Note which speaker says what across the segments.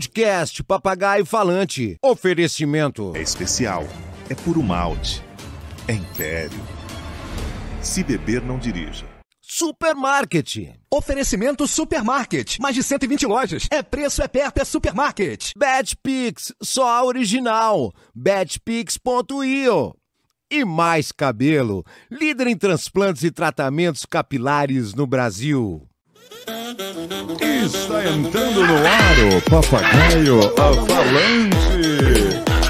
Speaker 1: Podcast Papagaio Falante. Oferecimento.
Speaker 2: É especial. É puro malte. É império. Se beber, não dirija.
Speaker 1: Supermarket.
Speaker 3: Oferecimento Supermarket. Mais de 120 lojas. É preço, é perto, é supermarket.
Speaker 1: Betpix. Só a original. Betpix.io. E mais cabelo. Líder em transplantes e tratamentos capilares no Brasil.
Speaker 2: Está entrando no ar o Papagaio Falante.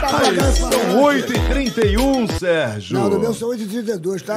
Speaker 2: Aí são 8h31, Sérgio.
Speaker 4: Tá Não, no meu são 8h32, tá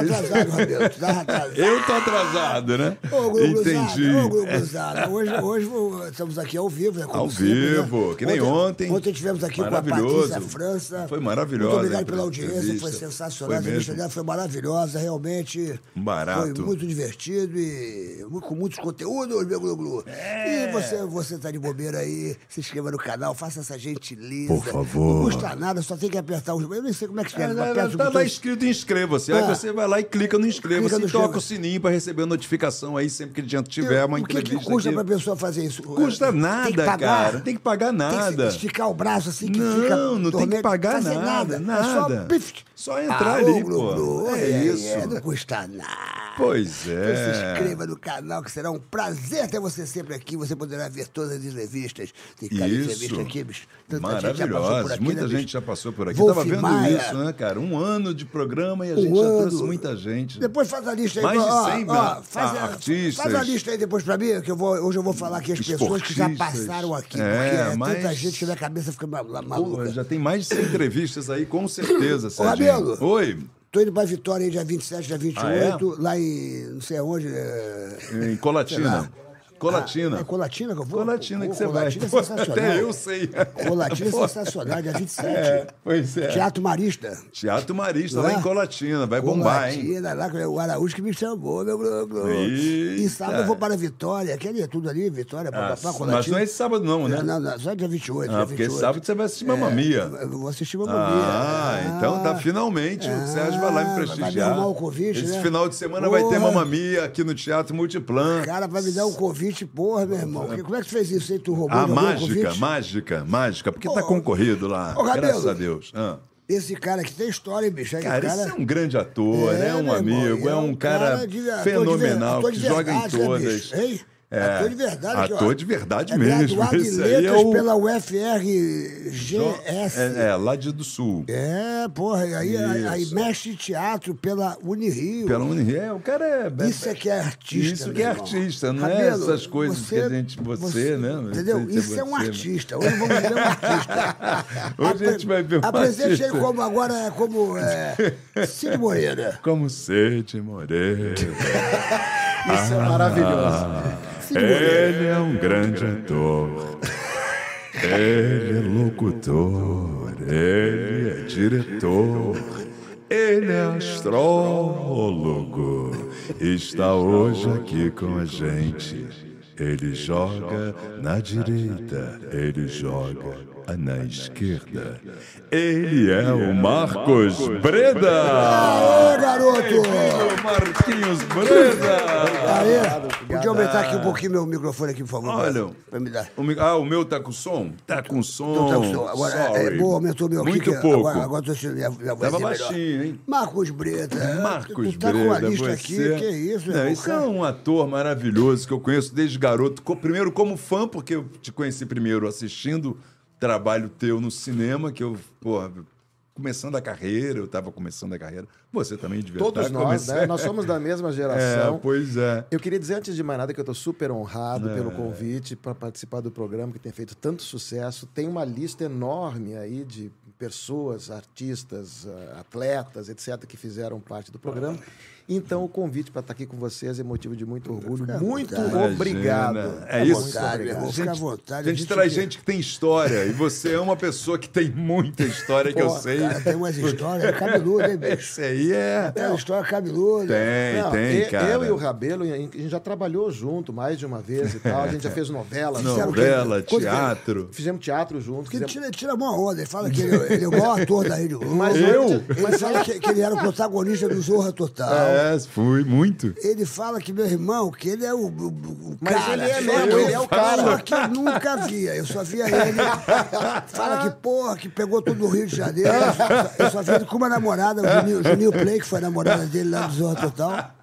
Speaker 4: atrasado, Rabelo. Tá atrasado.
Speaker 2: Eu tô atrasado, né?
Speaker 4: Ô, Gluguzada,
Speaker 2: Entendi.
Speaker 4: ô, Gluguzada. Hoje, hoje ô, estamos aqui ao vivo, né? Como
Speaker 2: Ao
Speaker 4: sempre, né?
Speaker 2: vivo, que nem ontem.
Speaker 4: Ontem tivemos aqui com a
Speaker 2: Maravilhoso.
Speaker 4: Patrícia França.
Speaker 2: Foi maravilhosa
Speaker 4: Muito
Speaker 2: a
Speaker 4: obrigado pela audiência,
Speaker 2: entrevista.
Speaker 4: foi sensacional.
Speaker 2: Foi
Speaker 4: a
Speaker 2: mesmo.
Speaker 4: entrevista
Speaker 2: Um
Speaker 4: dela foi maravilhosa, realmente.
Speaker 2: Barato.
Speaker 4: Foi muito divertido e mu- com muitos conteúdos, meu Gluglu.
Speaker 2: É.
Speaker 4: E você, você tá de bobeira aí, se inscreva no canal, faça essa gentileza.
Speaker 2: Por favor.
Speaker 4: Não custa nada, só tem que apertar os... Eu nem sei como é que escreve, mas aperta os
Speaker 2: Tá lá
Speaker 4: botões.
Speaker 2: escrito inscreva-se. Aí
Speaker 4: Ah.
Speaker 2: você vai lá e clica no inscreva-se
Speaker 4: Clica no
Speaker 2: e toca o
Speaker 4: inscreva-se.
Speaker 2: sininho pra receber a notificação aí sempre que a gente tiver uma
Speaker 4: o que,
Speaker 2: entrevista.
Speaker 4: que custa
Speaker 2: aqui.
Speaker 4: pra pessoa fazer isso?
Speaker 2: Custa nada,
Speaker 4: tem que pagar.
Speaker 2: cara. Não tem que pagar
Speaker 4: Tem que
Speaker 2: nada.
Speaker 4: esticar o braço assim que
Speaker 2: Não,
Speaker 4: fica.
Speaker 2: não tem que
Speaker 4: dormente.
Speaker 2: pagar
Speaker 4: Fazer
Speaker 2: nada,
Speaker 4: nada. É
Speaker 2: nada.
Speaker 4: só, pif.
Speaker 2: Só entrar ali,
Speaker 4: ô,
Speaker 2: pô.
Speaker 4: Glu, Glu,
Speaker 2: É isso.
Speaker 4: não custa nada.
Speaker 2: Pois é.
Speaker 4: Então se inscreva no canal, que será um prazer ter você sempre aqui. Você poderá ver todas as entrevistas. Tem cada
Speaker 2: Isso.
Speaker 4: entrevista aqui, bicho.
Speaker 2: Maravilhosa. Muita
Speaker 4: né, bicho?
Speaker 2: gente já passou por aqui.
Speaker 4: Wolf
Speaker 2: Tava vendo
Speaker 4: Maia.
Speaker 2: isso, né, cara? Um ano de programa e a gente
Speaker 4: Um
Speaker 2: já
Speaker 4: ano.
Speaker 2: trouxe muita gente. né?
Speaker 4: Depois faz a lista aí.
Speaker 2: Mais de
Speaker 4: ó,
Speaker 2: 100
Speaker 4: ó,
Speaker 2: bra-
Speaker 4: faz,
Speaker 2: a-
Speaker 4: a-
Speaker 2: artistas.
Speaker 4: faz a lista aí depois pra mim, que eu vou, hoje eu vou falar aqui as pessoas que já
Speaker 2: Esportistas.
Speaker 4: passaram aqui.
Speaker 2: É,
Speaker 4: porque é tanta
Speaker 2: mas-
Speaker 4: gente que minha cabeça fica ma- ma-
Speaker 2: Pô,
Speaker 4: maluca.
Speaker 2: já tem mais de 100 entrevistas aí, com certeza, Sérgio.
Speaker 4: Rabelo.
Speaker 2: Oi,
Speaker 4: Tô indo pra Vitória aí dia 27, dia 28,
Speaker 2: Ah,
Speaker 4: lá em não sei aonde. É...
Speaker 2: em Colatina. Colatina.
Speaker 4: Ah, é Colatina que eu vou?
Speaker 2: Colatina
Speaker 4: Pô,
Speaker 2: que você vai.
Speaker 4: Colatina
Speaker 2: Pô,
Speaker 4: é sensacional.
Speaker 2: Até eu sei.
Speaker 4: Colatina é
Speaker 2: Pô,
Speaker 4: sensacional, dia 27.
Speaker 2: É, pois é.
Speaker 4: Teatro Marista.
Speaker 2: Teatro Marista, lá
Speaker 4: Lá?
Speaker 2: em Colatina. Vai bombar, hein?
Speaker 4: Colatina, lá, que é o Araújo que me chamou, meu glu, glu.
Speaker 2: Eita.
Speaker 4: E sábado eu vou para Vitória, que ali é tudo ali, Vitória,
Speaker 2: Ah,
Speaker 4: papapá, Colatina.
Speaker 2: mas não é esse sábado, não, né?
Speaker 4: Não, não, não, só dia 28.
Speaker 2: Ah,
Speaker 4: dia
Speaker 2: porque
Speaker 4: 28.
Speaker 2: sábado você vai assistir
Speaker 4: É.
Speaker 2: Mamamia.
Speaker 4: Eu vou assistir Mamma Mia.
Speaker 2: Ah, então tá finalmente. o Sérgio vai lá me
Speaker 4: Ah, vai me
Speaker 2: prestigiar.
Speaker 4: arrumar o convite,
Speaker 2: Esse
Speaker 4: né?
Speaker 2: final de semana vai ter
Speaker 4: Porra.
Speaker 2: Mamamia aqui no Teatro Multiplan.
Speaker 4: Cara, vai me dar um convite, porra, meu irmão. Que- Como é que tu fez isso aí? Tu roubou
Speaker 2: Ah,
Speaker 4: roubou o
Speaker 2: mágica,
Speaker 4: convite?
Speaker 2: mágica, mágica. Porque tá
Speaker 4: Ô,
Speaker 2: concorrido lá.
Speaker 4: ô, Rabelo.
Speaker 2: graças a Deus. Ah.
Speaker 4: Esse cara aqui tem história, hein, bicho. É que
Speaker 2: Cara,
Speaker 4: cara...
Speaker 2: esse é um grande ator, né? é um
Speaker 4: meu irmão,
Speaker 2: amigo, é um cara,
Speaker 4: de- ator de ver-
Speaker 2: fenomenal,
Speaker 4: ator
Speaker 2: que
Speaker 4: de
Speaker 2: joga em
Speaker 4: verdade, né,
Speaker 2: todas. É.
Speaker 4: bicho? Hein? ator de verdade. aqui, ó.
Speaker 2: Ator de verdade
Speaker 4: é
Speaker 2: mesmo.
Speaker 4: graduado em
Speaker 2: Esse aí é
Speaker 4: letras
Speaker 2: o...
Speaker 4: pela
Speaker 2: Jo-
Speaker 4: UFRGS.
Speaker 2: É, é, lá de do Sul.
Speaker 4: É, porra, e aí, aí, aí
Speaker 2: Isso.
Speaker 4: mexe em teatro pela Unirio.
Speaker 2: Pela Unirio. É, o cara é...
Speaker 4: Isso é que é artista.
Speaker 2: Isso
Speaker 4: meu
Speaker 2: que é
Speaker 4: irmão.
Speaker 2: artista, não é
Speaker 4: Rabelo,
Speaker 2: essas coisas que a gente. Você, né?
Speaker 4: Entendeu?
Speaker 2: Você-
Speaker 4: Isso é um
Speaker 2: você-
Speaker 4: artista. Hoje vamos ver um artista.
Speaker 2: Hoje a gente vai ver um
Speaker 4: Apresente
Speaker 2: artista.
Speaker 4: ele como agora, é como é, Cid Moreira.
Speaker 2: Como Sete Moreira.
Speaker 5: Isso é
Speaker 4: Ah.
Speaker 5: maravilhoso.
Speaker 4: Cid Moreira.
Speaker 2: Ele é um grande ator. Ele é locutor. Ele é diretor. Ele é astrólogo. Está hoje aqui com a gente. Ele joga na direita, ele joga na esquerda. Ele é o Marcos Breda!
Speaker 4: Aê, garoto!
Speaker 2: Marquinhos Breda!
Speaker 4: Aê! Podia aumentar aqui um pouquinho meu microfone aqui, por favor.
Speaker 2: Olha.
Speaker 4: pra- Pra me dar.
Speaker 2: O mi- ah, o meu tá com som? Tá com som.
Speaker 4: Então tá com som. Agora, é, é
Speaker 2: Sorry.
Speaker 4: bom, aumentou meu aqui.
Speaker 2: Muito
Speaker 4: que é
Speaker 2: pouco.
Speaker 4: Agora, agora tô sentindo minha, minha voz
Speaker 2: Tava
Speaker 4: é melhor.
Speaker 2: baixinho, hein?
Speaker 4: Marcos Breda.
Speaker 2: Marcos
Speaker 4: tu tá
Speaker 2: Breda,
Speaker 4: com uma lista
Speaker 2: você...
Speaker 4: aqui, que isso?
Speaker 2: Não,
Speaker 4: irmão,
Speaker 2: esse é
Speaker 4: cara?
Speaker 2: um ator maravilhoso que eu conheço desde garoto. Co- Primeiro como fã, porque eu te conheci primeiro assistindo trabalho teu no cinema, que eu, porra, começando a carreira, eu tava começando a carreira. Você também devia
Speaker 5: Todos
Speaker 2: estar
Speaker 5: nós, né?
Speaker 2: tá começando.
Speaker 5: Nós somos da mesma
Speaker 2: É,
Speaker 5: geração.
Speaker 2: pois é.
Speaker 5: Eu queria dizer, antes de mais nada, que eu estou super honrado pelo convite para participar do programa que tem feito tanto sucesso. Tem uma lista enorme aí de pessoas, artistas, ah, atletas, etc., que fizeram parte do programa. Então, o convite para estar aqui com vocês é motivo de muito orgulho.
Speaker 4: Fica à
Speaker 5: Muito
Speaker 4: vontade.
Speaker 5: obrigado.
Speaker 2: Imagina. É
Speaker 5: Tá
Speaker 2: isso.
Speaker 5: bom,
Speaker 4: Vontade,
Speaker 5: obrigado.
Speaker 4: irmão. Fica à vontade.
Speaker 2: A gente traz gente que tem história e você é uma pessoa que tem muita história que eu sei.
Speaker 4: Cara, tem umas histórias cabeludas, hein, bicho?
Speaker 2: Esse aí é.
Speaker 4: Tem uma história cabeluda.
Speaker 2: Tem,
Speaker 5: Não,
Speaker 2: tem,
Speaker 5: e-
Speaker 2: cara.
Speaker 5: Eu e o Rabelo, a gente já trabalhou junto mais de uma vez e tal. A gente já fez novela.
Speaker 4: é
Speaker 5: fizemos-
Speaker 2: Novela,
Speaker 5: Quanto tempo?
Speaker 2: teatro.
Speaker 5: Fizemos teatro junto.
Speaker 4: Porque
Speaker 5: Fizemos...
Speaker 4: tira, tira uma onda, ele fala que ele, ele é o maior ator da Rede Globo.
Speaker 5: Mas
Speaker 2: Eu?
Speaker 4: Ele fala que, que ele era o protagonista do Zorra
Speaker 2: É,
Speaker 4: Total.
Speaker 2: fui muito.
Speaker 4: Ele fala que meu irmão, que ele é o, o- o
Speaker 5: Mas
Speaker 4: cara.
Speaker 5: ele
Speaker 4: só
Speaker 5: é mesmo,
Speaker 4: que eu-
Speaker 5: ele é o
Speaker 4: Só
Speaker 5: cara.
Speaker 4: que eu nunca via, eu só via ele. Fala que porra, que pegou todo o Rio de Janeiro. Eu só, eu só vi ele com uma namorada, o Juninho, Juninho Play, que foi a namorada dele lá do Zorro Total.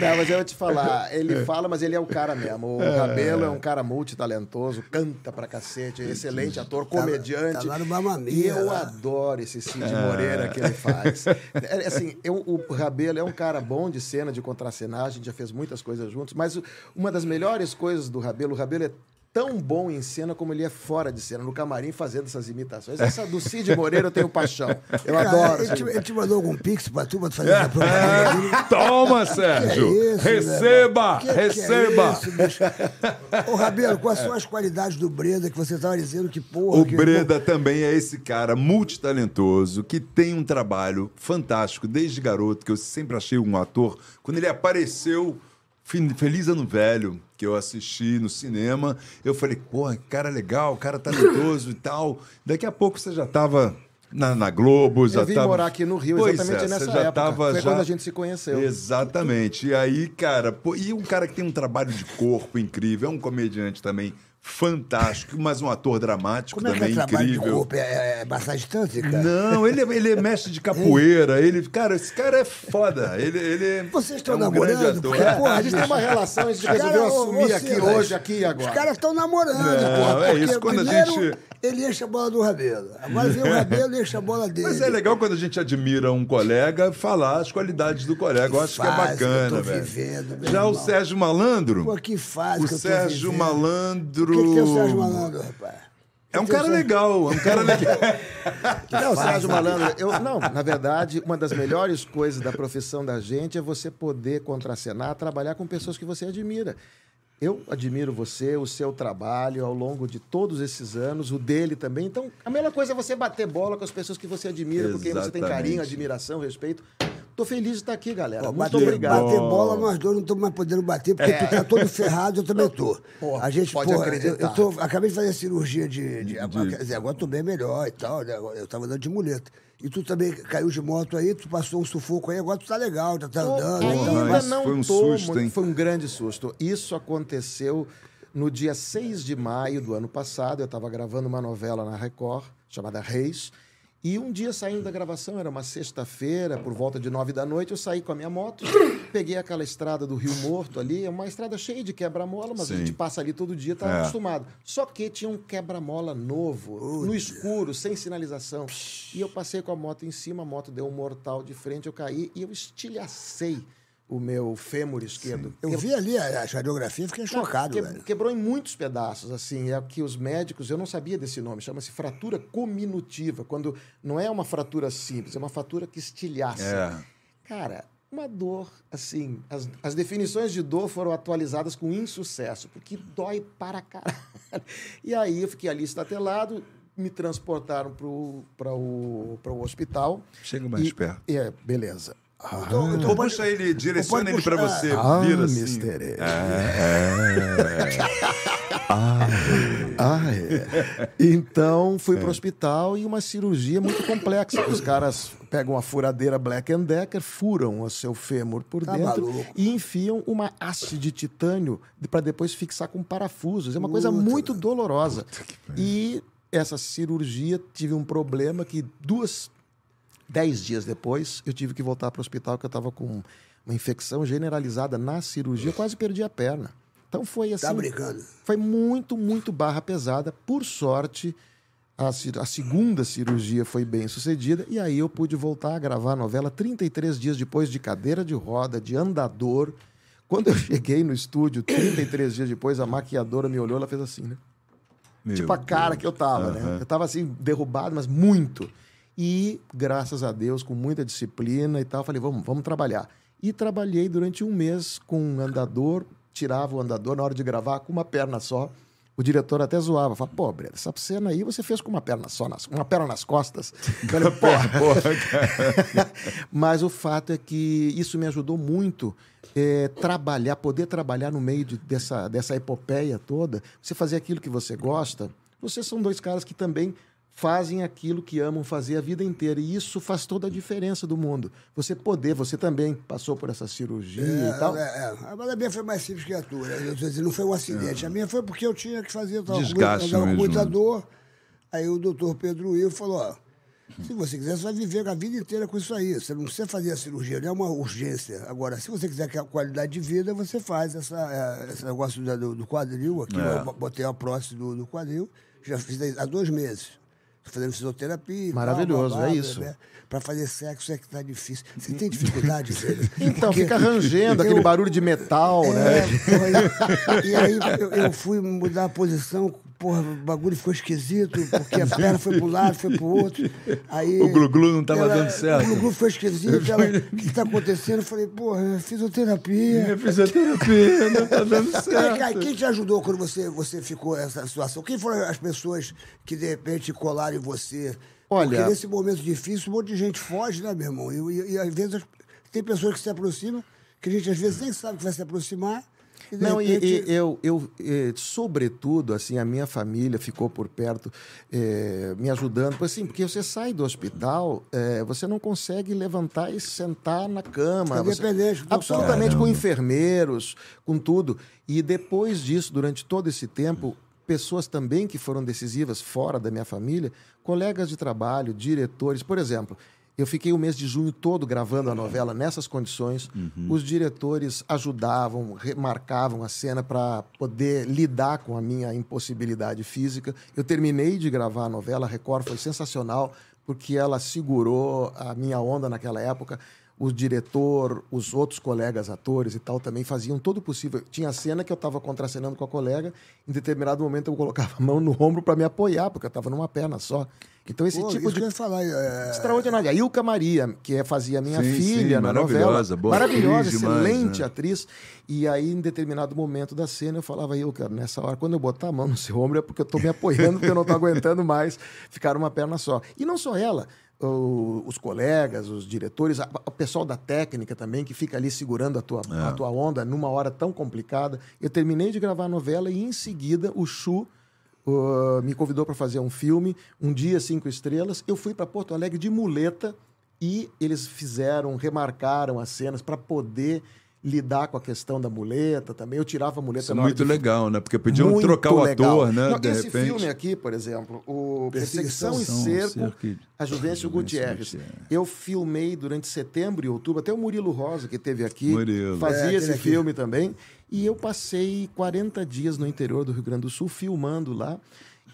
Speaker 5: Não, mas eu vou te falar, ele fala, mas ele é o cara mesmo. O Rabelo é um cara multitalentoso, canta pra cacete, é excelente ator, comediante.
Speaker 4: tá lá no Mamma
Speaker 5: E
Speaker 4: Mia,
Speaker 5: eu
Speaker 4: lá.
Speaker 5: adoro esse Cid Moreira que ele faz. É, assim, eu- o Rabelo é um cara bom de cena, de contracenar, a gente já fez muitas coisas juntos, mas o- uma das melhores coisas do Rabelo, o Rabelo é tão bom em cena como ele é fora de cena, no camarim fazendo essas imitações. Essa do Cid Moreira eu tenho paixão. Eu
Speaker 4: Cara, é tipo,
Speaker 5: adoro.
Speaker 4: Ele te,
Speaker 5: Cid.
Speaker 4: ele te mandou algum pix pra tu, pra tu fazer essa propaganda dele?
Speaker 2: É, Toma,
Speaker 4: é
Speaker 2: Sérgio! receba!
Speaker 4: Que que é
Speaker 2: receba!
Speaker 4: isso, bicho? Ô, Rabelo, quais são as qualidades do Breda que você estava dizendo que porra.
Speaker 2: O
Speaker 4: que-
Speaker 2: Breda também é esse cara multitalentoso que tem um trabalho fantástico desde garoto, que eu sempre achei um ator. Quando ele apareceu, Fe- Feliz Ano Velho, que eu assisti no cinema, eu falei, porra, que cara legal, cara talentoso e tal. Daqui a pouco você já tava. Na, na Globo, já
Speaker 5: vim
Speaker 2: tava... é,
Speaker 5: morar aqui no Rio, exatamente nessa
Speaker 2: você
Speaker 5: época.
Speaker 2: tava
Speaker 5: Foi quando a gente se conheceu.
Speaker 2: Exatamente. E aí, cara, pô, e um cara que tem um trabalho de corpo incrível, é um comediante também fantástico, mas um ator dramático
Speaker 4: Como é que é
Speaker 2: também
Speaker 4: trabalho de
Speaker 2: incrível.
Speaker 4: corpo? É, é massagem tântrica?
Speaker 2: Não, ele, é- ele é mestre de capoeira, ele, cara, esse cara é foda. Ele, ele
Speaker 4: Vocês estão
Speaker 2: é um grande
Speaker 4: namorando?
Speaker 2: ator. É.
Speaker 4: Porque, porra,
Speaker 5: A gente tem uma relação, a gente resolveu assumir aqui hoje, aqui e agora.
Speaker 4: Os caras estão namorando, porra.
Speaker 2: é
Speaker 4: porque
Speaker 2: isso, quando a
Speaker 4: primeiro
Speaker 2: gente-
Speaker 4: ele enche a bola do Rabelo. Agora vem o Rabelo e enche a bola dele.
Speaker 2: Mas é legal quando a gente admira um colega falar as qualidades do colega. Eu acho que é
Speaker 4: fase que eu
Speaker 2: bacana,
Speaker 4: tô
Speaker 2: velho.
Speaker 4: vivendo, meu
Speaker 2: Já o
Speaker 4: irmão.
Speaker 2: Sérgio Malandro.
Speaker 4: Pô, que fase
Speaker 2: o
Speaker 4: que eu tô
Speaker 2: Sérgio
Speaker 4: vivendo. O
Speaker 2: Malandro.
Speaker 4: que, que tem o Sérgio Malandro, rapaz?
Speaker 2: É um cara legal, é um cara legal.
Speaker 5: Não, Sérgio Malandro, eu, não, na verdade, uma das melhores coisas da profissão da gente é você poder contracenar, trabalhar com pessoas que você admira. Eu admiro você, o seu trabalho ao longo de todos esses anos, o dele também. Então, a melhor coisa é você bater bola com as pessoas que você admira, com quem você tem carinho,
Speaker 2: Exatamente.
Speaker 5: admiração, respeito. Tô feliz de estar aqui, galera.
Speaker 4: Pô,
Speaker 5: Muito
Speaker 4: bater,
Speaker 5: obrigado.
Speaker 4: bater bola, nós dois não estamos mais podendo bater, porque tu tá todo ferrado, eu também tô.
Speaker 5: Pô,
Speaker 4: a gente,
Speaker 5: pode
Speaker 4: pô, eu,
Speaker 5: acreditar.
Speaker 4: eu tô, acabei de fazer cirurgia de. de, Quer dizer, agora tô bem melhor e tal, né? Eu tava andando de muleta. E tu também caiu de moto aí, tu passou um sufoco aí, agora tu tá legal, já tá andando. e tal.
Speaker 5: Ainda
Speaker 2: mas
Speaker 5: não
Speaker 2: foi um
Speaker 5: tô
Speaker 2: susto,
Speaker 5: muito-
Speaker 2: hein?
Speaker 5: Foi um grande susto. Isso aconteceu no dia 6 de maio do ano passado. Eu estava gravando uma novela na Record, chamada Reis. E um dia saindo da gravação, era uma sexta-feira, por volta de nove da noite, eu saí com a minha moto, peguei aquela estrada do Rio Morto ali, é uma estrada cheia de quebra-mola, mas a
Speaker 2: Sim.
Speaker 5: gente passa ali todo dia, tá
Speaker 2: É.
Speaker 5: acostumado. Só que tinha um quebra-mola novo, no escuro, sem sinalização. E eu passei com a moto em cima, a moto deu um mortal de frente, eu caí e eu estilhacei o meu fêmur esquerdo.
Speaker 4: Eu vi ali a, a radiografia e fiquei chocado,
Speaker 5: Que-
Speaker 4: velho.
Speaker 5: Quebrou em muitos pedaços, assim. É que os médicos, eu não sabia desse nome, chama-se fratura cominutiva, quando não é uma fratura simples, é uma fratura que estilhaça.
Speaker 2: É.
Speaker 5: Cara, uma dor, assim. As, as definições de dor foram atualizadas com insucesso, porque dói para caralho. E aí eu fiquei ali estatelado, me transportaram para o, pra o hospital.
Speaker 2: Chega mais
Speaker 5: E-
Speaker 2: perto.
Speaker 5: É, beleza.
Speaker 4: Então,
Speaker 2: Então puxa ele, direciona ele pra
Speaker 4: puxar.
Speaker 2: você.
Speaker 5: Ah,
Speaker 2: vira assim.
Speaker 5: Mr. E.
Speaker 6: É.
Speaker 5: Ah, é. Então fui pro hospital e uma cirurgia muito complexa. Os caras pegam a furadeira Black and Decker, furam o seu fêmur por
Speaker 4: Tá
Speaker 5: dentro
Speaker 4: maluco.
Speaker 5: e enfiam uma haste de titânio para depois fixar com parafusos. É uma coisa
Speaker 4: Puta,
Speaker 5: muito dolorosa. E essa cirurgia tive um problema que duas Dez dias depois, eu tive que voltar para o hospital, que eu estava com uma infecção generalizada na cirurgia, eu quase perdi a perna. Então foi assim.
Speaker 4: Tá brincando.
Speaker 5: Foi muito, muito barra pesada. Por sorte, a, cir- a segunda cirurgia foi bem sucedida, e aí eu pude voltar a gravar a novela 33 dias depois, de cadeira de roda, de andador. Quando eu cheguei no estúdio, 33 dias depois, a maquiadora me olhou, ela fez assim, né?
Speaker 2: Meu
Speaker 5: tipo a cara que eu tava, né? Eu tava assim, derrubado, mas muito. E, graças a Deus, com muita disciplina e tal, falei, vamos, vamos trabalhar. E trabalhei durante um mês com um andador, tirava o andador na hora de gravar com uma perna só. O diretor até zoava, falava, pô, Breda, essa cena aí você fez com uma perna só, nas, uma perna nas costas. Eu Falei, porra, Mas o fato é que isso me ajudou muito é, trabalhar, poder trabalhar no meio de- dessa, dessa epopeia toda. Você fazer aquilo que você gosta. Vocês são dois caras que também fazem aquilo que amam fazer a vida inteira. E isso faz toda a diferença do mundo. Você poder, você também passou por essa cirurgia e tal.
Speaker 4: É, é. Mas a minha foi mais simples que a tua. né? Eu tô dizendo, Não foi um acidente. A minha foi porque eu tinha que fazer. Eu tava com muita-
Speaker 6: Desgaste
Speaker 4: eu tava com
Speaker 6: mesmo,
Speaker 4: muita
Speaker 6: né?
Speaker 4: dor. Aí o doutor Pedro Will falou: ó, se você quiser, você vai viver a vida inteira com isso aí. Você não precisa fazer a cirurgia, não é uma urgência. Agora, se você quiser que a qualidade de vida, você faz essa, eh, esse negócio da- do, do quadril. Aqui eu botei a prótese do, do quadril, já fiz há dois meses. Tô fazendo fisioterapia. e tal,
Speaker 5: Maravilhoso,
Speaker 4: babá,
Speaker 5: é isso.
Speaker 4: né? Pra fazer sexo é que tá difícil. Você tem dificuldade, velho?
Speaker 5: Então,
Speaker 4: Porque-
Speaker 5: fica rangendo aquele barulho de metal, né?
Speaker 4: é, porra, e e aí eu, eu fui mudar a posição, porra, o bagulho ficou esquisito, porque a perna foi para um lado, foi para o outro. Aí,
Speaker 6: O glu-glu não tava
Speaker 4: ela-
Speaker 6: dando certo.
Speaker 4: O glu-glu foi esquisito. Ela, o que está acontecendo? Eu falei, porra,
Speaker 5: É
Speaker 4: fisioterapia.
Speaker 6: fisioterapia, não tá dando
Speaker 4: Aí, cara, quem te ajudou quando você, você ficou nessa situação? Quem foram as pessoas que de repente colaram em você?
Speaker 5: Olha-
Speaker 4: Porque nesse momento difícil, um monte de gente foge, né, meu irmão? E, e- e às vezes as- tem pessoas que se aproximam, que a gente às vezes nem sabe que vai se aproximar. E de
Speaker 5: Não, e-
Speaker 4: repente...
Speaker 5: e, eu, eu eh, sobretudo, assim, a minha família ficou por perto eh, me ajudando, pois assim, porque você sai do hospital, eh, você não consegue levantar e sentar na cama.
Speaker 4: Tá
Speaker 5: você-
Speaker 4: dependente do
Speaker 5: absolutamente com enfermeiros, com tudo. E depois disso, durante todo esse tempo, pessoas também que foram decisivas fora da minha família, colegas de trabalho, diretores, por exemplo. Eu fiquei o mês de junho todo gravando a novela nessas condições. Os diretores ajudavam, remarcavam a cena para poder lidar com a minha impossibilidade física. Eu terminei de gravar a novela, a Record foi sensacional, porque ela segurou a minha onda naquela época o diretor, os outros colegas atores e tal também faziam todo o possível. Tinha cena que eu estava contracenando com a colega, em determinado momento eu colocava a mão no ombro para me apoiar, porque eu estava numa perna só. Então esse
Speaker 4: Pô,
Speaker 5: tipo
Speaker 4: isso
Speaker 5: de
Speaker 4: que eu ia falar. é,
Speaker 5: extraordinária. A Ilka Maria, que é, fazia minha
Speaker 6: Sim,
Speaker 5: filha
Speaker 6: sim,
Speaker 5: na
Speaker 6: maravilhosa,
Speaker 5: novela.
Speaker 6: boa
Speaker 5: maravilhosa,
Speaker 6: atriz demais,
Speaker 5: excelente
Speaker 6: né?
Speaker 5: atriz. E aí, em determinado momento da cena, eu falava, Ilka, nessa hora, quando eu botar a mão no seu ombro, é porque eu tô me apoiando, porque eu não tô aguentando mais ficar uma perna só. E não só ela. o- os colegas, os diretores, a- o pessoal da técnica também, que fica ali segurando a tua,
Speaker 6: É.
Speaker 5: a tua onda numa hora tão complicada. Eu terminei de gravar a novela e em seguida o Chu Uh, me convidou para fazer um filme, um dia cinco estrelas. Eu fui para Porto Alegre de muleta e eles fizeram, remarcaram as cenas para poder lidar com a questão da muleta também. Eu tirava a muleta
Speaker 6: Isso é
Speaker 5: na hora
Speaker 6: muito
Speaker 5: do-
Speaker 6: legal, né? Porque podiam
Speaker 5: Muito
Speaker 6: trocar o
Speaker 5: legal.
Speaker 6: ator, né?
Speaker 5: Não,
Speaker 6: de
Speaker 5: esse
Speaker 6: repente.
Speaker 5: filme é aqui, por exemplo, o
Speaker 4: Perseguição.
Speaker 5: Perseguição, e
Speaker 6: Perseguição,
Speaker 5: Cerco,
Speaker 6: Cerco e-
Speaker 5: a Juvencio
Speaker 6: Juvencio
Speaker 5: Gutierrez.
Speaker 6: Gutierrez.
Speaker 5: Eu filmei durante setembro e outubro, até o Murilo Rosa, que teve aqui,
Speaker 6: Murilo.
Speaker 5: fazia
Speaker 4: É,
Speaker 5: esse
Speaker 4: teve aqui.
Speaker 5: filme também. E eu passei 40 dias no interior do Rio Grande do Sul filmando lá.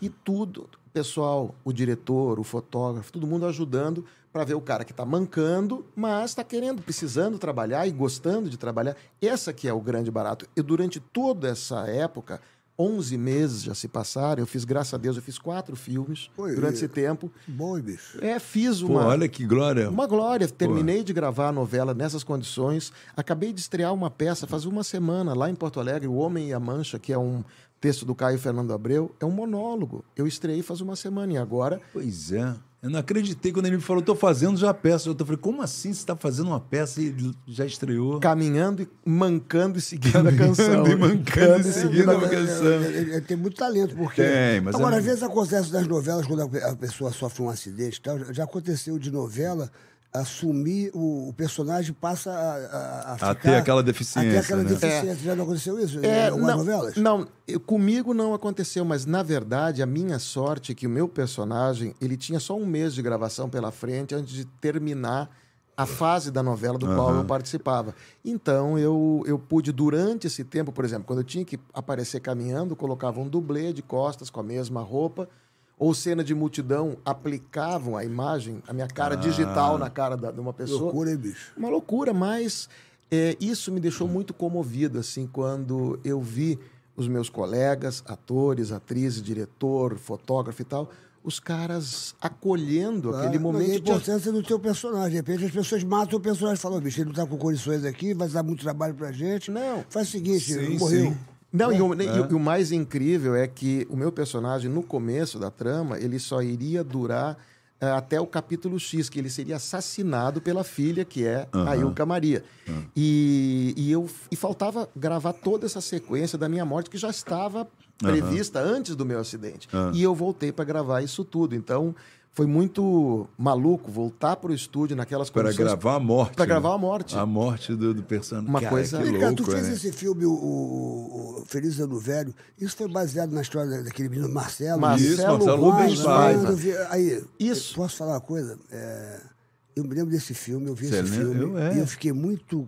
Speaker 5: E tudo, o pessoal, o diretor, o fotógrafo, todo mundo ajudando para ver o cara que está mancando, mas está querendo, precisando trabalhar e gostando de trabalhar. Essa que é o grande barato. E durante toda essa época, 11 meses já se passaram, eu fiz, graças a Deus, eu fiz quatro filmes
Speaker 4: Oi,
Speaker 5: durante
Speaker 4: e-
Speaker 5: esse tempo.
Speaker 4: Bom, hein, bicho.
Speaker 5: É, fiz
Speaker 6: Pô,
Speaker 5: uma...
Speaker 6: olha que glória.
Speaker 5: É Uma glória. Terminei de gravar a novela nessas condições. Acabei de estrear uma peça faz uma semana lá em Porto Alegre, O Homem e a Mancha, que é um texto do Caio Fernando Abreu. É um monólogo. Eu estreiei faz uma semana e agora.
Speaker 6: Pois é. Eu não acreditei quando ele me falou, tô fazendo já a peça. Eu tô- falei, como assim você tá fazendo uma peça e já estreou?
Speaker 5: Caminhando e mancando e seguindo a canção.
Speaker 6: Caminhando e mancando e seguindo a
Speaker 5: canção.
Speaker 4: é,
Speaker 6: canção.
Speaker 4: Ele, ele- ele tem muito talento, porque.
Speaker 6: Tem, mas
Speaker 4: Agora,
Speaker 6: é-
Speaker 4: às vezes acontece nas novelas, quando a a pessoa sofre um acidente e tal, já aconteceu de novela assumir o, o personagem passa a, a, a
Speaker 6: A
Speaker 4: ficar,
Speaker 6: ter aquela
Speaker 4: Até
Speaker 6: deficiência,
Speaker 4: aquela
Speaker 6: né?
Speaker 4: deficiência. Já né? não aconteceu isso
Speaker 5: É,
Speaker 4: em algumas
Speaker 5: não,
Speaker 4: novelas?
Speaker 5: não, eu- comigo não aconteceu, mas na verdade a minha sorte é que o meu personagem ele tinha só um mês de gravação pela frente antes de terminar a fase da novela do qual eu participava. Então eu, eu pude, durante esse tempo, por exemplo, quando eu tinha que aparecer caminhando, colocava um dublê de costas com a mesma roupa, ou cena de multidão, aplicavam a imagem, a minha cara digital na cara da- de uma pessoa.
Speaker 4: Loucura, hein, bicho?
Speaker 5: Uma loucura, mas é, isso me deixou muito comovido, assim, quando eu vi os meus colegas, atores, atrizes, diretor, fotógrafo e tal, os caras acolhendo aquele
Speaker 4: Ah, mas
Speaker 5: momento.
Speaker 4: é a
Speaker 5: de-
Speaker 4: importância do teu personagem. De repente as pessoas matam o personagem e falam, bicho, ele não tá com condições aqui, vai dar muito trabalho pra gente.
Speaker 5: Não.
Speaker 4: Faz o seguinte,
Speaker 6: Sim,
Speaker 4: morreu.
Speaker 6: sim.
Speaker 5: Não, e, o,
Speaker 6: Né?
Speaker 5: e o- e o mais incrível é que o meu personagem, no começo da trama, ele só iria durar eh, até o capítulo X, que ele seria assassinado pela filha, que é a Ilka Maria. E, e, eu, e faltava gravar toda essa sequência da minha morte, que já estava prevista antes do meu acidente. E eu voltei para gravar isso tudo. Então, foi muito maluco voltar para o estúdio naquelas
Speaker 6: Para
Speaker 5: condições.
Speaker 6: gravar a morte. né?
Speaker 5: Pra gravar a morte.
Speaker 6: A morte do, do personagem.
Speaker 5: Uma
Speaker 6: Cara,
Speaker 5: coisa-
Speaker 2: Tá
Speaker 6: que
Speaker 5: Vem
Speaker 4: Cara, tu
Speaker 6: louco,
Speaker 4: fez
Speaker 2: é.
Speaker 6: né?
Speaker 4: esse filme, o, o- o Feliz Ano Velho, isso foi baseado na história daquele menino Marcelo. Ah,
Speaker 5: Marcelo
Speaker 6: Isso, Marcelo Rubens
Speaker 5: Rubens
Speaker 6: Paiva.
Speaker 5: Paiva.
Speaker 4: Aí,
Speaker 5: Isso.
Speaker 4: eu posso falar uma coisa? É, eu me lembro desse filme, eu vi
Speaker 6: Você
Speaker 4: esse
Speaker 6: lembra?
Speaker 4: filme,
Speaker 6: Eu, é.
Speaker 4: e eu fiquei muito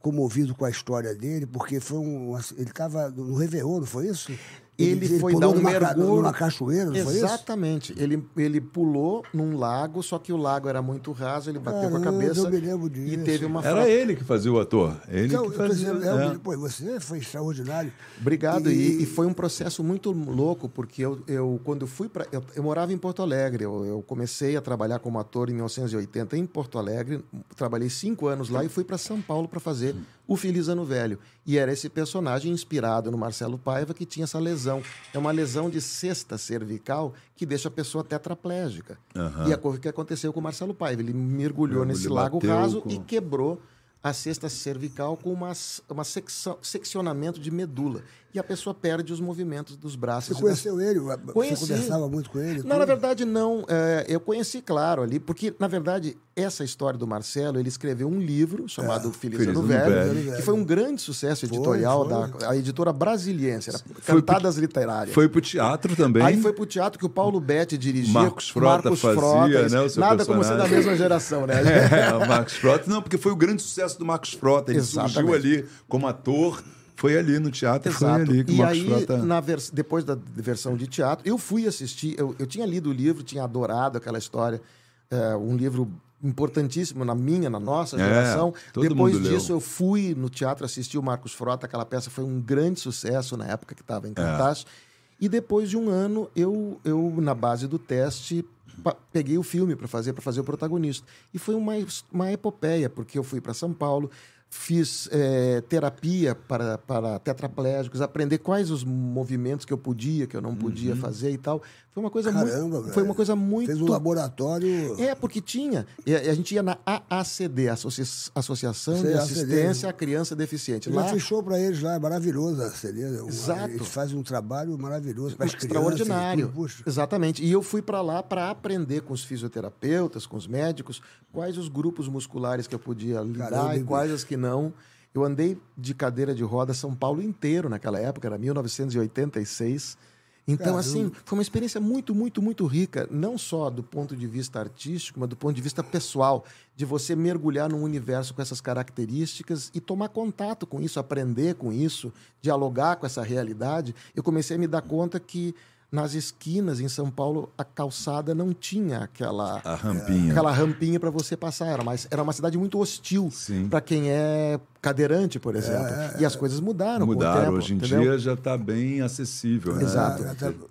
Speaker 4: comovido com a história dele, porque foi um... ass- Ele estava no Réveillon, não foi isso?
Speaker 5: Ele foi
Speaker 4: pulou
Speaker 5: dar um
Speaker 4: numa ca-
Speaker 5: mergulho.
Speaker 4: numa cachoeira, não foi isso?
Speaker 5: Exatamente. Ele, ele pulou num lago, só que o lago era muito raso, ele bateu com a
Speaker 4: Caramba,
Speaker 5: cabeça
Speaker 4: eu me lembro
Speaker 5: e
Speaker 4: disso.
Speaker 5: teve uma
Speaker 6: Era ele que fazia o ator. Ele
Speaker 4: Então,
Speaker 6: que
Speaker 4: eu tô
Speaker 6: fazia.
Speaker 4: dizendo, é,
Speaker 6: é.
Speaker 4: pô, você foi extraordinário.
Speaker 5: Obrigado. E, e foi um processo muito louco, porque eu, eu quando eu fui para. Eu, eu morava em Porto Alegre. Eu, eu comecei a trabalhar como ator em 1980 em Porto Alegre. Trabalhei cinco anos lá e fui para São Paulo para fazer o Feliz Ano Velho. E era esse personagem inspirado no Marcelo Paiva que tinha essa lesão. É uma lesão de cesta cervical que deixa a pessoa tetraplégica. E a coisa que aconteceu com o Marcelo Paiva. Ele mergulhou
Speaker 6: Mergulho,
Speaker 5: nesse lago
Speaker 6: bateu
Speaker 5: raso
Speaker 6: com-
Speaker 5: e quebrou a cesta cervical com uma, s- uma secção, seccionamento de medula. E a pessoa perde os movimentos dos braços.
Speaker 4: Você
Speaker 5: e
Speaker 4: conheceu ele? Você
Speaker 5: Conheci.
Speaker 4: conversava muito com ele?
Speaker 5: das...
Speaker 4: tudo?
Speaker 5: Não, na verdade, não. É, eu conheci, claro, ali, porque, na verdade, essa história do Marcelo, ele escreveu um livro chamado Feliz,
Speaker 6: Feliz
Speaker 5: Ano
Speaker 6: Ano
Speaker 5: Velho,
Speaker 4: Velho.
Speaker 5: que foi um grande sucesso
Speaker 4: Ah, Foi,
Speaker 5: editorial
Speaker 4: foi.
Speaker 5: da a editora brasiliense, era Cantadas Literárias.
Speaker 6: Foi pro teatro também.
Speaker 5: Aí foi pro teatro que o Paulo Betti dirigia.
Speaker 6: Marcos Frota fazia, né, o seu
Speaker 5: Nada como ser da
Speaker 6: personagem.
Speaker 5: mesma geração, né?
Speaker 6: É, o Marcos Frota. Não, porque foi o grande sucesso do Marcos Frota. Ele surgiu
Speaker 5: Exatamente.
Speaker 6: ali como ator. Foi ali no teatro,
Speaker 5: Exato.
Speaker 6: foi ali que o
Speaker 5: e
Speaker 6: Marcos
Speaker 5: aí,
Speaker 6: Frota...
Speaker 5: na vers- depois da versão de teatro, eu fui assistir. Eu, eu tinha lido o livro, tinha adorado aquela história. é, um livro importantíssimo na minha, na nossa
Speaker 6: É,
Speaker 5: geração.
Speaker 6: todo
Speaker 5: depois
Speaker 6: mundo leu.
Speaker 5: disso, eu fui no teatro assistir o Marcos Frota. Aquela peça foi um grande sucesso na época que
Speaker 4: É.
Speaker 5: estava em cartaz. E depois de um ano, eu, eu na base do teste, pa- peguei o filme para fazer, para fazer o protagonista. E foi uma, es- uma epopeia, porque eu fui para São Paulo, fiz eh, terapia para, para tetraplégicos, aprender quais os movimentos que eu podia, que eu não podia fazer e tal. Foi uma coisa
Speaker 4: Uhum. Caramba,
Speaker 5: muito. Foi uma
Speaker 4: velho.
Speaker 5: coisa
Speaker 4: Fez
Speaker 5: muito.
Speaker 4: um laboratório.
Speaker 5: É, porque tinha. E A a gente ia na AACD, Associa- Associação
Speaker 4: Sei,
Speaker 5: de
Speaker 4: AACD.
Speaker 5: Assistência à Criança Deficiente.
Speaker 4: Eu já
Speaker 5: Lá,
Speaker 4: fiz show pra eles lá, é maravilhoso a Celina.
Speaker 5: Exato.
Speaker 4: Eles fazem um trabalho maravilhoso para as crianças.
Speaker 5: extraordinário.
Speaker 4: tudo, assim, puxa.
Speaker 5: Exatamente. E eu fui para lá para aprender com os fisioterapeutas, com os médicos, quais os grupos musculares que eu podia lidar
Speaker 4: Caramba,
Speaker 5: e
Speaker 4: hein,
Speaker 5: quais as que não. Eu andei de cadeira de roda São Paulo inteiro naquela época, era 1986. Então,
Speaker 4: Caramba.
Speaker 5: assim, foi uma experiência muito, muito, muito rica, não só do ponto de vista artístico, mas do ponto de vista pessoal, de você mergulhar num universo com essas características e tomar contato com isso, aprender com isso, dialogar com essa realidade. Eu comecei a me dar conta que nas esquinas em São Paulo a calçada não tinha aquela
Speaker 6: A rampinha.
Speaker 5: aquela rampinha para você passar. Era, mais, era uma cidade muito hostil
Speaker 6: Sim. É,
Speaker 5: para quem é cadeirante, por exemplo. e as coisas mudaram. com o
Speaker 6: Mudaram.
Speaker 5: tempo,
Speaker 6: Hoje em
Speaker 5: entendeu?
Speaker 6: dia é já está bem acessível, né?
Speaker 5: Exato.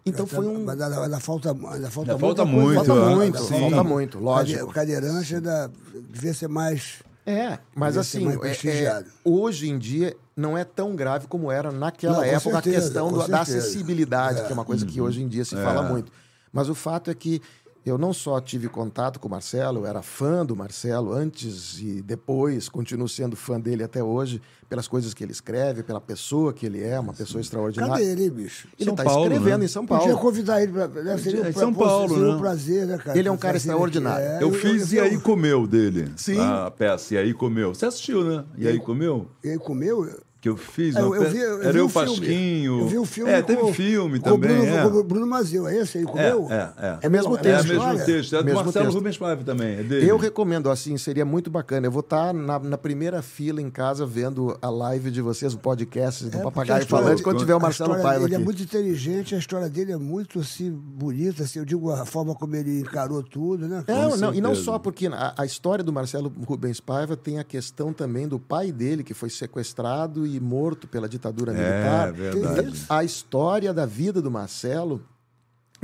Speaker 5: Então
Speaker 4: Já
Speaker 5: foi
Speaker 4: tá-
Speaker 5: um-
Speaker 4: É, Mas ainda, ainda falta, ainda falta,
Speaker 6: Ainda falta
Speaker 4: muita coisa.
Speaker 6: muito,
Speaker 5: Falta
Speaker 6: né?
Speaker 5: muito,
Speaker 6: Sim.
Speaker 5: falta muito, lógico.
Speaker 4: O cadeirante ainda devia ser mais.
Speaker 5: É, mas
Speaker 4: Devia ser
Speaker 5: assim,
Speaker 4: mais
Speaker 5: é- é-
Speaker 4: prestigiado.
Speaker 5: hoje em dia não é tão grave como era naquela
Speaker 4: Não, com
Speaker 5: época a
Speaker 4: certeza,
Speaker 5: questão
Speaker 4: com
Speaker 5: do- da
Speaker 4: certeza.
Speaker 5: acessibilidade,
Speaker 4: É.
Speaker 5: que é uma coisa
Speaker 6: Uhum.
Speaker 5: que hoje em dia se
Speaker 6: É.
Speaker 5: fala muito. Mas o fato é que eu não só tive contato com o Marcelo, eu era fã do Marcelo antes e depois, continuo sendo fã dele até hoje, pelas coisas que ele escreve, pela pessoa que ele é, uma pessoa extraordinária.
Speaker 4: Cadê ele, hein, bicho?
Speaker 5: Ele
Speaker 6: São
Speaker 5: está
Speaker 6: Paulo,
Speaker 5: escrevendo
Speaker 6: né?
Speaker 5: em São Paulo.
Speaker 4: Podia convidar ele para. Né? Seria, um
Speaker 6: É de
Speaker 4: pra-
Speaker 6: São
Speaker 4: pô,
Speaker 6: Paulo,
Speaker 4: seria um
Speaker 6: né?
Speaker 4: prazer, né, cara?
Speaker 5: Ele é um
Speaker 4: pra
Speaker 5: cara
Speaker 4: fazer ele
Speaker 5: extraordinário.
Speaker 4: aqui. É,
Speaker 6: Eu, fiz E Aí Comeu dele.
Speaker 5: Sim.
Speaker 6: A peça E Aí Comeu. Você assistiu, né? E Aí Comeu?
Speaker 4: E aí comeu?
Speaker 6: Que eu fiz.
Speaker 4: É,
Speaker 6: uma
Speaker 4: eu- eu
Speaker 6: peça-
Speaker 4: vi- eu
Speaker 6: Era
Speaker 4: vi
Speaker 6: eu,
Speaker 4: o filme.
Speaker 6: Pasquinho.
Speaker 4: Eu vi o filme
Speaker 6: É,
Speaker 4: com-
Speaker 6: teve filme
Speaker 4: com o
Speaker 6: também.
Speaker 4: Bruno,
Speaker 6: é.
Speaker 4: com o Bruno Mazeu, é esse aí?
Speaker 6: É,
Speaker 4: Comeu?
Speaker 6: é, é.
Speaker 5: É mesmo
Speaker 6: É
Speaker 5: texto.
Speaker 6: o mesmo
Speaker 4: Olha,
Speaker 6: texto. É do
Speaker 5: mesmo
Speaker 6: Marcelo
Speaker 5: texto.
Speaker 6: Rubens Paiva também. É dele.
Speaker 5: Eu recomendo, assim, seria muito bacana. Eu vou estar na, na primeira fila em casa vendo a live de vocês, o podcast do
Speaker 4: É,
Speaker 5: Papagaio
Speaker 4: porque a história-
Speaker 5: Falante, quando tiver o
Speaker 4: a
Speaker 5: Marcelo
Speaker 4: história
Speaker 5: Paiva
Speaker 4: Ele
Speaker 5: aqui.
Speaker 4: é muito inteligente, a história dele é muito assim, bonita, assim, eu digo a forma como ele encarou tudo, né?
Speaker 5: É,
Speaker 4: cara?
Speaker 5: não, e não
Speaker 6: certeza.
Speaker 5: só porque a, a história do Marcelo Rubens Paiva tem a questão também do pai dele, que foi sequestrado e morto pela ditadura
Speaker 6: É,
Speaker 5: militar.
Speaker 6: verdade.
Speaker 5: A história da vida do Marcelo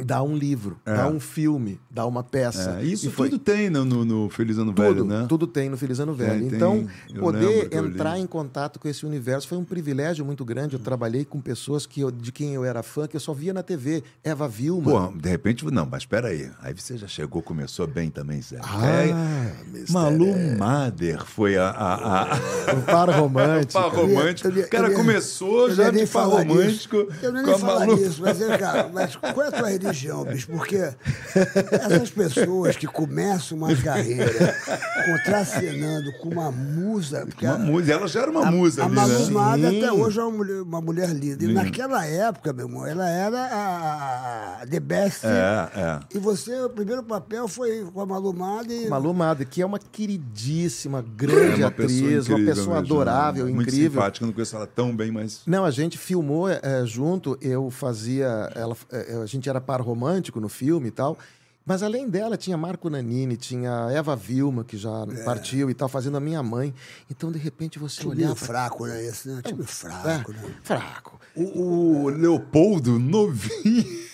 Speaker 5: Dá um livro,
Speaker 4: É.
Speaker 5: dá um filme, dá uma peça.
Speaker 6: É, isso
Speaker 5: E foi-
Speaker 6: tudo tem no, no, no Feliz Ano Velho,
Speaker 5: tudo,
Speaker 6: né? É,
Speaker 5: tudo tem no Feliz Ano Velho.
Speaker 6: Tem, tem. Eu
Speaker 5: então,
Speaker 6: lembro
Speaker 5: poder
Speaker 6: que eu
Speaker 5: entrar
Speaker 6: li. Hum.
Speaker 5: em contato com esse universo foi um privilégio muito grande. Eu trabalhei com pessoas que eu- de quem eu era fã, que eu só via na TV. Eva Vilma.
Speaker 6: Pô, de repente, não, mas peraí. Aí você já chegou, começou bem também, Zé.
Speaker 5: Ah,
Speaker 6: é, Malu Mader foi a. a, a...
Speaker 5: Um par romântico.
Speaker 6: Par romântico.
Speaker 4: Eu ia- eu ia-
Speaker 6: O cara
Speaker 4: eu ia-
Speaker 6: começou
Speaker 4: eu
Speaker 6: já
Speaker 4: ia nem
Speaker 6: de par
Speaker 4: falar
Speaker 6: romântico
Speaker 4: disso. Eu não ia
Speaker 6: com
Speaker 4: nem
Speaker 6: a
Speaker 4: falar
Speaker 6: Malu.
Speaker 4: disso, mas, é, cara, mas qual é a tua religião, bicho? Porque essas pessoas que começam uma carreira contracenando com uma musa. porque
Speaker 6: Uma
Speaker 4: a-
Speaker 6: musa. Ela já era uma
Speaker 4: a,
Speaker 6: musa
Speaker 4: a
Speaker 6: ali,
Speaker 4: Malu
Speaker 6: né?
Speaker 4: Mader
Speaker 5: Sim.
Speaker 4: até hoje é uma mulher, uma mulher linda. E naquela época, meu irmão, ela era a, a The Best.
Speaker 6: É, é.
Speaker 4: E você, o primeiro papel foi com a Malu Mader e
Speaker 5: Malu Madre, que é uma queridíssima, grande
Speaker 6: É uma pessoa
Speaker 5: atriz,
Speaker 6: incrível
Speaker 5: uma pessoa
Speaker 6: mesmo, né?
Speaker 5: adorável,
Speaker 6: Muito
Speaker 5: incrível.
Speaker 6: simpática, eu não conheço ela tão bem, mas.
Speaker 5: Não, a gente filmou eh, junto, eu fazia. Ela, eh, a gente era par romântico no filme e tal. Mas além dela, tinha Marco Nanini, tinha Eva Vilma, que já
Speaker 4: É.
Speaker 5: partiu e tal, fazendo a minha mãe. Então, de repente, você
Speaker 4: Time
Speaker 5: olhava. É.
Speaker 4: fraco, né? Esse, né? Time fraco, né?
Speaker 5: Fraco.
Speaker 6: O, o Leopoldo novinho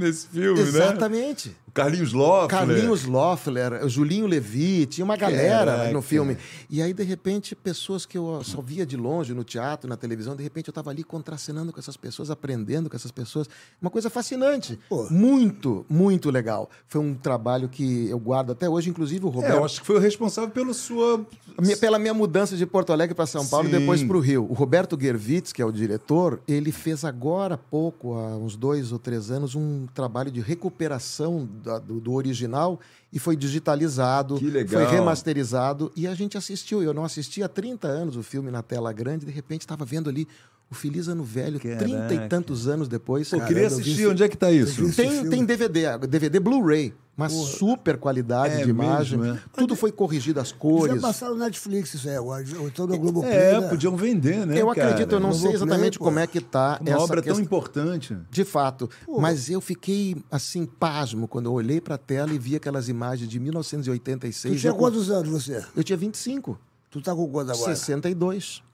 Speaker 6: nesse
Speaker 4: é?
Speaker 6: filme, né?
Speaker 5: Exatamente.
Speaker 6: O Carlinhos Lopes.
Speaker 5: Carlinhos Loeffler, o Julinho Levi, tinha uma galera
Speaker 6: Caraca.
Speaker 5: no filme. E aí, de repente, pessoas que eu só via de longe no teatro, na televisão, de repente eu estava ali contracenando com essas pessoas, aprendendo com essas pessoas. Uma coisa fascinante.
Speaker 4: Pô.
Speaker 5: Muito, muito legal. Foi um trabalho que eu guardo até hoje, inclusive
Speaker 6: É,
Speaker 5: o
Speaker 6: eu
Speaker 5: Roberto.
Speaker 6: acho que foi o responsável pela sua.
Speaker 5: A minha- pela minha mudança de Porto Alegre para São Paulo
Speaker 6: Sim.
Speaker 5: e depois para o Rio. O Roberto Gervitz, que é o diretor, ele fez agora há pouco, há uns dois ou três anos, um trabalho de recuperação da- do, do original e foi digitalizado,
Speaker 6: Que legal.
Speaker 5: foi remasterizado e a gente assistiu. Eu não assisti há 30 anos o filme na tela grande, de repente estava vendo ali o Feliz Ano Velho,
Speaker 6: Caraca.
Speaker 5: 30 e tantos anos depois.
Speaker 6: Pô, queria
Speaker 5: Caramba, eu vi
Speaker 6: assistir,
Speaker 5: esse-
Speaker 6: onde é que tá isso?
Speaker 4: esse
Speaker 5: tem,
Speaker 4: filme.
Speaker 5: tem DVD, DVD Blu-ray, uma super qualidade
Speaker 6: É
Speaker 5: de imagem.
Speaker 6: mesmo, é.
Speaker 5: Tudo foi corrigido, as
Speaker 4: Já
Speaker 5: cores.
Speaker 4: passaram no Netflix isso aí agora. Ou então no Globo
Speaker 6: É, podiam vender, né?
Speaker 5: Eu
Speaker 6: cara?
Speaker 5: acredito, eu não
Speaker 4: Globoplay,
Speaker 5: sei exatamente
Speaker 4: pô.
Speaker 5: como é que tá
Speaker 6: Uma
Speaker 5: essa
Speaker 6: obra tão
Speaker 5: questão-
Speaker 6: importante.
Speaker 5: De fato. Mas eu fiquei, assim, pasmo quando eu olhei pra tela e vi aquelas imagens de
Speaker 4: Tu
Speaker 5: 1986.
Speaker 4: tinha
Speaker 5: eu,
Speaker 4: quantos anos você?
Speaker 5: eu tinha 25,
Speaker 4: Tu tá com quanto agora?
Speaker 5: 62.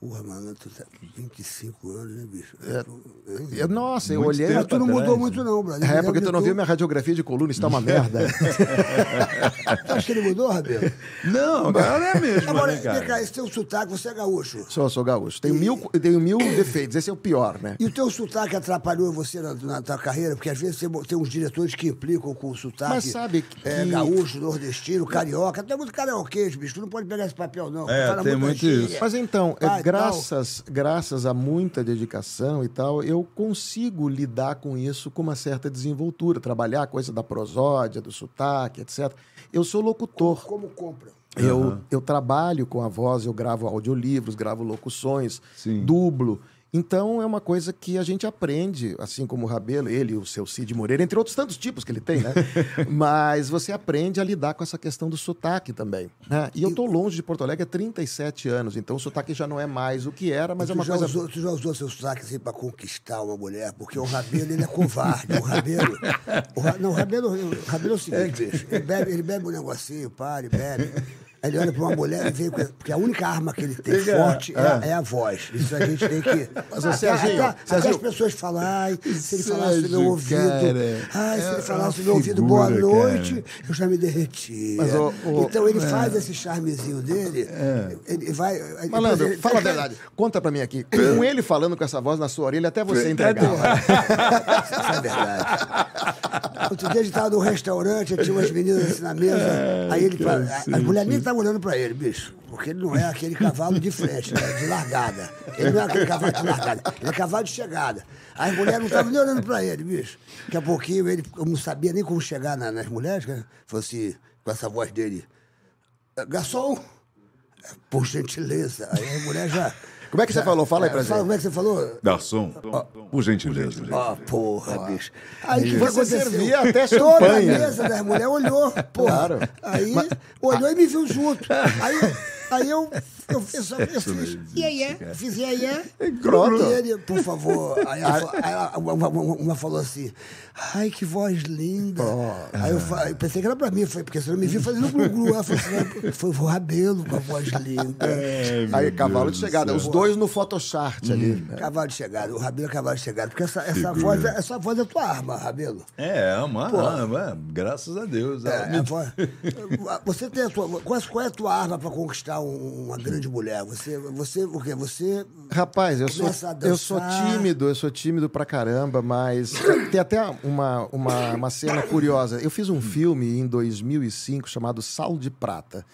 Speaker 4: Porra, mano, tu tá com 25 anos, né, bicho?
Speaker 5: É.
Speaker 4: Tu- hein?
Speaker 5: Eu, nossa, eu
Speaker 6: Muito
Speaker 5: olhei...
Speaker 6: tempo
Speaker 4: Mas tu não mudou
Speaker 6: atrás,
Speaker 4: muito, não, brother.
Speaker 5: Tá É,
Speaker 4: Eu
Speaker 5: porque tu não viu
Speaker 4: lembro
Speaker 5: minha radiografia de coluna, está uma merda.
Speaker 4: de Tu acha que ele mudou, Rabelo?
Speaker 6: Não, cara, é mesmo,
Speaker 4: Agora,
Speaker 6: né,
Speaker 4: vem cá,
Speaker 6: cara?
Speaker 4: esse teu sotaque, você é gaúcho.
Speaker 5: sou, sou gaúcho. Tenho mil, tenho mil defeitos, esse é o pior, né?
Speaker 4: E o teu sotaque atrapalhou você na, na tua carreira? Porque às vezes você bo- tem uns diretores que implicam com o sotaque.
Speaker 5: Mas sabe que-
Speaker 4: É,
Speaker 5: que-
Speaker 4: gaúcho, nordestino, carioca. Tem muito carioquês, bicho. Tu não pode pegar esse papel, não.
Speaker 6: É,
Speaker 4: Fala
Speaker 6: tem
Speaker 4: muita
Speaker 6: muito
Speaker 4: gíria.
Speaker 6: isso.
Speaker 5: Mas então, é,
Speaker 4: Ah, e
Speaker 5: graças, graças a muita dedicação e tal, eu consigo lidar com isso com uma certa desenvoltura, trabalhar a coisa da prosódia, do sotaque, etc. Eu sou locutor.
Speaker 4: Como compra?
Speaker 5: Eu, eu trabalho com a voz, eu gravo audiolivros, gravo locuções,
Speaker 6: Sim.
Speaker 5: dublo. Então é uma coisa que a gente aprende, assim como o Rabelo, ele, o seu Cid Moreira, entre outros tantos tipos que ele tem, né? Mas você aprende a lidar com essa questão do sotaque também. né? E eu tô longe de Porto Alegre há 37 anos, então o sotaque já não é mais o que era, mas é
Speaker 4: tu,
Speaker 5: uma
Speaker 4: já
Speaker 5: coisa.
Speaker 4: usou, tu já usou seu sotaque assim pra conquistar uma mulher? Porque o Rabelo, ele é covarde. O Rabelo... o Ra- não, o Rabelo, o Rabelo é o seguinte, bicho. Ele bebe, ele bebe um negocinho, pá, ele bebe... Aí Ele olha pra uma mulher e vem com. Porque a única arma que ele tem forte é, a- é a voz. Isso a gente tem que.
Speaker 5: Mas, ô,
Speaker 4: até,
Speaker 5: Serginho,
Speaker 4: até- até
Speaker 5: Serginho.
Speaker 4: as pessoas falam, ai, se ele falasse no meu
Speaker 6: Sérgio,
Speaker 4: ouvido.
Speaker 6: cara,
Speaker 4: ai, se
Speaker 6: é
Speaker 4: ele
Speaker 6: uma
Speaker 4: falasse no meu ouvido, boa
Speaker 6: figura,
Speaker 4: noite, eu já me derretia.
Speaker 5: Mas, ô, ô, é.
Speaker 4: então ele faz esse charmezinho dele, ele vai. ele-
Speaker 5: Malandro,
Speaker 4: ele-
Speaker 5: fala a
Speaker 4: ele-
Speaker 5: verdade. Conta pra mim aqui. Com ele falando com essa voz na sua orelha, até você entregar.
Speaker 4: É Isso é verdade. Outro dia a gente tava num restaurante, tinha umas meninas assim na mesa.
Speaker 5: É,
Speaker 4: aí ele. fala- a, a mulher nem tava olhando pra ele, bicho. Porque ele não é aquele cavalo de frente, né, de largada. Ele não é aquele cavalo de largada, ele é cavalo de chegada. As mulheres não estavam nem olhando pra ele, bicho. Daqui a pouquinho ele eu não sabia nem como chegar na- nas mulheres, né? Falou assim, com essa voz dele. "Eh, Garçom! Por gentileza. Aí a mulher já.
Speaker 5: Como é que você falou? Fala aí pra
Speaker 4: Fala
Speaker 5: gente.
Speaker 4: como é que você falou?
Speaker 6: Garçom, por gentileza.
Speaker 4: Ah, porra, bicho. Aí o que
Speaker 5: Você
Speaker 4: aconteceu?
Speaker 5: servia até
Speaker 4: Toda a
Speaker 5: champanhe.
Speaker 4: mesa das mulheres olhou, porra.
Speaker 5: Claro.
Speaker 4: Aí olhou e me viu junto. Aí, aí eu Eu fiz, eu fiz, e aí é, fiz e aí é.
Speaker 5: Grota.
Speaker 4: E ele, por favor, aí
Speaker 5: Ah.
Speaker 4: ela, fa- aí ela- uma, uma- uma falou assim, ai, que voz linda. Aí eu, fa- eu pensei que era pra mim, foi porque você não me viu fazendo glu-glu. Ela falou assim, "Não, foi o Rabelo com a voz linda.
Speaker 6: É,
Speaker 5: Aí, cavalo de chegada. Os dois no Photoshop ali.
Speaker 4: Cavalo de chegada, o Rabelo é cavalo de chegada, porque essa, essa, voz, é- essa voz é tua arma, Rabelo.
Speaker 2: É, é uma arma, é, graças a Deus.
Speaker 6: Ah,
Speaker 4: É,
Speaker 2: É,
Speaker 4: a voz- você tem a tua, qual, qual é a tua arma pra conquistar um- uma grande mulher? Você, você o quê? Você
Speaker 5: Rapaz, eu sou,
Speaker 4: Começa a dançar.
Speaker 5: eu sou tímido, eu sou tímido pra caramba, mas tem até uma, uma, uma cena curiosa. Eu fiz um filme em 2005 chamado Sal de Prata.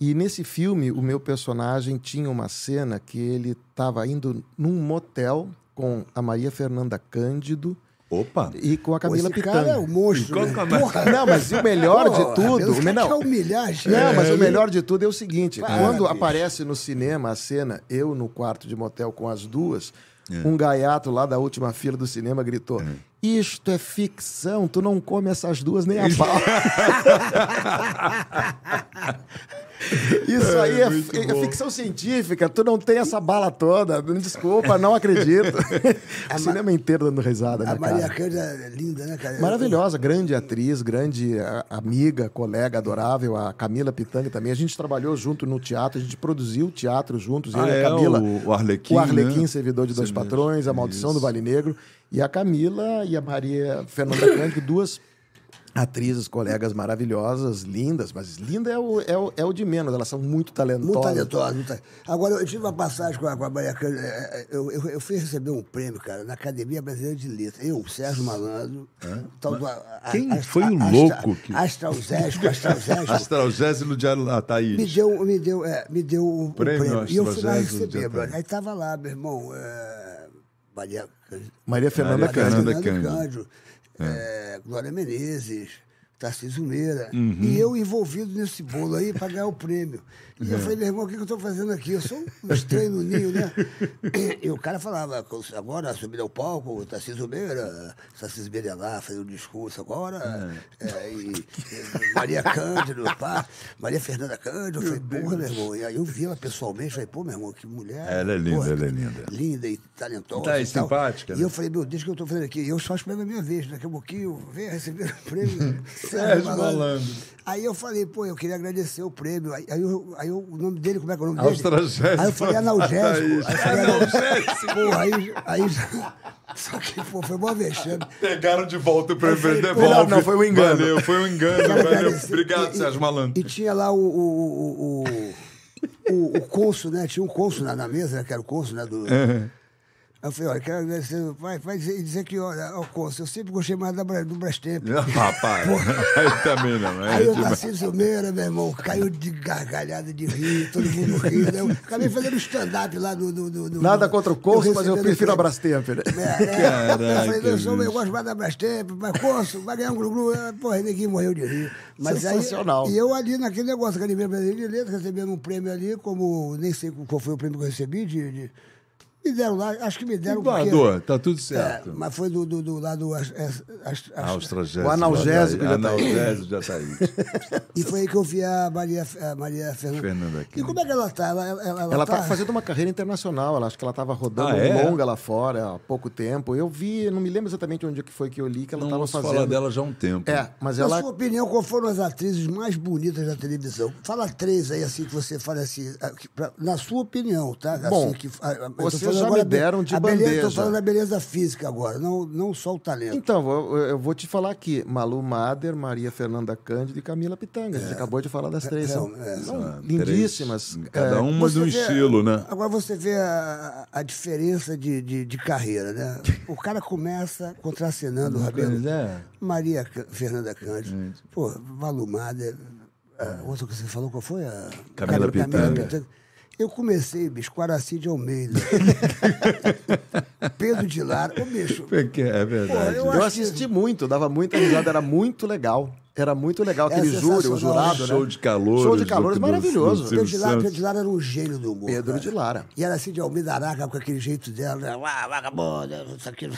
Speaker 5: E nesse filme, o meu personagem tinha uma cena que ele estava indo num motel com a Maria Fernanda Cândido
Speaker 2: Opa!
Speaker 5: e com a
Speaker 4: Pô,
Speaker 5: Camila
Speaker 4: esse cara é
Speaker 5: Pitanga.
Speaker 4: um monstro.
Speaker 2: Qual
Speaker 4: né?
Speaker 2: que é o-
Speaker 4: Porra,
Speaker 5: Não, mas e o melhor
Speaker 4: pô, é
Speaker 5: de tudo...
Speaker 4: Rabelo,
Speaker 5: o
Speaker 4: Os caras
Speaker 5: menor-
Speaker 4: querem humilhar, gente. né?
Speaker 5: não, mas o melhor de tudo é o seguinte:
Speaker 4: Claro,
Speaker 5: quando
Speaker 4: bicho.
Speaker 5: aparece no cinema a cena, eu no quarto de motel com as duas, um gaiato lá da última fila do cinema gritou: Isto é ficção, tu não come essas duas nem a pau. Isso aí é, fi- é ficção científica, tu não tem essa bala toda. Desculpa, não acredito. o cinema inteiro dando risada,
Speaker 4: A
Speaker 5: né,
Speaker 4: Maria
Speaker 5: cara?
Speaker 4: Cândida é linda, né, cara?
Speaker 5: Maravilhosa, grande atriz, grande a- amiga, colega adorável, a Camila Pitanga também. A gente trabalhou junto no teatro, a gente produziu teatro juntos,
Speaker 2: Ah,
Speaker 5: eu e
Speaker 2: é,
Speaker 5: a Camila.
Speaker 2: o- o Arlequim,
Speaker 5: O Arlequim,
Speaker 2: né?
Speaker 5: servidor de dois
Speaker 2: Servidor.
Speaker 5: patrões, a maldição do Vale Negro. E a Camila e a Maria Fernanda Cândido, duas atrizes, colegas maravilhosas, lindas, mas linda é o, é o, é o de menos, elas são muito talentosas.
Speaker 4: Muito talentosa. Muito talentosa. Agora, eu tive uma passagem com a, com a Maria Cândida. é, é, Eu, eu, eu fui receber um prêmio, cara, na Academia Brasileira de Letras. Eu, Sérgio Malandro. tal do- a- a-
Speaker 2: É? Quem
Speaker 4: a-
Speaker 2: foi o
Speaker 4: a-
Speaker 2: louco que-
Speaker 4: Astra- Astralzésco, Astralzésco.
Speaker 2: Astralgésilo de Ataí.
Speaker 4: Me deu, me deu, é, me deu um um
Speaker 2: Prêmio
Speaker 4: prêmio. E eu fui lá
Speaker 2: Astralzésco de
Speaker 4: receber,
Speaker 2: Atari.
Speaker 4: brother. Aí tava lá, meu irmão, é, Maria Cândida.
Speaker 5: Maria Fernanda
Speaker 2: Maria
Speaker 5: Cândido.
Speaker 2: Fernanda
Speaker 4: Fernando
Speaker 2: Cândido.
Speaker 4: Cândido, eh, Glória Menezes, Tarcísio Meira,
Speaker 2: Uhum.
Speaker 4: e eu envolvido nesse bolo aí para ganhar o prêmio. E
Speaker 2: É.
Speaker 4: eu falei, meu irmão, o que, que eu estou fazendo aqui? Eu sou um estranho no ninho, né? E o cara falava, agora subir ao palco, o Tarcísio Meira, Tarcísio Meira ia lá, fazer o discurso agora,
Speaker 2: É.
Speaker 4: eh, e, e Maria Cândido, pá, Maria Fernanda Cândido, eu falei, porra, meu irmão. E aí eu vi ela pessoalmente, falei, pô, meu irmão, que mulher.
Speaker 2: Ela é linda,
Speaker 4: porra,
Speaker 2: ela é linda.
Speaker 4: Linda e talentosa.
Speaker 2: Tá, e
Speaker 4: tal.
Speaker 2: simpática,
Speaker 4: E
Speaker 2: né?
Speaker 4: eu falei, meu Deus, o que eu tô fazendo aqui? E eu só esperando a minha vez. Daqui a pouquinho, vem receber o prêmio.
Speaker 2: Sérgio É, Malandro.
Speaker 4: Aí eu falei, pô, eu queria agradecer o prêmio. Aí, aí, eu- aí eu- o nome dele, como é que é o nome dele?
Speaker 2: Austragésimo.
Speaker 4: Aí eu falei analgésico. Aí eu falei,
Speaker 2: Analgésico.
Speaker 4: Pô, aí, aí... Só que, pô, foi mó vexame.
Speaker 2: Pegaram de volta o prêmio,
Speaker 4: Eu falei,
Speaker 2: devolve.
Speaker 5: não, não, foi um engano.
Speaker 2: Valeu, foi um engano,
Speaker 4: Quero
Speaker 2: valeu.
Speaker 4: agradecer.
Speaker 2: Obrigado,
Speaker 4: é E- e-
Speaker 2: Sérgio Malandro.
Speaker 4: E tinha lá o. o, o, o... O, o cônsul, né? Tinha um cônsul na, na mesa, né? que era o cônsul, né? Do... Aí eu falei, olha, quero agradecer, vai, vai dizer, dizer que, olha, ao cônsul, eu sempre gostei mais da, Bra- do Brastemp.
Speaker 2: Rapaz, aí também não, é
Speaker 4: Aí o
Speaker 2: demais.
Speaker 4: Tarcísio Meira, meu irmão, caiu de gargalhada de rir, todo mundo rindo. né? Eu acabei fazendo stand-up lá no... no, no, no
Speaker 5: Nada contra o Corso, mas eu
Speaker 4: recebendo
Speaker 5: prefiro a
Speaker 4: prêmio.
Speaker 5: Brastemp. Né?
Speaker 4: É, né? eu falei,
Speaker 2: Caraca,
Speaker 4: não, sou,
Speaker 2: bicho.
Speaker 4: eu gosto mais da Brastemp, mas Corso, vai ganhar um glu-glu. Ah, Porra, ninguém morreu de rir. Mas
Speaker 5: Sensacional.
Speaker 4: Aí, e eu ali naquele negócio, Academia Brasileira de Letras, recebendo um prêmio ali, como nem sei qual foi o prêmio que eu recebi, de, de- me deram lá, acho que me deram porque-
Speaker 2: Doador, tá tudo
Speaker 4: É,
Speaker 2: certo.
Speaker 4: mas foi do, do, do lado. as- as- as- as-
Speaker 2: Austragésimo.
Speaker 5: O analgésico tá
Speaker 2: de
Speaker 5: de
Speaker 2: Ataí.
Speaker 5: Ataí.
Speaker 2: Analgésico tá de Ataí.
Speaker 4: e foi aí que eu vi a Maria, a Maria Fernanda.
Speaker 2: Fernanda
Speaker 4: e
Speaker 2: Kennedy.
Speaker 4: como é que ela tá? Ela, ela, ela,
Speaker 5: Ela
Speaker 4: tá,
Speaker 5: tá fazendo uma carreira internacional, ela acho que ela estava rodando
Speaker 2: Ah, é?
Speaker 5: um longa lá fora há pouco tempo. Eu vi, não me lembro exatamente onde é que foi que eu li que ela
Speaker 2: Não
Speaker 5: estava
Speaker 2: vou falar
Speaker 5: Então, fazendo.
Speaker 2: dela já há um tempo.
Speaker 5: É, mas
Speaker 4: Na
Speaker 5: ela
Speaker 4: sua opinião, qual foram as atrizes mais bonitas da televisão? Fala três aí, assim, que você fala assim. a- que pra- na sua opinião, tá? Assim,
Speaker 5: Bom,
Speaker 4: que, a- a- eu tô
Speaker 5: vocês
Speaker 4: falando
Speaker 5: já
Speaker 4: agora
Speaker 5: me
Speaker 4: be-
Speaker 5: deram de
Speaker 4: a beleza, Eu tô
Speaker 5: bandeja.
Speaker 4: falando da beleza física agora, não, não só o talento.
Speaker 5: Então, eu, eu vou te falar aqui. Malu Mader, Maria Fernanda Cândido e Camila Pitanga. A
Speaker 2: É.
Speaker 5: gente acabou de falar das três. São,
Speaker 4: não, é,
Speaker 5: são
Speaker 2: Ah,
Speaker 5: lindíssimas.
Speaker 2: três.
Speaker 5: É,
Speaker 2: Cada uma de
Speaker 4: Você
Speaker 2: um
Speaker 4: vê-
Speaker 2: estilo, né?
Speaker 4: Agora você vê a, a diferença de, de, de carreira, né? O cara começa contracenando o Rabelo.
Speaker 2: É.
Speaker 4: Maria C- Fernanda Cândido, pô, Valumada, a outra que você falou, qual foi? A
Speaker 2: Camila Pitanga.
Speaker 4: Eu comecei, bicho, com Aracy de Almeida. Pedro de Lara. Ô, bicho,
Speaker 2: Porque é
Speaker 4: pô,
Speaker 2: verdade.
Speaker 4: eu
Speaker 5: Eu
Speaker 4: acho que-
Speaker 5: assisti muito, dava muita risada, era muito legal. Era muito legal
Speaker 4: É
Speaker 5: aquele júri, o
Speaker 4: sensacional.
Speaker 5: jurado,
Speaker 2: Show
Speaker 5: né?
Speaker 2: de calor.
Speaker 5: Show de calores maravilhoso.
Speaker 4: Pedro de Lara, Pedro de Lara era um gênio do humor.
Speaker 5: Pedro de Lara.
Speaker 4: E era assim de Almeida Araca com aquele jeito dela, né? Uá, vagabunda, isso aqui.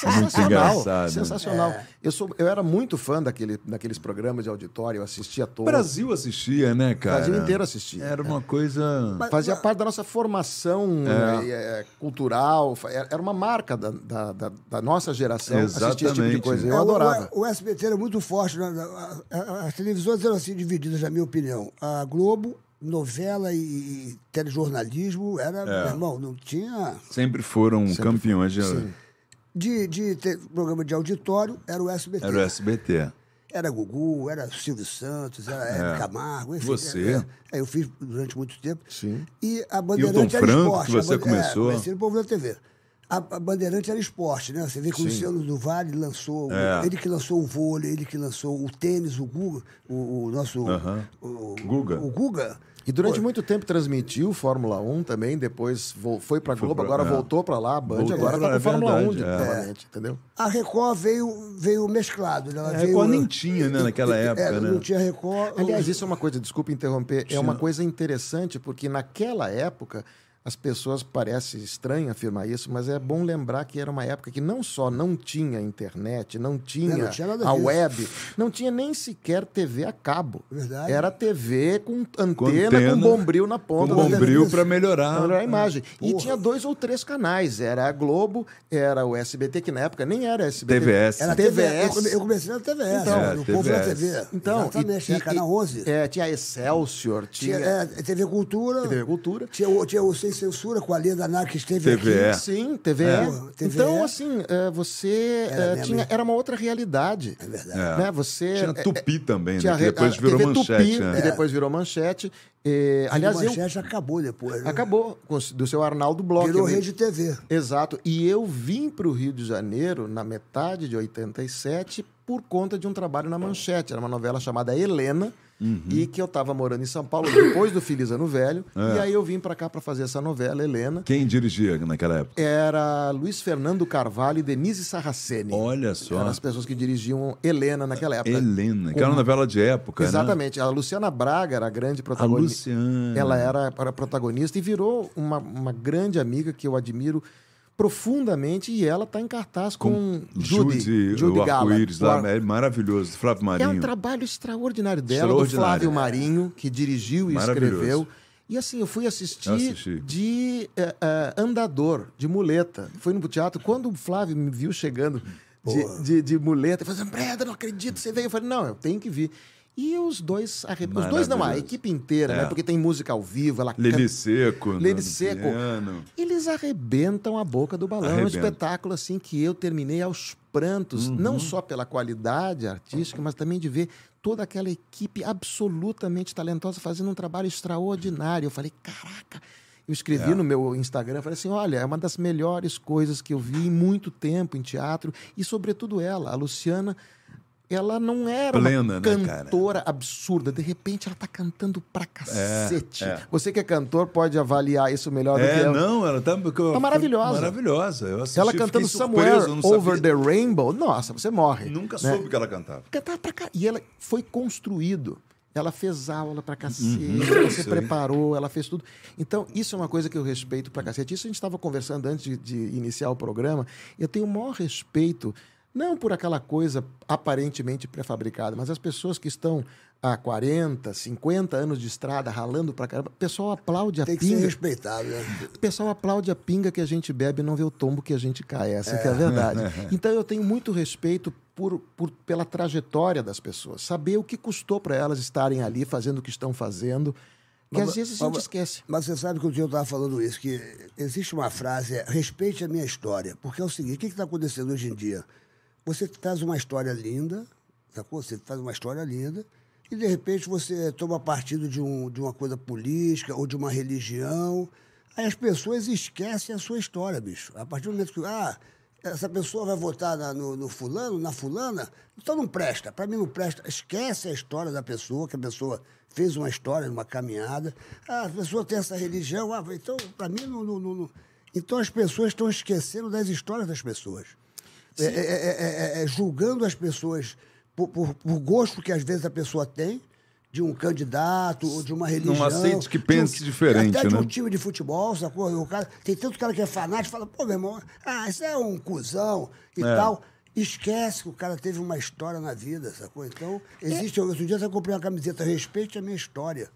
Speaker 5: Sensacional.
Speaker 2: engraçado, né?
Speaker 5: sensacional.
Speaker 4: É.
Speaker 5: Eu, sou, eu era muito fã daquele, daqueles programas de auditório, eu assistia
Speaker 2: O
Speaker 5: todos.
Speaker 2: Brasil assistia, né, cara?
Speaker 5: Brasil inteiro assistia. é.
Speaker 2: Era uma coisa.
Speaker 5: Fazia parte da nossa formação né, é, é, cultural, fa- é, era era uma marca da, da- da- da nossa geração assistir esse tipo de
Speaker 2: Exatamente.
Speaker 5: coisa. Eu
Speaker 4: É, o-
Speaker 5: adorava.
Speaker 4: O, o SBT era muito forte. né? A- a- As televisões eram assim divididas, na minha opinião. A Globo, novela e, e telejornalismo, era,
Speaker 2: É.
Speaker 4: meu irmão, não tinha.
Speaker 2: Sempre foram campeões. De...
Speaker 4: De, de ter programa de auditório, era o SBT.
Speaker 2: Era o SBT.
Speaker 4: Era Gugu, era Silvio Santos, era Hebe Camargo, enfim.
Speaker 2: É. Você.
Speaker 4: era- é, eu fiz durante muito tempo.
Speaker 5: Sim.
Speaker 4: E a Bandeirante era
Speaker 2: Franco,
Speaker 4: esporte.
Speaker 2: que
Speaker 4: a
Speaker 2: você
Speaker 4: Bande-
Speaker 2: começou.
Speaker 4: É, comecei no Povo da TV. A, a Bandeirante era esporte, né? Você vê que o Luciano do Vale lançou, o-
Speaker 2: É.
Speaker 4: ele que lançou o vôlei, ele que lançou o tênis, o Guga, o, o nosso... o,
Speaker 2: Guga.
Speaker 4: O Guga.
Speaker 5: E durante muito tempo transmitiu Fórmula 1 também, depois vo- foi pra Globo,
Speaker 2: pra-
Speaker 5: agora
Speaker 2: é.
Speaker 5: voltou pra lá, a Band
Speaker 2: Voltou,
Speaker 5: agora tá
Speaker 2: é
Speaker 5: com Fórmula 1 de,
Speaker 2: verdade, é.
Speaker 5: novamente, entendeu?
Speaker 4: A Record veio, veio mesclado. Né? Ela
Speaker 2: A
Speaker 4: veio-
Speaker 2: Record nem tinha, né, naquela
Speaker 4: É,
Speaker 2: época, né?
Speaker 4: Não tinha Record.
Speaker 5: Aliás, isso é uma coisa, desculpa interromper, é uma coisa interessante, porque naquela época as pessoas parece estranho afirmar isso, mas é bom lembrar que era uma época que não só não tinha internet, não tinha,
Speaker 4: não tinha nada
Speaker 5: a
Speaker 4: disso.
Speaker 5: web, não tinha nem sequer TV a cabo.
Speaker 4: Verdade.
Speaker 5: Era TV com antena, com,
Speaker 2: antena,
Speaker 5: bombril na
Speaker 2: Com
Speaker 5: ponta. da
Speaker 2: bombril
Speaker 5: televisão.
Speaker 2: pra melhorar.
Speaker 5: Pra melhorar a imagem. E
Speaker 4: Porra.
Speaker 5: tinha dois ou três canais. Era a Globo, era o SBT, que na época nem era SBT.
Speaker 2: TVS.
Speaker 4: Era TVS. Eu come- Eu comecei na TVS,
Speaker 5: Então,
Speaker 4: né? no
Speaker 2: É,
Speaker 4: Povo da
Speaker 2: TVS.
Speaker 4: TV.
Speaker 5: Então,
Speaker 4: Exatamente, tinha Canal 11.
Speaker 5: É, tinha Excelsior, tinha...
Speaker 4: Tinha, é, TV Cultura.
Speaker 5: TV Cultura.
Speaker 4: Tinha, o- tinha o Sem Censura com a Leda Ná que esteve
Speaker 2: TVE.
Speaker 4: aqui.
Speaker 5: Sim, TVE.
Speaker 4: Porra, TVE.
Speaker 5: É. Então, assim, é, você
Speaker 4: Era
Speaker 5: é,
Speaker 4: mesmo,
Speaker 5: tinha,
Speaker 4: hein?
Speaker 5: era uma outra realidade. É
Speaker 4: verdade.
Speaker 5: Né? Você,
Speaker 2: Tinha
Speaker 5: é,
Speaker 2: Tupi
Speaker 5: é,
Speaker 2: também, né?
Speaker 5: tinha
Speaker 2: Que
Speaker 5: re-
Speaker 2: depois
Speaker 5: a
Speaker 2: virou
Speaker 5: TV
Speaker 2: manchete,
Speaker 5: Tupi,
Speaker 2: né?
Speaker 5: que depois virou manchete. E, aliás,
Speaker 4: a
Speaker 5: eu,
Speaker 4: manchete acabou depois. Né?
Speaker 5: acabou com, o- do seu Arnaldo Bloch.
Speaker 4: Virou
Speaker 5: eu-
Speaker 4: rede TV.
Speaker 5: Exato. E eu vim para o Rio de Janeiro na metade de 87 por conta de um trabalho na Manchete. Era uma novela chamada Helena e que eu estava morando em São Paulo depois do Feliz Ano Velho. E aí eu vim para cá para fazer essa novela Helena.
Speaker 2: Quem dirigia naquela época?
Speaker 5: Era Luiz Fernando Carvalho e Denise Sarraceni.
Speaker 2: Olha só.
Speaker 5: Eram as pessoas que dirigiam Helena naquela época.
Speaker 2: Helena, que era uma novela de época, né?
Speaker 5: Exatamente. A Luciana Braga era a grande protagonista.
Speaker 2: Luciana.
Speaker 5: Ela era, era protagonista e virou uma, uma grande amiga que eu admiro profundamente e ela está em cartaz com, Judy,
Speaker 2: Judy,
Speaker 5: Judy
Speaker 2: o
Speaker 5: Gala.
Speaker 2: arco-íris
Speaker 5: O
Speaker 2: lá,
Speaker 5: ar-
Speaker 2: é maravilhoso. Flávio
Speaker 5: É
Speaker 2: Marinho.
Speaker 5: um trabalho extraordinário dela, do
Speaker 2: Extraordinário.
Speaker 5: Flávio Marinho, que dirigiu e
Speaker 2: Maravilhoso.
Speaker 5: escreveu. E assim, eu fui assistir
Speaker 2: Eu assisti.
Speaker 5: de eh, eh, andador, de muleta. Fui no teatro, quando o Flávio me viu chegando de, de, de muleta, ele falou assim, Breda, não acredito, você veio. Eu falei, não, eu tenho que vir. E os dois, arrep... os dois não, a
Speaker 2: Maravilhoso. É.
Speaker 5: equipe inteira, né? Porque tem música ao vivo, ela
Speaker 2: Lili Seco. né,
Speaker 5: Lene
Speaker 2: no
Speaker 5: Seco.
Speaker 2: piano.
Speaker 5: Eles arrebentam a boca do balão. É um
Speaker 2: Arrebentam.
Speaker 5: espetáculo assim que eu terminei aos prantos,
Speaker 2: Uhum.
Speaker 5: não só pela qualidade artística, mas também de ver toda aquela equipe absolutamente talentosa fazendo um trabalho extraordinário. Eu falei, caraca. Eu escrevi
Speaker 2: É.
Speaker 5: no meu Instagram, falei assim, olha, é uma das melhores coisas que eu vi em muito tempo em teatro e sobretudo ela, a Luciana, ela não era
Speaker 2: Plena, né,
Speaker 5: uma
Speaker 2: cara?
Speaker 5: cantora absurda, de repente ela tá cantando pra cacete.
Speaker 2: é.
Speaker 5: Você que é cantor pode avaliar isso melhor do que
Speaker 2: É,
Speaker 5: eu.
Speaker 2: não, ela tá,
Speaker 5: Tá maravilhosa.
Speaker 2: Maravilhosa. Eu assisti,
Speaker 5: Ela
Speaker 2: fiquei
Speaker 5: cantando
Speaker 2: surpreso,
Speaker 5: Somewhere
Speaker 2: eu não
Speaker 5: Over
Speaker 2: sabia.
Speaker 5: the Rainbow, nossa, você morre.
Speaker 2: Nunca
Speaker 5: né?
Speaker 2: soube que ela cantava.
Speaker 5: Cantava pra cá. E ela foi construído. Ela fez aula pra cacete, ela se
Speaker 2: Uhum. Sim.
Speaker 5: preparou, ela fez tudo. Então, isso é uma coisa que eu respeito pra cacete. Isso a gente estava conversando antes de, de iniciar o programa. Eu tenho o maior respeito, não por aquela coisa aparentemente prefabricada, mas as pessoas que estão há 40, 50 anos de estrada, ralando pra caramba. O pessoal aplaude a
Speaker 4: Tem que ser
Speaker 5: pinga.
Speaker 4: respeitado, né?
Speaker 5: O pessoal aplaude a pinga que a gente bebe e não vê o tombo que a gente cai. Essa que é a verdade. Então eu tenho muito respeito por, por- pela trajetória das pessoas. Saber o que custou para elas estarem ali fazendo o que estão fazendo. Que às vezes a gente
Speaker 4: Mas-
Speaker 5: esquece.
Speaker 4: Mas você sabe que o dia eu estava falando isso, que existe uma frase, é, respeite a minha história. Porque é o seguinte, o que está acontecendo hoje em dia? Você faz uma história linda, sacou? Você faz uma história linda, e de repente você toma partido de, um, de uma coisa política ou de uma religião. Aí as pessoas esquecem a sua história, bicho. A partir do momento que, ah, essa pessoa vai votar na- no, no fulano, na fulana, então não presta. Para mim não presta. Esquece a história da pessoa, que a pessoa fez uma história, uma caminhada. Ah, a pessoa tem essa religião, ah, então para mim não, não- não- não- Então as pessoas estão esquecendo das histórias das pessoas. É, é- é- é- é- é julgando as pessoas por, por- por gosto que às vezes a pessoa tem de um candidato ou de uma religião.
Speaker 2: aceite que
Speaker 4: de um-
Speaker 2: pense diferente,
Speaker 4: Até de um
Speaker 2: né?
Speaker 4: time de futebol, sacou? E O cara, tem tanto cara que é fanático, fala, pô, meu irmão, ah, isso é um cuzão e
Speaker 2: É.
Speaker 4: tal. Esquece que o cara teve uma história na vida, sacou? Então, existe. Outro dia eu comprei uma camiseta, respeite a minha história.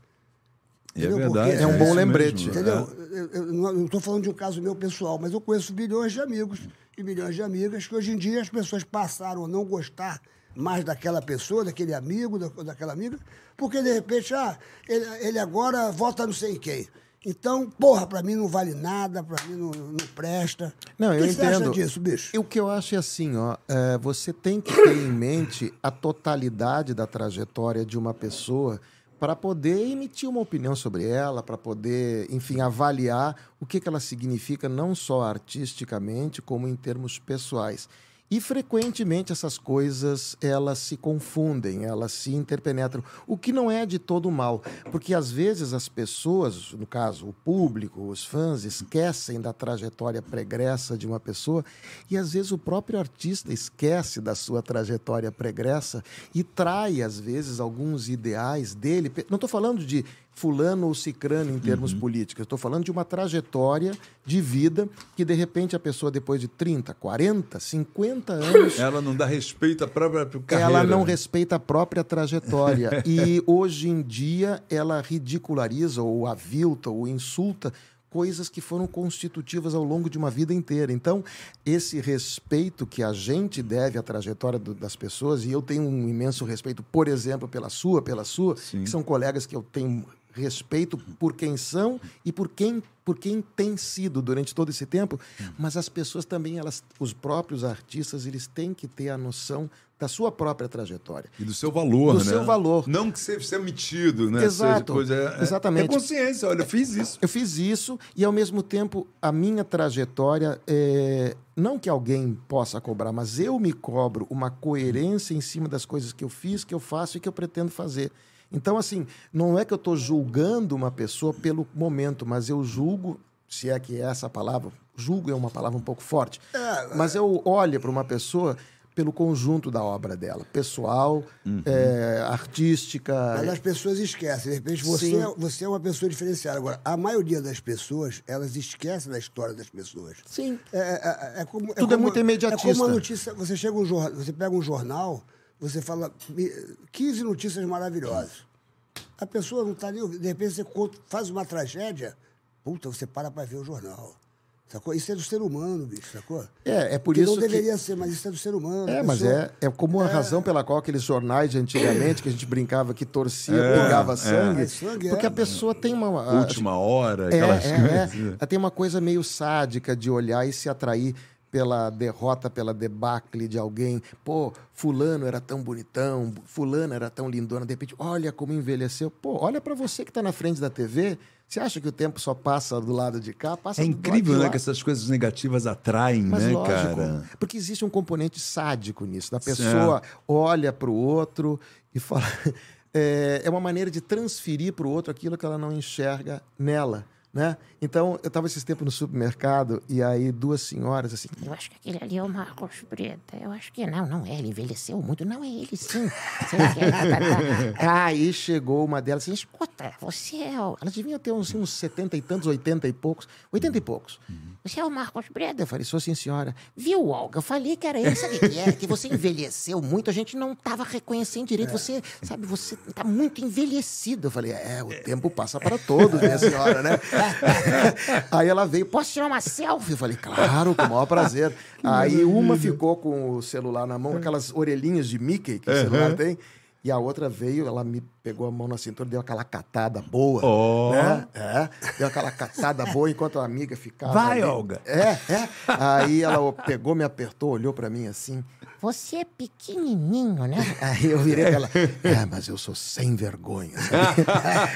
Speaker 2: E é
Speaker 4: Entendeu?
Speaker 2: verdade.
Speaker 4: Porque-
Speaker 5: É um bom
Speaker 2: isso
Speaker 5: lembrete.
Speaker 2: mesmo,
Speaker 4: Entendeu?
Speaker 2: é.
Speaker 4: Eu, eu não- eu não estou falando de um caso meu pessoal, mas eu conheço bilhões de amigos e milhões de amigas que hoje em dia as pessoas passaram a não gostar mais daquela pessoa, daquele amigo, da- daquela amiga, porque de repente, ah, ele, ele agora vota não sei quem. Então, porra, pra mim não vale nada, pra mim não, não presta.
Speaker 5: Não,
Speaker 4: o que
Speaker 5: eu
Speaker 4: que
Speaker 5: entendo.
Speaker 4: você acha disso, bicho?
Speaker 5: E O que eu acho é assim, ó, é, você tem que ter em mente a totalidade da trajetória de uma pessoa para poder emitir uma opinião sobre ela, para poder, enfim, avaliar o que, que ela significa não só artisticamente, como em termos pessoais. E frequentemente essas coisas elas se confundem, elas se interpenetram, o que não é de todo mal, porque às vezes as pessoas, no caso o público, os fãs, esquecem da trajetória pregressa de uma pessoa e às vezes o próprio artista esquece da sua trajetória pregressa e trai às vezes alguns ideais dele. Pe- Não estou falando de fulano ou cicrano em termos
Speaker 2: Uhum.
Speaker 5: políticos. Estou falando de uma trajetória de vida que, de repente, a pessoa, depois de 30, 40, 50 anos,
Speaker 2: Ela não dá respeito à própria carreira.
Speaker 5: ela não
Speaker 2: né?
Speaker 5: respeita a própria trajetória. e, hoje em dia, ela ridiculariza ou avilta ou insulta coisas que foram constitutivas ao longo de uma vida inteira. Então, esse respeito que a gente deve à trajetória do- das pessoas, e eu tenho um imenso respeito, por exemplo, pela sua, pela sua, que são colegas que eu tenho respeito por quem são e por quem por quem tem sido durante todo esse tempo, mas as pessoas também elas os próprios artistas eles têm que ter a noção da sua própria trajetória.
Speaker 2: E do seu valor,
Speaker 5: Do
Speaker 2: né?
Speaker 5: seu valor.
Speaker 2: Não que você seja metido, né? Seja
Speaker 5: Exato.
Speaker 2: coisa- é- é-
Speaker 5: Exatamente.
Speaker 2: É consciência, olha, eu fiz isso.
Speaker 5: Eu fiz isso e, ao mesmo tempo, a minha trajetória é. Não que alguém possa cobrar, mas eu me cobro uma coerência em cima das coisas que eu fiz, que eu faço e que eu pretendo fazer. Então, assim, não é que eu estou julgando uma pessoa pelo momento, mas eu julgo, se é que é essa a palavra, julgo é uma palavra um pouco forte,
Speaker 4: Ah,
Speaker 5: mas eu olho para uma pessoa pelo conjunto da obra dela, pessoal, é, artística.
Speaker 4: Mas as pessoas esquecem. De repente, você,
Speaker 5: Sim.
Speaker 4: é- você é uma pessoa diferenciada. Agora, a maioria das pessoas, elas esquecem da história das pessoas.
Speaker 5: Sim.
Speaker 4: É, é, é, é como,
Speaker 5: Tudo é
Speaker 4: como-
Speaker 5: muito imediatista.
Speaker 4: É como uma notícia. Você, chega um jornal, você pega um jornal, você fala "Me- 15 notícias maravilhosas. A pessoa não está nem ouvindo. De repente você conta- faz uma tragédia, puta, você para para ver o jornal. Sacou? Isso é do ser humano, bicho, sacou?
Speaker 5: É, é por
Speaker 4: que
Speaker 5: isso
Speaker 4: não
Speaker 5: que-
Speaker 4: deveria ser, mas isso é do ser humano.
Speaker 5: É,
Speaker 4: A
Speaker 5: mas
Speaker 4: pessoa-
Speaker 5: é, é como a razão pela qual aqueles jornais de antigamente, que a gente brincava que torcia, pegava sangue,
Speaker 4: Mas sangue é,
Speaker 5: porque a pessoa tem uma... a-
Speaker 2: É, Última hora,
Speaker 5: Ah. é,
Speaker 2: aquelas coisas.
Speaker 5: é, é. Ela tem uma coisa meio sádica de olhar e se atrair pela derrota, pela debacle de alguém. Pô, fulano era tão bonitão, fulano era tão lindona, de repente, olha como envelheceu. Pô, olha pra você que tá na frente da TV, você acha que o tempo só passa do lado de cá? Passa
Speaker 2: É
Speaker 5: do lado de
Speaker 2: incrível, né?
Speaker 5: lá.
Speaker 2: Que essas coisas negativas atraem,
Speaker 5: Mas
Speaker 2: né,
Speaker 5: lógico,
Speaker 2: cara?
Speaker 5: porque existe um componente sádico nisso. Da pessoa olha para o outro e fala. É, é uma maneira de transferir para o outro aquilo que ela não enxerga nela. Né? Então, eu estava esses tempos no supermercado e aí duas senhoras assim.
Speaker 7: Eu acho que aquele ali é o Marcos Preta. Eu acho que não, não é. Ele envelheceu muito. Não é ele, sim. Será que é? Tá, tá, tá.
Speaker 5: Aí chegou uma delas assim: escuta,
Speaker 7: Você é o,
Speaker 5: elas deviam ter uns, uns 70 e tantos, 80 e poucos. 80 e poucos.
Speaker 7: você é o Marcos Preta.
Speaker 5: Eu falei: sou sim, senhora.
Speaker 7: Viu, Olga? Eu falei que era ele. Sabe o que é? Que você envelheceu muito. A gente não tava reconhecendo direito. Você, sabe, você tá muito envelhecido.
Speaker 5: Eu falei, é, o tempo passa para todos, minha senhora, né? Aí ela veio, posso tirar uma selfie? Eu falei, claro, com o maior prazer. Aí uma ficou com o celular na mão, aquelas orelhinhas de Mickey que o celular tem. E a outra veio, ela me pegou a mão na cintura, deu aquela catada boa.
Speaker 2: Ó.
Speaker 5: Né? É, deu aquela catada boa enquanto a amiga ficava.
Speaker 2: Vai,
Speaker 5: ali.
Speaker 2: Olga.
Speaker 5: É, é. Aí ela pegou, me apertou, olhou para mim assim.
Speaker 7: Você é pequenininho, né?
Speaker 5: Aí eu virei pra ela, é, mas eu sou sem vergonha. sabe?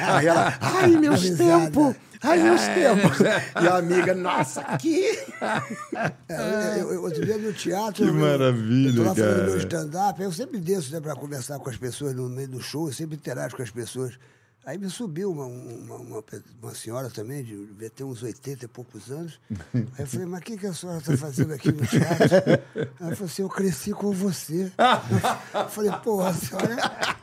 Speaker 5: Aí ela,
Speaker 4: tá
Speaker 5: ai, meus
Speaker 4: Risada.
Speaker 5: tempos, ai, meus tempos. E a amiga, nossa, que...
Speaker 4: É, eu, eu- eu, outro dia no teatro.
Speaker 2: Que
Speaker 4: eu- um
Speaker 2: maravilha,
Speaker 4: eu tô lá falando do
Speaker 2: cara.
Speaker 4: meu stand-up, eu sempre desço né, para conversar com as pessoas no meio do show, eu sempre interajo com as pessoas. Aí me subiu uma, uma, uma, pe- uma senhora também, de devia ter uns 80 e poucos anos. Aí eu falei, mas o que, que a senhora está fazendo aqui no teatro? Ela falou assim, eu cresci com você. Eu falei, porra, a senhora. é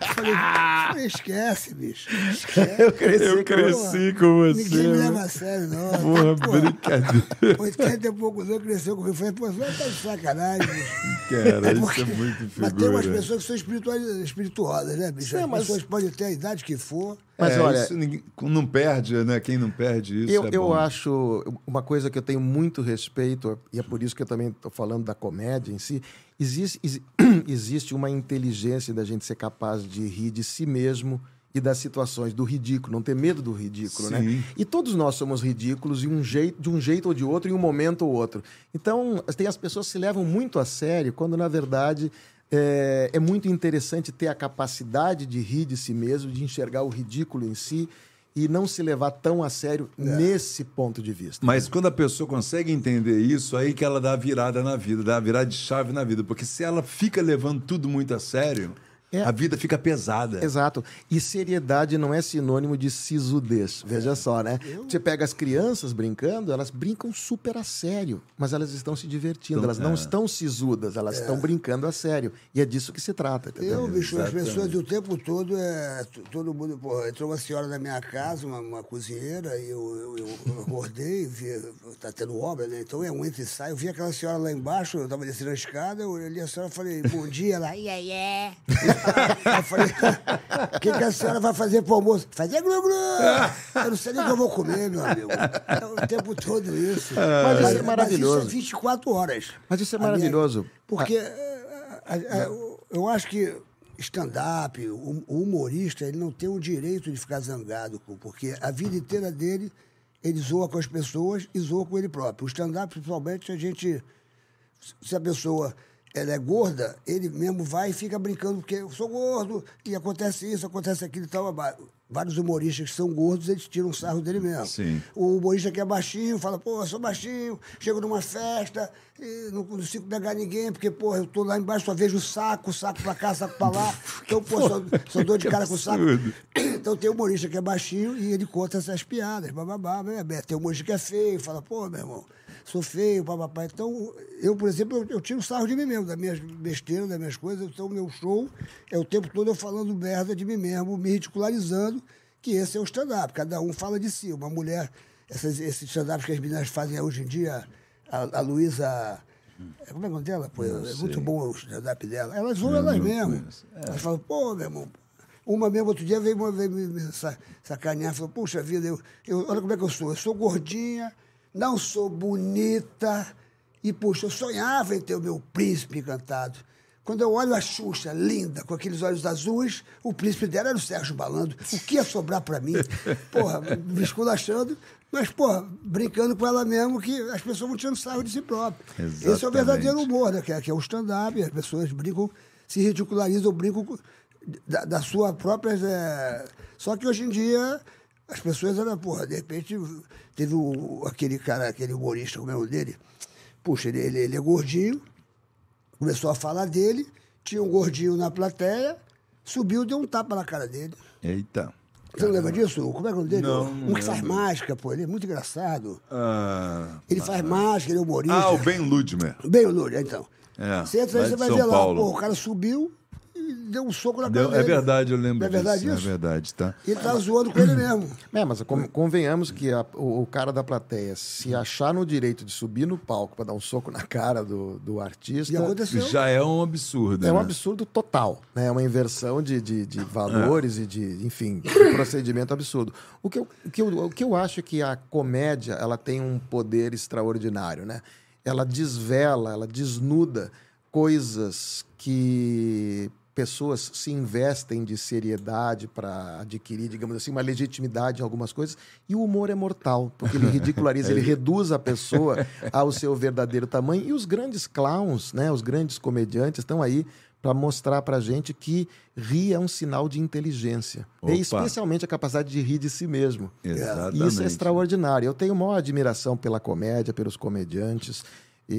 Speaker 4: Eu falei, eu falei, esquece, bicho. Esquece. Eu cresci,
Speaker 6: Eu cresci com você.
Speaker 4: Ninguém me
Speaker 6: né?
Speaker 4: leva a sério, não.
Speaker 6: Porra,
Speaker 4: Porra,
Speaker 6: brincadeira.
Speaker 4: 80 e poucos anos cresceu com o Rio Pô, você tá de sacanagem, bicho.
Speaker 6: Cara,
Speaker 4: É
Speaker 6: isso
Speaker 4: porque-
Speaker 6: é muito figura.
Speaker 4: Mas tem umas pessoas que são espirituais- espirituosas, né, bicho?
Speaker 5: Sim,
Speaker 4: As
Speaker 5: mas-
Speaker 4: pessoas podem ter a idade que for.
Speaker 5: Mas
Speaker 2: É,
Speaker 5: olha,
Speaker 2: isso ninguém- não perde, né? Quem não perde isso
Speaker 5: eu,
Speaker 2: é
Speaker 5: eu
Speaker 2: bom.
Speaker 5: acho uma coisa que eu tenho muito respeito, e é por isso que eu também estou falando da comédia em si. Existe, exi- existe uma inteligência da gente ser capaz de rir de si mesmo e das situações, do ridículo, não ter medo do ridículo,
Speaker 2: Sim.
Speaker 5: né? E todos nós somos ridículos de um, jeito, de um jeito ou de outro, em um momento ou outro. Então, tem as pessoas que se levam muito a sério, quando na verdade é, é muito interessante ter a capacidade de rir de si mesmo, de enxergar o ridículo em si e não se levar tão a sério nesse ponto de vista.
Speaker 2: Mas quando a pessoa consegue entender isso, aí que ela dá a virada na vida, dá a virada de chave na vida. Porque se ela fica levando tudo muito a sério,
Speaker 5: É.
Speaker 2: a vida fica pesada.
Speaker 5: Exato. E seriedade não é sinônimo de sisudez. Veja só, né? Você pega as crianças brincando, elas brincam super a sério, mas elas estão se divertindo,
Speaker 2: Então,
Speaker 5: elas não
Speaker 2: é.
Speaker 5: estão sisudas, elas estão brincando a sério. E é disso que se trata, entendeu?
Speaker 4: Eu, bicho,
Speaker 2: Exatamente.
Speaker 4: as pessoas o tempo todo, é, t- todo mundo, porra, entrou uma senhora na minha casa, uma, uma cozinheira, e eu, eu, eu acordei, vi, tá tendo obra, né? Então é um entra e sai, eu vi aquela senhora lá embaixo, eu tava descendo a escada, eu olhei a senhora e falei, bom dia, ela, ia, ia. Eu falei, o que, que a senhora vai fazer pro almoço? Fazer glu-glu! Eu não sei nem o que eu vou comer, meu amigo. É o tempo todo isso.
Speaker 5: Mas isso é
Speaker 4: Mas
Speaker 5: maravilhoso.
Speaker 4: isso é 24 horas.
Speaker 5: Mas isso é
Speaker 4: A minha-
Speaker 5: maravilhoso. Ah.
Speaker 4: porque eh, a- a- eu- eu acho que stand-up, o o humorista, ele não tem o direito de ficar zangado, com- porque a vida inteira dele, ele zoa com as pessoas e zoa com ele próprio. O stand-up, principalmente, a gente. Se a pessoa ela é gorda, ele mesmo vai e fica brincando, porque eu sou gordo, e acontece isso, acontece aquilo e tal. Mas Vários humoristas que são gordos, eles tiram sarro dele mesmo.
Speaker 2: Sim.
Speaker 4: O humorista que é baixinho fala, pô, eu sou baixinho, chego numa festa, e não consigo pegar ninguém, porque, pô, eu tô lá embaixo, só vejo saco, saco pra cá, saco pra lá. Então, pô, só, só dou de cara com saco. Então tem humorista que é baixinho e ele conta essas piadas, bababá, blá, blá. Tem humorista que é feio, fala, pô, meu irmão, sou feio, papapá. Então, eu, por exemplo, eu, eu tiro sarro de mim mesmo, das minhas besteiras, das minhas coisas. Então, meu show é o tempo todo eu falando merda de mim mesmo, me ridicularizando que esse é o stand-up, cada um fala de si. Uma mulher, essas, esses stand-ups que as meninas fazem hoje em dia, a, a Luísa. é, Como é o nome dela? Pô, é muito bom o stand-up dela. Elas zoam elas mesmas. Elas falam, pô, meu irmão. Uma mesmo, outro dia veio, uma- veio me, me sa- sacanear, falou, puxa vida, eu, eu- olha como é que eu sou. Eu sou gordinha, não sou bonita. E, puxa, eu sonhava em ter o meu príncipe encantado. Quando eu olho a Xuxa, linda, com aqueles olhos azuis, o príncipe dela era o Sérgio Balando. O que ia sobrar pra mim? Porra, me esculachando, mas, porra, brincando com ela mesmo, que as pessoas vão tirando sarro de si próprio. Esse é o
Speaker 2: Exatamente.
Speaker 4: verdadeiro humor, né? Que é, que é o stand-up, as pessoas brincam, se ridicularizam, brincam com- da, da sua própria. eh, Só que hoje em dia. As pessoas, olha, porra, de repente teve o- aquele cara, aquele humorista, como é o nome dele? Puxa, ele- ele, ele é gordinho, Começou a falar dele, tinha um gordinho na plateia, subiu e deu um tapa na cara dele.
Speaker 2: Eita.
Speaker 4: Você não lembra disso? Como é que é o nome dele?
Speaker 2: Não,
Speaker 4: um
Speaker 2: não
Speaker 4: que faz
Speaker 2: lembro.
Speaker 4: mágica, pô, ele é muito engraçado.
Speaker 2: Ah,
Speaker 4: Ele faz mágica, ele é humorista.
Speaker 2: ah, o Ben Ludmer.
Speaker 4: Bem, Lúria, então.
Speaker 2: É,
Speaker 4: você entra
Speaker 2: lá
Speaker 4: aí, você
Speaker 2: de
Speaker 4: vai
Speaker 2: São
Speaker 4: ver lá,
Speaker 2: Paulo.
Speaker 4: pô, o cara subiu e deu um soco na cara
Speaker 2: Deu-
Speaker 4: dele.
Speaker 2: é verdade, eu lembro
Speaker 4: Não é verdade
Speaker 2: disso.
Speaker 4: isso?
Speaker 2: É verdade, tá?
Speaker 4: Ele tava zoando com ele mesmo.
Speaker 5: É, mas con- convenhamos que a- o, o cara da plateia se achar no direito de subir no palco para dar um soco na cara do, do artista.
Speaker 4: E aconteceu.
Speaker 2: Já é um absurdo.
Speaker 5: É um
Speaker 2: né? É.
Speaker 5: absurdo total, né? É uma inversão de, de, de valores e de, enfim, de um procedimento absurdo. O que, eu, o, que eu, o que eu acho que a comédia, ela tem um poder extraordinário, né? Ela desvela, ela desnuda coisas que pessoas se investem de seriedade para adquirir, digamos assim, uma legitimidade em algumas coisas. E o humor é mortal, porque ele
Speaker 2: É
Speaker 5: ridiculariza, ele reduz a pessoa ao seu verdadeiro tamanho. E os grandes clowns, né, os grandes comediantes estão aí para mostrar para gente que rir é um sinal de inteligência.
Speaker 2: Opa.
Speaker 5: E especialmente a capacidade de rir de si mesmo.
Speaker 2: Exatamente.
Speaker 5: E isso é extraordinário. Eu tenho maior admiração pela comédia, pelos comediantes.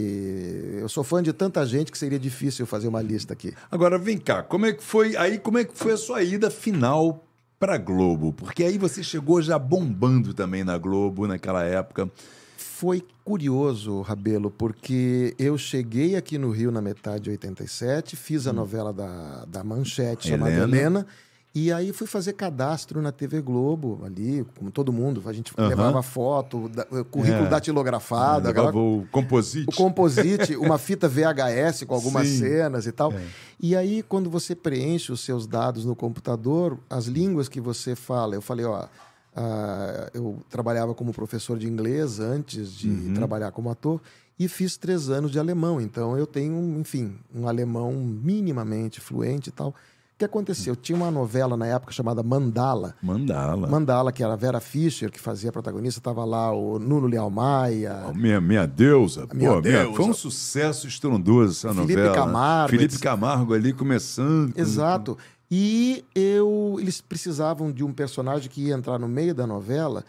Speaker 5: E eu sou fã de tanta gente que seria difícil eu fazer uma lista aqui.
Speaker 2: Agora vem cá, como é que foi aí? Como é que foi a sua ida final para Globo? Porque aí você chegou já bombando também na Globo naquela época.
Speaker 5: Foi curioso, Rabelo, porque eu cheguei aqui no Rio na metade de 87, fiz a novela da, da Manchete, chamada
Speaker 2: Hum. Helena.
Speaker 5: Helena. e aí fui fazer cadastro na TV Globo, ali, como todo mundo, a gente
Speaker 2: Aham.
Speaker 5: levava foto, da- currículo
Speaker 2: É.
Speaker 5: datilografado, aquela
Speaker 2: Levava o Composite.
Speaker 5: Ah, o composite, uma fita VHS com algumas
Speaker 2: Sim.
Speaker 5: cenas e tal. E aí, quando você preenche os seus dados no computador, as línguas que você fala, eu falei, ó. ah, eu trabalhava como professor de inglês antes de trabalhar como ator e fiz três anos de alemão. Então eu tenho, enfim, um alemão minimamente fluente e tal. O que aconteceu? Tinha uma novela na época chamada Mandala,
Speaker 2: Mandala.
Speaker 5: Mandala, que era a Vera Fischer, que fazia a protagonista, estava lá o Nuno Leal Maia,
Speaker 2: Oh, Minha, minha deusa, pô,
Speaker 5: Minha
Speaker 2: minha-
Speaker 5: deusa.
Speaker 2: foi um sucesso estrondoso essa
Speaker 5: Felipe
Speaker 2: novela.
Speaker 5: Camargo,
Speaker 2: Felipe
Speaker 5: etc.
Speaker 2: Camargo ali começando. com-
Speaker 5: Exato. E eu, eles precisavam de um personagem que ia entrar no meio da novela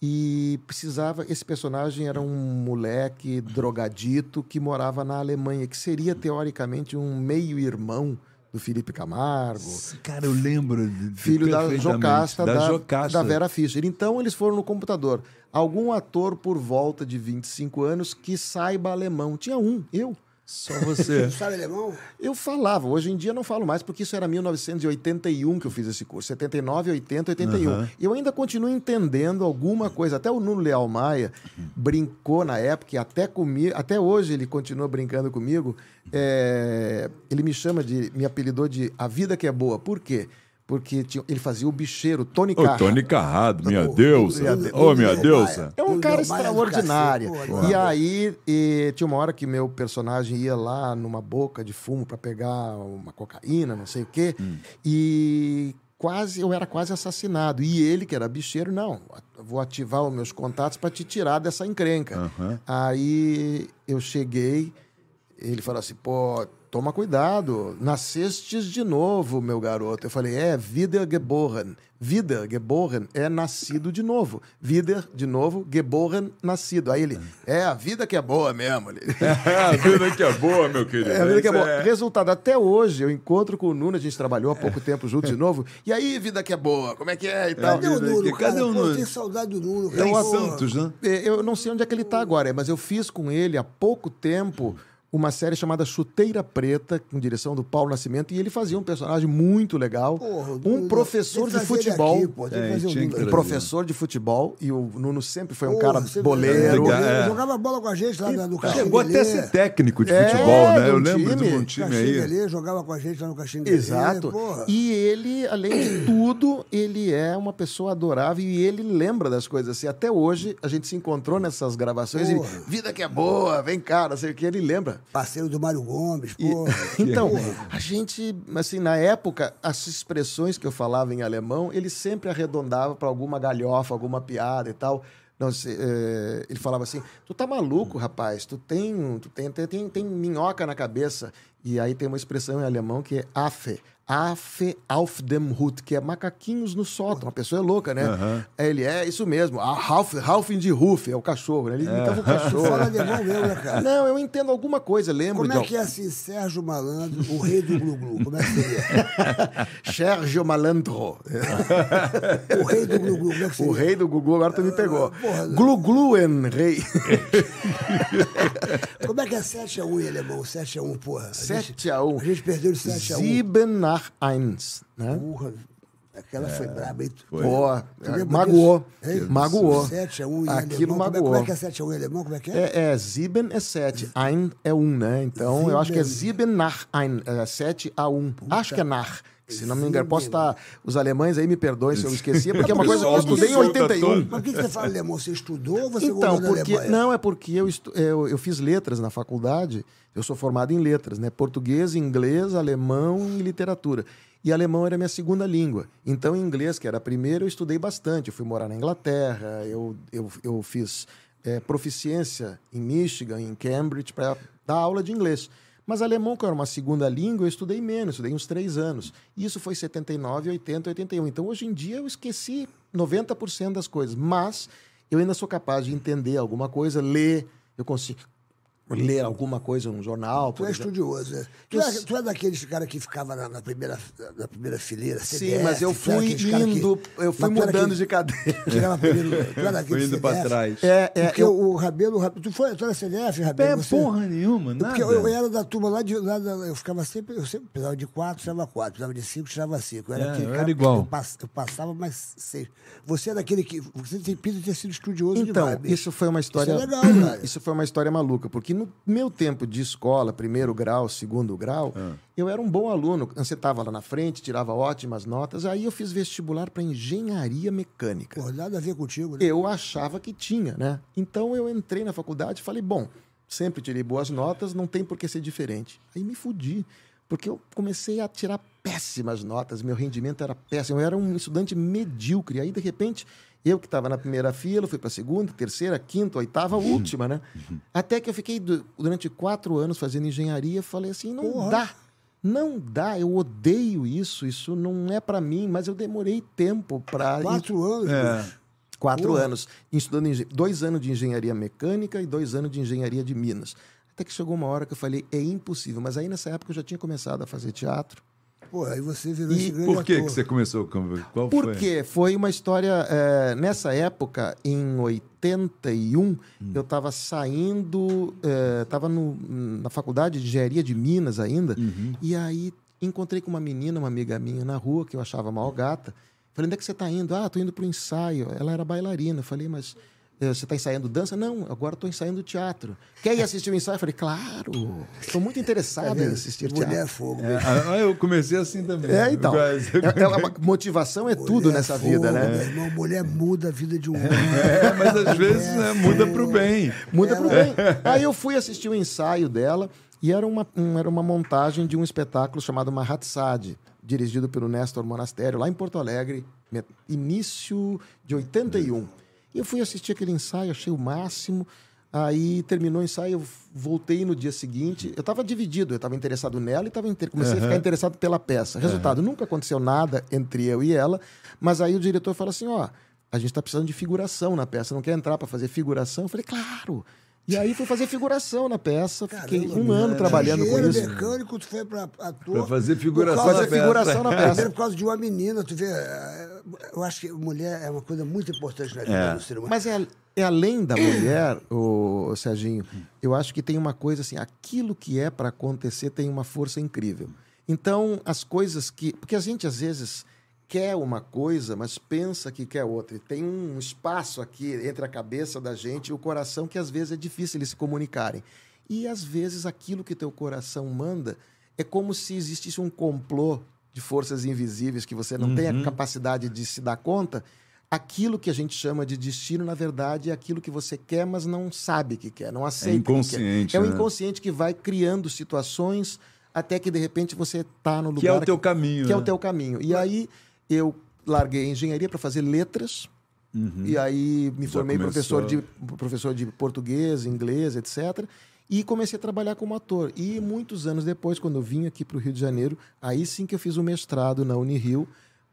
Speaker 5: e precisava. Esse personagem era um moleque drogadito que morava na Alemanha, que seria teoricamente um meio irmão do Felipe Camargo
Speaker 2: Cara, eu lembro. de- de-
Speaker 5: filho da
Speaker 2: perfeitamente,
Speaker 5: Jocasta, da,
Speaker 2: Jocasta.
Speaker 5: da Vera Fischer. Então eles foram no computador. Algum ator por volta de 25 anos que saiba alemão. Tinha um, eu.
Speaker 2: Só você.
Speaker 4: Tu sabe alemão?
Speaker 5: Eu falava, hoje em dia eu não falo mais, porque isso era 1981 que eu fiz esse curso, 79, 80, 81. E eu ainda continuo entendendo alguma coisa. Até o Nuno Leal Maia brincou na época, e até, comi, até hoje ele continua brincando comigo. É, ele me chama de, me apelidou de A Vida Que É Boa. Por quê? Porque tinha- ele fazia o bicheiro, Tony
Speaker 2: Ô,
Speaker 5: Carra.
Speaker 2: Tony Carrado, minha deusa. Ô, minha deusa.
Speaker 5: É um
Speaker 4: Meu
Speaker 5: cara
Speaker 4: Deus, Maia do
Speaker 5: extraordinário.
Speaker 4: cacete, pô, né? adoro.
Speaker 5: E aí, e tinha uma hora que meu personagem ia lá numa boca de fumo para pegar uma cocaína, não sei o quê.
Speaker 4: Hum.
Speaker 5: E quase eu era quase assassinado. E ele, que era bicheiro, não, vou ativar os meus contatos para te tirar dessa encrenca. Aí eu cheguei, ele falou assim, pô, toma cuidado, nascestes de novo, meu garoto. Eu falei, é, wieder geboren. Wieder geboren é nascido de novo. Wieder, de novo, geboren, nascido. Aí ele, é, a vida que é boa mesmo. Ele,
Speaker 2: É, a vida que é boa, meu querido.
Speaker 5: é, a vida que é
Speaker 2: Isso
Speaker 5: boa. Resultado, até hoje eu encontro com o Nuno, a gente trabalhou há pouco tempo junto de novo. E aí, vida que é boa, como é que é e tal?
Speaker 4: Cadê o Nuno,
Speaker 2: aqui,
Speaker 4: cara?
Speaker 2: né, cadê o
Speaker 4: Pô,
Speaker 2: Nuno?
Speaker 4: Eu tenho saudade do Nuno,
Speaker 2: Tá
Speaker 4: cara.
Speaker 2: em
Speaker 4: Pô,
Speaker 2: Santos, né?
Speaker 5: É, Eu não sei onde é que ele
Speaker 4: Hum.
Speaker 5: está agora, é, mas eu fiz com ele há pouco tempo uma série chamada Chuteira Preta, com direção do Paulo Nascimento, e ele fazia um personagem muito legal,
Speaker 4: porra, o
Speaker 5: um
Speaker 4: Nuno-
Speaker 5: professor
Speaker 4: tem
Speaker 5: de
Speaker 4: que trazer ele
Speaker 5: futebol.
Speaker 4: aqui, pô, tem que
Speaker 2: É,
Speaker 4: trazer o
Speaker 2: tinha que
Speaker 4: Nuno.
Speaker 5: Um professor de futebol, e o Nuno sempre foi um
Speaker 4: Porra,
Speaker 5: cara
Speaker 4: você- tá
Speaker 5: boleiro.
Speaker 2: Legal, é.
Speaker 4: Jogava bola com a gente lá no Caxinguelê.
Speaker 2: Chegou até a ser técnico de
Speaker 5: É,
Speaker 2: futebol, né?
Speaker 5: de um
Speaker 2: Eu lembro
Speaker 5: time.
Speaker 2: de um time aí.
Speaker 4: Caxinguelê, jogava com a gente lá no Caxinguelê.
Speaker 5: Exato.
Speaker 4: É, Porra.
Speaker 5: E ele, além de tudo, ele é uma pessoa adorável e ele lembra das coisas. Assim, até hoje, a gente se encontrou nessas gravações
Speaker 4: Porra.
Speaker 5: e vida que é boa, vem cá, não sei o que, ele lembra.
Speaker 4: Parceiro do Mário Gomes,
Speaker 5: E-
Speaker 4: porra.
Speaker 5: então,
Speaker 4: Porra.
Speaker 5: a gente, assim, na época, as expressões que eu falava em alemão, ele sempre arredondava para alguma galhofa, alguma piada e tal. Não sei, eh, ele falava assim: "Tu tá maluco, rapaz? Tu tem, um- tu tem, tem, tem, tem minhoca na cabeça". E aí tem uma expressão em alemão que é afe, afe auf dem Hut, que é macaquinhos no sótão. A pessoa é louca, né? Aí Ele é isso mesmo, Ralf, Ralf in die Ruf, é o cachorro, né? Ele imitava o
Speaker 4: Tu fala
Speaker 5: cachorro.
Speaker 4: alemão mesmo, né, cara?
Speaker 5: Não, eu entendo alguma coisa, lembro
Speaker 4: Como
Speaker 5: de
Speaker 4: é que é assim, Sérgio Malandro, o rei do Glu-Glu? Como é que seria?
Speaker 5: Sérgio Malandro.
Speaker 4: O rei do Glu-Glu, como é que
Speaker 5: O
Speaker 4: seria?
Speaker 5: rei do Gugu agora tu me pegou.
Speaker 4: Porra.
Speaker 5: Glugluen rei.
Speaker 4: Como é que é 7x1 em alemão? 7x1, porra. A gente-
Speaker 5: 7 a 1.
Speaker 4: A gente perdeu de 7x1.
Speaker 5: Sieben nach eins. Né?
Speaker 4: Porra. Aquela foi braba, hein? Tu-
Speaker 5: Pô,
Speaker 4: tu lembra
Speaker 5: É, magoou.
Speaker 4: disso? Hein?
Speaker 5: Magoou.
Speaker 4: 7x1 em
Speaker 5: Aquilo
Speaker 4: alemão. Como é-
Speaker 5: magoou.
Speaker 4: Como é que é 7x1 em alemão? Como é que é?
Speaker 5: É, é, sieben é sete, ein é um, né? Então eu acho que é sieben nach ein, é sete a um. Acho que é nach. Se não me engano, posso estar. Os alemães aí me perdoem se eu esqueci, porque é uma coisa que eu
Speaker 2: Pessoal do
Speaker 5: estudei em
Speaker 2: sul tá
Speaker 5: 81.
Speaker 2: todo-
Speaker 4: Mas por que que você fala alemão? Você estudou ou você
Speaker 5: Então,
Speaker 4: morou na
Speaker 5: porque
Speaker 4: Alemanha?
Speaker 5: não é porque eu, estu- eu eu fiz letras na faculdade. Eu sou formado em letras, né? Português, inglês, alemão e literatura. E alemão era minha segunda língua. Então, em inglês, que era a primeira, eu estudei bastante. Eu fui morar na Inglaterra, eu, eu, eu fiz eh, proficiência em Michigan, em Cambridge, para dar aula de inglês. Mas alemão, que era uma segunda língua, eu estudei menos, estudei uns três anos. Isso foi 79, 80, 81. Então, hoje em dia, eu esqueci 90% das coisas. Mas eu ainda sou capaz de entender alguma coisa, ler, eu consigo ler alguma coisa num jornal.
Speaker 4: Tu
Speaker 5: por
Speaker 4: é
Speaker 5: exemplo.
Speaker 4: estudioso, né? Tu é, tu é daqueles cara que ficava na, na primeira, na primeira fileira, CDF,
Speaker 5: Sim, mas eu
Speaker 4: tu é
Speaker 5: fui
Speaker 4: aqueles cara que-
Speaker 5: indo, eu fui
Speaker 4: mas tu era
Speaker 5: mudando
Speaker 4: aquele-
Speaker 5: de cadeira.
Speaker 4: Tirava primeiro, tu era daquele
Speaker 2: Fui indo pra
Speaker 4: CDF.
Speaker 2: trás.
Speaker 5: É, é,
Speaker 4: Porque o Rabelo, o Rabelo, tu foi, tu era CDF, Rabelo?
Speaker 2: É
Speaker 4: você-
Speaker 2: porra nenhuma, nada.
Speaker 4: Porque eu, eu era da turma lá de. Lá da- eu ficava sempre. Eu sempre precisava de quatro, tirava quatro. Precisava de cinco, tirava cinco. Eu
Speaker 2: É,
Speaker 4: era, aquele
Speaker 2: eu
Speaker 4: cara
Speaker 2: era
Speaker 4: que
Speaker 2: igual.
Speaker 4: Eu, pass- eu passava mais seis. Você era aquele que. Você tem pinta de ter sido estudioso
Speaker 5: Então,
Speaker 4: demais, bicho.
Speaker 5: isso foi uma história.
Speaker 4: Isso é legal, cara.
Speaker 5: Isso foi uma história maluca, porque no meu tempo de escola, primeiro grau, segundo grau, eu era um bom aluno. Você estava lá na frente, tirava ótimas notas. Aí eu fiz vestibular para engenharia mecânica.
Speaker 4: Pô, nada a ver contigo, né?
Speaker 5: Eu achava que tinha, né? Então eu entrei na faculdade e falei, bom, sempre tirei boas notas, não tem por que ser diferente. Aí me fudi, porque eu comecei a tirar péssimas notas, meu rendimento era péssimo, eu era um estudante medíocre. Aí, de repente, eu que estava na primeira fila, fui para segunda, terceira, quinta, oitava, última, né? Até que eu fiquei du- durante quatro anos fazendo engenharia, falei assim, não dá. Não dá, eu odeio isso, isso não é para mim, mas eu demorei tempo para
Speaker 4: Quatro anos.
Speaker 2: é.
Speaker 4: bicho.
Speaker 5: Quatro anos. Estudando engen- dois anos de engenharia mecânica e dois anos de engenharia de Minas. Até que chegou uma hora que eu falei, é impossível. Mas aí nessa época eu já tinha começado a fazer teatro.
Speaker 4: Pô, aí você virou
Speaker 5: E
Speaker 4: esse grande
Speaker 2: Por que,
Speaker 4: ator.
Speaker 2: que você começou com. Qual
Speaker 5: Por
Speaker 2: foi?
Speaker 5: quê? Foi uma história. eh, nessa época, em 81,
Speaker 2: Hum.
Speaker 5: eu estava saindo, estava na faculdade de engenharia de Minas ainda,
Speaker 2: Uhum.
Speaker 5: e aí encontrei com uma menina, uma amiga minha na rua, que eu achava mal gata. Falei, onde é que você está indo? Ah, estou indo para o ensaio. Ela era bailarina. Eu falei, mas eh, você está ensaiando dança? Não, agora estou ensaiando teatro. Quer ir assistir o ensaio? Eu falei, claro, estou muito interessado em assistir teatro.
Speaker 4: Mulher é fogo.
Speaker 2: É, ah, eu comecei assim também.
Speaker 5: É, então.
Speaker 2: Quase.
Speaker 5: É- é uma- motivação é tudo
Speaker 4: Mulher é
Speaker 5: nessa
Speaker 4: fogo,
Speaker 5: vida, né?
Speaker 4: meu irmão, mulher muda a vida de um homem.
Speaker 2: É, mas às vezes né, muda pro bem.
Speaker 5: Muda pro bem. Aí eu fui assistir o ensaio dela e era uma, um- era uma montagem de um espetáculo chamado Mahatsad, dirigido pelo Néstor Monastério, lá em Porto Alegre, me- início de 81. E eu fui assistir aquele ensaio, achei o máximo. Aí terminou o ensaio, eu voltei no dia seguinte. Eu estava dividido, eu estava interessado nela e tava inter- comecei a ficar interessado pela peça. Resultado, nunca aconteceu nada entre eu e ela, mas aí o diretor fala assim: ó, a gente está precisando de figuração na peça, não quer entrar para fazer figuração? Eu falei, claro. E aí fui fazer figuração na peça, fiquei um
Speaker 4: né?
Speaker 5: ano trabalhando com
Speaker 4: Engenheiro
Speaker 5: isso.
Speaker 4: mecânico, tu foi pra ator.
Speaker 2: Pra fazer
Speaker 4: por
Speaker 2: figuração
Speaker 4: causa-
Speaker 2: na É.
Speaker 5: Fazer figuração na
Speaker 4: Primeiro
Speaker 5: peça.
Speaker 4: por causa de uma menina, tu vê. eh, Eu acho que mulher é uma coisa muito importante na vida do ser humano.
Speaker 5: Mas é, é além da mulher, o, Serginho, eu acho que tem uma coisa assim, aquilo que é para acontecer tem uma força incrível. Então, as coisas que... Porque a gente, às vezes, quer uma coisa, mas pensa que quer outra. E tem um espaço aqui entre a cabeça da gente e o coração que, às vezes, é difícil eles se comunicarem. E, às vezes, aquilo que teu coração manda é como se existisse um complô de forças invisíveis que você não tem
Speaker 4: Uhum.
Speaker 5: a capacidade de se dar conta aquilo que a gente chama de destino, na verdade, é aquilo que você quer, mas não sabe que quer, não aceita.
Speaker 2: É inconsciente,
Speaker 5: Que quer. É o
Speaker 2: né?
Speaker 5: inconsciente que vai criando situações até que de repente você está no lugar
Speaker 2: Que é o teu caminho.
Speaker 5: que é o
Speaker 2: né?
Speaker 5: teu caminho. E aí eu larguei a engenharia para fazer letras. E aí
Speaker 2: Uhum.
Speaker 5: me
Speaker 2: Já
Speaker 5: formei
Speaker 2: começou.
Speaker 5: professor de, professor de português, inglês, etc. E comecei a trabalhar como ator. E muitos anos depois, quando eu vim aqui para o Rio de Janeiro, aí sim que eu fiz o mestrado na Unirio,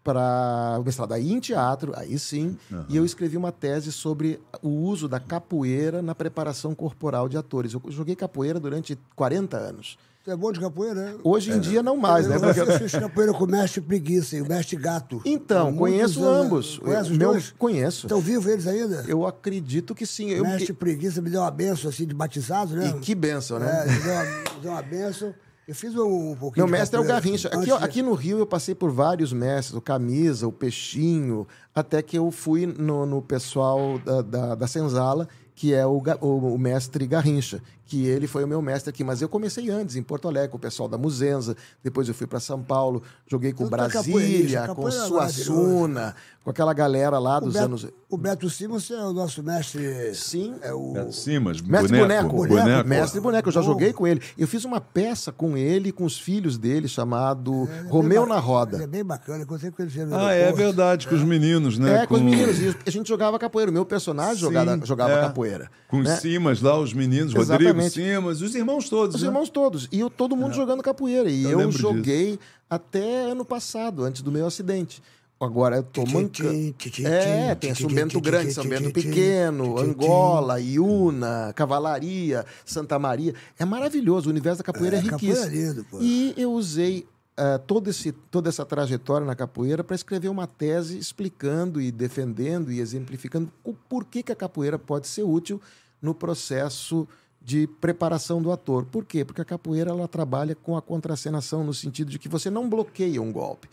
Speaker 5: para o mestrado aí em teatro, aí sim. E eu escrevi uma tese sobre o uso da capoeira na preparação corporal de atores. Eu joguei capoeira durante 40 anos.
Speaker 4: Tu é bom de capoeira, né?
Speaker 2: É,
Speaker 5: Hoje em dia não mais, né?
Speaker 4: eu,
Speaker 5: Porque-
Speaker 4: eu fiz capoeira com o mestre preguiça e o mestre gato. Há
Speaker 5: Então,
Speaker 4: muitos
Speaker 5: conheço
Speaker 4: anos, né?
Speaker 5: ambos.
Speaker 4: Conhece os
Speaker 5: Meu-
Speaker 4: dois?
Speaker 5: Conheço.
Speaker 4: Estão vivos eles ainda?
Speaker 5: Então, Eu acredito que sim.
Speaker 4: o
Speaker 5: Eu,
Speaker 4: mestre preguiça me deu uma benção assim de batizado, né?
Speaker 5: e que benção,
Speaker 4: É,
Speaker 5: né?
Speaker 4: me deu uma, me deu uma benção. Eu fiz um, um pouquinho.
Speaker 5: Meu
Speaker 4: de
Speaker 5: mestre é o
Speaker 4: capoeira
Speaker 5: Garrincha.
Speaker 4: antes
Speaker 5: Aqui,
Speaker 4: de-
Speaker 5: ó, aqui no Rio eu passei por vários mestres, o Camisa, o Peixinho, até que eu fui no, no pessoal da, da, da Senzala, que é o, Ga- o, o mestre Garrincha, que ele foi o meu mestre aqui. Mas eu comecei antes, em Porto Alegre, com o pessoal da Muzenza, depois eu fui para São Paulo, joguei com
Speaker 4: Então tá
Speaker 5: Brasília,
Speaker 4: capoeirista,
Speaker 5: com
Speaker 4: capoeira é
Speaker 5: Suassuna, com aquela galera lá
Speaker 4: O
Speaker 5: dos
Speaker 4: Beto-
Speaker 5: anos...
Speaker 4: O Beto Simons é o nosso mestre.
Speaker 5: Sim,
Speaker 4: É o.
Speaker 2: Beto Simas,
Speaker 5: Mestre Boneco. né?
Speaker 4: Boneco.
Speaker 5: Mestre Boneco. Eu já
Speaker 4: Bom.
Speaker 5: joguei com ele. Eu fiz uma peça com ele e com os filhos dele, chamado Romeu na
Speaker 4: Ele é
Speaker 5: Roda.
Speaker 4: bem bacana, encontrei com ele no
Speaker 2: Ah, é
Speaker 4: aeroporto.
Speaker 2: verdade, com os meninos, né?
Speaker 5: É, com os meninos. E a gente jogava capoeira. O meu personagem
Speaker 2: Sim,
Speaker 5: jogada- jogava
Speaker 2: é.
Speaker 5: capoeira.
Speaker 2: Com os
Speaker 5: né?
Speaker 2: Simas lá, os meninos, Rodrigo
Speaker 5: Exatamente.
Speaker 2: Simas, os irmãos todos.
Speaker 5: Os
Speaker 2: né?
Speaker 5: irmãos todos. E eu, todo mundo jogando capoeira. E
Speaker 2: Eu
Speaker 5: eu,
Speaker 2: lembro
Speaker 5: joguei até ano passado, antes do meu acidente. Agora eu tô mancando. É, tem São Bento Grande, São Bento Pequeno, Angola, Iuna, Cavalaria, Santa Maria. É maravilhoso, o universo da capoeira é,
Speaker 4: É,
Speaker 5: riquíssimo.
Speaker 4: capoeira é lindo, pô.
Speaker 5: E eu usei ah, todo esse, toda essa trajetória na capoeira para escrever uma tese explicando e defendendo e exemplificando o porquê que a capoeira pode ser útil no processo de preparação do ator. Por quê? Porque a capoeira ela trabalha com a contracenação no sentido de que você não bloqueia um golpe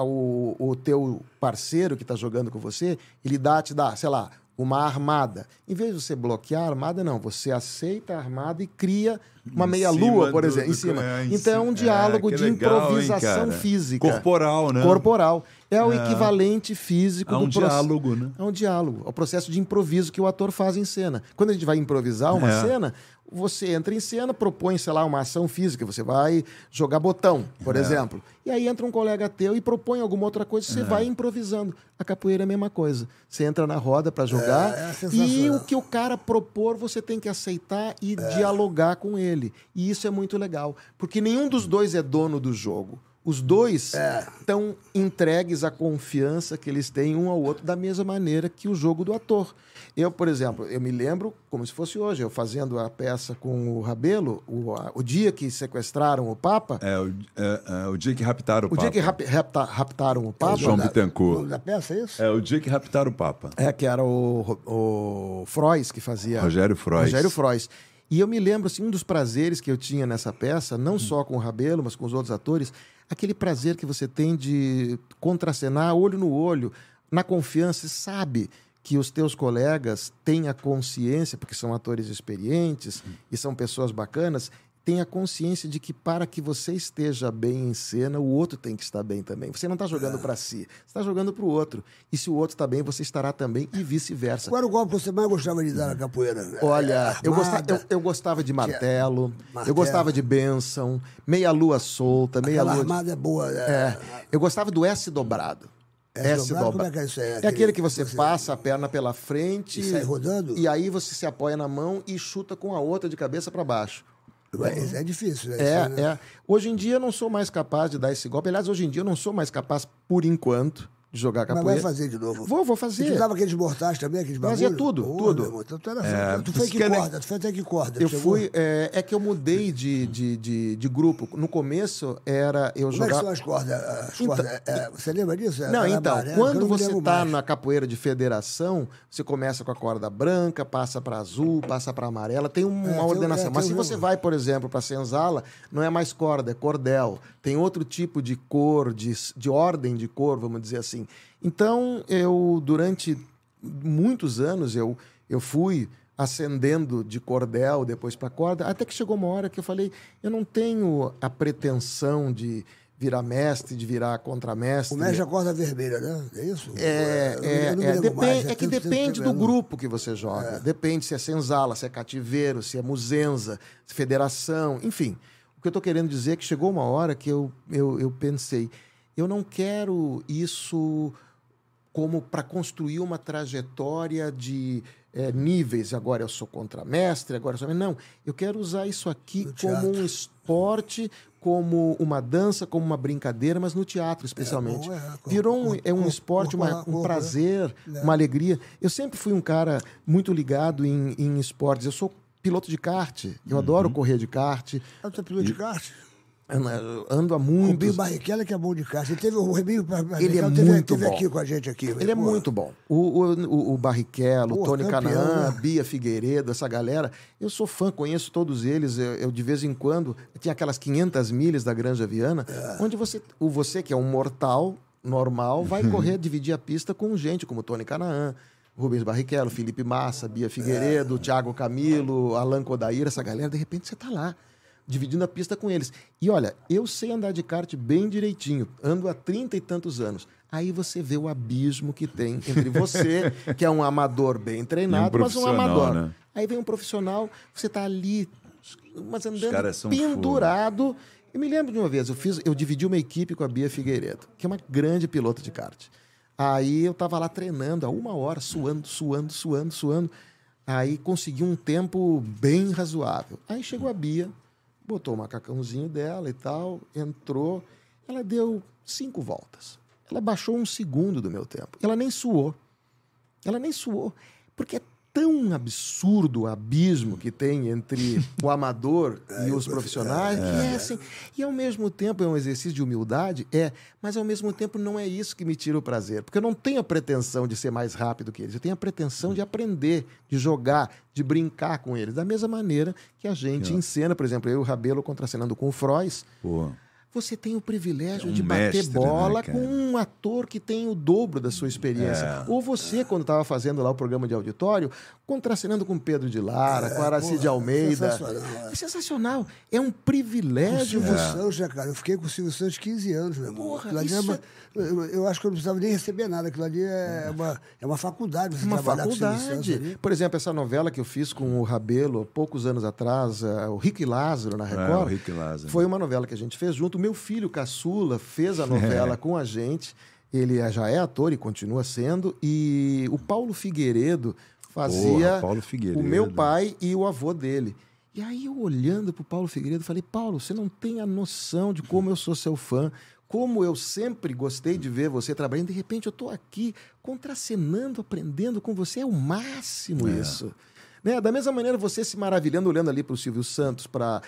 Speaker 5: o, o teu parceiro que está jogando com você, ele dá, te dá, sei lá, uma armada. Em vez de você bloquear a armada, não. Você aceita a armada e cria uma
Speaker 2: Em
Speaker 5: meia-lua,
Speaker 2: cima
Speaker 5: por
Speaker 2: do-
Speaker 5: exemplo, em
Speaker 2: do-
Speaker 5: cima.
Speaker 2: é, em
Speaker 5: então é um
Speaker 2: cima.
Speaker 5: diálogo
Speaker 2: É, que
Speaker 5: de
Speaker 2: legal, hein,
Speaker 5: improvisação
Speaker 2: cara?
Speaker 5: física.
Speaker 2: Corporal, né?
Speaker 5: Corporal. É o
Speaker 2: É.
Speaker 5: equivalente físico
Speaker 2: É um
Speaker 5: do proce-
Speaker 2: diálogo, né?
Speaker 5: É um diálogo. É o processo de improviso que o ator faz em cena. Quando a gente vai improvisar uma
Speaker 2: É.
Speaker 5: cena, você entra em cena, propõe, sei lá, uma ação física. Você vai jogar botão, por
Speaker 2: É.
Speaker 5: exemplo. E aí entra um colega teu e propõe alguma outra coisa,
Speaker 2: É.
Speaker 5: você vai improvisando. A capoeira é a mesma coisa. Você entra na roda para jogar
Speaker 4: É, é
Speaker 5: e
Speaker 4: sensacional.
Speaker 5: o que o cara propor, você tem que aceitar e dialogar com ele. E isso é muito legal, porque nenhum dos dois é dono do jogo. Os dois estão entregues à confiança que eles têm um ao outro da mesma maneira que o jogo do ator. Eu, por exemplo, eu me lembro como se fosse hoje, eu fazendo a peça com o Rabelo, o, a- o dia que sequestraram o Papa,
Speaker 2: É, o, é, é, o dia que raptaram o,
Speaker 5: o
Speaker 2: Papa. É
Speaker 5: dia que rap- rapta- raptaram o Papa,
Speaker 2: João
Speaker 4: O nome
Speaker 2: Bittencourt.
Speaker 4: da peça é isso?
Speaker 2: É o dia que raptaram o Papa.
Speaker 5: É, que era o, Ro- o Frois que fazia.
Speaker 2: Rogério Frois.
Speaker 5: Rogério Frois. E eu me lembro, assim, um dos prazeres que eu tinha nessa peça, não só com o Rabelo, mas com os outros atores, aquele prazer que você tem de contracenar olho no olho, na confiança, e sabe que os teus colegas têm a consciência, porque são atores experientes e são pessoas bacanas, têm a consciência de que para que você esteja bem em cena, o outro tem que estar bem também. Você não está jogando para si, você está jogando para o outro. E se o outro está bem, você estará também e vice-versa.
Speaker 4: Qual era o golpe que você mais gostava de dar na capoeira?
Speaker 5: Olha, eu gostava,
Speaker 4: Armada.
Speaker 5: eu, eu gostava de martelo, eu
Speaker 4: É, Martelo.
Speaker 5: gostava de bênção, meia lua solta, meia
Speaker 4: Aquela
Speaker 5: lua.
Speaker 4: armada é boa.
Speaker 5: É, eu gostava do S dobrado.
Speaker 4: S dobrado? Como é que é isso aí?
Speaker 5: É
Speaker 4: Aquele
Speaker 5: aquele que você,
Speaker 4: que você-
Speaker 5: passa a perna pela frente
Speaker 4: E sai rodando?
Speaker 5: é- e aí você se apoia na mão e chuta com a outra de cabeça para baixo.
Speaker 4: Mas É difícil, né? Isso,
Speaker 5: É,
Speaker 4: né?
Speaker 5: é. Hoje em dia eu não sou mais capaz de dar esse golpe. Aliás, hoje em dia eu não sou mais capaz, por enquanto, de jogar
Speaker 4: Mas
Speaker 5: capoeira.
Speaker 4: vai fazer de novo.
Speaker 5: Vou, vou
Speaker 4: E
Speaker 5: fazer.
Speaker 4: tu dava aqueles mortais também, aqueles bagulho?
Speaker 5: Fazia tudo,
Speaker 4: Ô,
Speaker 5: tudo. É,
Speaker 4: meu irmão, então tu, era foda. tu foi
Speaker 2: vocês
Speaker 4: que
Speaker 2: querem-
Speaker 4: corda, tu foi até que corda.
Speaker 5: Eu
Speaker 4: Chegou?
Speaker 5: fui. É, é que eu mudei de, de, de, de grupo. No começo era eu
Speaker 4: Como é que são
Speaker 5: jogava.
Speaker 4: as cordas? As
Speaker 5: Então-
Speaker 4: cordas é, você lembra disso?
Speaker 5: Não,
Speaker 4: Era
Speaker 5: então,
Speaker 4: amarelo, eu
Speaker 5: quando
Speaker 4: não me
Speaker 5: você
Speaker 4: lembro
Speaker 5: tá
Speaker 4: mais.
Speaker 5: na capoeira de federação, você começa com a corda branca, passa para azul, passa para amarela, tem uma
Speaker 4: É, tem-
Speaker 5: ordenação.
Speaker 4: é,
Speaker 5: Mas
Speaker 4: tem
Speaker 5: se
Speaker 4: um
Speaker 5: você
Speaker 4: jogo.
Speaker 5: vai, por exemplo, para senzala, não é mais corda, é cordel. Tem outro tipo de cor, de, de ordem de cor, vamos dizer assim. Então, eu, durante muitos anos, eu, eu fui ascendendo de cordel depois para corda, até que chegou uma hora que eu falei, eu não tenho a pretensão de virar mestre, de virar
Speaker 4: O
Speaker 5: contramestre.
Speaker 4: mestre é a corda vermelha, né? É isso?
Speaker 5: É,
Speaker 4: Eu não-
Speaker 5: é,
Speaker 4: eu não me
Speaker 5: é,
Speaker 4: lembro
Speaker 5: depen-
Speaker 4: mais,
Speaker 5: é
Speaker 4: já
Speaker 5: que
Speaker 4: tem- um tem-
Speaker 5: depende
Speaker 4: tem-
Speaker 5: do
Speaker 4: eu não-
Speaker 5: grupo que você joga. Depende se é senzala, se é cativeiro, se é muzenza, se é federação, enfim. O que eu estou querendo dizer é que chegou uma hora que eu, eu, eu pensei, eu não quero isso como para construir uma trajetória de eh, níveis. Agora eu sou contramestre, agora eu sou. Não, eu quero usar isso aqui como um esporte, como uma dança, como uma brincadeira, mas no teatro especialmente.
Speaker 4: bom, é, com-
Speaker 5: Virou um,
Speaker 4: com-
Speaker 5: é um
Speaker 4: com-
Speaker 5: esporte,
Speaker 4: com-
Speaker 5: uma- um
Speaker 4: com- né?
Speaker 5: prazer, uma alegria. Eu sempre fui um cara muito ligado em, em esportes. Eu sou piloto de kart, eu adoro correr de kart.
Speaker 4: Ah, tu é piloto de kart?
Speaker 5: Ando- Ando há
Speaker 4: O
Speaker 5: muito
Speaker 4: Rubinho Barrichello que é bom de kart. Ele teve o Rubinho Barrichello.
Speaker 5: Ele é
Speaker 4: teve,
Speaker 5: muito
Speaker 4: teve
Speaker 5: bom.
Speaker 4: aqui com a gente aqui.
Speaker 5: Ele é
Speaker 4: pô.
Speaker 5: muito bom. O, o, o- o Barrichello,
Speaker 4: Pô,
Speaker 5: o Tony
Speaker 4: campeão,
Speaker 5: Canaã,
Speaker 4: né?
Speaker 5: Bia Figueiredo, essa galera. Eu sou fã, conheço todos eles. Eu, eu, de vez em quando, tinha aquelas 500 milhas da Granja Viana, onde você, o você que é um mortal normal, vai correr, dividir a pista com gente como Tony Canaã. Rubens Barrichello, Felipe Massa, Bia Figueiredo, Thiago Camilo, Alan Kodair, essa galera, de repente você tá lá dividindo a pista com eles. E olha, eu sei andar de kart bem direitinho, ando há trinta e tantos anos. Aí você vê o abismo que tem entre você, que é um amador bem treinado, mas um
Speaker 2: profissional,
Speaker 5: amador.
Speaker 2: né?
Speaker 5: Aí vem um profissional, você tá ali, mas andando
Speaker 2: caras são
Speaker 5: pendurado. Eu me lembro de uma vez, eu fiz, eu dividi uma equipe com a Bia Figueiredo, que é uma grande pilota de kart. Aí eu tava lá treinando há uma hora, suando, suando, suando, suando. Aí consegui um tempo bem razoável. Aí chegou a Bia, botou o macacãozinho dela e tal, entrou. Ela deu cinco voltas. Ela baixou um segundo do meu tempo. Ela nem suou. Ela nem suou. Porque é tão absurdo o abismo que tem entre o amador e os profissionais, que é assim. E ao mesmo tempo é um exercício de humildade, é, mas ao mesmo tempo não é isso que me tira o prazer. Porque eu não tenho a pretensão de ser mais rápido que eles, eu tenho a pretensão de aprender, de jogar, de brincar com eles. Da mesma maneira que a gente encena, por exemplo, eu e o Rabelo contracenando com o Frois,
Speaker 2: Pô.
Speaker 5: você tem o privilégio
Speaker 2: É um
Speaker 5: de bater
Speaker 2: mestre, né,
Speaker 5: bola
Speaker 2: cara? É.
Speaker 5: com um ator que tem o dobro da sua experiência. Ou você, quando estava fazendo lá o programa de auditório, contracenando com Pedro de Lara, com Aracide Almeida.
Speaker 4: sensacional, é.
Speaker 5: É sensacional. É um privilégio
Speaker 2: É.
Speaker 4: Silvio
Speaker 5: você.
Speaker 4: Santos, né, cara? Eu fiquei com o Silvio Santos 15 anos, meu irmão.
Speaker 5: É. Porra,
Speaker 4: Aquilo ali é
Speaker 5: isso
Speaker 4: uma- eu, eu acho que eu não precisava nem receber nada. Aquilo ali é, uma, é uma faculdade. Você
Speaker 5: Uma
Speaker 4: trabalhar Com o Silvio Santos ali.
Speaker 5: faculdade. Por exemplo, essa novela que eu fiz com o Rabelo há poucos anos atrás, eh, o Rick Lázaro na Record.
Speaker 2: É, o Rick Lázaro.
Speaker 5: Foi uma novela que a gente fez junto. Meu filho caçula fez a
Speaker 2: É.
Speaker 5: novela com a gente. Ele é- já é ator e continua sendo. E o Paulo Figueiredo fazia
Speaker 2: Porra, Paulo Figueiredo.
Speaker 5: o meu pai e o avô dele. E aí eu olhando pro Paulo Figueiredo, falei: "Paulo, você não tem a noção de como eu sou seu fã, como eu sempre gostei de ver você trabalhando. De repente eu tô aqui contracenando, aprendendo com você, é o
Speaker 2: É.
Speaker 5: máximo isso." Né? Da mesma maneira, você se maravilhando, olhando ali para o Silvio Santos, para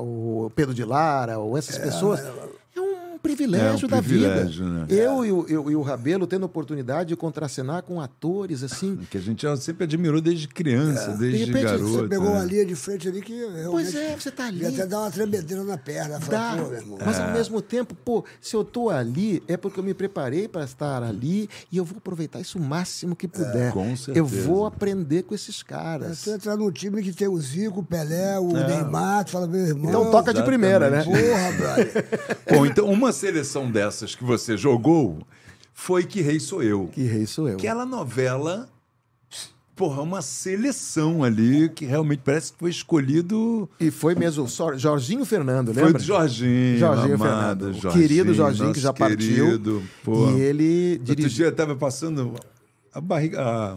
Speaker 5: o Pedro de Lara, ou essas pessoas. É um privilégio
Speaker 2: né? É um
Speaker 5: da
Speaker 2: privilégio,
Speaker 5: vida.
Speaker 2: né?
Speaker 5: Eu, e o, eu e o Rabelo tendo a oportunidade de contracenar com atores, assim,
Speaker 2: Que a gente é, sempre admirou desde criança, desde
Speaker 5: É, De repente, você
Speaker 2: garoto.
Speaker 4: Você pegou
Speaker 2: né?
Speaker 4: uma linha de frente ali que realmente...
Speaker 5: Pois é, você tá ali.
Speaker 4: E até dá uma tremedeira na perna.
Speaker 5: Dá,
Speaker 4: Fala, pô, meu irmão.
Speaker 5: mas
Speaker 2: É.
Speaker 5: ao mesmo tempo, pô, se eu tô ali, é porque eu me preparei para estar ali e eu vou aproveitar isso o máximo que puder.
Speaker 2: com
Speaker 5: Eu
Speaker 2: certeza.
Speaker 5: vou aprender com esses
Speaker 4: É
Speaker 5: caras.
Speaker 4: tu entrar num time que tem o Zico, o Pelé, o Neymar, tu fala, meu irmão...
Speaker 5: Então toca de primeira, né?
Speaker 4: Porra, brother.
Speaker 2: Bom, então uma seleção dessas que você jogou foi Que Rei Sou Eu.
Speaker 5: Que
Speaker 4: é
Speaker 5: rei sou eu.
Speaker 2: Aquela novela, porra, uma seleção ali que realmente parece que foi escolhido.
Speaker 5: E foi mesmo o Sor- Jorginho Fernando, lembra?
Speaker 2: Foi do Jorginho.
Speaker 5: Jorginho
Speaker 2: amado,
Speaker 5: Fernando. O
Speaker 2: Jorginho,
Speaker 5: querido Jorginho
Speaker 2: nosso
Speaker 5: que já partiu.
Speaker 2: querido, pô.
Speaker 5: E ele
Speaker 2: Outro
Speaker 5: dirigiu.
Speaker 2: dia eu tava passando a barriga. A,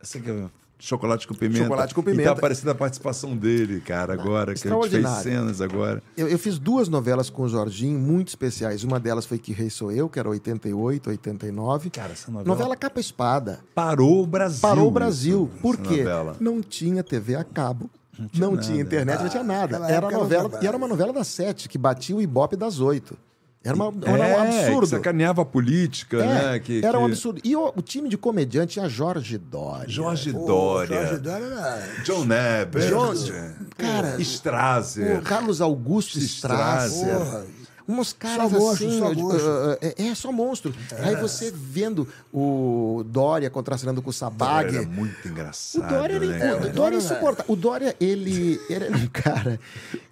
Speaker 2: essa que é chocolate com pimenta.
Speaker 5: Chocolate com
Speaker 2: E tá
Speaker 5: pimenta.
Speaker 2: aparecendo a participação dele, cara, agora, que a gente fez
Speaker 5: Extraordinário.
Speaker 2: cenas agora.
Speaker 5: Eu, eu fiz duas novelas com o Jorginho muito especiais. Uma delas foi Que Rei Sou Eu, que era 88, 89.
Speaker 2: Cara, essa novela-
Speaker 5: Novela capa espada.
Speaker 2: Parou o Brasil.
Speaker 5: Parou o Brasil.
Speaker 2: isso,
Speaker 5: Por
Speaker 2: essa
Speaker 5: quê?
Speaker 2: novela.
Speaker 5: Não tinha TV a cabo. Não tinha, internet, não tinha nada.
Speaker 4: naquela
Speaker 5: Era
Speaker 4: época
Speaker 5: novela,
Speaker 4: não dava.
Speaker 5: e era uma novela das sete, que batia o Ibope das oito. Era, uma, era
Speaker 2: É,
Speaker 5: um
Speaker 2: Que
Speaker 5: absurdo.
Speaker 2: sacaneava a política,
Speaker 5: É,
Speaker 2: né? Que,
Speaker 5: era um
Speaker 2: que-
Speaker 5: absurdo. E o, o time de comediante tinha Jorge Dória.
Speaker 2: Jorge
Speaker 4: Pô,
Speaker 2: Dória.
Speaker 4: Jorge Dória era...
Speaker 2: John Neber.
Speaker 5: Jorge- Cara,
Speaker 2: Strazer.
Speaker 5: o Carlos Augusto
Speaker 2: Strasser.
Speaker 5: Strasser.
Speaker 4: Porra.
Speaker 5: Umas caras
Speaker 4: monstro,
Speaker 5: assim,
Speaker 4: só
Speaker 5: eu digo,
Speaker 4: monstro.
Speaker 5: ah, ah, é, é só monstro. Aí você vendo o Dória contracenando com o Sabag,
Speaker 2: Era muito
Speaker 5: O
Speaker 2: engraçado.
Speaker 5: Dória era,
Speaker 2: né,
Speaker 5: inco-
Speaker 2: cara?
Speaker 5: o Dória é insuportável. O Dória, ele ele era um cara.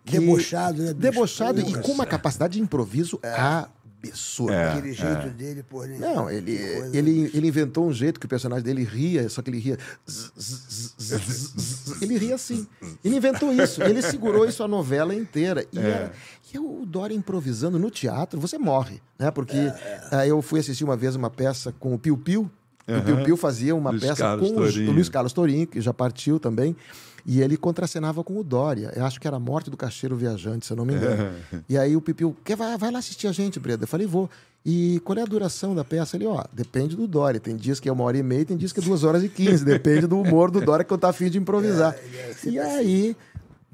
Speaker 5: que-
Speaker 4: Debochado, né, É. bicho?
Speaker 5: Debochado e
Speaker 4: Porra,
Speaker 5: com uma capacidade de improviso absurda.
Speaker 4: Aquele jeito dele, porra. né?
Speaker 5: Não, ele,
Speaker 4: É. Que coisa.
Speaker 5: ele, ele inventou um jeito que o personagem dele ria, só que ele ria. zzz, zzz, zzz, zzz, zzz. Ele ria assim. Ele inventou isso. Ele segurou isso a novela inteira.
Speaker 4: É.
Speaker 5: E, era- e é o Dória improvisando no teatro, você morre, né? Porque
Speaker 4: É.
Speaker 5: ah, eu fui assistir uma vez uma peça com o Piu Piu. O Piu Piu fazia uma
Speaker 2: Luiz
Speaker 5: peça
Speaker 2: Carlos
Speaker 5: com o Ju-
Speaker 2: Torinho.
Speaker 5: o Luiz Carlos Torinho, que já partiu também. E ele contracenava com o Dória. Eu acho que era a morte do cacheiro viajante, se eu não me engano.
Speaker 2: É.
Speaker 5: E aí o Pipiu, quer vai, vai lá assistir a gente, Breda? Eu falei, vou. E qual é a duração da peça? Ele, ó, depende do Dória. Tem dias que é uma hora e meia, tem dias que é duas horas e quinze. Depende do humor do Dória que eu tá afim de improvisar. E aí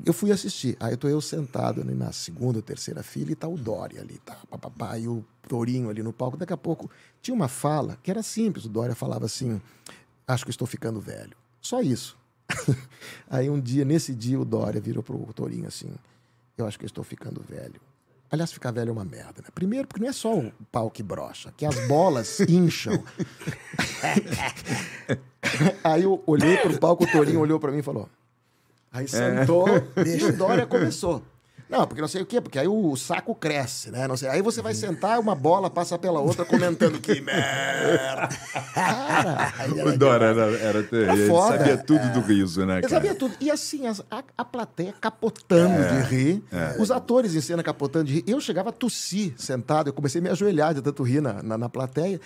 Speaker 5: eu fui assistir. Aí eu tô eu sentado ali na segunda ou terceira fila e tá o Dória ali, tá? Papapá, e o Tourinho ali no palco. Daqui a pouco tinha uma fala que era simples. O Dória falava assim: acho que estou ficando velho. Só isso. Aí um dia, nesse dia, o Dória virou pro Tourinho assim: Eu acho que eu estou ficando velho. Aliás, ficar velho é uma merda, né? Primeiro, porque não é só o pau que brocha, que as bolas incham. Aí eu olhei pro palco, o Tourinho olhou pra mim e falou:
Speaker 2: É.
Speaker 5: Aí sentou e o Dória começou. Não, porque não sei o quê, porque aí o saco cresce, né? Não sei. Aí você vai sentar, uma bola passa pela outra comentando que merda. Cara, aí
Speaker 2: O Dória era, era terrível. Ele
Speaker 5: foda.
Speaker 2: sabia tudo do riso, né,
Speaker 5: eu
Speaker 2: cara?
Speaker 5: sabia tudo. E assim, as- a, a plateia capotando de rir, os atores em cena capotando de rir. Eu chegava a tossir sentado, eu comecei a me ajoelhar de tanto rir na, na, na plateia.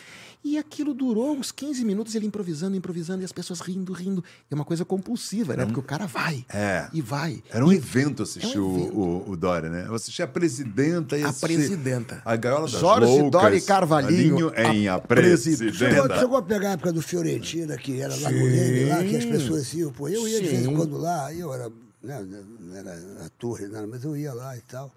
Speaker 5: E aquilo durou uns 15 minutos, ele improvisando, improvisando, e as pessoas rindo, rindo. É uma coisa compulsiva, né? Porque o cara vai.
Speaker 2: É.
Speaker 5: E vai.
Speaker 2: Era um evento assistir
Speaker 5: É um
Speaker 2: o- O, o o Dória, né? Você tinha a presidenta e
Speaker 5: A
Speaker 2: esse-
Speaker 5: presidenta.
Speaker 2: A gaiola das
Speaker 5: Jorge
Speaker 2: loucas,
Speaker 5: Dória e Carvalhinho,
Speaker 2: Carvalhinho em
Speaker 5: a
Speaker 2: a
Speaker 4: Chegou,
Speaker 2: presidenta.
Speaker 4: chegou a pegar a época do Fiorentina, que era lá goleiro, lá que as pessoas iam, pô. Eu ia de vez em quando lá, eu era, né, não era a torre, não, mas eu ia lá e tal.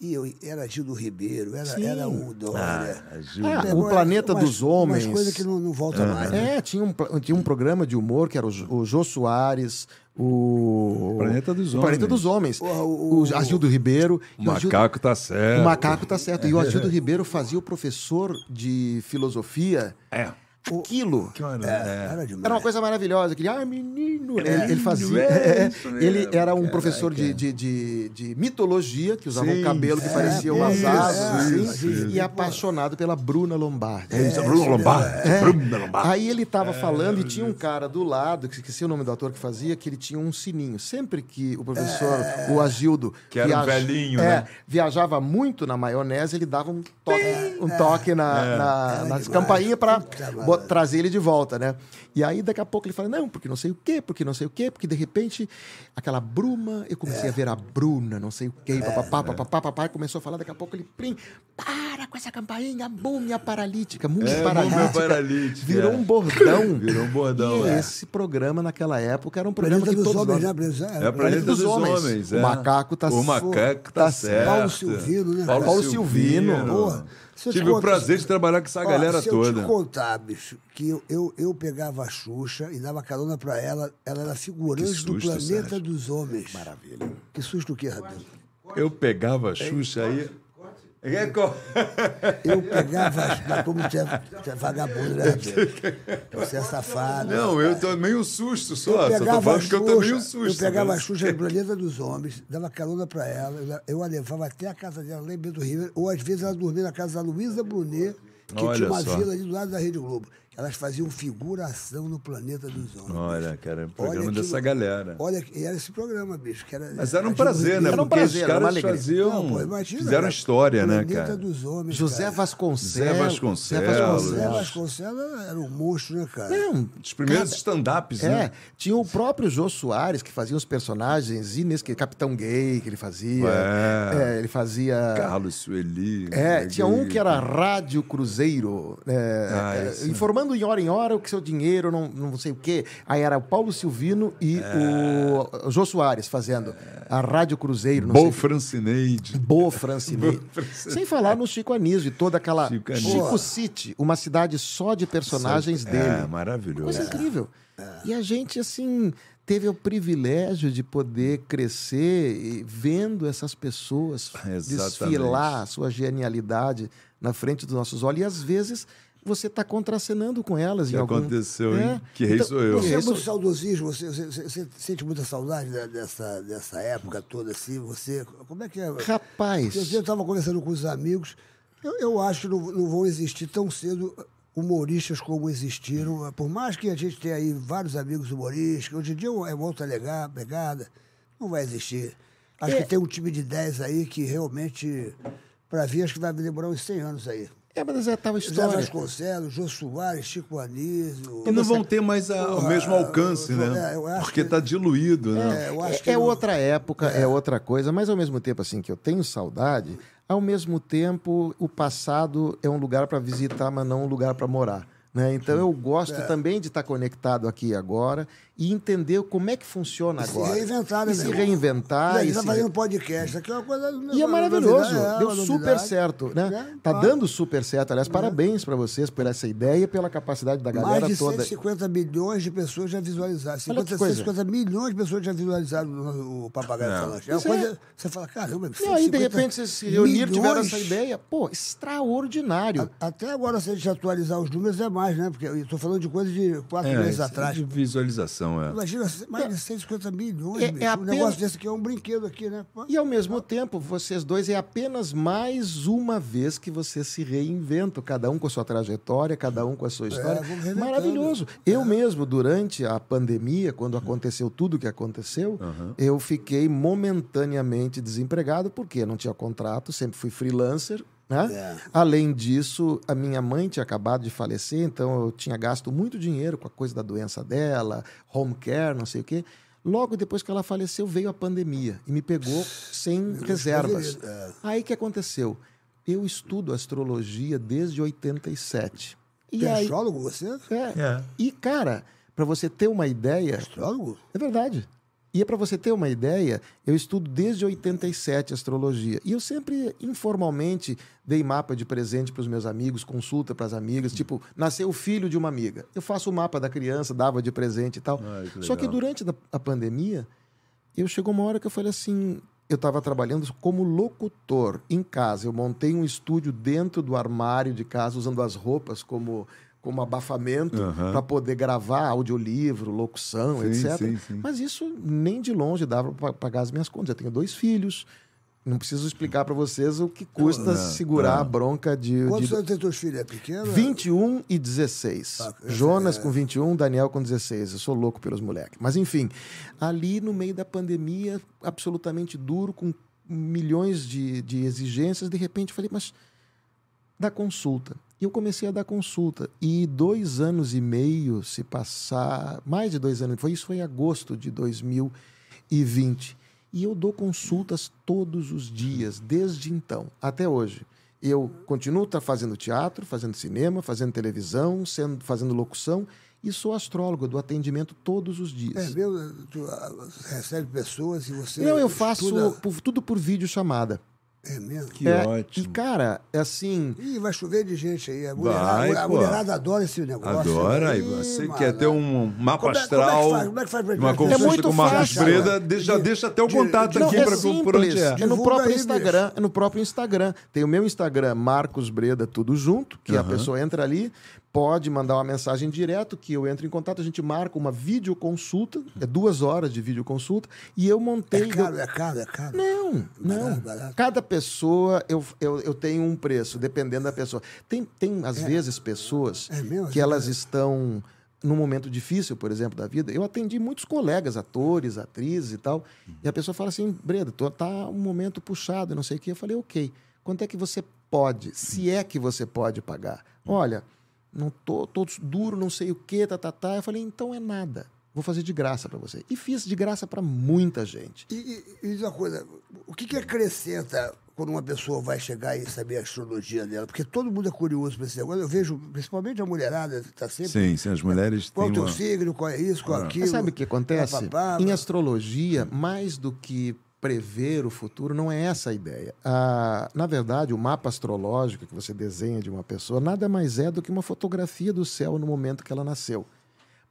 Speaker 4: E eu era Gildo Ribeiro, era, era o Dória.
Speaker 5: Ah,
Speaker 4: Pegou é,
Speaker 5: o Planeta
Speaker 4: umas-
Speaker 5: dos Homens.
Speaker 4: Umas coisas que não, não voltam mais. né?
Speaker 5: É, tinha um, pla- tinha um programa de humor que era o, Jo- o Jô Soares, o.
Speaker 2: Planeta dos
Speaker 5: O Planeta
Speaker 2: Homens.
Speaker 5: dos Homens.
Speaker 4: Porra, o-
Speaker 5: O, Agildo Ribeiro.
Speaker 2: O
Speaker 5: e o Agildo-
Speaker 2: macaco tá certo.
Speaker 5: O macaco tá certo.
Speaker 2: É.
Speaker 5: E o Agildo Ribeiro fazia o professor de filosofia.
Speaker 2: É.
Speaker 5: Aquilo.
Speaker 2: Cara, é.
Speaker 4: Era demais.
Speaker 5: Era uma coisa maravilhosa. Aquele, ai, menino. né? ele fazia.
Speaker 2: é isso mesmo,
Speaker 5: ele era um
Speaker 2: caraca.
Speaker 5: professor de, de, de, de mitologia, que usava
Speaker 2: Sim,
Speaker 5: um cabelo que
Speaker 2: é,
Speaker 5: parecia umas
Speaker 2: isso,
Speaker 5: asas. assim,
Speaker 2: isso,
Speaker 5: e apaixonado pela Bruna Lombardi.
Speaker 2: É, Bruno Lombardi. Bruno Lombardi.
Speaker 5: Aí ele
Speaker 2: É,
Speaker 5: tava falando e tinha um cara do lado, que esqueci o nome do ator que fazia, que ele tinha um sininho. Sempre que o professor, o Agildo,
Speaker 2: É.
Speaker 5: é,
Speaker 2: Que era um velhinho, né?
Speaker 5: viajava muito na maionese, ele dava um toque, um toque
Speaker 2: É.
Speaker 5: na, na, nas campainhas pra bo- trazer ele de volta, né? E aí daqui a pouco ele fala, não, porque não sei o quê, porque não sei o quê, porque de repente aquela bruma, eu
Speaker 2: É.
Speaker 5: comecei a ver a Bruna, não sei o quê,
Speaker 2: né?
Speaker 5: papapá, papapá, papapá, e começou a falar, daqui a pouco ele, plim, para com essa campainha, múmia paralítica, múmia
Speaker 2: É,
Speaker 5: paralítica.
Speaker 2: múmia paralítica,
Speaker 5: Virou
Speaker 2: é.
Speaker 5: um bordão.
Speaker 2: Virou um bordão,
Speaker 5: E
Speaker 2: é.
Speaker 5: esse programa naquela época era um programa
Speaker 4: Planeta
Speaker 5: que
Speaker 4: dos
Speaker 5: todos
Speaker 4: Homens,
Speaker 5: nós...
Speaker 4: né? Planeta-
Speaker 2: É o planeta dos, homens.
Speaker 5: O
Speaker 2: é.
Speaker 5: macaco tá
Speaker 2: O macaco tá
Speaker 5: tá
Speaker 2: certo.
Speaker 4: Paulo Silvino, né?
Speaker 2: Paulo,
Speaker 5: Paulo
Speaker 2: Silvino.
Speaker 5: Silvino.
Speaker 4: Boa. Se eu te
Speaker 2: Tive o
Speaker 4: contar-
Speaker 2: prazer de trabalhar com essa
Speaker 4: Ó,
Speaker 2: galera
Speaker 4: se
Speaker 2: toda.
Speaker 4: eu te contar, bicho, que eu, eu, eu pegava a Xuxa e dava carona pra ela, ela era figurante
Speaker 2: Que
Speaker 4: do
Speaker 2: susto,
Speaker 4: Planeta
Speaker 2: Sérgio.
Speaker 4: dos Homens. Maravilha. Que é, susto o quê, Rabelo?
Speaker 2: Eu pegava a Xuxa aí. É, co-
Speaker 4: Eu pegava as... Mas como você é, você é vagabundo, né, Rabelo? Você é safado.
Speaker 2: Não, eu tomei um susto só.
Speaker 4: Eu
Speaker 2: Só tô
Speaker 4: pegava a
Speaker 2: falando que eu tomei um
Speaker 4: Xuxa, eu
Speaker 2: susto.
Speaker 4: pegava a
Speaker 2: né?
Speaker 4: Xuxa no Planeta dos Homens, dava carona pra ela, eu la- eu a levava até a casa dela, lá em Bento Ribeiro, ou às vezes ela dormia na casa da Luísa Brunet, que
Speaker 2: Olha
Speaker 4: tinha uma
Speaker 2: só.
Speaker 4: vila ali do lado da Rede Globo. Elas faziam figuração no Planeta dos Homens.
Speaker 2: Olha, cara, é um
Speaker 4: Olha
Speaker 2: programa
Speaker 4: que-
Speaker 2: dessa galera.
Speaker 4: Olha, que- era esse programa, bicho. Que era,
Speaker 2: Mas era um
Speaker 4: Gildo
Speaker 2: prazer, né?
Speaker 4: Ribeiro.
Speaker 5: Era um
Speaker 2: Porque os
Speaker 5: prazer, era uma
Speaker 2: caras
Speaker 5: alegria.
Speaker 2: faziam.
Speaker 4: Não, pô, imagina,
Speaker 2: fizeram
Speaker 4: cara,
Speaker 2: história, né,
Speaker 4: Planeta
Speaker 2: cara?
Speaker 4: dos Homens.
Speaker 5: José
Speaker 4: cara.
Speaker 5: Vasconcelos.
Speaker 2: Zé Vasconcelos.
Speaker 5: Zé
Speaker 4: José
Speaker 5: Vasconcelos.
Speaker 4: Vasconcelos era um monstro, né, cara?
Speaker 5: Não,
Speaker 2: Os primeiros
Speaker 5: cada-
Speaker 2: stand-ups,
Speaker 5: É,
Speaker 2: né?
Speaker 5: tinha o próprio Jô Soares que fazia os personagens inesquecíveis. Capitão Gay que ele fazia.
Speaker 2: É.
Speaker 5: É, ele fazia.
Speaker 2: Carlos Sueli.
Speaker 5: É,
Speaker 2: né,
Speaker 5: tinha um que era Rádio Cruzeiro, é,
Speaker 2: Ah,
Speaker 5: é,
Speaker 2: isso.
Speaker 5: informando em hora em hora o que seu dinheiro, não, não sei o quê. Aí era o Paulo Silvino e
Speaker 2: É.
Speaker 5: o Jô Soares fazendo a Rádio Cruzeiro. Não
Speaker 2: Bo
Speaker 5: sei,
Speaker 2: Francineide.
Speaker 5: Bo Francinei. Sem falar no Chico Anísio e toda aquela
Speaker 2: Chico
Speaker 5: Chico,
Speaker 2: Anísio.
Speaker 5: City, uma cidade só de personagens dele.
Speaker 2: É, maravilhoso.
Speaker 5: Coisa incrível. E a gente, assim, teve o privilégio de poder crescer e vendo essas pessoas
Speaker 2: Exatamente.
Speaker 5: desfilar a sua genialidade na frente dos nossos olhos. E às vezes você está contracenando com elas.
Speaker 2: Que
Speaker 5: em algum... Então,
Speaker 2: aconteceu, hein? Que rei sou eu.
Speaker 5: que
Speaker 4: Você é
Speaker 5: rei sou-
Speaker 4: muito saudosismo, você, você- você- você sente muita saudade da- dessa, dessa época toda, assim, você... Como é que é?
Speaker 5: Rapaz,
Speaker 4: Eu estava conversando com os amigos, eu, eu acho que não, não vão existir tão cedo humoristas como existiram, por mais que a gente tenha aí vários amigos humorísticos, hoje em dia é uma outra legal, pegada, não vai existir. Acho que tem um time de 10 aí que realmente, para ver, acho que vai demorar uns 100 anos aí.
Speaker 5: é, mas é tal
Speaker 4: Zé
Speaker 5: história.
Speaker 4: Vasconcelos, Jô Soares, Chico Anísio...
Speaker 2: E não vão ter mais a- o mesmo alcance,
Speaker 4: eu-
Speaker 2: né?
Speaker 4: é, eu acho
Speaker 2: Porque
Speaker 4: que-
Speaker 2: tá diluído, né?
Speaker 4: É, eu acho
Speaker 5: É-
Speaker 4: que
Speaker 5: é
Speaker 4: não-
Speaker 5: outra época, é. outra coisa, mas ao mesmo tempo assim que eu tenho saudade, ao mesmo tempo o passado é um lugar para visitar, mas não um lugar para morar. Né? Então eu
Speaker 4: É.
Speaker 5: gosto também de estar conectado aqui e agora e entender como é que funciona
Speaker 4: se
Speaker 5: agora.
Speaker 4: reinventar, né,
Speaker 5: E se
Speaker 4: meu irmão?
Speaker 5: reinventar.
Speaker 4: e aí
Speaker 5: e
Speaker 4: tá
Speaker 5: se-
Speaker 4: fazendo podcast, aqui é uma coisa...
Speaker 5: Ah, e é
Speaker 4: uma
Speaker 5: maravilhoso,
Speaker 4: novidade, é
Speaker 5: deu
Speaker 4: uma
Speaker 5: super
Speaker 4: novidade.
Speaker 5: certo, né?
Speaker 4: Né?
Speaker 5: Tá
Speaker 4: Claro. É.
Speaker 5: dando super certo, aliás, parabéns para vocês por essa ideia e pela capacidade da galera
Speaker 4: Mais de
Speaker 5: toda.
Speaker 4: 150 milhões de pessoas já visualizaram.
Speaker 5: Olha que
Speaker 4: 50,
Speaker 5: coisa.
Speaker 4: 150 milhões de pessoas já visualizaram o, o Papagaio Falante. É uma
Speaker 5: Isso é.
Speaker 4: coisa. Você fala, caramba,
Speaker 5: E aí,
Speaker 4: 150
Speaker 5: de repente, vocês se reuniram, tiveram
Speaker 4: milhões?
Speaker 5: essa ideia. Pô, extraordinário.
Speaker 4: A- Até agora, se a gente atualizar os números, é mais, né? Porque eu estou falando de coisa de quatro meses
Speaker 2: isso é
Speaker 4: atrás.
Speaker 2: de visualização, é.
Speaker 4: Imagina, mais de 150 milhões,
Speaker 5: É- é
Speaker 4: bicho. Um
Speaker 5: apenas-
Speaker 4: negócio desse aqui é um brinquedo aqui, né? Pô.
Speaker 5: E ao mesmo tempo, vocês dois é apenas mais uma vez que vocês se reinventam, cada um com a sua trajetória, cada um com a sua história.
Speaker 4: vamos reinventando.
Speaker 5: Maravilhoso. Eu mesmo, durante a pandemia, quando aconteceu tudo o que aconteceu, eu fiquei momentaneamente desempregado, porque não tinha contrato, sempre fui freelancer. Né?
Speaker 4: É.
Speaker 5: Além disso, a minha mãe tinha acabado de falecer, então eu tinha gasto muito dinheiro com a coisa da doença dela, home care, não sei o quê. Logo depois que ela faleceu, veio a pandemia e me pegou sem reservas.
Speaker 4: é,
Speaker 5: Aí que aconteceu? Eu estudo astrologia desde 87. E
Speaker 4: Tem
Speaker 5: aí,
Speaker 4: astrólogo você?
Speaker 5: é.
Speaker 2: É.
Speaker 5: E, cara, para você ter uma ideia,
Speaker 4: Astrólogo?
Speaker 5: é verdade. E é para você ter uma ideia, eu estudo desde 87 astrologia. E eu sempre, informalmente, dei mapa de presente para os meus amigos, consulta para as amigas.
Speaker 2: Hum.
Speaker 5: Tipo, nasceu o filho de uma amiga. Eu faço o mapa da criança, dava de presente e tal.
Speaker 2: Ai, que
Speaker 5: Só que
Speaker 2: legal.
Speaker 5: durante da- a pandemia, eu chegou uma hora que eu falei assim, eu estava trabalhando como locutor em casa. Eu montei um estúdio dentro do armário de casa, usando as roupas como como abafamento
Speaker 2: Aham.
Speaker 5: para poder gravar audiolivro, locução,
Speaker 2: Sim,
Speaker 5: etc.
Speaker 2: sim, sim.
Speaker 5: Mas isso nem de longe dava para pagar as minhas contas. Eu tenho dois filhos. Não preciso explicar para vocês o que custa segurar a bronca de,
Speaker 4: Quantos
Speaker 5: de
Speaker 4: anos tem teus filhos? É pequeno?
Speaker 5: 21 e 16. Jonas com 21, Daniel com 16. Eu sou louco pelos moleques. Mas enfim, ali no meio da pandemia, absolutamente duro, com milhões de, de exigências, de repente eu falei, mas dá consulta. E eu comecei a dar consulta. E dois anos e meio se passar, mais de dois anos, foi isso foi em agosto de 2020. E eu dou consultas todos os dias, desde então, até hoje. Eu continuo tá fazendo teatro, fazendo cinema, fazendo televisão, sendo, fazendo locução e sou astrólogo, eu dou atendimento todos os
Speaker 4: É
Speaker 5: dias.
Speaker 4: mesmo? Tu ah, recebe pessoas e você.
Speaker 5: Não, eu faço
Speaker 4: estuda-
Speaker 5: por- tudo por videochamada.
Speaker 4: É mesmo?
Speaker 2: Que
Speaker 5: É,
Speaker 2: ótimo.
Speaker 5: E, cara, é assim,
Speaker 4: Ih, vai chover de gente aí. A mulherada,
Speaker 2: Vai,
Speaker 4: a
Speaker 2: pô.
Speaker 4: mulherada adora esse negócio. né?
Speaker 2: Adora,
Speaker 4: Ih,
Speaker 2: e você
Speaker 4: malandro.
Speaker 2: quer ter um mapa
Speaker 4: Como é- como é que
Speaker 2: astral,
Speaker 4: faz? Como é que faz pra-
Speaker 2: uma
Speaker 4: É
Speaker 2: consulta
Speaker 5: muito
Speaker 2: com o Marcos
Speaker 5: fácil,
Speaker 2: Freda,
Speaker 4: né?
Speaker 2: de- já
Speaker 4: De-
Speaker 2: deixa até o
Speaker 4: de-
Speaker 2: contato
Speaker 5: Não,
Speaker 2: aqui
Speaker 5: é
Speaker 2: pra, por onde
Speaker 5: simples.
Speaker 2: é.
Speaker 5: no
Speaker 4: Divulga
Speaker 5: próprio
Speaker 4: aí,
Speaker 5: Instagram. É no próprio Instagram. Tem o meu Instagram, Marcos Breda, tudo junto, que a pessoa entra ali, pode mandar uma mensagem direto, que eu entro em contato, a gente marca uma videoconsulta, é duas horas de videoconsulta, e eu montei.
Speaker 4: É caro, é caro, é caro.
Speaker 5: Não, não.
Speaker 4: Barato, barato.
Speaker 5: Cada pessoa, eu, eu, eu tenho um preço, dependendo da pessoa. Tem, tem às vezes, pessoas
Speaker 4: É mesmo?
Speaker 5: que elas estão num momento difícil, por exemplo, da vida. Eu atendi muitos colegas, atores, atrizes e tal, e a pessoa fala assim, Breda, tô, tá um momento puxado, não sei o quê. Eu falei, ok, quanto é que você pode, se é que você pode pagar? Olha, não tô, tô duro, não sei o quê, tá, tá, tá. Eu falei, então é nada. Vou fazer de graça para você. E fiz de graça para muita gente.
Speaker 4: E, e- e diz uma coisa, o que, que acrescenta quando uma pessoa vai chegar e saber a astrologia dela? Porque todo mundo é curioso pra esse negócio. Eu vejo, principalmente a mulherada, que tá sempre.
Speaker 2: Sim, sim, as mulheres
Speaker 4: Qual
Speaker 2: têm
Speaker 4: o teu
Speaker 2: uma... Ah.
Speaker 4: signo, qual é isso, qual é aquilo.
Speaker 5: Mas sabe o que acontece?
Speaker 4: papapá,
Speaker 5: Em
Speaker 4: blá.
Speaker 5: astrologia, mais do que prever o futuro, não é essa a ideia. Ah, na verdade, o mapa astrológico que você desenha de uma pessoa nada mais é do que uma fotografia do céu no momento que ela nasceu.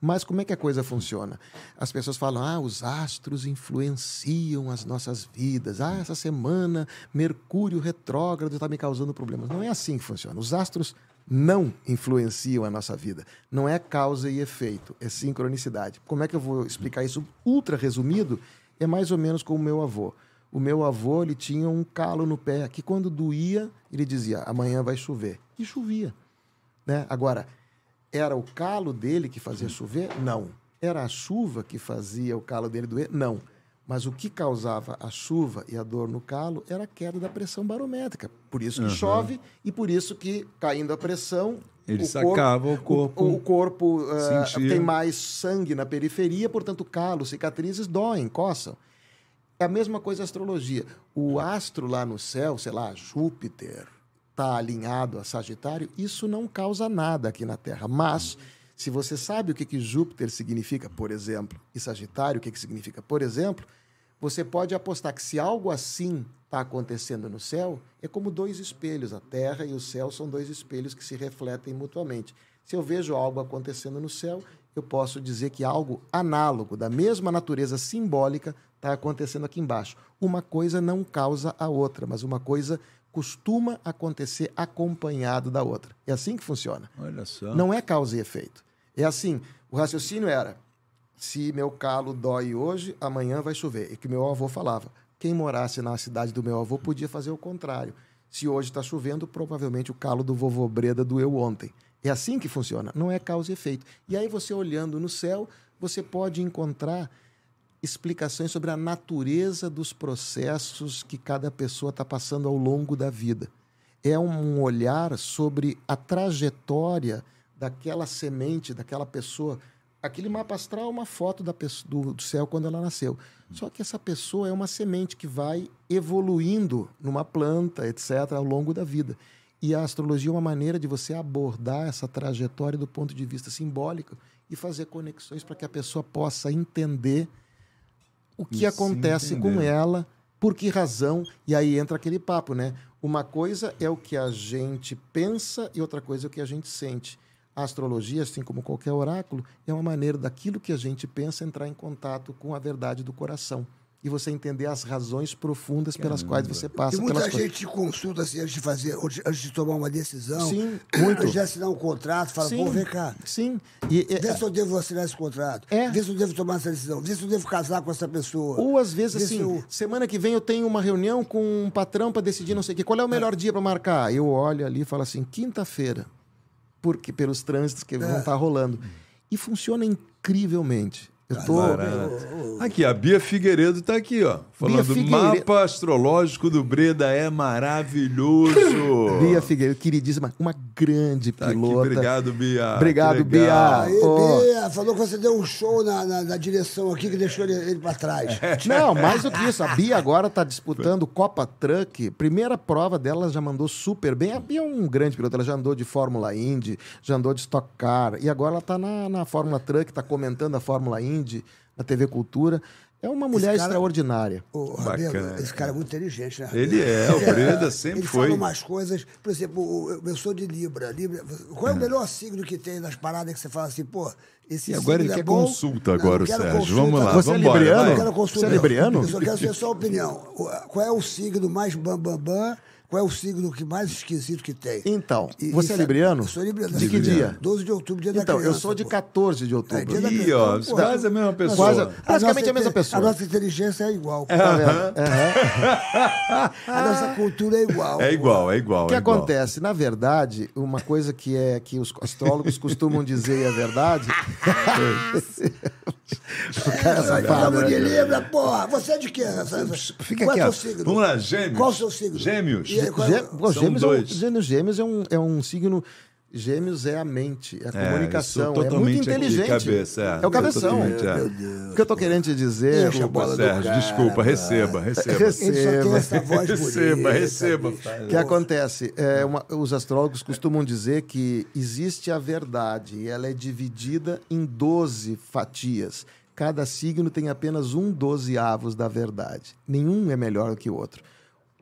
Speaker 5: Mas como é que a coisa funciona? As pessoas falam: ah, os astros influenciam as nossas vidas. Ah, essa semana Mercúrio retrógrado está me causando problemas. Não é assim que funciona. Os astros não influenciam a nossa vida. Não é causa e efeito, é sincronicidade. Como é que eu vou explicar isso ultra resumido? É mais ou menos como o meu avô. O meu avô, ele tinha um calo no pé que quando doía, ele dizia: amanhã vai chover. E chovia né? Agora, era o calo dele que fazia chover? Não. Era a chuva que fazia o calo dele doer? Não. Mas o que causava a chuva e a dor no calo era a queda da pressão barométrica. Por isso que chove e por isso que, caindo a pressão,
Speaker 2: Ele
Speaker 5: o
Speaker 2: sacava o corpo.
Speaker 5: o, o corpo ah,
Speaker 2: Sentia.
Speaker 5: tem mais sangue na periferia, portanto, calos, cicatrizes doem, coçam. É a mesma coisa a astrologia. O astro lá no céu, sei lá, Júpiter, está alinhado a Sagitário, isso não causa nada aqui na Terra. Mas, se você sabe o que, que Júpiter significa, por exemplo, e Sagitário, o que, que significa, por exemplo, você pode apostar que se algo assim está acontecendo no céu, é como dois espelhos. A Terra e o céu são dois espelhos que se refletem mutuamente. Se eu vejo algo acontecendo no céu, eu posso dizer que algo análogo, da mesma natureza simbólica, está acontecendo aqui embaixo. Uma coisa não causa a outra, mas uma coisa costuma acontecer acompanhado da outra. É assim que funciona.
Speaker 2: Olha só.
Speaker 5: Não é causa e efeito. É assim, o raciocínio era: se meu calo dói hoje, amanhã vai chover. E que meu avô falava. Quem morasse na cidade do meu avô podia fazer o contrário. Se hoje está chovendo, provavelmente o calo do vovô Breda doeu ontem. É assim que funciona, não é causa e efeito. E aí você olhando no céu, você pode encontrar explicações sobre a natureza dos processos que cada pessoa está passando ao longo da vida. É um olhar sobre a trajetória daquela semente, daquela pessoa Aquele mapa astral é uma foto da pesso- do, do céu quando ela nasceu. Só que essa pessoa é uma semente que vai evoluindo numa planta, etc., ao longo da vida. E a astrologia é uma maneira de você abordar essa trajetória do ponto de vista simbólico e fazer conexões para que a pessoa possa entender o que
Speaker 2: se
Speaker 5: acontece
Speaker 2: entender. né?
Speaker 5: com ela, por que razão, e aí entra aquele papo, né? Uma coisa é o que a gente pensa e outra coisa é o que a gente sente. A astrologia, assim como qualquer oráculo, é uma maneira daquilo que a gente pensa entrar em contato com a verdade do coração e você entender as razões profundas pelas quais você passa
Speaker 4: E muita
Speaker 5: pelas
Speaker 4: gente te consulta assim, antes de fazer, antes antes de tomar uma decisão.
Speaker 5: Sim,
Speaker 4: muito. Já assinar um contrato, fala,
Speaker 5: Sim.
Speaker 4: pô, vem cá.
Speaker 5: coisas. Sim, e, e-
Speaker 4: Vê se eu devo assinar esse contrato.
Speaker 5: É.
Speaker 4: Vê se eu devo tomar essa decisão. Vê se eu devo casar com essa pessoa.
Speaker 5: Ou às vezes
Speaker 4: Vê se
Speaker 5: assim,
Speaker 4: eu-
Speaker 5: semana que vem eu tenho uma reunião com um patrão para decidir não sei o quê. Qual é o melhor dia para marcar? Eu olho ali e falo assim, quinta-feira. Porque pelos trânsitos que vão estar rolando. E funciona incrivelmente. Eu tô
Speaker 2: Barato. Aqui, a Bia Figueiredo tá aqui, ó. Falando,
Speaker 5: Figueiredo.
Speaker 2: mapa astrológico do Breda é maravilhoso.
Speaker 5: Bia Figueiredo, queridíssima, uma grande
Speaker 2: Tá aqui,
Speaker 5: pilota.
Speaker 2: obrigado, Bia.
Speaker 5: Obrigado,
Speaker 2: Que legal.
Speaker 5: Bia.
Speaker 4: Aí,
Speaker 5: Ó.
Speaker 4: Bia, falou que você deu um show na, na- na direção aqui que deixou ele, ele pra trás.
Speaker 5: Não, mais do que isso. A Bia agora está disputando Copa Truck. Primeira prova dela, já mandou super bem. A Bia é um grande piloto. Ela já andou de Fórmula Indy, já andou de Stock Car. E agora ela está na, na Fórmula Truck, está comentando a Fórmula Indy na TV Cultura. É uma mulher
Speaker 4: cara-
Speaker 5: extraordiordinária.
Speaker 4: Ô, Rabelo,
Speaker 2: Bacana.
Speaker 4: esse cara é muito inteligente, né?
Speaker 2: Ele é, o Breda sempre
Speaker 4: ele
Speaker 2: foi.
Speaker 4: fala umas coisas, por exemplo, o- eu- eu sou de Libra. Libra qual é o melhor signo que tem nas paradas que você fala assim, pô, esse
Speaker 2: E agora
Speaker 4: signo
Speaker 2: ele
Speaker 4: é
Speaker 2: quer
Speaker 4: bom?
Speaker 2: consulta
Speaker 4: Não,
Speaker 2: agora,
Speaker 4: não quero
Speaker 2: Sérgio. Vamos lá,
Speaker 5: Você é
Speaker 2: vambora,
Speaker 5: libriano?
Speaker 2: vai.
Speaker 4: Eu quero consulta.
Speaker 5: Você é libriano?
Speaker 4: Eu só quero saber a sua opinião. O- Qual é o signo mais bambambam? Bam, bam? Qual é o signo que mais esquisito que tem?
Speaker 5: Então,
Speaker 4: E-
Speaker 5: você é
Speaker 4: isso
Speaker 5: libriano?
Speaker 4: Eu sou libriano.
Speaker 5: De que dia?
Speaker 4: 12 de outubro, dia da
Speaker 5: Então,
Speaker 4: criança.
Speaker 5: eu sou de
Speaker 4: pô.
Speaker 5: 14 de outubro.
Speaker 4: É, dia da
Speaker 2: Ih,
Speaker 4: criança,
Speaker 2: ó,
Speaker 4: pô.
Speaker 2: quase a mesma pessoa.
Speaker 5: Quase a- Praticamente
Speaker 4: nossa
Speaker 5: a mesma
Speaker 4: inte-
Speaker 5: pessoa.
Speaker 4: A nossa inteligência é igual. pô.
Speaker 5: Tá vendo? Aham.
Speaker 4: A
Speaker 2: Ah.
Speaker 4: nossa cultura é igual.
Speaker 2: É igual, é igual.
Speaker 5: O que
Speaker 2: é igual.
Speaker 5: acontece? Na verdade, uma coisa que é que os astrólogos costumam dizer e é verdade. o cara é safado,
Speaker 4: Estamos de
Speaker 5: né?
Speaker 4: Libra, porra. Você é de quê?
Speaker 2: Fica
Speaker 4: Qual
Speaker 2: aqui,
Speaker 4: é o
Speaker 2: ó.
Speaker 4: seu signo?
Speaker 2: Vamos lá, gêmeos.
Speaker 4: Qual o seu signo?
Speaker 2: Gêmeos.
Speaker 4: E aí, qual-
Speaker 5: Gê- pô,
Speaker 2: São
Speaker 5: gêmeos, é um,
Speaker 2: dois.
Speaker 5: gêmeos, gêmeos é um, é um signo. Gêmeos é a mente, é a comunicação,
Speaker 2: isso
Speaker 5: é
Speaker 2: totalmente
Speaker 5: muito
Speaker 2: aqui,
Speaker 5: inteligente.
Speaker 2: cabeça, é.
Speaker 5: o cabeção.
Speaker 2: Totalmente, é. Meu
Speaker 5: O que eu tô querendo te dizer.
Speaker 4: Deixa a
Speaker 5: Rubens,
Speaker 4: bola do
Speaker 2: Sérgio,
Speaker 4: cara,
Speaker 2: desculpa, receba, receba.
Speaker 4: Ele só tem
Speaker 5: Receba.
Speaker 4: essa voz bonita.
Speaker 2: Receba, receba.
Speaker 4: bicho.
Speaker 5: O que acontece? É, uma- os astrólogos costumam dizer que existe a verdade e ela é dividida em 12 fatias. Cada signo tem apenas um dozeavos da verdade. Nenhum é melhor que o outro.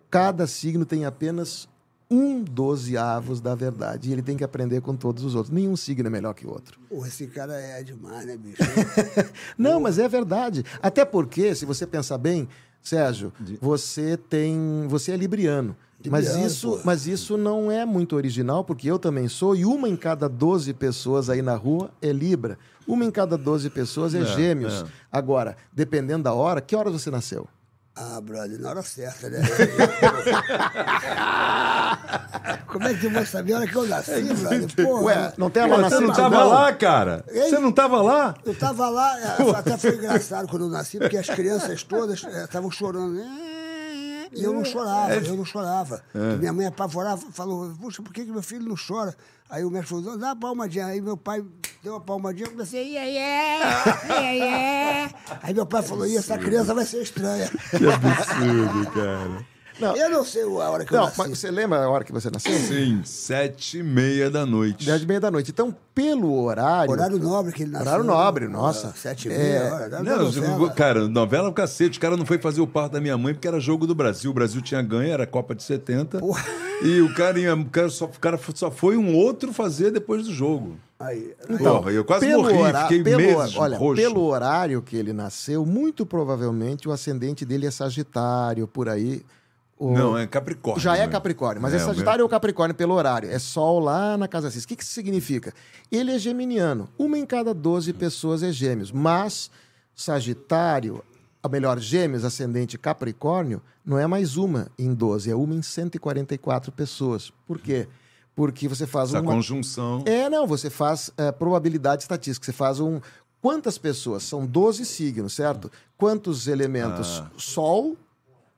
Speaker 5: Cada signo tem apenas um dozeavos da verdade. E ele tem que aprender com todos os outros. Nenhum signo é melhor que o outro.
Speaker 4: Porra, esse cara é demais, né, bicho?
Speaker 5: Não, mas é verdade. Até porque, se você pensar bem, Sérgio, você tem, você é libriano. Mas
Speaker 4: Libriano,
Speaker 5: isso,
Speaker 4: pô.
Speaker 5: mas isso não é muito original, porque eu também sou, e uma em cada 12 pessoas aí na rua é Libra. Uma em cada 12 pessoas é, Gêmeos. Agora, dependendo da hora, que hora você nasceu?
Speaker 4: Ah, brother, na hora certa, né? Como é que eu vou saber a hora que eu
Speaker 2: É
Speaker 4: nasci, brother? Porra. né?
Speaker 5: Ué, não tem a
Speaker 2: Pô,
Speaker 5: lua
Speaker 2: você não
Speaker 5: nascente,
Speaker 2: tava
Speaker 5: não?
Speaker 2: lá, cara? Você não tava lá?
Speaker 4: Eu tava lá, é, até foi engraçado quando eu nasci, porque as crianças todas eh, estavam chorando. né? E eu não
Speaker 5: É.
Speaker 4: chorava, eu não chorava. E Minha mãe apavorava, falou, puxa, por que, que meu filho não chora? Aí o médico falou, dá uma palmadinha. Aí meu pai deu uma palmadinha, eu comecei, ia, ia, ia, ia. Aí meu pai falou, "Ih, essa criança vai ser estranha.
Speaker 2: Que absurdo, cara.
Speaker 4: Eu não sei a hora que eu
Speaker 5: Não,
Speaker 4: nasci.
Speaker 5: mas você lembra a hora que você nasceu?
Speaker 2: Sim, sete e meia da noite.
Speaker 5: Dez e meia da noite. Então, pelo horário.
Speaker 4: Horário nobre que ele nasceu.
Speaker 5: Horário nobre, nossa.
Speaker 4: Sete e meia,
Speaker 5: É,
Speaker 4: hora da
Speaker 2: Não,
Speaker 4: novela.
Speaker 2: cara, novela é o cacete. O cara não foi fazer o parto da minha mãe porque era jogo do Brasil. O Brasil tinha ganho, era Copa de 70. E o cara, ia- o cara só, o cara só foi um outro fazer depois do jogo.
Speaker 4: Aí, né?
Speaker 2: Porra, eu quase
Speaker 5: Então, pelo
Speaker 2: morri,
Speaker 5: hora-
Speaker 2: fiquei
Speaker 5: pelo
Speaker 2: meses
Speaker 5: hora- olha,
Speaker 2: roxo.
Speaker 5: pelo horário que ele nasceu, muito provavelmente o ascendente dele é Sagitário, por aí. O-
Speaker 2: Não, é Capricórnio.
Speaker 5: Já
Speaker 2: né?
Speaker 5: é Capricórnio, mas é,
Speaker 2: o meu-
Speaker 5: Sagitário ou Capricórnio pelo horário. É Sol lá na casa 6. O que, que isso significa? Ele é geminiano. Uma em cada 12 pessoas é gêmeos. Mas Sagitário, ou melhor, gêmeos, ascendente Capricórnio, não é mais uma em 12, é uma em 144 pessoas. Por quê? Porque você faz
Speaker 2: Essa
Speaker 5: uma
Speaker 2: conjunção.
Speaker 5: é, não, você faz é, probabilidade estatística, você faz um. Quantas pessoas? São 12 signos, certo? Quantos elementos? Sol,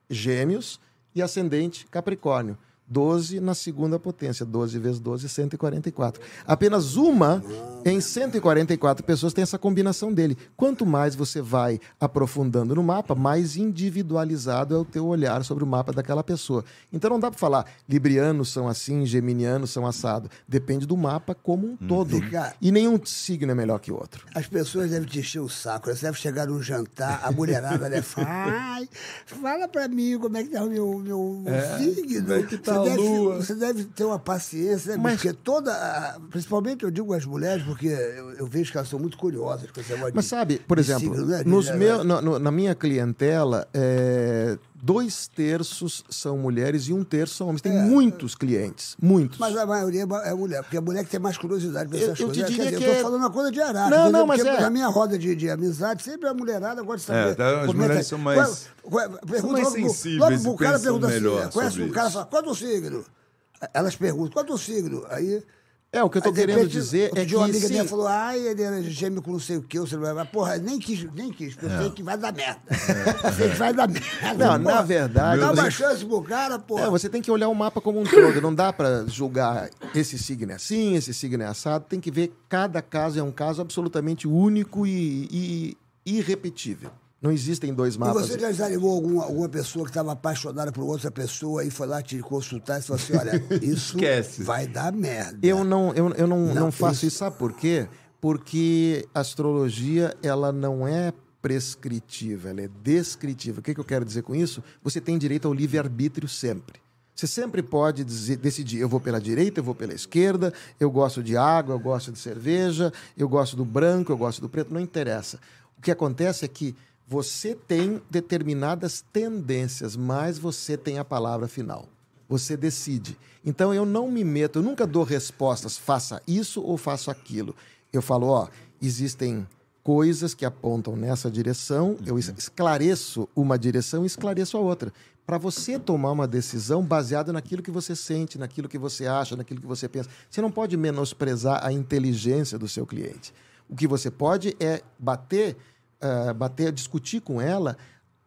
Speaker 5: gêmeos e ascendente, Capricórnio. 12 na segunda potência. 12 vezes 12, 144. Apenas uma em 144 pessoas tem essa combinação dele. Quanto mais você vai aprofundando no mapa, mais individualizado é o teu olhar sobre o mapa daquela pessoa. Então não dá para falar librianos são assim, geminianos são assado. Depende do mapa como um todo.
Speaker 4: Cara.
Speaker 5: E nenhum signo é melhor que o outro.
Speaker 4: As pessoas devem te encher o saco, elas devem chegar num jantar, a mulherada deve falar, ai, fala pra mim como é que tá o meu, meu signo.
Speaker 2: como é que tá
Speaker 4: você,
Speaker 2: a
Speaker 4: deve,
Speaker 2: lua?"
Speaker 4: você deve ter uma paciência, né? porque toda, a- principalmente eu digo as mulheres, porque eu, eu vejo que elas são muito curiosas com esse negócio
Speaker 5: Mas
Speaker 4: de-
Speaker 5: sabe,
Speaker 4: de
Speaker 5: por exemplo,
Speaker 4: signo, né?
Speaker 5: nos
Speaker 4: De-
Speaker 5: meu, na, no- na minha clientela, é, dois terços são mulheres e um terço são homens. Tem muitos clientes, muitos.
Speaker 4: É. Mas a maioria é mulher, porque a mulher que tem mais curiosidade pra essas
Speaker 5: Eu- eu te
Speaker 4: coisas. Quer
Speaker 5: diria
Speaker 4: dizer,
Speaker 5: que
Speaker 4: eu tô
Speaker 5: é-
Speaker 4: falando uma coisa de arara.
Speaker 5: Não,
Speaker 4: entendeu?
Speaker 5: não, mas
Speaker 4: Porque
Speaker 5: é.
Speaker 4: Na minha roda de, de amizade, sempre a mulherada gosta de saber.
Speaker 2: É, tá, as
Speaker 4: Comenta
Speaker 2: mulheres
Speaker 4: aí.
Speaker 2: são mais-
Speaker 4: Qual- qual- pergunta
Speaker 2: mais
Speaker 4: logo pro-
Speaker 2: sensíveis
Speaker 4: Logo
Speaker 2: e
Speaker 4: pro cara
Speaker 2: pensam
Speaker 4: pergunta assim,
Speaker 2: melhor
Speaker 4: né? conhece
Speaker 2: sobre
Speaker 4: um cara e
Speaker 2: isso.
Speaker 4: fala, qual é o signo? Elas perguntam, qual é o signo? Aí...
Speaker 5: É, o que eu tô
Speaker 4: aí, de
Speaker 5: querendo
Speaker 4: repente,
Speaker 5: dizer
Speaker 4: outro
Speaker 5: é
Speaker 4: dia uma
Speaker 5: que
Speaker 4: amiga minha
Speaker 5: se-
Speaker 4: falou, ai, ele era gêmeo com não sei o que, ou sei lá, mas, porra, nem quis, nem quis, porque eu sei que vai dar merda. Eu sei que vai dar merda.
Speaker 5: É. Não, na
Speaker 4: porra.
Speaker 5: verdade,
Speaker 4: Dá
Speaker 5: eu
Speaker 4: uma
Speaker 5: tenho-
Speaker 4: chance pro cara, porra.
Speaker 5: É, você tem que olhar o mapa como um todo. Não dá pra julgar esse signo é assim, esse signo é assado. Tem que ver cada caso é um caso absolutamente único e, e irrepetível. Não existem dois
Speaker 4: E
Speaker 5: mapas.
Speaker 4: você já desanimou alguma, alguma pessoa que estava apaixonada por outra pessoa e foi lá te consultar e falou assim: olha, isso
Speaker 2: Esquece.
Speaker 4: vai dar merda.
Speaker 5: Eu não, eu, eu não, não,
Speaker 4: Não,
Speaker 5: faço
Speaker 4: isso-
Speaker 5: isso. Sabe por quê? Porque a astrologia, ela não é prescritiva, ela é descritiva. O que, que eu quero dizer com isso? Você tem direito ao livre-arbítrio sempre. Você sempre pode dizer- decidir, eu vou pela direita, eu vou pela esquerda, eu gosto de água, eu gosto de cerveja, eu gosto do branco, eu gosto do preto, não interessa. O que acontece é que você tem determinadas tendências, mas você tem a palavra final. Você decide. Então eu não me meto, eu nunca dou respostas, faça isso ou faça aquilo. Eu falo, ó, existem coisas que apontam nessa direção, eu es- esclareço uma direção e esclareço a outra. Para você tomar uma decisão baseada naquilo que você sente, naquilo que você acha, naquilo que você pensa. Você não pode menosprezar a inteligência do seu cliente. O que você pode é bater, ah, bater, discutir com ela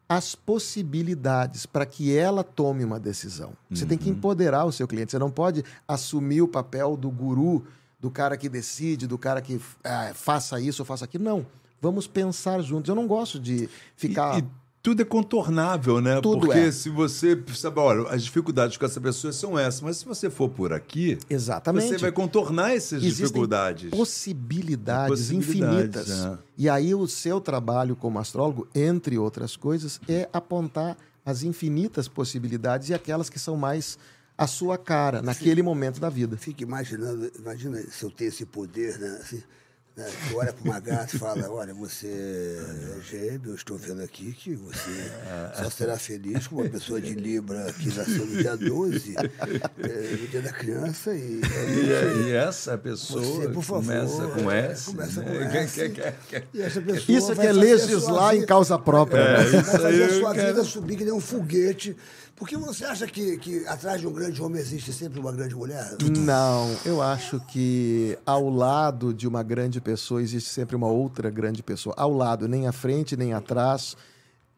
Speaker 5: as possibilidades para que ela tome uma decisão. Você tem
Speaker 2: Uhum.
Speaker 5: que empoderar o seu cliente. Você não pode assumir o papel do guru, do cara que decide, do cara que ah, faça isso ou faça aquilo. Não. Vamos pensar juntos. Eu não gosto de ficar.
Speaker 2: E, e tudo é contornável, né?
Speaker 5: Tudo
Speaker 2: Porque
Speaker 5: é.
Speaker 2: se você. Sabe, olha, as dificuldades com essa pessoa são essas, mas se você for por aqui,
Speaker 5: Exatamente.
Speaker 2: você vai contornar essas
Speaker 5: Existem
Speaker 2: dificuldades.
Speaker 5: Possibilidades,
Speaker 2: Possibilidades,
Speaker 5: infinitas.
Speaker 2: é.
Speaker 5: E aí o seu trabalho como astrólogo, entre outras coisas, é apontar as infinitas possibilidades e aquelas que são mais à sua cara, naquele momento da vida.
Speaker 4: Fico imaginando, imagina se eu tenho esse poder, né? Assim, né? Tu olha para uma gata e fala, olha, você é gêmeo, eu estou vendo aqui que você
Speaker 5: É.
Speaker 4: só será feliz com uma pessoa de Libra que nasceu no dia 12, é, no dia da criança e...
Speaker 2: E, e essa pessoa
Speaker 4: Você, por favor,
Speaker 2: começa com
Speaker 4: é,
Speaker 2: essa.
Speaker 4: começa
Speaker 2: né?
Speaker 4: com
Speaker 2: Que-
Speaker 4: essa.
Speaker 2: que- que- que-
Speaker 4: E essa pessoa
Speaker 5: Isso é que
Speaker 4: vai fazer
Speaker 5: é
Speaker 4: a sua
Speaker 5: legislar em
Speaker 4: vida-
Speaker 5: causa própria. né?
Speaker 4: Vai fazer
Speaker 2: É aí
Speaker 4: a
Speaker 2: eu
Speaker 4: sua
Speaker 2: quero-
Speaker 4: vida subir que nem um foguete. Porque você acha que, que atrás de um grande homem existe sempre uma grande mulher?
Speaker 5: Não, eu acho que ao lado de uma grande pessoa existe sempre uma outra grande pessoa. Ao lado, nem à frente, nem atrás,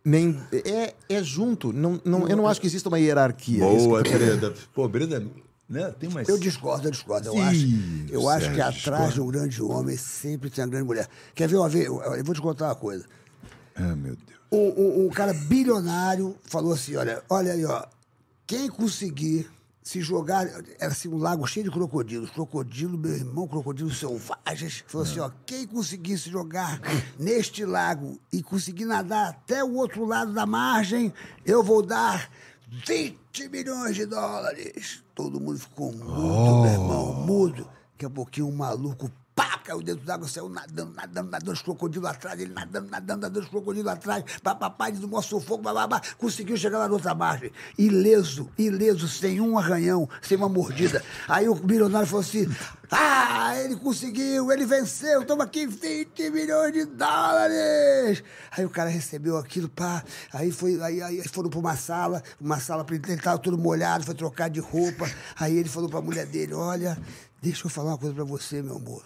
Speaker 5: nem é, é junto. Não, não, eu não acho que exista uma hierarquia. É isso que eu
Speaker 2: Boa,
Speaker 5: tô querendo
Speaker 2: Breda. Pô, Breda, né? Tem mais.
Speaker 4: Eu discordo, eu discordo. Eu,
Speaker 2: Ih,
Speaker 4: acho, eu acho que
Speaker 2: Sérgio,
Speaker 4: atrás de um grande homem sempre tem uma grande mulher. Quer ver uma vez? Eu, eu vou te contar uma coisa.
Speaker 2: Ah, meu Deus.
Speaker 4: Um, um- um cara bilionário falou assim: olha, olha aí, ó. Quem conseguir se jogar. Era assim, um lago cheio de crocodilos. Crocodilo, meu irmão, crocodilos selvagens. Falou assim: ó, quem conseguir se jogar neste lago e conseguir nadar até o outro lado da margem, eu vou dar 20 milhões de dólares. Todo mundo ficou mudo, meu irmão, mudo. Daqui a pouquinho um maluco pá, caiu dentro d'água, saiu nadando, nadando, nadando, os crocodilos atrás, ele nadando, nadando, nadando, os crocodilos atrás, papapá, ele tomou sufoco, bababá, conseguiu chegar lá na outra margem, ileso, ileso, sem um arranhão, sem uma mordida. Aí o milionário falou assim, ah, ele conseguiu, ele venceu, toma aqui 20 milhões de dólares. Aí o cara recebeu aquilo, pá, aí, foi, aí, aí foram para uma sala, uma sala, pra ele ele tava todo molhado, foi trocar de roupa, aí ele falou para a mulher dele, olha... Deixa eu falar uma coisa para você, meu amor.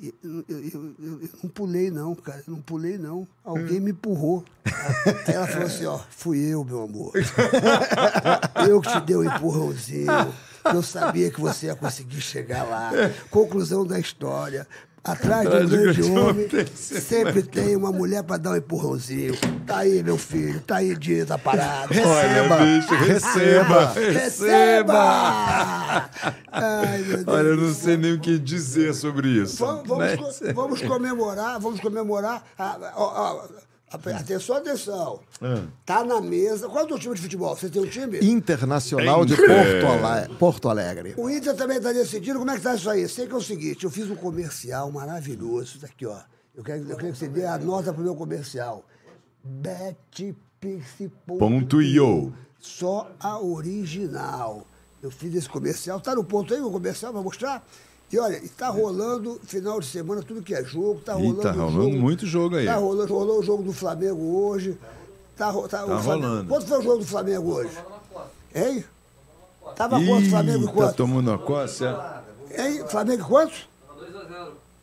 Speaker 4: Eu, eu- eu- eu- eu não pulei, não, cara. Eu não pulei, não. Alguém me empurrou. Aí ela falou assim: ó, fui eu, meu amor. Eu que te dei um empurrãozinho. Eu sabia que você ia conseguir chegar lá. Conclusão da história. Atrás de um
Speaker 2: Atrás de um
Speaker 4: grande
Speaker 2: grande
Speaker 4: homem,
Speaker 2: homem,
Speaker 4: sempre tem uma mulher pra dar um empurrãozinho. Tá aí, meu filho, tá aí, dia da parada. Receba!
Speaker 2: bicho, receba,
Speaker 4: Receba! Ai, meu Deus
Speaker 2: Olha, eu
Speaker 4: do
Speaker 2: não
Speaker 4: céu.
Speaker 2: sei nem o que dizer sobre isso.
Speaker 4: Vamos,
Speaker 2: né?
Speaker 4: vamos, co- vamos comemorar, vamos comemorar. a- a- a- a- atenção, atenção.
Speaker 2: Ah.
Speaker 4: Tá na mesa. Qual é o teu time de futebol? Você tem um time?
Speaker 5: é Internacional de Porto Alegre. Porto Alegre.
Speaker 4: O Inter também está decidindo. Como é que está isso aí? Sei que é o seguinte, eu fiz um comercial maravilhoso. Tá aqui, ó. Eu quero, eu quero que você dê a nota pro meu comercial.
Speaker 2: .io.
Speaker 4: Betpix.io Só a original. Eu fiz esse comercial. Tá no ponto aí o comercial para mostrar? E olha, e tá rolando final de semana tudo que é jogo. Tá
Speaker 2: Ih,
Speaker 4: rolando,
Speaker 2: tá rolando
Speaker 4: jogo,
Speaker 2: muito jogo aí.
Speaker 4: Tá rolando, rolou o jogo do Flamengo hoje. Tá, ro- tá,
Speaker 2: Tá
Speaker 4: o Flamengo-
Speaker 2: rolando.
Speaker 4: Quanto foi o jogo do Flamengo hoje? Hein? Tava quanto
Speaker 2: Ih,
Speaker 4: Flamengo e
Speaker 2: tá
Speaker 4: quanto?
Speaker 2: tomando a coça.
Speaker 4: Hein? Flamengo quanto?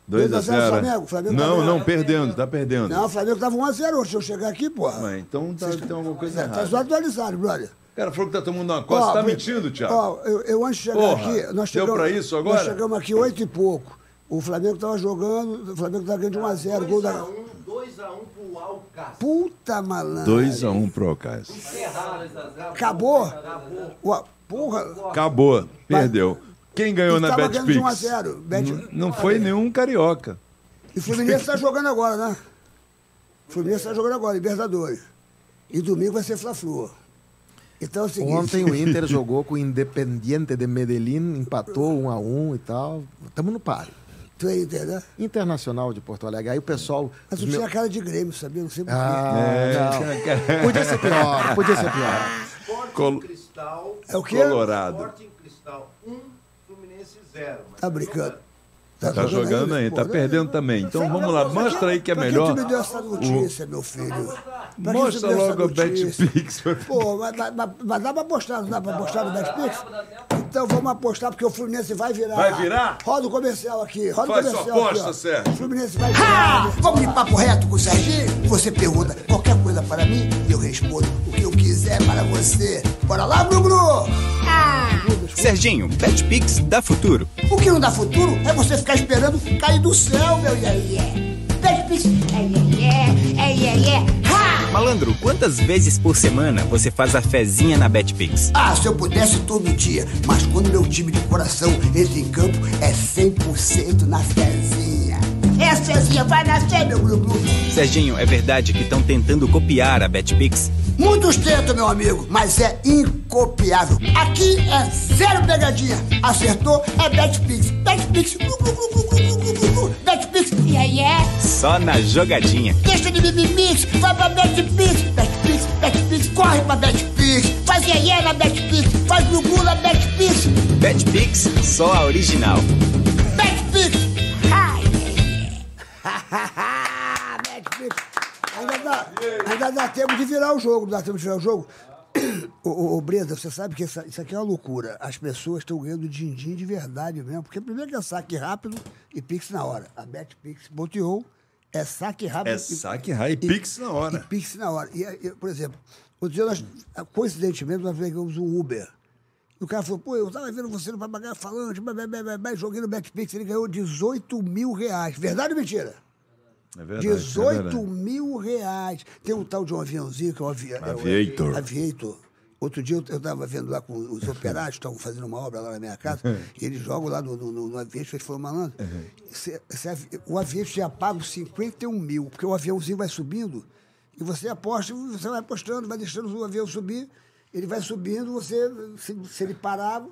Speaker 2: 2 a 0
Speaker 4: Flamengo, Flamengo tá
Speaker 2: Não,
Speaker 4: ganhando.
Speaker 2: não, perdendo, tá perdendo.
Speaker 4: Não, o Flamengo tava 1x0 hoje. Se eu chegar aqui, porra.
Speaker 2: Mas então tá, tem alguma coisa
Speaker 4: tá
Speaker 2: errada.
Speaker 4: só atualizado, brother.
Speaker 2: O cara falou que tá tomando uma coça, tá
Speaker 4: vou-
Speaker 2: mentindo, Thiago?
Speaker 4: Ó, eu, eu antes de chegar
Speaker 2: Porra,
Speaker 4: aqui. Nós
Speaker 2: deu
Speaker 4: chegamos,
Speaker 2: pra isso agora?
Speaker 4: Nós chegamos aqui 8 e pouco. O Flamengo tava jogando, o Flamengo tava ganhando de 1x0. Gol da.
Speaker 8: 2x1 pro Alcácer.
Speaker 4: Puta malandro.
Speaker 2: 2x1 pro Alcácer.
Speaker 4: Acabou? Ué, porra.
Speaker 2: Acabou, perdeu. Quem ganhou
Speaker 4: E
Speaker 2: na
Speaker 4: tava ganhando de um a
Speaker 2: BetPix? Hum.
Speaker 4: zero. Bet-
Speaker 2: N- Não foi nenhum carioca.
Speaker 4: E o Fluminense tá jogando agora, né? O Fluminense tá jogando agora, Libertadores. E domingo vai ser Fla-Flu. Então é o seguinte.
Speaker 5: Ontem o Inter jogou com o Independiente de Medellín, empatou um a um e tal. Estamos no páreo.
Speaker 4: Tu é Inter, né?
Speaker 5: Internacional de Porto Alegre. Aí o pessoal.
Speaker 4: Mas
Speaker 5: os
Speaker 4: tu
Speaker 5: meus-
Speaker 4: tinha cara de Grêmio, sabia? Não sei porquê.
Speaker 5: Ah,
Speaker 2: É.
Speaker 5: não. Podia ser pior, podia ser pior.
Speaker 8: Sporting
Speaker 2: Colo-
Speaker 8: Cristal.
Speaker 4: É o quê?
Speaker 2: Colorado.
Speaker 8: Sporting Cristal 1, Fluminense 0. Mas
Speaker 4: Tá brincando.
Speaker 2: Tá jogando aí, tá
Speaker 4: Pô,
Speaker 2: perdendo também. Então vamos lá, mostra aí que é
Speaker 4: pra
Speaker 2: melhor.
Speaker 4: Pra que tu me deu essa notícia, meu filho? Pra que tu
Speaker 2: Mostra
Speaker 4: me deu essa
Speaker 2: logo a
Speaker 4: notícia?
Speaker 2: BetPix.
Speaker 4: Pô, mas, mas- mas dá pra apostar, não dá pra apostar no BetPix? Então vamos apostar, porque o Fluminense vai virar.
Speaker 2: Vai virar?
Speaker 4: Roda o comercial aqui, roda
Speaker 2: Faz
Speaker 4: o
Speaker 2: sua
Speaker 4: comercial
Speaker 2: aposta,
Speaker 4: aqui, ó.
Speaker 2: Sérgio.
Speaker 4: O Fluminense vai virar.
Speaker 9: Vamos de papo reto com o Serginho? Você pergunta qualquer coisa para mim, eu respondo o que eu quiser para você. Bora lá, Bruno!
Speaker 10: Serginho, BetPix dá futuro.
Speaker 9: O que não dá futuro é você ficar esperando cair do céu, meu iê
Speaker 11: Peixe, é, é, é, é, é, é, ha!
Speaker 10: Malandro, quantas vezes por semana você faz a fezinha na BetPix?
Speaker 9: Ah, se eu pudesse todo dia, mas quando meu time de coração entra em campo, é 100% na fezinha.
Speaker 11: Essa assim vai nascer,
Speaker 9: Meu glu-glu.
Speaker 10: Serginho, é verdade que estão tentando copiar a BetPix?
Speaker 9: Muitos tentam, meu amigo, mas é incopiável. Aqui é zero pegadinha. Acertou é BetPix. BetPix. glu, glu, glu, glu, glu, glu, glu, glu. BetPix.
Speaker 11: e aí é.
Speaker 10: Só na jogadinha.
Speaker 9: Deixa de mimimix, vai pra BetPix. BetPix, BetPix, corre pra BetPix. Faz iê na BetPix, faz gugu na BetPix.
Speaker 10: BetPix, só a original.
Speaker 9: BetPix.
Speaker 11: Ai,
Speaker 4: Ah, Netflix. Ainda dá, ainda dá tempo de virar o jogo, não dá tempo de virar o jogo. Ô, ô, ô, Breda, você sabe que essa- isso aqui é uma loucura. As pessoas estão ganhando din-din de verdade mesmo. Porque primeiro que é saque rápido e Pix na hora. A BetPix boteou é saque rápido
Speaker 2: É saque raio, Pix na
Speaker 4: e
Speaker 2: hora.
Speaker 4: Pix na hora. E, e, por exemplo, outro dia nós, coincidentemente, nós pegamos um Uber. E o cara falou, pô, eu tava vendo você no papagaio falante, blá, blá, blá, blá, blá, joguei no BetPix, ele ganhou 18 mil reais. Verdade ou mentira?
Speaker 2: É verdade, é
Speaker 4: 18
Speaker 2: verdade.
Speaker 4: mil reais. Tem um tal de um aviãozinho que é o avi... é o-
Speaker 2: Aviator.
Speaker 4: Aviator. Outro dia eu estava vendo lá com os operários, estavam fazendo uma obra lá na minha casa, e eles jogam lá no, no, no, no Aviator, eles falam, malandro,
Speaker 2: Uhum.
Speaker 4: cê- cê avi- o Aviator já paga os 51 mil, porque o aviãozinho vai subindo, e você aposta, você vai apostando, vai deixando o avião subir, ele vai subindo, você, se, se ele parar,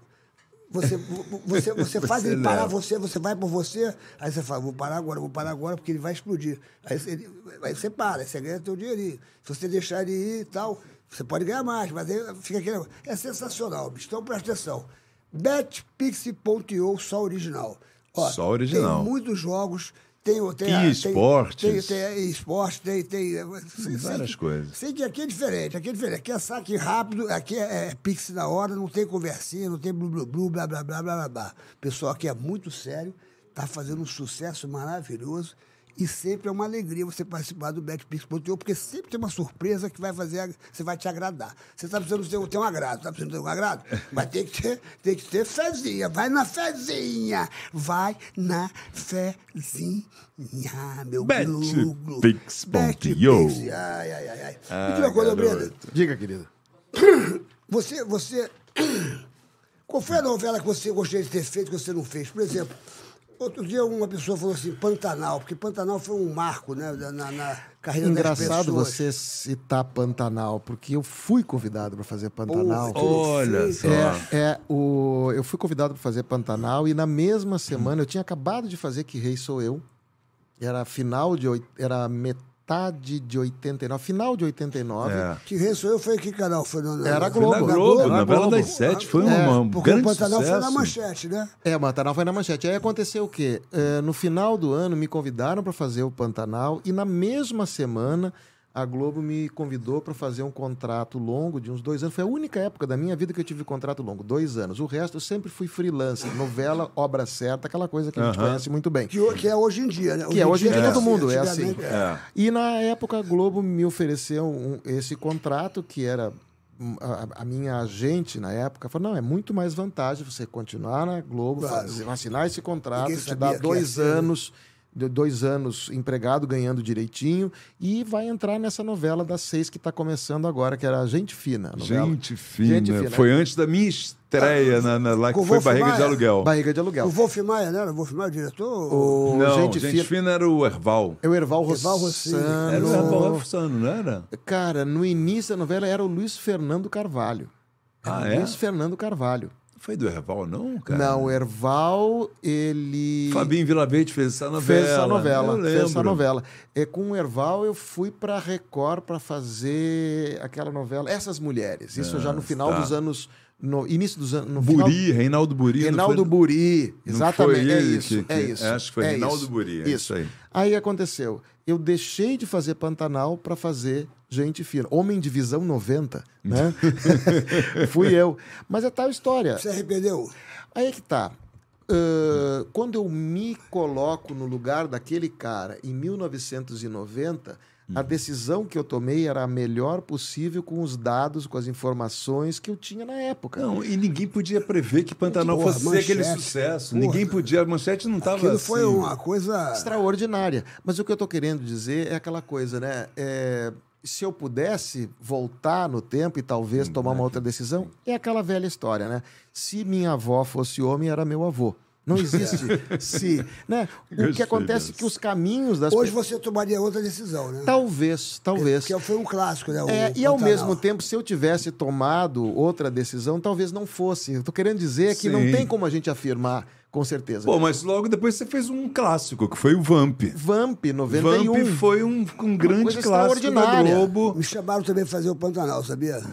Speaker 4: você, vo- vo- você, você faz
Speaker 2: Você
Speaker 4: ele parar,
Speaker 2: leva.
Speaker 4: você, você vai por você, aí você fala, vou parar agora, vou parar agora, porque ele vai explodir. Aí você, ele- aí você para, aí você ganha teu dinheirinho. Se você deixar ele ir e tal, você pode ganhar mais, mas aí fica aquele negócio. É sensacional, bicho. Então presta atenção. BetPixie.io, só original. Ó,
Speaker 2: Só original.
Speaker 4: Tem muitos jogos, tem... o- tem
Speaker 2: E
Speaker 4: a- tem-
Speaker 2: esportes.
Speaker 4: Tem, tem, a esporte, tem... tem é, sei- sei
Speaker 2: várias
Speaker 4: que-
Speaker 2: coisas.
Speaker 4: Sei que aqui é diferente, aqui é diferente. Aqui é saque rápido, aqui é, é pix na hora, não tem conversinha, não tem blu blu blu, blá blá blá blá blá blá. O pessoal aqui é muito sério. Está fazendo um sucesso maravilhoso. E sempre é uma alegria você participar do BetPix.eu, porque sempre tem uma surpresa que vai fazer, você vai te agradar. Você está precisando ter, ter um agrado, está precisando ter um agrado? Vai ter que ter, tem que ter fezinha, vai na fezinha, vai na fezinha, meu glu-glu.
Speaker 6: Betpix.io.
Speaker 4: Betpix, Ai, ai, ai, ai.
Speaker 6: Ah,
Speaker 4: Me diga uma coisa,
Speaker 6: garoto.
Speaker 4: Brenda.
Speaker 5: Diga, querida.
Speaker 4: Você, você... Qual foi a novela que você gostaria de ter feito que você não fez? Por exemplo, outro dia uma pessoa falou assim, Pantanal, porque Pantanal foi um marco né, na, na- na carreira das
Speaker 5: Engraçado
Speaker 4: pessoas.
Speaker 5: você citar Pantanal, porque eu fui convidado para fazer Pantanal.
Speaker 2: que Olha loucura. só.
Speaker 5: É, é, o, eu fui convidado para fazer Pantanal e na mesma semana eu tinha acabado de fazer Que Rei Sou Eu. Era final de oit- era metade de 89, final de 89.
Speaker 2: É.
Speaker 4: Que rei sou eu foi que canal? Foi na, na-
Speaker 5: Era Globo.
Speaker 2: na Globo,
Speaker 5: Era
Speaker 2: na novela
Speaker 5: Globo.
Speaker 2: das sete, foi um,
Speaker 5: É,
Speaker 2: um
Speaker 4: Porque o
Speaker 2: grande
Speaker 4: Pantanal foi na
Speaker 2: sucesso.
Speaker 4: manchete, né?
Speaker 5: É, o Pantanal foi na manchete. Aí aconteceu o quê? É, no final do ano, me convidaram para fazer o Pantanal e na mesma semana a Globo me convidou para fazer um contrato longo de uns dois anos. Foi a única época da minha vida que eu tive contrato longo, dois anos. O resto eu sempre fui freelancer, novela, obra certa, aquela coisa que a gente
Speaker 2: Aham.
Speaker 5: conhece muito bem.
Speaker 4: Que, ho- que é hoje em dia, né?
Speaker 5: Que é hoje em dia
Speaker 4: era
Speaker 5: todo
Speaker 4: assim,
Speaker 5: mundo, é assim.
Speaker 4: antigamente
Speaker 2: É.
Speaker 5: E na época a Globo me ofereceu um- esse contrato que era hum, a, a minha agente na época falou não é muito mais vantagem você continuar na Globo
Speaker 4: Claro.
Speaker 5: fazer, assinar esse contrato
Speaker 4: Ninguém
Speaker 5: te
Speaker 4: sabia
Speaker 5: dá
Speaker 4: que ia
Speaker 5: dois
Speaker 4: ser, né?
Speaker 5: anos do- dois anos empregado ganhando direitinho e vai entrar nessa novela das seis que está começando agora que era Gente Fina a novela.
Speaker 2: Gente fina.
Speaker 5: Gente fina.
Speaker 2: Foi antes da minha estreia
Speaker 4: Tá.
Speaker 2: na, na- lá que
Speaker 4: Com o
Speaker 2: foi
Speaker 4: Wolf
Speaker 2: Barriga de
Speaker 4: Maia.
Speaker 2: Aluguel.
Speaker 5: barriga de aluguel
Speaker 4: O Wolf Maia, né? Era O Wolf Maia, o diretor?
Speaker 5: O
Speaker 2: Não, gente, fina... era o Erval.
Speaker 5: é o Erval
Speaker 4: Erval
Speaker 5: Rossano.
Speaker 4: Rossini.
Speaker 2: Era o Erval Refusano, não era?
Speaker 4: É
Speaker 5: Cara, no início da novela era o Luiz Fernando Carvalho. Era
Speaker 2: Ah,
Speaker 5: o
Speaker 2: é?
Speaker 5: Luiz Fernando Carvalho.
Speaker 2: Não foi do Erval, não, cara?
Speaker 5: Não, o Erval, ele.
Speaker 2: Fabinho Vilaverde fez essa novela. né?
Speaker 5: fez essa novela.
Speaker 2: Eu
Speaker 5: Fez essa
Speaker 2: lembro.
Speaker 5: novela. É, com o Erval, eu fui pra Record pra fazer aquela novela. Essas mulheres. Isso já no final
Speaker 2: tá.
Speaker 5: dos anos. No início dos anos. No final-
Speaker 2: Buri, Reinaldo Buri. não
Speaker 5: Reinaldo
Speaker 2: foi-
Speaker 5: Buri.
Speaker 2: não
Speaker 5: Exatamente.
Speaker 2: foi
Speaker 5: é
Speaker 2: ele
Speaker 5: isso.
Speaker 2: que- que-
Speaker 5: é isso.
Speaker 2: acho que foi
Speaker 5: é
Speaker 2: Reinaldo
Speaker 5: isso,
Speaker 2: Buri, é
Speaker 5: Isso.
Speaker 2: isso aí.
Speaker 5: aconteceu. Eu deixei de fazer Pantanal para fazer Gente Fina. Homem de Visão 90, né? Fui eu. Mas é tal história.
Speaker 4: Você arrependeu?
Speaker 5: Aí é que tá. Ahn, quando eu me coloco no lugar daquele cara em 1990, a decisão que eu tomei era a melhor possível com os dados, com as informações que eu tinha na época.
Speaker 2: Não, e ninguém podia prever que Pantanal
Speaker 4: Porra,
Speaker 2: fosse
Speaker 4: Manchete.
Speaker 2: ser aquele sucesso.
Speaker 4: Porra.
Speaker 2: Ninguém podia. A manchete não tava
Speaker 4: Aquilo
Speaker 2: assim.
Speaker 4: foi uma coisa...
Speaker 5: extraordinária. Mas o que eu estou querendo dizer é aquela coisa, né? É, se eu pudesse voltar no tempo e talvez tomar uma outra decisão, é aquela velha história, né? Se minha avó fosse homem, era meu avô. Não existe se, né? O que
Speaker 2: Gostei
Speaker 5: acontece é
Speaker 2: dessa.
Speaker 5: que os caminhos das
Speaker 4: Hoje
Speaker 5: pe-
Speaker 4: você tomaria outra decisão, né?
Speaker 5: talvez, talvez.
Speaker 4: Porque foi um clássico, né? o
Speaker 5: É, e ao
Speaker 4: Pantanal.
Speaker 5: mesmo tempo, se eu tivesse tomado outra decisão, talvez não fosse. Eu tô querendo dizer que não
Speaker 2: Sim.
Speaker 5: tem como a gente afirmar com certeza.
Speaker 2: Pô, mas logo depois você fez um clássico, que foi o Vamp.
Speaker 5: Vamp 91.
Speaker 2: Vamp foi um, um grande
Speaker 5: coisa
Speaker 2: clássico da
Speaker 5: extraordinária.
Speaker 2: Globo.
Speaker 4: Me chamaram também pra fazer o Pantanal, sabia?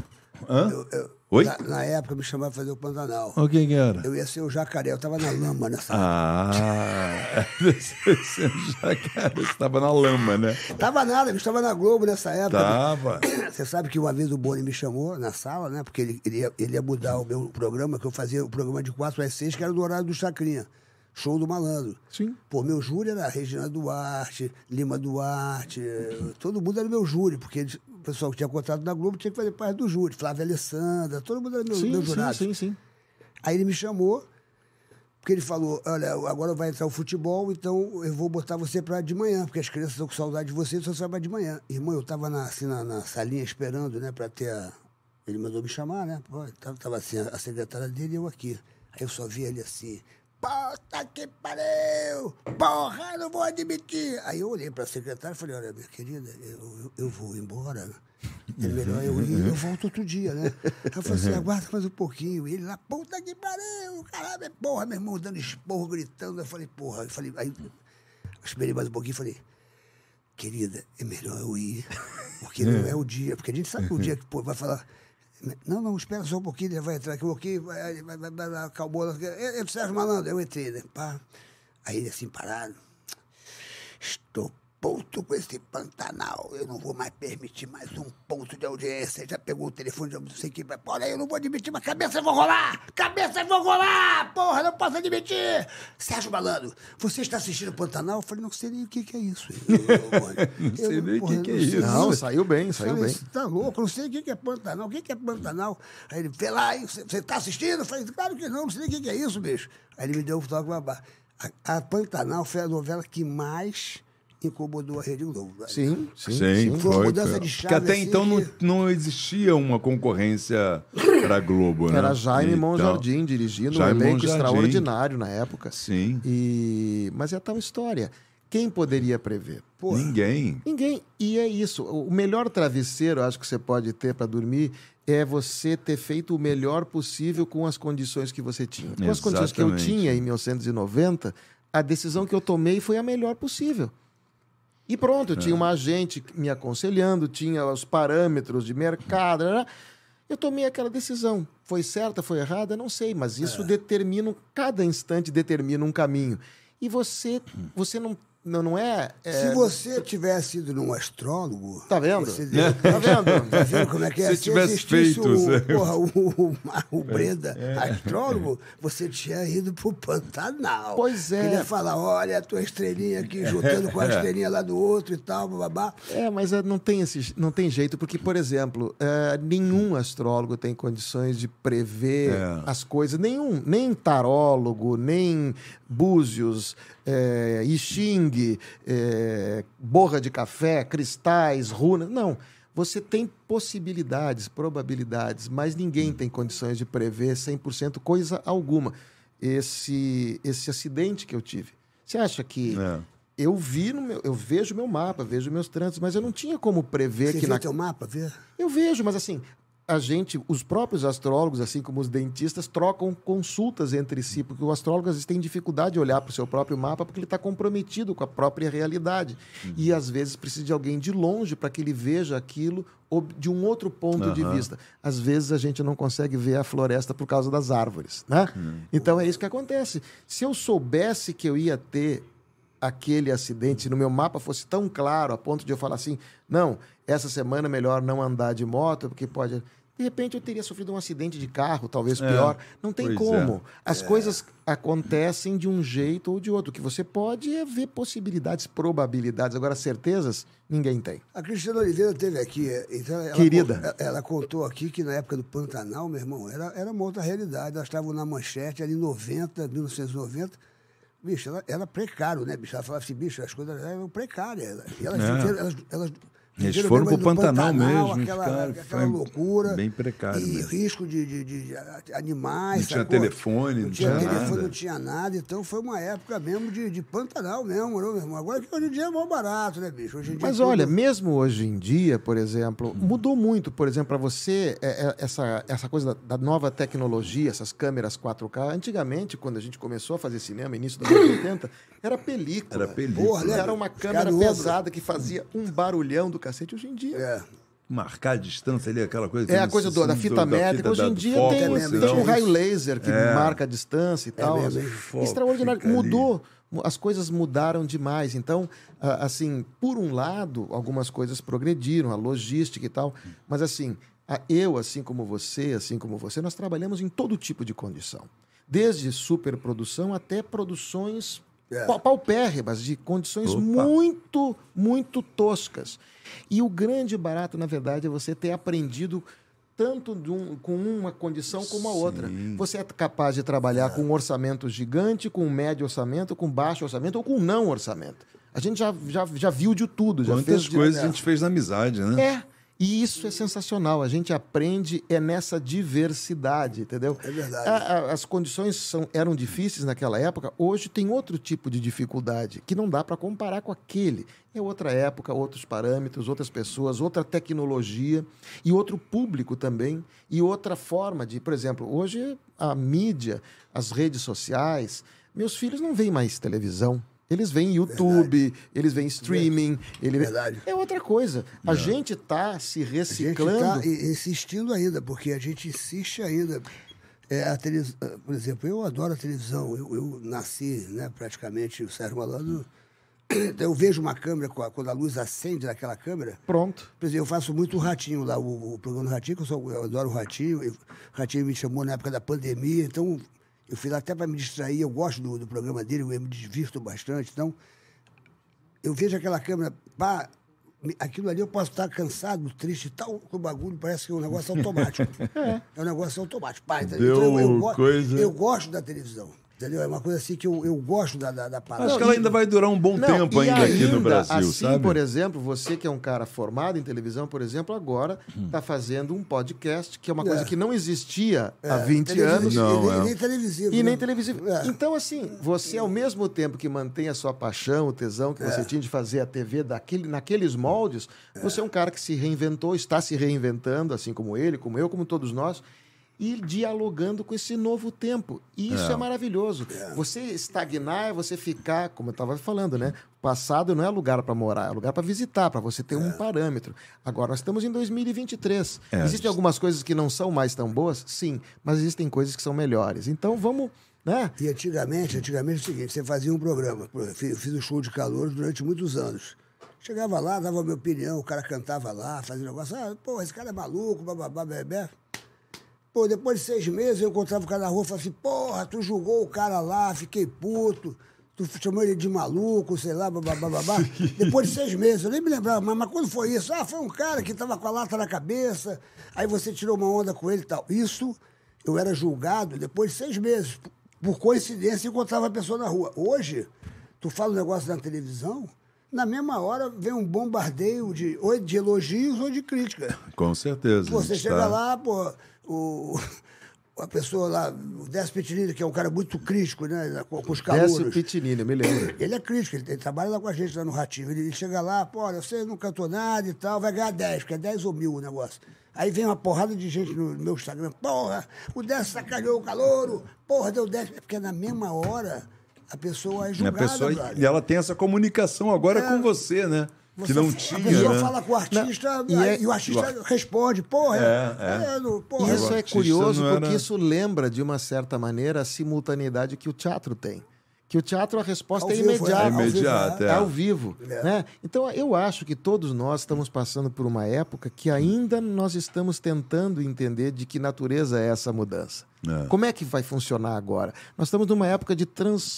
Speaker 2: Hã? Oi?
Speaker 4: Na, na época me chamaram pra fazer o Pantanal.
Speaker 2: Ó, Quem que era?
Speaker 4: Eu ia ser o jacaré, eu tava na lama nessa.
Speaker 2: Ah, você já cara, você tava na lama, né?
Speaker 4: Tava nada, eu estava na Globo nessa época.
Speaker 5: Tá.
Speaker 2: Tava.
Speaker 4: Você sabe que uma vez o Boni me chamou na sala, né? Porque ele, ele, ia, ele ia mudar o meu programa, que eu fazia o programa de 4 às 6, que era do horário do Chacrinha. Show do malandro.
Speaker 5: Sim.
Speaker 4: Pô, meu júri era Regina Duarte, Lima Duarte, eh, todo mundo era meu júri, porque eles- o pessoal que tinha contrato na Globo tinha que fazer parte do júri. Flávia Alessandra, todo mundo era meu,
Speaker 5: Sim,
Speaker 4: meu
Speaker 5: sim,
Speaker 4: jurado.
Speaker 5: sim, sim.
Speaker 4: Aí ele me chamou, porque ele falou: Olha, agora vai entrar o futebol, então eu vou botar você pra de manhã, porque as crianças estão com saudade de você, então você vai pra de manhã. Irmão, eu tava na, assim, na, na salinha esperando, né, pra ter a. Ele mandou me chamar, né? Pô, tava, tava assim, a secretária dele e eu aqui. Aí eu só vi ele assim. Puta que pariu! Porra, não vou admitir! Aí eu olhei pra secretária e falei, olha, minha querida, eu, eu, eu vou embora. É melhor eu ir, eu volto outro dia, né? Ela falou assim, aguarda mais um pouquinho. E ele lá, puta que pariu, caralho, é porra, meu irmão, dando esporro, gritando. Eu falei, porra, eu falei, aí esperei mais um pouquinho e falei, querida, é melhor eu ir, porque não é o dia, porque a gente sabe que o dia que pô, vai falar. Não, não, espera só um pouquinho, ele vai entrar aqui, aqui vai, vai, vai, vai, vai, acalmou. É, é o Sérgio Malandro, eu entrei, né? Pá. Aí ele assim, parado. Estou puto com esse Pantanal. Eu não vou mais permitir mais um ponto de audiência. Já pegou o telefone, já não sei quem vai. Olha, eu não vou admitir, mas cabeça eu vou rolar! Cabeça eu vou rolar! Porra, não posso admitir! Sérgio Malandro, você está assistindo o Pantanal? Eu falei, não sei nem o que, que é isso. Eu,
Speaker 2: Não sei nem o
Speaker 4: porra,
Speaker 2: que, que é
Speaker 4: não sei.
Speaker 2: isso.
Speaker 5: Não, saiu bem,
Speaker 4: Falei,
Speaker 5: saiu bem.
Speaker 4: Você tá louco, não sei o que que é Pantanal, o que que é Pantanal? Aí ele, vê lá, aí, você você tá assistindo? Eu falei, claro que não, não sei nem o que que é isso, bicho. Aí ele me deu um toque babá. A, a Pantanal foi a novela que mais incomodou a Rede Globo. né?
Speaker 5: Sim, sim.
Speaker 2: Sim,
Speaker 4: Foi uma
Speaker 2: foi.
Speaker 4: mudança
Speaker 2: cara.
Speaker 4: de chave,
Speaker 2: que até
Speaker 4: assim,
Speaker 2: então não,
Speaker 4: que-
Speaker 2: não existia uma concorrência para Globo, né?
Speaker 5: Era Jaime
Speaker 2: Então,
Speaker 5: Monjardim dirigindo
Speaker 2: Jaime
Speaker 5: um elenco
Speaker 2: Monjardim.
Speaker 5: extraordinário na época.
Speaker 2: Sim.
Speaker 5: E... Mas é tal história. Quem poderia prever?
Speaker 2: Ninguém.
Speaker 5: Ninguém. E é isso. O melhor travesseiro, acho que você pode ter para dormir, é você ter feito o melhor possível com as condições que você tinha. Com as condições que eu
Speaker 2: Exatamente.
Speaker 5: tinha em 1990, a decisão que eu tomei foi a melhor possível. E pronto, eu
Speaker 2: É.
Speaker 5: tinha uma agente me aconselhando, tinha os parâmetros de mercado. né? Eu tomei aquela decisão. Foi certa, foi errada, não sei, mas isso
Speaker 2: É.
Speaker 5: determina, cada instante determina um caminho. E você,
Speaker 2: Hum.
Speaker 5: você não, não, não é, é,
Speaker 4: Se você tivesse ido num astrólogo.
Speaker 5: Tá vendo?
Speaker 4: Você,
Speaker 5: Tá vendo?
Speaker 4: Tá vendo como é que é?
Speaker 2: Se tivesse
Speaker 4: existisse
Speaker 2: feito,
Speaker 4: o,
Speaker 2: você-
Speaker 4: porra, o, o, o
Speaker 5: É,
Speaker 4: Breda, astrólogo, você tinha ido pro Pantanal.
Speaker 5: Pois é.
Speaker 4: Queria falar: olha, a tua estrelinha aqui juntando com a estrelinha lá do outro e tal, bababá.
Speaker 5: É, mas é, não tem, esse, não tem jeito, porque, por exemplo, é, nenhum astrólogo tem condições de prever as coisas. Nenhum, nem tarólogo, nem búzios, é, I Ching, é, borra de café, cristais, runas. Não. Você tem possibilidades, probabilidades, mas ninguém tem condições de prever 100% coisa alguma. Esse, esse acidente que eu tive. Você acha que eu vi no meu, eu vejo meu mapa, vejo meus trânsitos, mas eu não tinha como prever
Speaker 4: Você
Speaker 5: que
Speaker 4: viu
Speaker 5: na
Speaker 4: teu mapa, vê?
Speaker 5: eu vejo, mas assim, a gente, os próprios astrólogos, assim como os dentistas, trocam consultas entre si, porque o astrólogo às vezes tem dificuldade de olhar para o seu próprio mapa, porque ele está comprometido com a própria realidade. E às vezes precisa de alguém de longe para que ele veja aquilo ob- de um outro ponto de vista. Às vezes a gente não consegue ver a floresta por causa das árvores, né? Então é isso que acontece. Se eu soubesse que eu ia ter aquele acidente, no meu mapa fosse tão claro a ponto de eu falar assim: não, essa semana é melhor não andar de moto, porque pode. De repente eu teria sofrido um acidente de carro, talvez pior. Não tem
Speaker 2: Pois
Speaker 5: como. As coisas acontecem de um jeito ou de outro. O que você pode é ver possibilidades, probabilidades. Agora, certezas, ninguém tem.
Speaker 4: A Cristina Oliveira esteve aqui. é, Então ela
Speaker 5: Querida.
Speaker 4: con- Ela, ela contou aqui que na época do Pantanal, meu irmão, era, era uma outra realidade. Elas estavam na manchete ali em 90, 1990. Bicho, ela era precário, né, bicho? Ela falava assim, bicho, as coisas eram precárias. E elas,
Speaker 2: É.
Speaker 4: viveram- elas, elas
Speaker 2: Eles
Speaker 4: viveram
Speaker 2: foram
Speaker 4: mesmo
Speaker 2: pro
Speaker 4: ali no
Speaker 2: Pantanal mesmo,
Speaker 4: Aquela,
Speaker 2: ficaram-
Speaker 4: aquela
Speaker 2: foi
Speaker 4: loucura.
Speaker 2: bem precário
Speaker 4: E
Speaker 2: mesmo.
Speaker 4: risco de, de- de- de animais.
Speaker 2: Não tinha
Speaker 4: sacou?
Speaker 2: telefone,
Speaker 4: não
Speaker 2: não
Speaker 4: tinha,
Speaker 2: tinha
Speaker 4: telefone,
Speaker 2: nada.
Speaker 4: não tinha nada. Então foi uma época mesmo de, de Pantanal mesmo, né, meu irmão? Agora que hoje em dia é mó barato, né, bicho? Hoje em dia
Speaker 5: Mas
Speaker 4: tudo-
Speaker 5: olha, mesmo hoje em dia, por exemplo, mudou muito, por exemplo, para você, é, é, essa, essa coisa da, da nova tecnologia, essas câmeras 4K. Antigamente, quando a gente começou a fazer cinema, início dos anos 80, era película.
Speaker 2: Era película.
Speaker 5: Porra, né? Era uma
Speaker 4: Os
Speaker 5: câmera
Speaker 4: caras no ombro.
Speaker 5: pesada que fazia um barulhão do cacete. Hoje em dia.
Speaker 4: É.
Speaker 2: Marcar a distância ali, aquela coisa.
Speaker 5: É a coisa do- da fita métrica. Hoje em dia tem,
Speaker 4: foco,
Speaker 5: tem
Speaker 4: então.
Speaker 5: um raio laser que marca a distância e tal.
Speaker 4: É mesmo, hein?
Speaker 5: Extraordinário.
Speaker 2: É Foco, fica ali.
Speaker 5: Mudou. Mu- As coisas mudaram demais. Então, a- assim, por um lado, algumas coisas progrediram, a logística e tal. Mas, assim, a- eu, assim como você, assim como você, nós trabalhamos em todo tipo de condição. Desde superprodução até produções
Speaker 4: É.
Speaker 5: pa- paupérrimas, de condições
Speaker 2: Opa.
Speaker 5: muito, muito toscas. E o grande barato, na verdade, é você ter aprendido tanto de um- com uma condição como a outra. Você é capaz de trabalhar com um orçamento gigante, com um médio orçamento, com baixo orçamento ou com não orçamento. A gente já, já, já viu de tudo. já fez
Speaker 2: Quantas
Speaker 5: de-
Speaker 2: coisas a gente fez na amizade, né?
Speaker 5: É. E isso é sensacional. A gente aprende é nessa diversidade, entendeu?
Speaker 4: É verdade.
Speaker 5: A- a- as condições são, eram difíceis naquela época. Hoje tem outro tipo de dificuldade que não dá para comparar com aquele. É outra época, outros parâmetros, outras pessoas, outra tecnologia e outro público também e outra forma de, por exemplo, hoje a mídia, as redes sociais. Meus filhos não veem mais televisão. Eles veem YouTube, eles veem streaming, ele
Speaker 4: Verdade.
Speaker 5: é outra coisa. A gente está se
Speaker 4: A gente tá
Speaker 5: reciclando.
Speaker 4: está insistindo ainda, porque a gente insiste ainda. É, a televis... eh, Por exemplo, eu adoro a televisão. Eu, eu nasci, né, praticamente, o Sérgio Malandro Então eu vejo uma câmera, co- quando a luz acende naquela câmera.
Speaker 5: Pronto.
Speaker 4: Por exemplo, eu faço muito o Ratinho lá, o, o programa do Ratinho, que eu, sou, eu adoro o Ratinho. e O Ratinho me chamou na época da pandemia, então eu fui lá até para me distrair. Eu gosto do, do programa dele, eu me divirto bastante. Então, eu vejo aquela câmera, pá, me- aquilo ali eu posso estar cansado, triste e tal, com o bagulho, parece que é um negócio automático. é. um negócio automático. Pá, entendeu? Então,
Speaker 2: Deu
Speaker 4: eu, eu, go-
Speaker 2: coisa-
Speaker 4: eu gosto da televisão. Entendeu? É uma coisa assim que eu, eu gosto da, da, da parada.
Speaker 2: Acho que ela ainda vai durar um bom
Speaker 5: É, Não,
Speaker 2: tempo
Speaker 5: e
Speaker 2: ainda, aqui no
Speaker 5: ainda
Speaker 2: Brasil,
Speaker 5: assim,
Speaker 2: sabe?
Speaker 5: por exemplo, você que é um cara formado em televisão, por exemplo, agora está fazendo um podcast, que é uma coisa
Speaker 4: É.
Speaker 5: que não existia há
Speaker 4: É,
Speaker 5: 20
Speaker 4: televisi-
Speaker 5: anos.
Speaker 4: e nem-
Speaker 2: Não, é.
Speaker 4: E nem televisivo.
Speaker 5: E
Speaker 4: né?
Speaker 5: nem televisivo.
Speaker 4: É.
Speaker 5: Então, assim, você, ao mesmo tempo que mantém a sua paixão, o tesão que você tinha de fazer a TV daquele, naqueles moldes, você é um cara que se reinventou, está se reinventando, assim como ele, como eu, como todos nós, e dialogando com esse novo tempo. E isso é, maravilhoso. Você estagnar é você ficar, como eu estava falando, né? Passado não é lugar para morar, é lugar para visitar, para você ter um parâmetro. Agora, nós estamos em 2023. Existem algumas coisas que não são mais tão boas? Sim, mas existem coisas que são melhores. Então, vamos, né?
Speaker 4: E antigamente, antigamente é o seguinte, você fazia um programa. Por exemplo, Eu fiz um show de calor durante muitos anos. Chegava lá, dava a minha opinião, o cara cantava lá, fazia um negócio. Ah, pô, esse cara é maluco, bababá, bebê. Pô, depois de seis meses eu encontrava o cara na rua e falava assim, porra, tu julgou o cara lá, fiquei puto. Tu chamou ele de maluco, sei lá, bababá, babá. Depois de seis meses, eu nem me lembrava, mas, mas quando foi isso? Ah, foi um cara que tava com a lata na cabeça, aí você tirou uma onda com ele e tal. Isso, eu era julgado depois de seis meses. Por- Por coincidência, eu encontrava a pessoa na rua. Hoje, tu fala um negócio na televisão, na mesma hora vem um bombardeio de, ou de elogios ou de crítica.
Speaker 2: Com certeza.
Speaker 4: Pô,
Speaker 2: a
Speaker 4: você
Speaker 2: gente
Speaker 4: chega
Speaker 2: tá-
Speaker 4: lá, pô, o, a pessoa lá, o Décio Pitinini, que é um cara muito crítico, né, com, com os
Speaker 5: Décio
Speaker 4: calouros.
Speaker 5: Pitinini, eu me lembro.
Speaker 4: Ele é crítico, ele, ele trabalha lá com a gente, lá no Ratinho. Ele, ele chega lá, pô, olha, você não cantou nada e tal, vai ganhar 10, porque é 10 ou mil o negócio. Aí vem uma porrada de gente no meu Instagram, porra, o Décio sacaneou o calouro, porra, deu 10. É Porque na mesma hora a pessoa é
Speaker 2: A
Speaker 4: julgada,
Speaker 2: pessoa,
Speaker 4: brother.
Speaker 2: e ela tem essa comunicação agora
Speaker 5: É.
Speaker 2: com você, né?
Speaker 4: Você
Speaker 2: que não
Speaker 4: fa-
Speaker 2: tinha,
Speaker 4: A pessoa
Speaker 2: né?
Speaker 4: fala com o artista
Speaker 5: Não, e
Speaker 4: aí-
Speaker 5: é-
Speaker 4: e o artista responde, porra,
Speaker 2: É,
Speaker 4: é, não, porra,
Speaker 5: E
Speaker 2: o
Speaker 5: isso é
Speaker 2: artista
Speaker 5: curioso
Speaker 2: não era-
Speaker 5: porque isso lembra, de uma certa maneira, a simultaneidade que o teatro tem. Que o teatro, a resposta
Speaker 4: Ao
Speaker 5: é
Speaker 4: vivo, é.
Speaker 5: imediata.
Speaker 2: É imediata,
Speaker 5: É
Speaker 2: é.
Speaker 5: ao vivo. Né? Então, eu acho que todos nós estamos passando por uma época que ainda nós estamos tentando entender de que natureza é essa mudança. Como é que vai funcionar agora? Nós estamos numa época de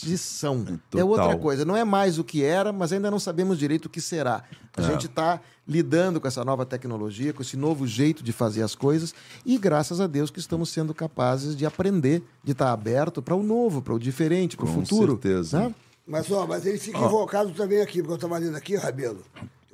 Speaker 5: transição. É
Speaker 2: Total.
Speaker 5: outra coisa. Não é mais o que era, mas ainda não sabemos direito o que será. A
Speaker 2: É.
Speaker 5: gente está lidando com essa nova tecnologia, com esse novo jeito de fazer as coisas, e graças a Deus que estamos sendo capazes de aprender, de estar aberto para o novo, para o diferente, para o
Speaker 2: Com
Speaker 5: futuro.
Speaker 2: certeza.
Speaker 5: né?
Speaker 4: Mas, ó, mas ele fica invocado também aqui, porque eu estava lendo aqui, Rabelo.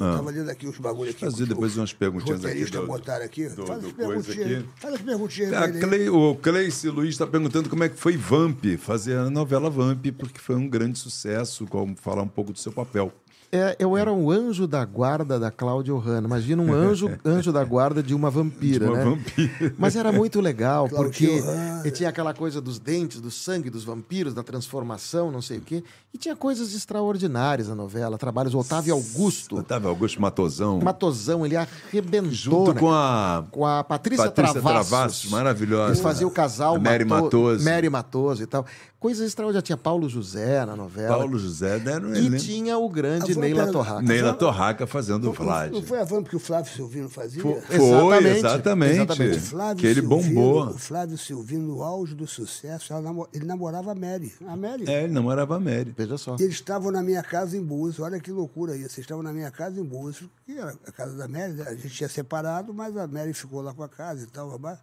Speaker 4: Eu estava lendo aqui os bagulhos aqui.
Speaker 2: Ah. Fazer
Speaker 4: que os-
Speaker 2: depois umas perguntinhas
Speaker 4: Os
Speaker 2: aqui
Speaker 4: roteiristas
Speaker 2: do-
Speaker 4: botaram aqui.
Speaker 2: do-
Speaker 4: faz
Speaker 2: do
Speaker 4: as
Speaker 2: coisa
Speaker 4: perguntinhas.
Speaker 2: aqui. Tá
Speaker 4: Faz as perguntinhas.
Speaker 2: A
Speaker 4: dele aí.
Speaker 2: Clay- o Cleice Luiz está perguntando como é que foi Vamp, fazer a novela Vamp, porque foi um grande sucesso, como falar um pouco do seu papel.
Speaker 5: É, eu era um anjo da guarda da Cláudia Hanna. Imagina um anjo, anjo da guarda de uma vampira,
Speaker 2: De uma
Speaker 5: né?
Speaker 2: vampira.
Speaker 5: Mas era muito legal,
Speaker 4: Cláudia
Speaker 5: porque
Speaker 4: Hanna.
Speaker 5: tinha aquela coisa dos dentes, do sangue dos vampiros, da transformação, não sei o quê. E tinha coisas extraordinárias na novela. Trabalhos Otávio Augusto,
Speaker 2: Otávio Augusto Matosão,
Speaker 5: Matosão, ele arrebentou.
Speaker 2: junto
Speaker 5: né?
Speaker 2: com a
Speaker 5: com a Patrícia,
Speaker 2: Patrícia
Speaker 5: Travassos.
Speaker 2: Travassos, maravilhosa.
Speaker 5: Eles faziam o casal.
Speaker 2: A Mary
Speaker 5: Mato-
Speaker 2: Matoso.
Speaker 5: Mary Matoso e tal. Coisas extraordinárias. Tinha Paulo José na novela.
Speaker 2: Paulo José, né? Não
Speaker 5: E
Speaker 2: lembro.
Speaker 5: tinha o
Speaker 4: Ah,
Speaker 5: grande
Speaker 4: foi
Speaker 5: Neila
Speaker 4: pela-
Speaker 5: Torraca.
Speaker 2: Neila Torraca fazendo o Vlad.
Speaker 4: Não foi a Vamp que o Flávio Silvino fazia?
Speaker 5: Foi.
Speaker 2: Foi,
Speaker 5: Exatamente.
Speaker 2: exatamente.
Speaker 5: Exatamente.
Speaker 4: O Flávio
Speaker 2: Que ele
Speaker 4: Silvino-
Speaker 2: bombou.
Speaker 4: O Flávio Silvino, no auge do sucesso, ela namo- ele namorava a Mary. A Mary.
Speaker 2: É, ele namorava a Mary.
Speaker 5: Veja só.
Speaker 4: E eles estavam na minha casa em Búzios, olha que loucura isso. Eles estavam na minha casa em Búzios, que era a casa da Mary, né? a gente tinha separado, mas a Mary ficou lá com a casa e tal, babá.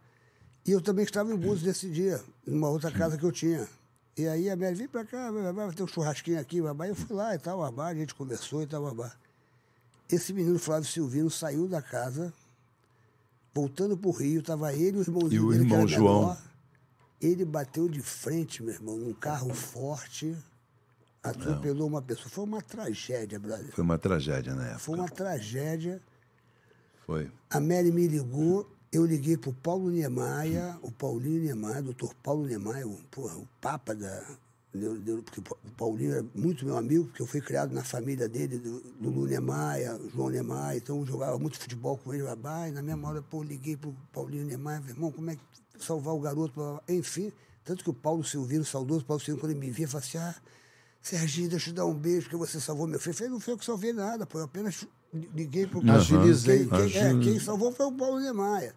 Speaker 4: E eu também estava em Búzios nesse dia, numa outra casa que eu tinha. E aí a Mary, vem pra cá, babá, vai ter um churrasquinho aqui, babá. E eu fui lá e tal, babá, a gente conversou e tal, babá. Esse menino, Flávio Silvino, saiu da casa, voltando pro Rio, estava ele e o irmãozinho
Speaker 2: E o
Speaker 4: dele, que
Speaker 2: irmão
Speaker 4: era
Speaker 2: João.
Speaker 4: menor. Ele bateu de frente, meu irmão, num carro forte, atropelou uma pessoa. Foi uma tragédia, brother.
Speaker 2: Foi uma tragédia na época.
Speaker 4: Foi uma tragédia.
Speaker 2: Foi.
Speaker 4: A Mary me ligou, eu liguei pro Paulo Niemeyer, o Paulinho Niemeyer, doutor Paulo Niemeyer, o, porra, o papa da... neuro- neuro- Porque o Paulinho era muito meu amigo, porque eu fui criado na família dele, do, do Lu Niemeyer, João Niemeyer, então eu jogava muito futebol com ele, babá, e na mesma hora pô, eu liguei pro Paulinho Niemeyer, meu irmão, como é que salvar o garoto, blá, blá, blá. enfim, tanto que o Paulo Silvino, saudoso Paulo Silvino, quando ele me via, falava assim, ah, Serginho, deixa eu dar um beijo, que você salvou meu filho. Eu falei, não foi eu que salvei nada, pô, eu apenas liguei pro
Speaker 5: Aham. Agilizei.
Speaker 4: Quem, quem, é,
Speaker 5: Agil-
Speaker 4: quem salvou foi o Paulo Nemaia.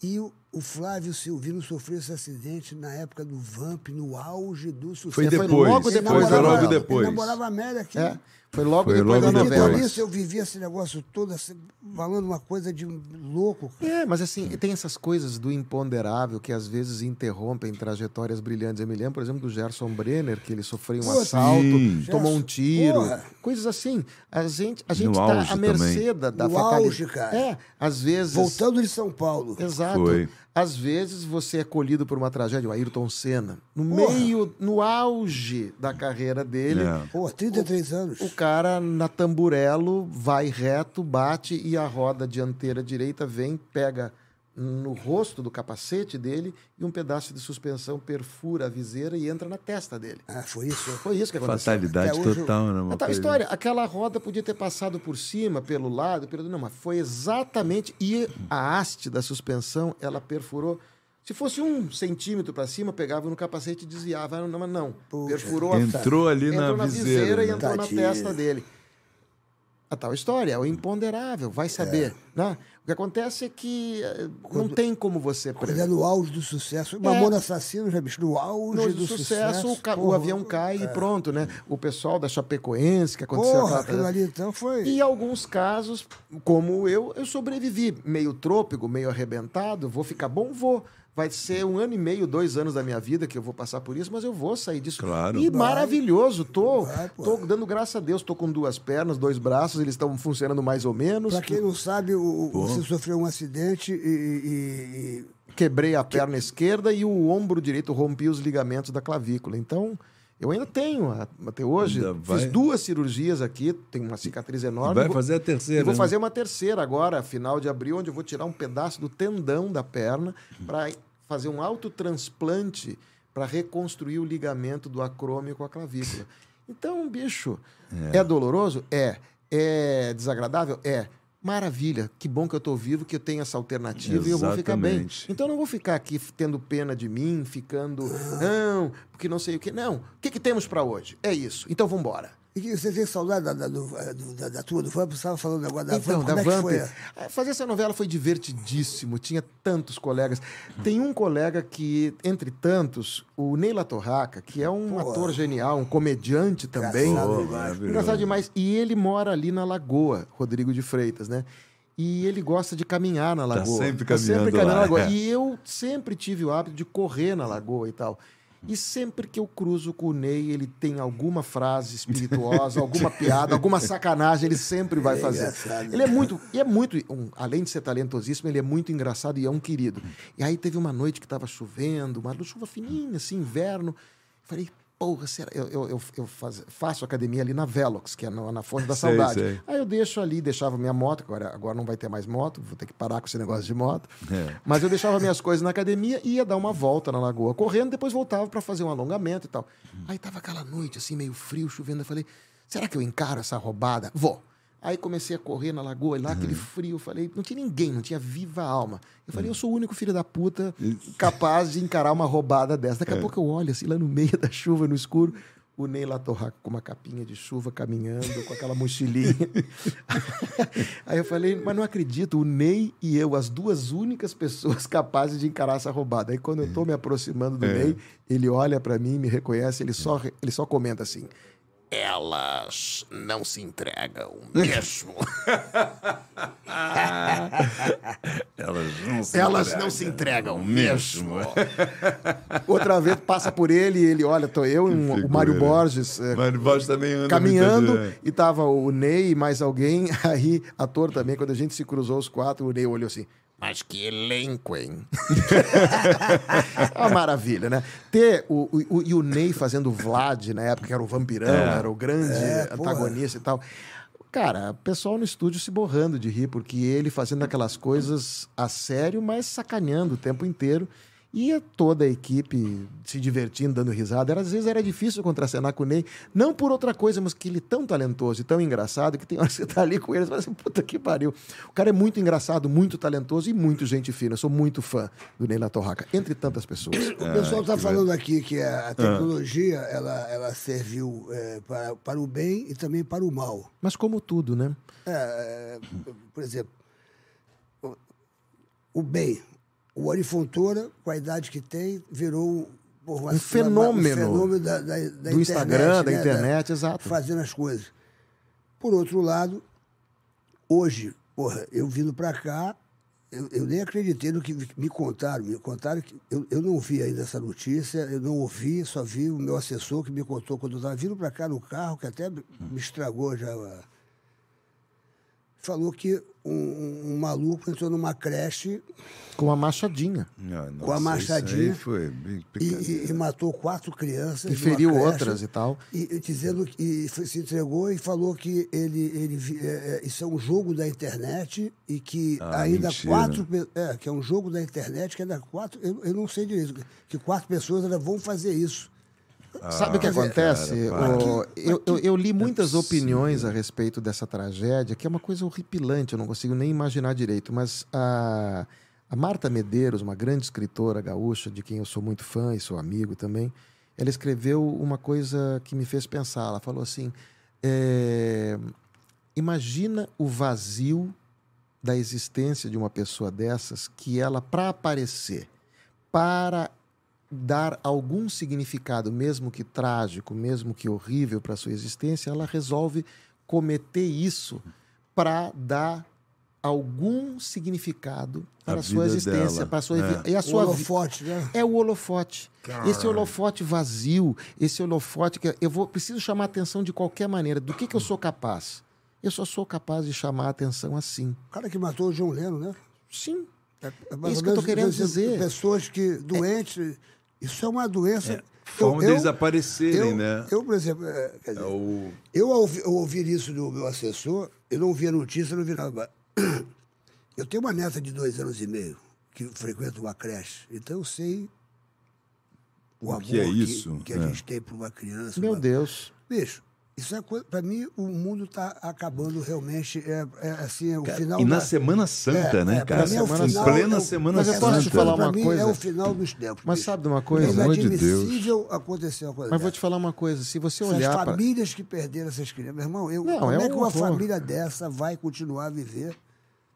Speaker 4: E o, o Flávio Silvino sofreu esse acidente na época do Vamp, no auge do sucesso.
Speaker 5: Foi depois, né, foi
Speaker 4: namorava-
Speaker 5: logo
Speaker 4: ele
Speaker 5: depois.
Speaker 4: namorava a Amélia aqui.
Speaker 5: É, foi logo
Speaker 2: Foi
Speaker 5: depois
Speaker 2: logo
Speaker 5: da
Speaker 4: Eu
Speaker 5: novela.
Speaker 4: vivi isso, eu vivi esse negócio todo, assim, falando uma coisa de um louco.
Speaker 5: É, mas assim, tem essas coisas do imponderável que às vezes interrompem trajetórias brilhantes. Eu me lembro, por exemplo, do Gerson Brenner, que ele sofreu um
Speaker 4: Pô,
Speaker 5: assalto,
Speaker 2: sim.
Speaker 5: tomou um
Speaker 4: Gerson,
Speaker 5: tiro.
Speaker 4: porra.
Speaker 5: Coisas assim. A gente a gente
Speaker 2: auge
Speaker 5: tá à
Speaker 2: também.
Speaker 5: mercê da, da
Speaker 4: No
Speaker 5: fatalidade.
Speaker 4: auge, cara.
Speaker 5: É, às vezes.
Speaker 4: Voltando de São Paulo.
Speaker 5: Exato.
Speaker 2: Foi.
Speaker 5: Às vezes você é colhido por uma tragédia, o Ayrton Senna. No
Speaker 4: Porra.
Speaker 5: meio, no auge da carreira dele,
Speaker 2: É.
Speaker 4: Pô, 33 anos.
Speaker 5: o cara na tamburelo vai reto, bate e a roda dianteira direita vem, pega no rosto do capacete dele e um pedaço de suspensão perfura a viseira e entra na testa dele.
Speaker 4: Ah, foi isso?
Speaker 5: Foi isso que aconteceu.
Speaker 2: Fatalidade
Speaker 4: Até hoje eu-
Speaker 2: total, né? uma
Speaker 5: Então, A tal
Speaker 2: coisa-
Speaker 5: história, aquela roda podia ter passado por cima, pelo lado, pelo não, mas foi exatamente e a haste da suspensão ela perfurou. Se fosse um centímetro para cima, pegava no capacete e desviava, não, mas não. Perfurou a
Speaker 2: Entrou ali na
Speaker 5: entrou na viseira,
Speaker 2: viseira,
Speaker 5: e
Speaker 2: né?
Speaker 5: entrou
Speaker 4: Tadinho.
Speaker 5: na testa dele. A tal história, é o imponderável, vai saber. né? O que acontece é que eh, não tem como você
Speaker 4: Quando
Speaker 5: prever.
Speaker 4: é no auge do sucesso. Mamona Assassino, já bicho, no auge
Speaker 5: É. No
Speaker 4: do
Speaker 5: sucesso,
Speaker 4: sucesso.
Speaker 5: o, ca- o
Speaker 4: porra. é.
Speaker 5: avião cai e pronto, né? O pessoal da Chapecoense, que aconteceu
Speaker 4: Porra,
Speaker 5: aquela
Speaker 4: aquilo
Speaker 5: tragédia.
Speaker 4: ali então foi.
Speaker 5: E alguns casos, como eu, eu sobrevivi. Meio trôpego, meio arrebentado, vou ficar bom? Vou. Vai ser um ano e meio, dois anos da minha vida que eu vou passar por isso, mas eu vou sair disso.
Speaker 2: Claro.
Speaker 5: E maravilhoso, tô,
Speaker 4: Vai, pô.
Speaker 5: tô dando graças a Deus, tô com duas pernas, dois braços, eles estão funcionando mais ou menos.
Speaker 4: Pra quem não sabe, o- o- você sofreu um acidente e. e- e-
Speaker 5: Quebrei a perna esquerda e o ombro direito rompi os ligamentos da clavícula. Então, eu ainda tenho, a- até hoje,
Speaker 2: Ainda vai.
Speaker 5: fiz duas cirurgias aqui, tenho uma cicatriz enorme.
Speaker 2: Vai
Speaker 5: vou-
Speaker 2: fazer a terceira.
Speaker 5: Eu vou
Speaker 2: né?
Speaker 5: fazer uma terceira agora, final de abril, onde eu vou tirar um pedaço do tendão da perna para fazer um autotransplante para reconstruir o ligamento do acrômio com a clavícula. Então, bicho, é, doloroso? É. É desagradável? É. Maravilha, que bom que eu estou vivo, que eu tenho essa alternativa e eu vou ficar bem.
Speaker 2: Exatamente.
Speaker 5: Então eu não vou ficar aqui f- tendo pena de mim, ficando, não, porque não sei o quê. Não, o que, que temos para hoje? É isso, então vamos embora.
Speaker 4: e que você tem saudade da, da, do- eh, do- da, da tua, do Vamp? Você estava falando agora da
Speaker 5: Então,
Speaker 4: Vamp.
Speaker 5: da
Speaker 4: Como é que
Speaker 5: Vamp.
Speaker 4: foi?
Speaker 5: É, Fazer essa novela foi divertidíssimo, tinha tantos colegas. Tem um colega que, entre tantos, o Neila Torraca, que é um ator genial, um comediante também.
Speaker 4: Engraçado
Speaker 5: Engraçado,
Speaker 4: demais.
Speaker 5: demais. E ele mora ali na Lagoa, Rodrigo de Freitas, né? E ele gosta de caminhar na Lagoa.
Speaker 2: Tá
Speaker 5: Tá
Speaker 2: sempre
Speaker 5: sempre
Speaker 2: caminhando
Speaker 5: caminhando na
Speaker 2: lá,
Speaker 5: Lagoa.
Speaker 2: é.
Speaker 5: E eu sempre tive o hábito de correr na Lagoa e tal. E sempre que eu cruzo com o Ney, ele tem alguma frase espirituosa, alguma piada, alguma sacanagem, ele sempre vai fazer.
Speaker 4: engraçado,
Speaker 5: Ele é muito, e é muito, um, além de ser talentosíssimo, ele é muito engraçado e é um querido. E aí teve uma noite que estava chovendo, uma chuva fininha, assim, inverno. Falei, porra, será? Eu, eu, eu, eu faz- faço academia ali na Velox, que é na, na Fonte da
Speaker 2: Sei,
Speaker 5: Saudade.
Speaker 2: sei.
Speaker 5: Aí eu deixo ali, deixava minha moto, agora, agora não vai ter mais moto, vou ter que parar com esse negócio de moto.
Speaker 2: É.
Speaker 5: Mas eu deixava minhas coisas na academia, ia dar uma volta na lagoa correndo, depois voltava para fazer um alongamento e tal. Aí tava aquela noite, assim, meio frio, chovendo. Eu falei, será que eu encaro essa roubada? Vou. Aí comecei a correr na lagoa, e lá aquele frio, eu falei, não tinha ninguém, não tinha viva alma. Eu falei, eu sou o único filho da puta capaz de encarar uma roubada dessa. Daqui a pouco eu olho, assim, lá no meio da chuva, no escuro, o Ney lá torraco com uma capinha de chuva, caminhando, com aquela mochilinha. Aí eu falei, mas não acredito, o Ney e eu, as duas únicas pessoas capazes de encarar essa roubada. Aí quando eu tô me aproximando do Ney, ele olha pra mim, me reconhece, ele só, ele só comenta assim, elas não se entregam mesmo.
Speaker 2: Elas não se
Speaker 5: Elas não se entregam mesmo. Outra vez passa por ele e ele, olha, tô eu e um- o
Speaker 2: figura.
Speaker 5: Mário Borges, eh,
Speaker 2: Mas Borges também anda
Speaker 5: caminhando
Speaker 2: muito-
Speaker 5: e tava o Ney e mais alguém, aí ator também, quando a gente se cruzou os quatro, o Ney olhou assim, mas que elenco, hein? é uma maravilha, né? Ter o, o, o- e o Ney fazendo o Vlad na época, que era o vampirão, era o grande antagonista e tal. Cara, o pessoal no estúdio se borrando de rir, porque ele fazendo aquelas coisas a sério, mas sacaneando o tempo inteiro. E toda a equipe se divertindo, dando risada. Era- Às vezes era difícil contracenar com o Ney, não por outra coisa, mas que ele é tão talentoso e tão engraçado que tem hora que você tá ali com ele e fala assim, puta que pariu. O cara é muito engraçado, muito talentoso e muito gente fina. Eu sou muito fã do Ney La Torraca, entre tantas pessoas.
Speaker 4: O pessoal está falando aqui que a
Speaker 5: Ah.
Speaker 4: a tecnologia ela, ela serviu eh, para, para o bem e também para o mal.
Speaker 5: Mas como tudo, né?
Speaker 4: É, é, por exemplo, o- o bem. O Ari Fontoura, com a idade que tem, virou porra, uma-
Speaker 5: Um fenômeno.
Speaker 4: um fenômeno da, da- da internet,
Speaker 5: do Instagram, da
Speaker 4: né?
Speaker 5: internet, exato.
Speaker 4: Fazendo as coisas. Por outro lado, hoje, porra, eu vindo pra cá, eu, eu nem acreditei no que me contaram. Me contaram que eu, eu não vi ainda essa notícia, eu não ouvi, só vi o meu assessor que me contou quando eu estava vindo pra cá no carro, que até me me estragou já. a- Falou que um- um, um maluco entrou numa creche
Speaker 5: Com uma machadinha.
Speaker 2: Ah,
Speaker 4: Com
Speaker 2: nossa,
Speaker 4: a
Speaker 2: isso
Speaker 4: machadinha
Speaker 2: aí foi bem
Speaker 4: e,
Speaker 2: picante.
Speaker 4: e- e matou quatro crianças.
Speaker 5: E
Speaker 4: numa
Speaker 5: feriu
Speaker 4: creche.
Speaker 5: outras e tal.
Speaker 4: E, e dizendo que e foi- se entregou e falou que ele, ele vi- é, é, isso é um jogo da internet e que
Speaker 2: Ah,
Speaker 4: ainda
Speaker 2: mentira.
Speaker 4: quatro pe- é, que é um jogo da internet que ainda quatro eu, eu não sei direito que quatro pessoas ainda vão fazer isso.
Speaker 5: Sabe o que
Speaker 4: quer dizer,
Speaker 5: acontece?
Speaker 2: cara,
Speaker 5: Ô, eu, eu, eu li muitas opiniões a respeito dessa tragédia, que é uma coisa horripilante, eu não consigo nem imaginar direito. Mas a, a Marta Medeiros, uma grande escritora gaúcha, de quem eu sou muito fã e sou amigo também, ela escreveu uma coisa que me fez pensar. Ela falou assim: é, imagina o vazio da existência de uma pessoa dessas que ela, para aparecer, para dar algum significado, mesmo que trágico, mesmo que horrível para sua existência, ela resolve cometer isso para dar algum significado para a sua
Speaker 2: vida
Speaker 5: existência,
Speaker 2: dela,
Speaker 5: para a sua
Speaker 2: né?
Speaker 5: vi- e a
Speaker 4: o
Speaker 5: sua vi-
Speaker 4: Um holofote, né?
Speaker 5: é o holofote. Esse holofote vazio, esse holofote que eu vou preciso chamar a atenção de qualquer maneira. Do que, que eu sou capaz? Eu só sou capaz de chamar a atenção assim.
Speaker 4: O cara que matou o João Leno, né?
Speaker 5: Sim.
Speaker 4: É, é
Speaker 5: Isso que eu tô querendo
Speaker 4: quer
Speaker 5: dizer.
Speaker 4: Pessoas que doentes, isso é uma doença.
Speaker 2: Forma
Speaker 4: Eu- eu-
Speaker 2: deles aparecerem,
Speaker 4: eu,
Speaker 2: né?
Speaker 4: Eu, por exemplo, é, quer dizer,
Speaker 2: É o...
Speaker 4: Eu, ao ouvi- ao ouvir isso do meu assessor, eu não vi a notícia, não vi nada. mas Eu tenho uma neta de dois anos e meio que frequenta uma creche, então eu sei o, amor
Speaker 2: que é isso,
Speaker 4: que, a
Speaker 2: né?
Speaker 4: gente tem por uma criança.
Speaker 5: Meu
Speaker 4: uma-
Speaker 5: Deus.
Speaker 4: Bicho, isso é coisa. Para mim, o mundo está acabando realmente. É, é assim, é o final.
Speaker 2: E na
Speaker 4: da-
Speaker 2: Semana Santa,
Speaker 4: É,
Speaker 2: né,
Speaker 4: é, pra
Speaker 2: cara?
Speaker 4: mim é o
Speaker 2: em
Speaker 4: final,
Speaker 2: plena
Speaker 4: é o-
Speaker 2: Semana
Speaker 5: Mas eu
Speaker 2: Santa.
Speaker 5: posso te falar um
Speaker 4: pra
Speaker 5: uma
Speaker 4: mim,
Speaker 5: coisa?
Speaker 4: É o final dos tempos.
Speaker 5: Mas
Speaker 4: bicho.
Speaker 5: sabe de uma coisa?
Speaker 4: É
Speaker 2: Pelo amor de Deus.
Speaker 4: inadmissível acontecer
Speaker 2: É.
Speaker 4: uma coisa
Speaker 5: Mas vou
Speaker 4: dessa.
Speaker 5: te falar uma coisa. Se você
Speaker 4: Essas
Speaker 5: olhar para
Speaker 4: famílias que perderam essas crianças. Meu irmão, eu,
Speaker 5: Não,
Speaker 4: como
Speaker 5: é
Speaker 4: é,
Speaker 5: um
Speaker 4: que uma
Speaker 5: horror.
Speaker 4: família dessa vai continuar a viver?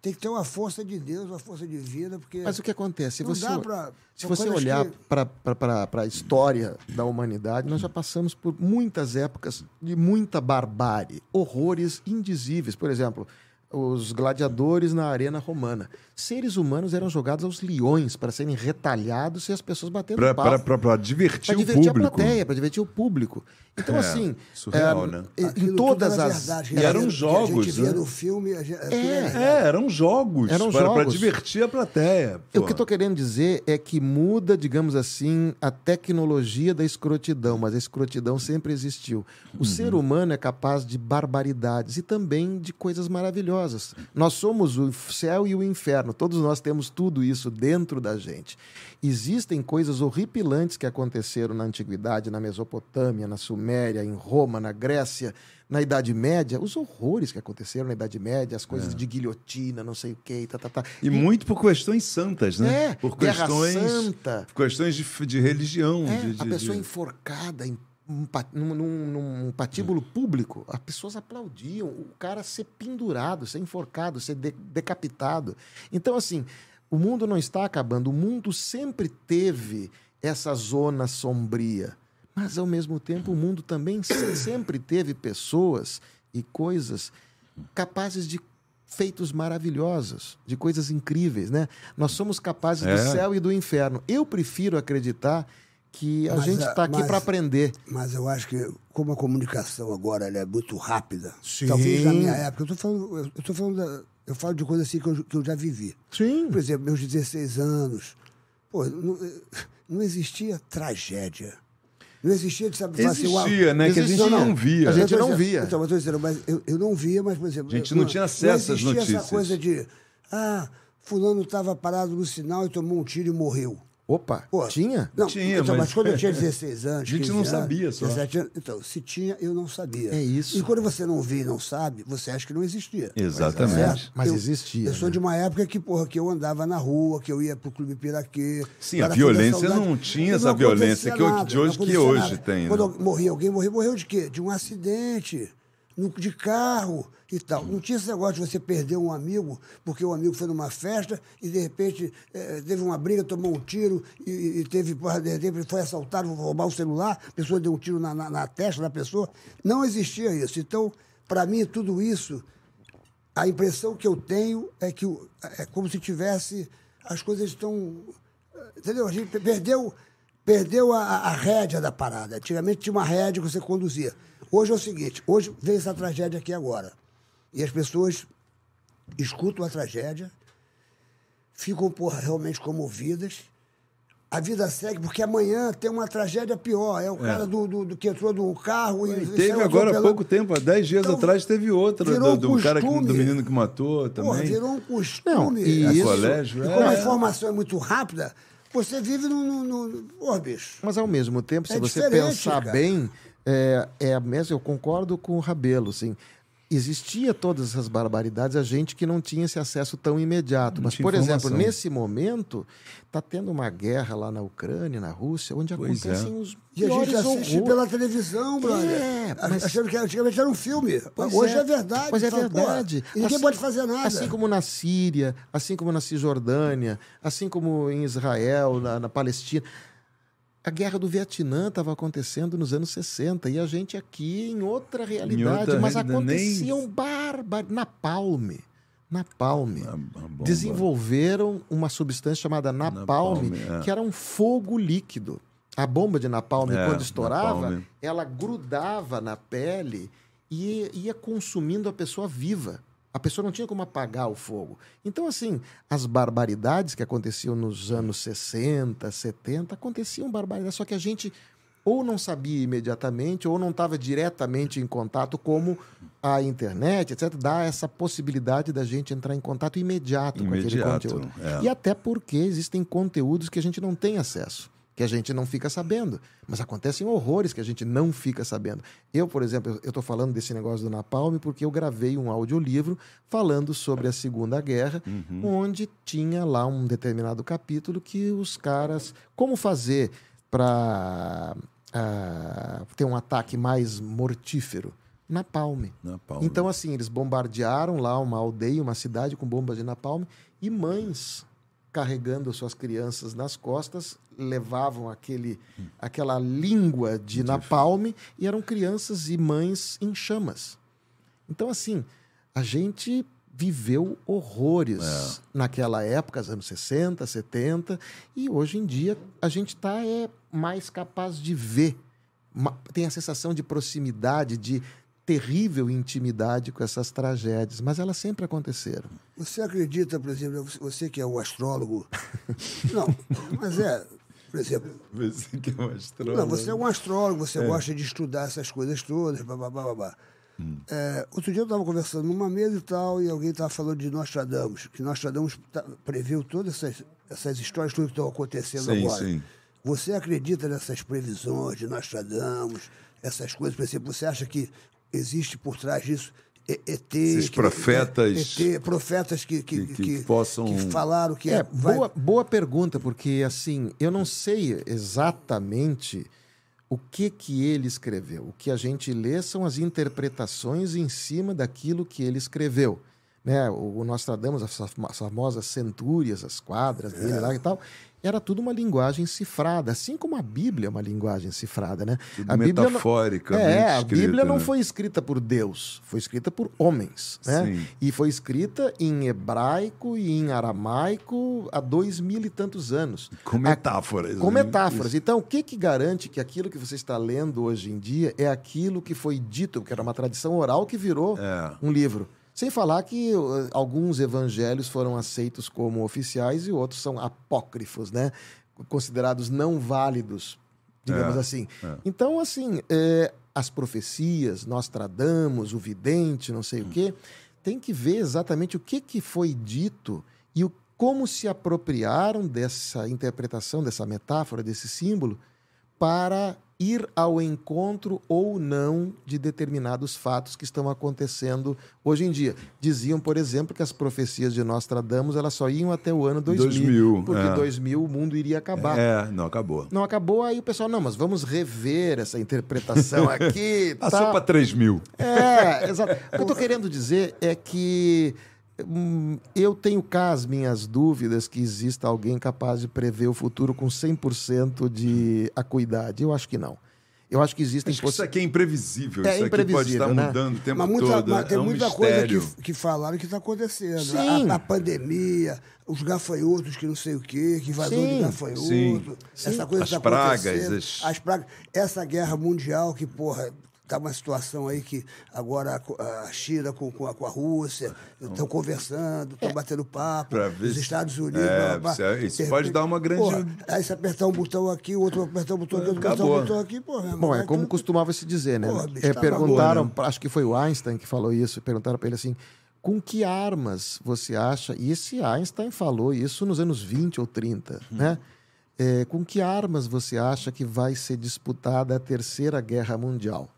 Speaker 4: Tem que ter uma força de Deus, uma força de vida, porque.
Speaker 5: Mas o que é acontece? Se
Speaker 4: Não
Speaker 5: você,
Speaker 4: dá pra-
Speaker 5: se
Speaker 4: são
Speaker 5: você
Speaker 4: coisas
Speaker 5: olhar
Speaker 4: que-
Speaker 5: para a história da humanidade, nós já passamos por muitas épocas de muita barbárie, horrores indizíveis. Por exemplo, os gladiadores na arena romana. Seres humanos eram jogados aos leões para serem retalhados e as pessoas batendo
Speaker 2: Pra,
Speaker 5: palma.
Speaker 2: pra, pra, pra divertir
Speaker 5: Para
Speaker 2: o
Speaker 5: divertir a
Speaker 2: público.
Speaker 5: plateia, para divertir o público. Então,
Speaker 2: É,
Speaker 5: assim,
Speaker 2: surreal,
Speaker 5: é,
Speaker 2: né?
Speaker 5: em
Speaker 4: aquilo
Speaker 5: todas
Speaker 4: tudo era
Speaker 5: as.
Speaker 4: verdade,
Speaker 2: E eram
Speaker 4: que a
Speaker 2: jogos,
Speaker 4: gente via
Speaker 2: né?
Speaker 4: no filme. a gente- aquilo
Speaker 5: É,
Speaker 4: era-
Speaker 2: É, eram jogos.
Speaker 5: Eram
Speaker 2: para, Pra
Speaker 5: jogos.
Speaker 2: divertir a plateia.
Speaker 5: É, O que eu tô querendo dizer é que muda, digamos assim, a tecnologia da escrotidão, mas a escrotidão sempre existiu. O ser humano é capaz de barbaridades e também de coisas maravilhosas. Nós somos o céu e o inferno, todos nós temos tudo isso dentro da gente. Existem coisas horripilantes que aconteceram na antiguidade, na Mesopotâmia, na Suméria, em Roma, na Grécia, na Idade Média, os horrores que aconteceram na Idade Média, as coisas de guilhotina, não sei o quê, tá, tá, tá.
Speaker 2: E muito por questões santas, né?
Speaker 5: É,
Speaker 2: por
Speaker 5: Guerra
Speaker 2: questões.
Speaker 5: Santa.
Speaker 2: por Questões de, f- de religião.
Speaker 5: É,
Speaker 2: de- de-
Speaker 5: a pessoa
Speaker 2: de-
Speaker 5: enforcada em um pa- num, num- num patíbulo público, as pessoas aplaudiam o cara ser pendurado, ser enforcado, ser de- decapitado. Então, assim, o mundo não está acabando. O mundo sempre teve essa zona sombria. Mas, ao mesmo tempo, o mundo também se- sempre teve pessoas e coisas capazes de feitos maravilhosos, de coisas incríveis, né? Nós somos capazes
Speaker 2: É.
Speaker 5: do céu e do inferno. Eu prefiro acreditar que a
Speaker 4: Mas,
Speaker 5: gente
Speaker 4: ah,
Speaker 5: está aqui
Speaker 4: mas-
Speaker 5: para aprender.
Speaker 4: Mas eu acho que, como a comunicação agora ela é muito rápida,
Speaker 5: Sim.
Speaker 4: talvez na minha época, eu tô falando, eu- eu tô falando da- eu falo de coisa assim que eu, que eu já vivi.
Speaker 5: Sim.
Speaker 4: Por exemplo, meus 16 anos, pô, não, eh, não existia tragédia. Não existia, sabe, falar assim, uau,
Speaker 2: Existia, né? Que a gente
Speaker 5: Existia.
Speaker 2: não via.
Speaker 5: A gente
Speaker 4: eu tô
Speaker 5: não
Speaker 4: dizendo-
Speaker 5: via.
Speaker 4: Então, eu, tô dizendo, mas eu, eu não via, mas, por exemplo.
Speaker 2: A gente
Speaker 4: eu-
Speaker 2: não tinha acesso
Speaker 4: não
Speaker 2: às
Speaker 4: existia
Speaker 2: notícias.
Speaker 4: essa coisa de. Ah, Fulano estava parado no sinal e tomou um tiro e morreu.
Speaker 5: Opa, tinha?
Speaker 4: Não,
Speaker 2: Tinha,
Speaker 4: então,
Speaker 2: mas-
Speaker 4: mas... quando eu tinha 16 anos.
Speaker 2: A gente
Speaker 4: 15
Speaker 2: não
Speaker 4: anos,
Speaker 2: sabia só.
Speaker 4: 17 anos, então, se tinha, eu não sabia.
Speaker 5: É isso.
Speaker 4: E quando você não vê e não sabe, você acha que não existia. é
Speaker 2: Exatamente.
Speaker 5: Mas
Speaker 4: Eu-
Speaker 5: existia.
Speaker 4: Eu sou
Speaker 5: né?
Speaker 4: de uma época que, porra, que eu andava na rua, que eu ia pro Clube Piraquê.
Speaker 2: Sim, a
Speaker 4: para fazer
Speaker 2: violência
Speaker 4: saudade.
Speaker 2: não tinha
Speaker 4: E
Speaker 2: essa
Speaker 4: acontecia
Speaker 2: violência que hoje- de
Speaker 4: não
Speaker 2: hoje que
Speaker 4: acontecia
Speaker 2: hoje
Speaker 4: nada.
Speaker 2: tem, né?
Speaker 4: Quando eu- morria alguém, morreu, morreu de quê? De um acidente. no- De carro e tal. Não tinha esse negócio de você perder um amigo, porque o amigo foi numa festa e de repente eh, teve uma briga, tomou um tiro e, e- e teve, porra, de repente foi assaltado, roubar o celular, a pessoa deu um tiro na, na- na testa da pessoa. Não existia isso. Então, para mim, tudo isso a impressão que eu tenho é que o- é como se tivesse. As coisas estão. Entendeu? A gente perdeu, perdeu a, a rédea da parada. Antigamente tinha uma rédea que você conduzia. Hoje é o seguinte: hoje veio essa tragédia aqui agora. E as pessoas escutam a tragédia, ficam porra, realmente comovidas. A vida segue, porque amanhã tem uma tragédia pior. É o cara do, do- do que entrou num carro e.
Speaker 2: E
Speaker 4: saiu
Speaker 5: é um
Speaker 2: teve agora há
Speaker 4: atropelando.
Speaker 2: pouco tempo, há 10 dias
Speaker 4: Então,
Speaker 2: atrás, teve outra
Speaker 4: virou
Speaker 2: do, do
Speaker 4: um
Speaker 2: cara que- do
Speaker 4: costume.
Speaker 2: menino que matou também.
Speaker 4: Porra, virou um costume.
Speaker 5: Não, e
Speaker 4: assim,
Speaker 5: isso-
Speaker 2: colégio,
Speaker 4: e
Speaker 2: é.
Speaker 4: como a informação é muito rápida, você vive num. num, num porra, bicho.
Speaker 5: Mas ao mesmo tempo, se
Speaker 4: É
Speaker 5: você
Speaker 4: diferente,
Speaker 5: pensar
Speaker 4: cara.
Speaker 5: bem, é, é a mesma. Eu concordo com o Rabelo, assim. Existia todas essas barbaridades, a gente que não tinha esse acesso tão imediato. Mas,
Speaker 2: tinha
Speaker 5: por exemplo,
Speaker 2: informação.
Speaker 5: nesse momento, está tendo uma guerra lá na Ucrânia, na Rússia, onde
Speaker 2: Pois é.
Speaker 5: acontecem os
Speaker 4: E a gente
Speaker 5: piores
Speaker 4: assiste
Speaker 5: horrores.
Speaker 4: pela televisão, brother.
Speaker 5: É, mas-
Speaker 4: Achando que antigamente era um filme.
Speaker 5: Pois
Speaker 4: Hoje é, verdade.
Speaker 5: Pois é
Speaker 4: Fala, porra,
Speaker 5: verdade.
Speaker 4: e ninguém
Speaker 5: Assim-
Speaker 4: pode fazer nada.
Speaker 5: Assim como na Síria, assim como na Cisjordânia, assim como em Israel, na, na Palestina. A guerra do Vietnã estava acontecendo nos anos 60 e a gente aqui em outra realidade.
Speaker 2: outra
Speaker 5: mas
Speaker 2: realidade, nem-
Speaker 5: aconteciam bárbar... Napalm. Napalm.
Speaker 2: Uma- uma Ah, bomba.
Speaker 5: Desenvolveram uma substância chamada napalm,
Speaker 2: Napalm, é.
Speaker 5: que era um fogo líquido. A bomba de napalm,
Speaker 2: É,
Speaker 5: quando estourava,
Speaker 2: napalm.
Speaker 5: ela grudava na pele e ia consumindo a pessoa viva. A pessoa não tinha como apagar o fogo. Então, assim, as barbaridades que aconteciam nos anos 60, 70, aconteciam barbaridades, só que a gente ou não sabia imediatamente ou não estava diretamente em contato, como a internet, etc., dá essa possibilidade da gente entrar em contato imediato, com
Speaker 2: Imediato,
Speaker 5: aquele conteúdo.
Speaker 2: é.
Speaker 5: E até porque existem conteúdos que a gente não tem acesso, que a gente não fica sabendo. Mas acontecem horrores que a gente não fica sabendo. Eu, por exemplo, eu estou falando desse negócio do Napalm porque eu gravei um audiolivro falando sobre a Segunda Guerra, onde tinha lá um determinado capítulo que os caras. Como fazer para ter um ataque mais mortífero? Napalm.
Speaker 2: Napalm.
Speaker 5: Então, assim, eles bombardearam lá uma aldeia, uma cidade com bombas de napalm e mães carregando suas crianças nas costas levavam aquele aquela língua de napalm e eram crianças e mães em chamas. Então, assim, a gente viveu horrores naquela época, os anos 60, 70, e hoje em dia a gente tá é mais capaz de ver, ma- tem a sensação de proximidade, de terrível intimidade com essas tragédias, mas elas sempre aconteceram.
Speaker 4: Você acredita, por exemplo, você que é o astrólogo. não, mas é. Por exemplo,
Speaker 2: Você que é um astrólogo.
Speaker 4: Não, você é um astrólogo, você gosta de estudar essas coisas todas, babá, babá.
Speaker 2: Hum.
Speaker 4: É, outro dia eu estava conversando numa mesa e tal, e alguém estava falando de Nostradamus, que Nostradamus tá- previu todas essas, essas histórias tudo que estão acontecendo
Speaker 2: Sim,
Speaker 4: agora.
Speaker 2: sim.
Speaker 4: Você acredita nessas previsões de Nostradamus, essas coisas, por exemplo, você acha que existe por trás disso E- ET,
Speaker 2: Esses
Speaker 4: que- é,
Speaker 2: profetas-
Speaker 4: ET, profetas que, que,
Speaker 2: Que- que possam-
Speaker 4: que falaram que
Speaker 5: É,
Speaker 4: vai-
Speaker 5: boa, boa pergunta, porque assim, eu não sei exatamente o que que ele escreveu. O que a gente lê são as interpretações em cima daquilo que ele escreveu. Né? O, o Nostradamus, as fam- as famosas centúrias, as quadras dele lá
Speaker 2: É.
Speaker 5: e tal, era tudo uma linguagem cifrada, assim como a Bíblia é uma linguagem cifrada, né?
Speaker 2: Tudo
Speaker 5: a Bíblia não-
Speaker 2: metaforicamente
Speaker 5: É, a
Speaker 2: escrita,
Speaker 5: Bíblia não
Speaker 2: né?
Speaker 5: foi escrita por Deus, foi escrita por homens, né?
Speaker 2: Sim.
Speaker 5: E foi escrita em hebraico e em aramaico há dois mil e tantos anos.
Speaker 2: Com metáforas.
Speaker 5: É, Com
Speaker 2: né?
Speaker 5: metáforas. Então, o que, que garante que aquilo que você está lendo hoje em dia é aquilo que foi dito, que era uma tradição oral que virou
Speaker 2: É.
Speaker 5: um livro? Sem falar que uh, alguns evangelhos foram aceitos como oficiais e outros são apócrifos, né? Considerados não válidos, digamos
Speaker 2: É,
Speaker 5: assim. Então, assim, é, as profecias, Nostradamus,
Speaker 2: Hum.
Speaker 5: o vidente, não sei o quê, tem que ver exatamente o que, que foi dito e o como se apropriaram dessa interpretação, dessa metáfora, desse símbolo, para ir ao encontro ou não de determinados fatos que estão acontecendo hoje em dia. Diziam, por exemplo, que as profecias de Nostradamus elas só iam até o ano 2000,
Speaker 2: 2000,
Speaker 5: porque
Speaker 2: é.
Speaker 5: 2000 o mundo iria acabar.
Speaker 2: É, não, acabou.
Speaker 5: Não acabou, aí o pessoal, não, mas vamos rever essa interpretação aqui.
Speaker 2: Passou
Speaker 5: tá?
Speaker 2: pra 3 mil.
Speaker 5: É, exato. O que eu tô querendo dizer é que hum, eu tenho cá as minhas dúvidas que exista alguém capaz de prever o futuro com 100% de acuidade. Eu acho que não. Eu acho que existem
Speaker 2: Acho que isso
Speaker 5: possi-
Speaker 2: aqui é imprevisível.
Speaker 5: É
Speaker 2: isso aqui pode
Speaker 5: imprevisível,
Speaker 2: estar
Speaker 5: né?
Speaker 2: mudando o tempo
Speaker 4: Mas muita,
Speaker 2: todo.
Speaker 4: mas tem
Speaker 2: é um
Speaker 4: muita
Speaker 2: mistério.
Speaker 4: coisa que, que falaram que está acontecendo.
Speaker 5: Sim.
Speaker 4: A, a pandemia, os gafanhotos que não sei o quê, que invasão
Speaker 5: Sim.
Speaker 4: de gafanhoto,
Speaker 2: Sim.
Speaker 4: essa coisa
Speaker 2: As
Speaker 4: que tá
Speaker 2: pragas,
Speaker 4: acontecendo,
Speaker 2: as-
Speaker 4: as pragas. Essa guerra mundial que, porra, tá uma situação aí que agora a co- a China com, com a, com a Rússia estão conversando,
Speaker 5: É.
Speaker 4: estão batendo papo,
Speaker 2: Pra ver
Speaker 4: os
Speaker 2: se-
Speaker 4: Estados Unidos.
Speaker 2: É,
Speaker 4: blá, blá, blá.
Speaker 2: isso- isso
Speaker 4: De repente,
Speaker 2: pode dar uma grande-
Speaker 4: Porra, aí se apertar um botão aqui, o outro apertar um botão aqui, outro apertar um
Speaker 2: Acabou.
Speaker 4: botão aqui, porra. tá
Speaker 5: Bom, é
Speaker 4: vai
Speaker 5: como
Speaker 4: tudo-
Speaker 5: costumava se dizer, né?
Speaker 4: Porra, né? bicho,
Speaker 5: É,
Speaker 4: tá
Speaker 5: perguntaram, acho que foi o Einstein que falou isso, perguntaram para ele assim, com que armas você acha, e esse Einstein falou isso nos anos 20 ou 30,
Speaker 4: Hum.
Speaker 5: né? É, com que armas você acha que vai ser disputada a Terceira Guerra Mundial?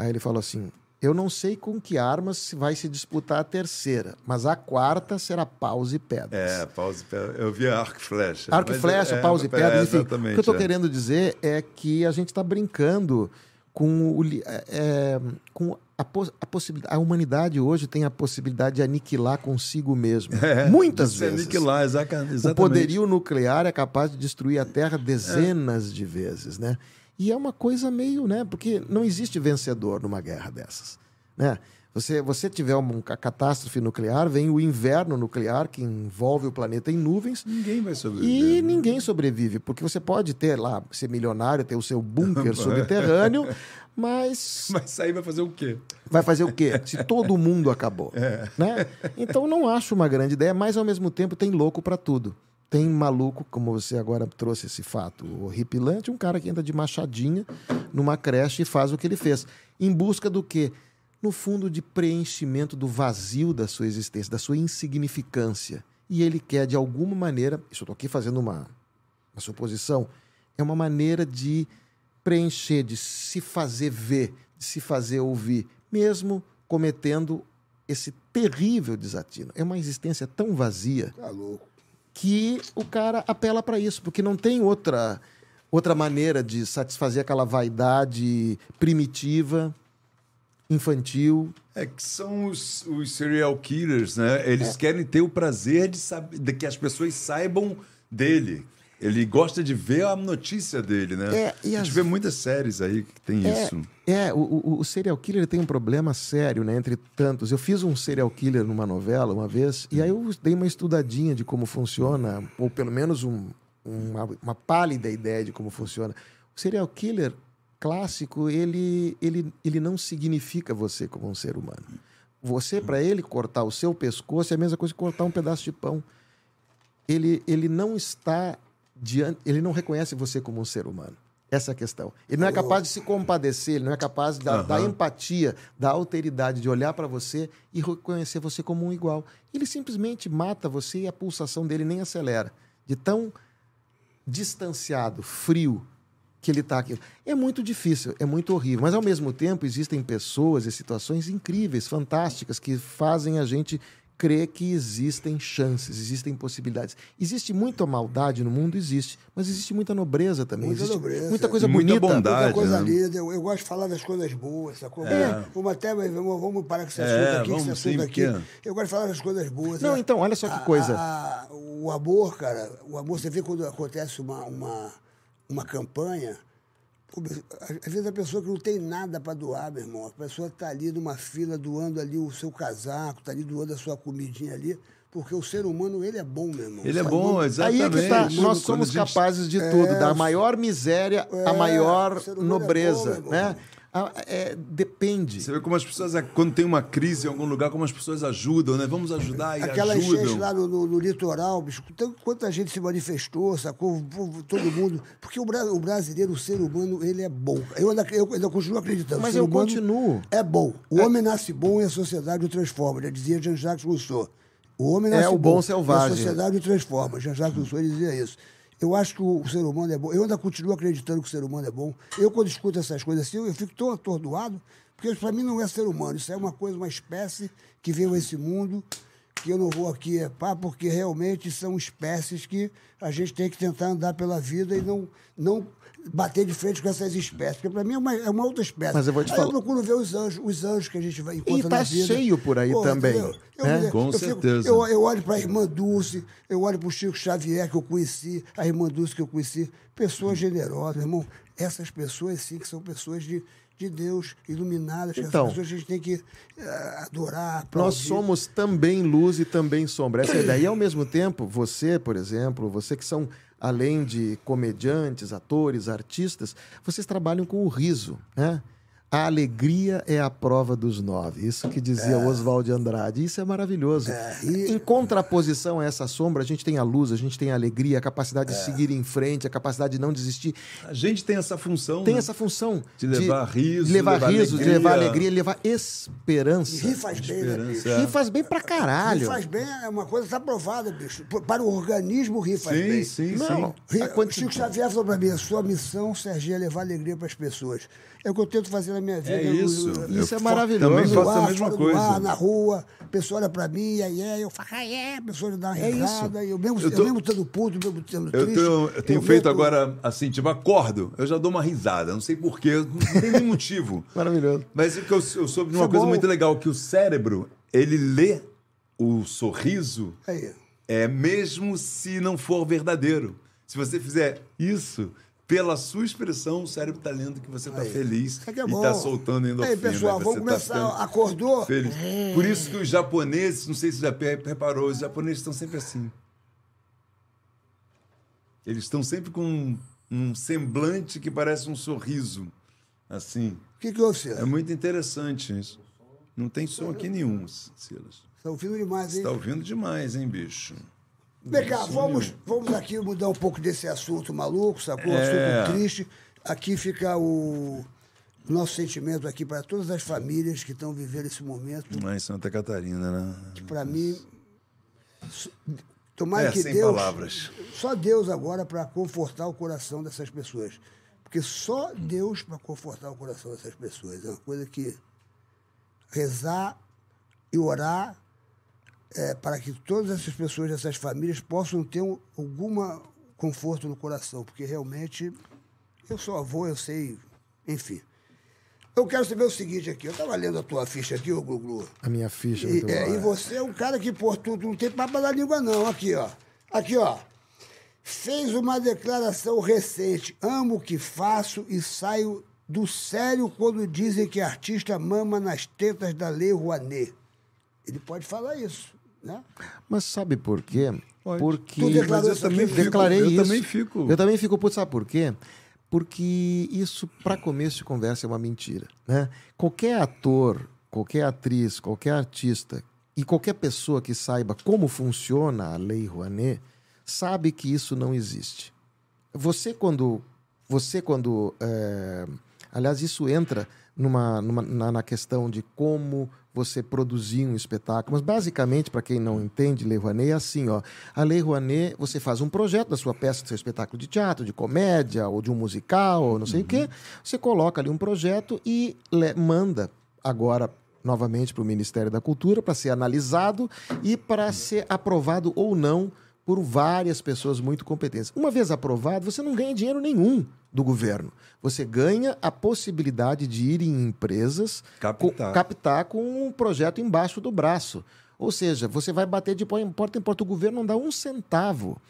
Speaker 5: Aí ele falou assim, eu não sei com que armas se vai se disputar a terceira, mas a quarta será paus e pedras.
Speaker 2: É, pausa e pedra. Eu vi arco e flecha.
Speaker 5: Arco e
Speaker 2: mas
Speaker 5: flecha,
Speaker 2: é,
Speaker 5: pausa e
Speaker 2: é,
Speaker 5: pedra, enfim. O que
Speaker 2: Exatamente.
Speaker 5: eu estou
Speaker 2: é.
Speaker 5: querendo dizer é que a gente está brincando com, o, li- é, é, com a, pos- a possibilidade. A humanidade hoje tem a possibilidade de aniquilar consigo mesma.
Speaker 2: É,
Speaker 5: Muitas
Speaker 2: de se
Speaker 5: vezes.
Speaker 2: aniquilar, exaca-
Speaker 5: O
Speaker 2: exatamente. É.
Speaker 5: poderio nuclear é capaz de destruir a Terra dezenas de vezes, né? E é uma coisa meio, né? Porque não existe vencedor numa guerra dessas, né? Você, você tiver uma um ca- catástrofe nuclear, vem o inverno nuclear que envolve o planeta em nuvens
Speaker 2: Ninguém vai sobreviver. né?
Speaker 5: e ninguém sobrevive, porque você pode ter lá, ser milionário, ter o seu bunker subterrâneo, mas
Speaker 2: Mas isso aí vai fazer o quê?
Speaker 5: vai fazer o quê? Se todo mundo acabou. Né? Então não acho uma grande ideia, mas ao mesmo tempo tem louco para tudo. Tem maluco, como você agora trouxe esse fato horripilante, um cara que entra de machadinha numa creche e faz o que ele fez. Em busca do quê? No fundo, de preenchimento do vazio da sua existência, da sua insignificância. E ele quer, de alguma maneira, isso eu estou aqui fazendo uma, uma suposição, é uma maneira de preencher, de se fazer ver, de se fazer ouvir, mesmo cometendo esse terrível desatino. É uma existência tão vazia
Speaker 4: Tá louco.
Speaker 5: que o cara apela para isso, porque não tem outra outra maneira de satisfazer aquela vaidade primitiva, infantil.
Speaker 2: É que são os, os serial killers, né? Eles querem ter o prazer de, saber, de que as pessoas saibam dele. Ele gosta de ver a notícia dele, né?
Speaker 5: É, e
Speaker 2: a gente
Speaker 5: as-
Speaker 2: vê muitas séries aí que tem isso.
Speaker 5: É, o, o- o serial killer tem um problema sério, né? Entre tantos. Eu fiz um serial killer numa novela uma vez, e aí eu dei uma estudadinha de como funciona, ou pelo menos um- uma, uma pálida ideia de como funciona. O serial killer clássico, ele, ele, ele não significa você como um ser humano. Você, para ele, cortar o seu pescoço é a mesma coisa que cortar um pedaço de pão ele, ele não está diante, ele não reconhece você como um ser humano. Essa é a questão. Ele não é capaz de se compadecer, ele não é capaz da, da empatia, da alteridade, de olhar para você e reconhecer você como um igual. Ele simplesmente mata você e a pulsação dele nem acelera. De tão distanciado, frio que ele está aqui. É muito difícil, é muito horrível, mas ao mesmo tempo existem pessoas e situações incríveis, fantásticas que fazem a gente crer que existem chances, existem possibilidades. Existe muita maldade no mundo, existe, mas existe muita nobreza também,
Speaker 4: Muita
Speaker 5: existe
Speaker 4: nobreza.
Speaker 5: muita coisa
Speaker 2: E muita
Speaker 5: bonita.
Speaker 2: bondade.
Speaker 4: Outra coisa
Speaker 2: né?
Speaker 4: linda, eu, eu gosto de falar das coisas boas, sacou? Vamos até, mas vamos, vamos parar com esse
Speaker 2: É,
Speaker 4: assunto aqui, com esse
Speaker 2: vamos
Speaker 4: assunto
Speaker 2: sim,
Speaker 4: aqui.
Speaker 2: porque-
Speaker 4: Eu gosto de falar das coisas boas.
Speaker 5: Não,
Speaker 4: né?
Speaker 5: então, olha só que
Speaker 4: A-
Speaker 5: coisa.
Speaker 4: a- a- o amor, cara, o amor, você vê quando acontece uma, uma, uma campanha, pô, às às vezes a pessoa que não tem nada para doar, meu irmão, a pessoa tá ali numa fila doando ali o seu casaco, tá ali doando a sua comidinha ali, porque o ser humano, ele é bom, meu irmão.
Speaker 2: Ele é
Speaker 4: Sabe?
Speaker 2: bom,
Speaker 5: Aí
Speaker 2: exatamente.
Speaker 5: é que tá,
Speaker 2: Quando
Speaker 5: nós
Speaker 2: a
Speaker 5: somos
Speaker 2: gente-
Speaker 5: capazes de tudo, da maior miséria à maior
Speaker 4: é, o ser humano é
Speaker 5: nobreza,
Speaker 4: bom, meu irmão.
Speaker 5: né? Ah, é, depende.
Speaker 2: Você vê como as pessoas, quando tem uma crise em algum lugar, como as pessoas ajudam, né? Vamos ajudar e
Speaker 4: Aquela enchente
Speaker 2: ajudam.
Speaker 4: lá no, no- no litoral, bicho, tanto- quanta gente se manifestou, sacou? Pô, Todo mundo. Porque o, bra- o brasileiro, o ser humano, ele é bom. Eu ainda, eu ainda continuo acreditando.
Speaker 5: Mas
Speaker 4: O ser
Speaker 5: eu
Speaker 4: humano
Speaker 5: continuo. É.
Speaker 4: É bom. O homem nasce bom e a sociedade o transforma. Já dizia Jean-Jacques Rousseau. O homem
Speaker 5: é
Speaker 4: nasce
Speaker 5: o bom selvagem.
Speaker 4: A sociedade o transforma. Já já que o senhor dizia isso. Eu acho que o ser humano é bom. Eu ainda continuo acreditando que o ser humano é bom. Eu, quando escuto essas coisas assim, eu eu fico tão atordoado, porque para mim não é ser humano. Isso é uma coisa, uma espécie que veio a esse mundo, que eu não vou aqui epá, porque realmente são espécies que a gente tem que tentar andar pela vida e não, não bater de frente com essas espécies. Porque para mim é uma, é uma outra espécie.
Speaker 5: Mas eu vou te
Speaker 4: Aí
Speaker 5: falar-
Speaker 4: procuro ver os anjos, os anjos que a gente vai
Speaker 5: E
Speaker 4: encontrar
Speaker 5: tá
Speaker 4: na vida.
Speaker 5: cheio por aí
Speaker 4: Pô,
Speaker 5: também.
Speaker 4: entendeu? Eu,
Speaker 5: né?
Speaker 4: eu,
Speaker 2: Com
Speaker 4: eu fico-
Speaker 2: certeza.
Speaker 4: eu- eu olho para a irmã Dulce, eu olho para o Chico Xavier, que eu conheci, a irmã Dulce, que eu conheci. Pessoas generosas, irmão. Essas pessoas, sim, que são pessoas de, de Deus, iluminadas. que
Speaker 5: Então.
Speaker 4: essas pessoas a gente tem que eh, adorar.
Speaker 5: Nós
Speaker 4: aplaudir.
Speaker 5: somos também luz e também sombra. Essa é a ideia. E ao mesmo tempo, você, por exemplo, você que são, além de comediantes, atores, artistas, vocês trabalham com o riso, né? A alegria é a prova dos nove. Isso que dizia Oswald de Andrade. Isso é maravilhoso. Em contraposição a essa sombra, a gente tem a luz, a gente tem a alegria, a capacidade de seguir em frente, a capacidade de não desistir.
Speaker 2: A gente tem essa função.
Speaker 5: Tem
Speaker 2: né?
Speaker 5: essa função
Speaker 2: De levar riso,
Speaker 5: levar,
Speaker 2: levar
Speaker 5: riso, de levar
Speaker 2: alegria.
Speaker 5: alegria, levar esperança.
Speaker 4: Rir faz bem, né, bicho?
Speaker 2: Esperança.
Speaker 5: E faz bem pra
Speaker 4: Rir
Speaker 5: caralho.
Speaker 4: faz bem é uma coisa está provada, bicho. P- Para o organismo, rir faz
Speaker 2: Sim,
Speaker 4: bem.
Speaker 2: sim,
Speaker 5: Não.
Speaker 2: sim.
Speaker 4: Rio-
Speaker 5: A quanti-
Speaker 4: Chico Xavier falou para mim, a sua missão, Serginho, é levar alegria para as pessoas. É o que eu tento fazer na minha vida.
Speaker 2: É
Speaker 4: Eu-
Speaker 2: isso.
Speaker 4: eu-
Speaker 5: Isso
Speaker 2: Eu
Speaker 5: é maravilhoso.
Speaker 2: Também
Speaker 4: no
Speaker 2: faço a
Speaker 4: ar,
Speaker 2: mesma
Speaker 4: fora do
Speaker 2: coisa.
Speaker 4: ar, né? na rua, a pessoa olha pra mim, aí é, eu falo, ah, é, a pessoa dá uma
Speaker 5: É isso.
Speaker 4: risada, e eu mesmo,
Speaker 2: Eu
Speaker 4: eu
Speaker 2: tô-
Speaker 4: mesmo estando puto, mesmo estando
Speaker 2: Eu
Speaker 4: triste.
Speaker 2: tenho, eu tenho
Speaker 4: eu
Speaker 2: feito
Speaker 4: meto-
Speaker 2: agora, assim, tipo, acordo, eu já dou uma risada, não sei porquê, não tem nem motivo.
Speaker 5: Maravilhoso.
Speaker 2: Mas é que eu, eu soube de uma
Speaker 5: Foi
Speaker 2: coisa
Speaker 5: bom.
Speaker 2: muito legal, que o cérebro, ele lê o sorriso,
Speaker 4: Aí.
Speaker 2: é mesmo se não for verdadeiro. Se você fizer isso, pela sua expressão, o cérebro tá lendo que você tá feliz
Speaker 4: Isso aqui é
Speaker 2: e
Speaker 4: bom.
Speaker 2: tá soltando endorfina.
Speaker 4: Aí, pessoal,
Speaker 2: você
Speaker 4: vamos
Speaker 2: tá
Speaker 4: começar.
Speaker 2: ficando
Speaker 4: Acordou?
Speaker 2: feliz.
Speaker 5: É.
Speaker 2: Por isso que os japoneses, não sei se você já pe- reparou, os japoneses estão sempre assim. Eles estão sempre com um, um semblante que parece um sorriso. Assim.
Speaker 4: O que, que houve, Ciro?
Speaker 2: É muito interessante isso. Não tem som aqui nenhum, Silas.
Speaker 4: Tá ouvindo demais,
Speaker 2: Você
Speaker 4: hein?
Speaker 2: tá ouvindo demais, hein, bicho?
Speaker 4: Vem cá, vamos, vamos aqui mudar um pouco desse assunto maluco, sacou? Um
Speaker 2: É.
Speaker 4: Assunto triste. Aqui fica o nosso sentimento aqui para todas as famílias que estão vivendo esse momento.
Speaker 2: Lá em Santa Catarina, né?
Speaker 4: Para mim, so- tomara
Speaker 2: É,
Speaker 4: que
Speaker 2: sem
Speaker 4: Deus.
Speaker 2: palavras.
Speaker 4: Só Deus agora para confortar o coração dessas pessoas. Porque só Deus para confortar o coração dessas pessoas. É uma coisa que rezar e orar é, para que todas essas pessoas, essas famílias, possam ter um, alguma conforto no coração. Porque realmente, eu sou avô, eu sei, enfim. Eu quero saber o seguinte aqui. Eu estava lendo a tua ficha aqui, ô Glu-Glu.
Speaker 5: A minha ficha.
Speaker 4: E,
Speaker 5: muito
Speaker 4: é,
Speaker 5: boa.
Speaker 4: e você é um cara que, pô, tu não tem papo na língua, não. Aqui, ó. Aqui, ó. Fez uma declaração recente. Amo o que faço e saio do sério quando dizem que artista mama nas tetas da Lei Rouanet. Ele pode falar isso, né?
Speaker 5: Mas sabe por quê? Porque
Speaker 4: Tu declarou Mas eu isso
Speaker 2: também aqui? fico,
Speaker 5: declarei
Speaker 2: eu
Speaker 5: isso.
Speaker 2: também fico.
Speaker 5: Eu também fico, putz, sabe por quê? Porque isso, para começo de conversa, é uma mentira. Né? Qualquer ator, qualquer atriz, qualquer artista e qualquer pessoa que saiba como funciona a Lei Rouanet sabe que isso não existe. Você quando você quando é, aliás isso entra numa, numa- na, na questão de como você produzir um espetáculo. Mas basicamente para quem não entende Lei Rouanet é assim, ó. A Lei Rouanet você faz um projeto da sua peça, do seu espetáculo de teatro, de comédia ou de um musical ou não sei o quê. Você coloca ali um projeto e le- manda agora novamente para o Ministério da Cultura para ser analisado e para ser aprovado ou não por várias pessoas muito competentes. Uma vez aprovado, você não ganha dinheiro nenhum do governo. Você ganha a possibilidade de ir em empresas
Speaker 2: Captar.
Speaker 5: co- captar com um projeto embaixo do braço. Ou seja, você vai bater de po- em porta em porta. O governo não dá um centavo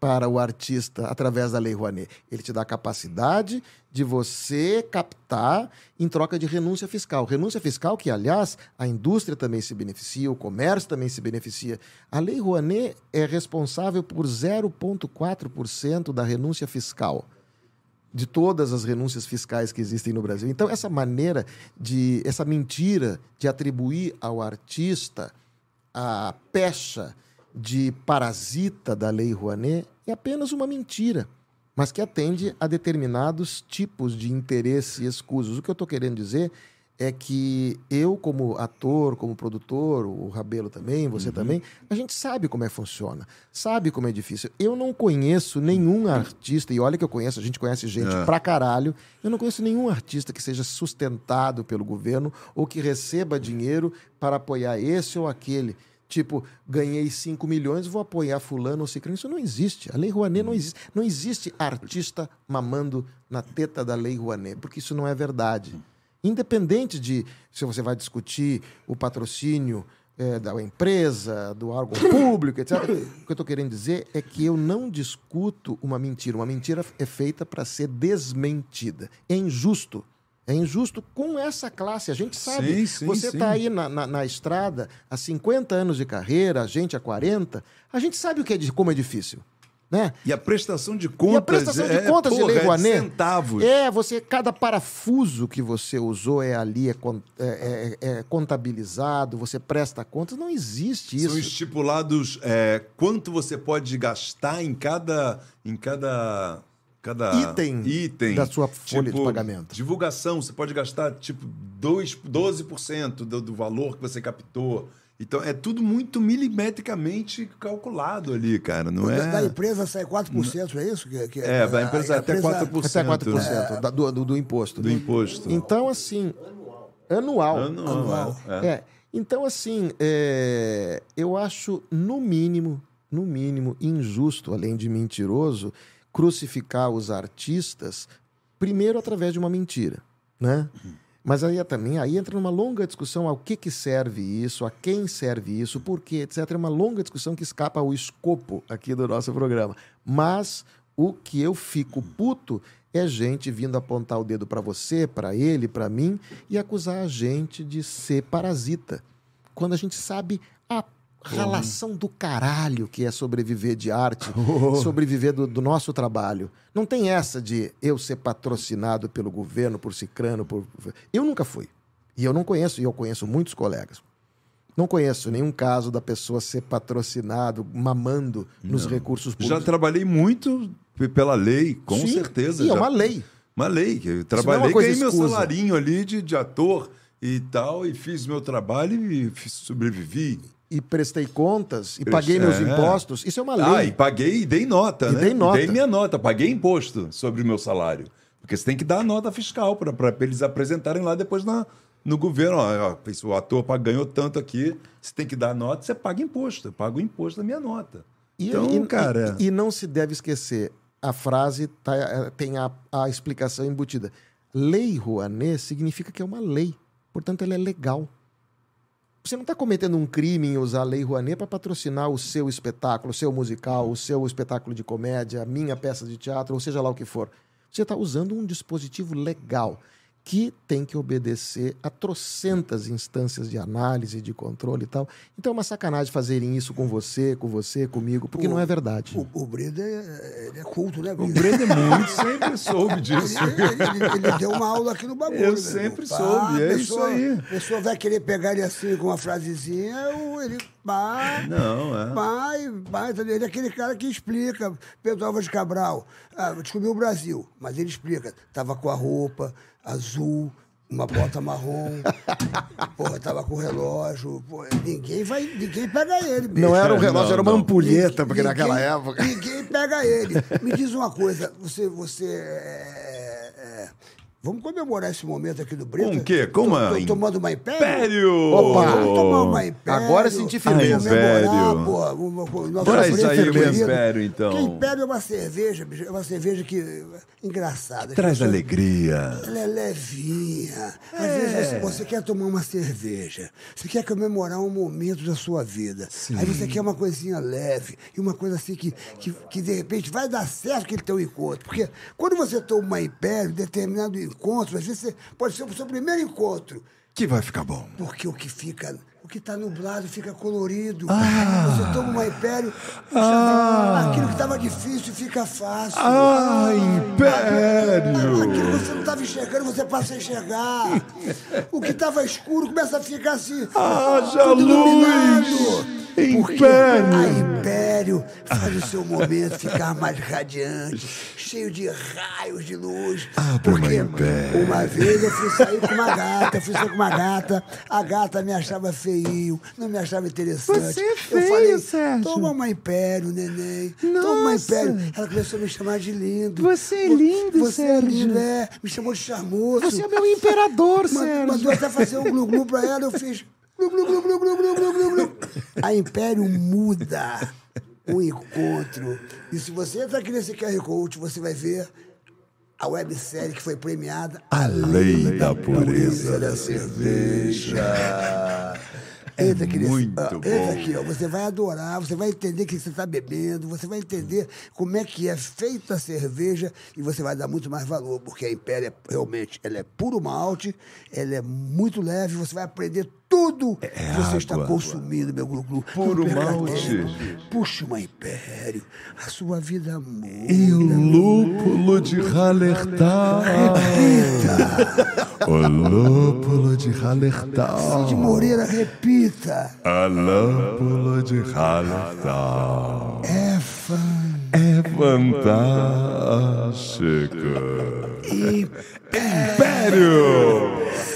Speaker 5: para o artista através da Lei Rouanet. Ele te dá a capacidade de você captar em troca de renúncia fiscal. Renúncia fiscal que, aliás, a indústria também se beneficia, o comércio também se beneficia. A Lei Rouanet é responsável por 0,4% da renúncia fiscal de todas as renúncias fiscais que existem no Brasil. Então, essa maneira de. essa mentira de atribuir ao artista a pecha de parasita da Lei Rouanet é apenas uma mentira, mas que atende a determinados tipos de interesse escusos. O que eu estou querendo dizer é que eu, como ator, como produtor, o Rabelo também, você também, a gente sabe como é que funciona, sabe como é difícil. Eu não conheço nenhum artista, e olha que eu conheço, a gente conhece gente
Speaker 2: É.
Speaker 5: pra caralho, eu não conheço nenhum artista que seja sustentado pelo governo ou que receba dinheiro para apoiar esse ou aquele. Tipo, ganhei 5 milhões, vou apoiar fulano ou ciclano. Isso não existe. A Lei Rouanet não existe. Não existe artista mamando na teta da Lei Rouanet, porque isso não é verdade. Independente de se você vai discutir o patrocínio eh, da empresa, do órgão público, etc. O que eu estou querendo dizer é que eu não discuto uma mentira. Uma mentira é feita para ser desmentida. É injusto. É injusto com essa classe. A gente sabe.
Speaker 2: Sim, sim,
Speaker 5: você
Speaker 2: sim.
Speaker 5: está aí na, na- na estrada há 50 anos de carreira, a gente há 40. A gente sabe o que é, di- como é difícil. Né?
Speaker 2: E a prestação de
Speaker 5: E
Speaker 2: contas.
Speaker 5: a prestação de
Speaker 2: é,
Speaker 5: contas de
Speaker 2: porra,
Speaker 5: Lei
Speaker 2: é de
Speaker 5: Rouanet.
Speaker 2: centavos.
Speaker 5: É, você, cada parafuso que você usou é ali, é, con- é- é- é contabilizado, você presta contas. Não existe isso.
Speaker 2: São estipulados é, quanto você pode gastar em cada. Em cada cada
Speaker 5: Item
Speaker 2: item Tipo,
Speaker 5: da sua folha de pagamento.
Speaker 2: Divulgação, você pode gastar tipo dois- 12% do, do valor que você captou. Então é tudo muito milimetricamente calculado ali, cara, não
Speaker 4: Da-
Speaker 2: é?
Speaker 4: Da empresa sai 4%, é isso? Que, que-
Speaker 2: É, da
Speaker 4: a-
Speaker 2: empresa
Speaker 4: a
Speaker 2: até 4%.
Speaker 5: Até 4% da- do, do- do imposto. né?
Speaker 2: Do imposto.
Speaker 5: Então, assim. Anual.
Speaker 2: Anual, é.
Speaker 5: É. Então, assim, é, eu acho, no mínimo, no mínimo, injusto, além de mentiroso, crucificar os artistas, primeiro através de uma mentira, né?
Speaker 2: Uhum.
Speaker 5: Mas aí é também aí entra numa longa discussão ao que, que serve isso, a quem serve isso, por quê, etc. É uma longa discussão que escapa ao escopo aqui do nosso programa. Mas o que eu fico puto é gente vindo apontar o dedo para você, para ele, para mim e acusar a gente de ser parasita. Quando a gente sabe
Speaker 2: Uhum.
Speaker 5: a relação do caralho que é sobreviver de arte,
Speaker 2: Oh.
Speaker 5: sobreviver do, do nosso trabalho. Não tem essa de eu ser patrocinado pelo governo, por cicrano, por... Eu nunca fui. E eu não conheço, e eu conheço muitos colegas. Não conheço nenhum caso da pessoa ser patrocinado, mamando nos recursos
Speaker 2: Já
Speaker 5: públicos.
Speaker 2: trabalhei muito p- pela lei, com
Speaker 5: Sim,
Speaker 2: certeza.
Speaker 5: E é
Speaker 2: já-
Speaker 5: uma lei.
Speaker 2: Uma lei. que Eu
Speaker 5: não é
Speaker 2: trabalhei,
Speaker 5: uma coisa
Speaker 2: ganhei meu
Speaker 5: escusa.
Speaker 2: salarinho ali de, de ator e tal, e fiz meu trabalho e fi- sobrevivi.
Speaker 5: E prestei contas, e
Speaker 2: Preste-
Speaker 5: paguei meus
Speaker 2: é.
Speaker 5: impostos. Isso é uma
Speaker 2: Ah,
Speaker 5: lei.
Speaker 2: e paguei e dei nota,
Speaker 5: E
Speaker 2: né?
Speaker 5: dei nota.
Speaker 2: Dei minha nota, paguei imposto sobre o meu salário. Porque você tem que dar a nota fiscal para eles apresentarem lá depois na, no governo. Ó, ó, esse- o ator pa- ganhou tanto aqui, você tem que dar a nota, você paga imposto. Eu pago o imposto da minha nota.
Speaker 5: E-
Speaker 2: então,
Speaker 5: e-
Speaker 2: cara.
Speaker 5: E, e não se deve esquecer, a frase tá- eh, tem a, a explicação embutida. Lei Rouanet significa que é uma lei, portanto ela é legal. Você não está cometendo um crime em usar a Lei Rouanet para patrocinar o seu espetáculo, o seu musical, o seu espetáculo de comédia, a minha peça de teatro, ou seja lá o que for. Você está usando um dispositivo legal que tem que obedecer a trocentas instâncias de análise, de controle e tal. Então é uma sacanagem fazerem isso com você, com você, comigo, porque não é verdade.
Speaker 4: O, o Breda é, ele é culto, né,
Speaker 2: O
Speaker 4: Breda?
Speaker 2: Breno é muito, sempre soube disso.
Speaker 4: Ele, ele- ele deu uma aula aqui no bagulho.
Speaker 2: Eu
Speaker 4: né,
Speaker 2: sempre
Speaker 4: irmão?
Speaker 2: soube,
Speaker 4: a
Speaker 2: é isso aí.
Speaker 4: A pessoa vai querer pegar ele assim com uma frasezinha, o- ele pá,
Speaker 2: Não, é.
Speaker 4: vai, vai, entendeu? Ele é aquele cara que explica. Pedro Álvares Cabral ah, descobriu o Brasil, mas ele explica. Tava com a roupa azul, uma bota marrom, porra, tava com o relógio. Porra, ninguém vai, ninguém pega ele. bicho.
Speaker 5: Não era um relógio,
Speaker 2: Não,
Speaker 5: era uma
Speaker 2: não.
Speaker 5: ampulheta, porque
Speaker 4: Ninguém-
Speaker 5: naquela época.
Speaker 4: Ninguém pega ele. Me diz uma coisa, você. você é, é, vamos comemorar esse momento aqui do Brito.
Speaker 2: Com o quê? Com uma
Speaker 4: Tô, tô tomando uma império?
Speaker 2: Império!
Speaker 5: Opa!
Speaker 4: Vamos tomar uma império.
Speaker 5: Agora eu senti firmeza.
Speaker 4: Comemorar,
Speaker 2: Império.
Speaker 4: pô, uma, uma, nosso
Speaker 2: Traz
Speaker 4: preto
Speaker 2: aí o
Speaker 4: querido.
Speaker 2: Império, então.
Speaker 4: Porque império é uma cerveja, bicho, é uma cerveja que. engraçada.
Speaker 2: Traz
Speaker 4: As pessoas-
Speaker 2: alegria.
Speaker 4: ela é levinha. Às vezes assim, você, você quer tomar uma cerveja, você quer comemorar um momento da sua vida. Aí você quer uma coisinha leve e uma coisa assim que, que, que, de repente vai dar certo aquele teu encontro. Porque quando você toma uma império, determinado encontro, às vezes você- pode ser o seu primeiro encontro.
Speaker 2: Que vai ficar bom.
Speaker 4: Porque o que fica. O que está nublado fica colorido.
Speaker 2: Ah.
Speaker 4: Aí Você toma uma império, já- aquilo que estava difícil fica fácil.
Speaker 2: Ah, império!
Speaker 4: Aquilo que você não estava enxergando, você passa a enxergar. O que estava escuro começa a ficar assim.
Speaker 2: Haja
Speaker 4: tudo
Speaker 2: Ah, luz!
Speaker 4: iluminado. Porque
Speaker 2: Império!
Speaker 4: A império Mário faz o seu momento ficar mais radiante, cheio de raios de luz.
Speaker 12: Ah,
Speaker 4: porque
Speaker 12: meu pé.
Speaker 4: uma vez eu fui sair com uma gata, fui sair com uma gata, a gata me achava feio, não me achava interessante.
Speaker 13: Você é
Speaker 4: eu
Speaker 13: feio,
Speaker 4: falei,
Speaker 13: Sérgio.
Speaker 4: toma uma império, neném. Toma uma
Speaker 13: Nossa.
Speaker 4: império. Ela começou a me chamar de lindo.
Speaker 13: Você é
Speaker 4: Vo-
Speaker 13: lindo,
Speaker 4: Você é lindo,
Speaker 13: Sérgio.
Speaker 4: é. Me chamou de charmoso.
Speaker 13: Você é meu imperador,
Speaker 4: Mandou-
Speaker 13: Sérgio.
Speaker 4: Mandou até fazer um glu-glu pra ela, eu fiz. Glu, glu, glu, glu, glu, glu, glu, glu, glu. A Império muda o encontro. E se você entrar aqui nesse QR Code, você vai ver a websérie que foi premiada.
Speaker 12: A lei da pureza
Speaker 4: da
Speaker 12: da cerveja.
Speaker 4: Entra aqui nesse-
Speaker 12: É muito
Speaker 4: ah,
Speaker 12: bom.
Speaker 4: Entra aqui, ó. Você vai adorar, você vai entender o que você está bebendo, você vai entender como é que é feita a cerveja e você vai dar muito mais valor, porque a Império é, realmente ela é puro malte, ela é muito leve, você vai aprender tudo que você está
Speaker 12: É, água.
Speaker 4: consumindo, meu glu-glu. Não
Speaker 2: Puro
Speaker 4: perca
Speaker 2: malte.
Speaker 4: tempo. Puxa uma Império, a sua vida muda.
Speaker 12: E o lúpulo de Hallertal. o lúpulo de
Speaker 4: De
Speaker 12: Hallertal.
Speaker 4: Moreira, repita.
Speaker 12: A lúpulo de Hallertal.
Speaker 4: É fã.
Speaker 12: É fantástico. Império!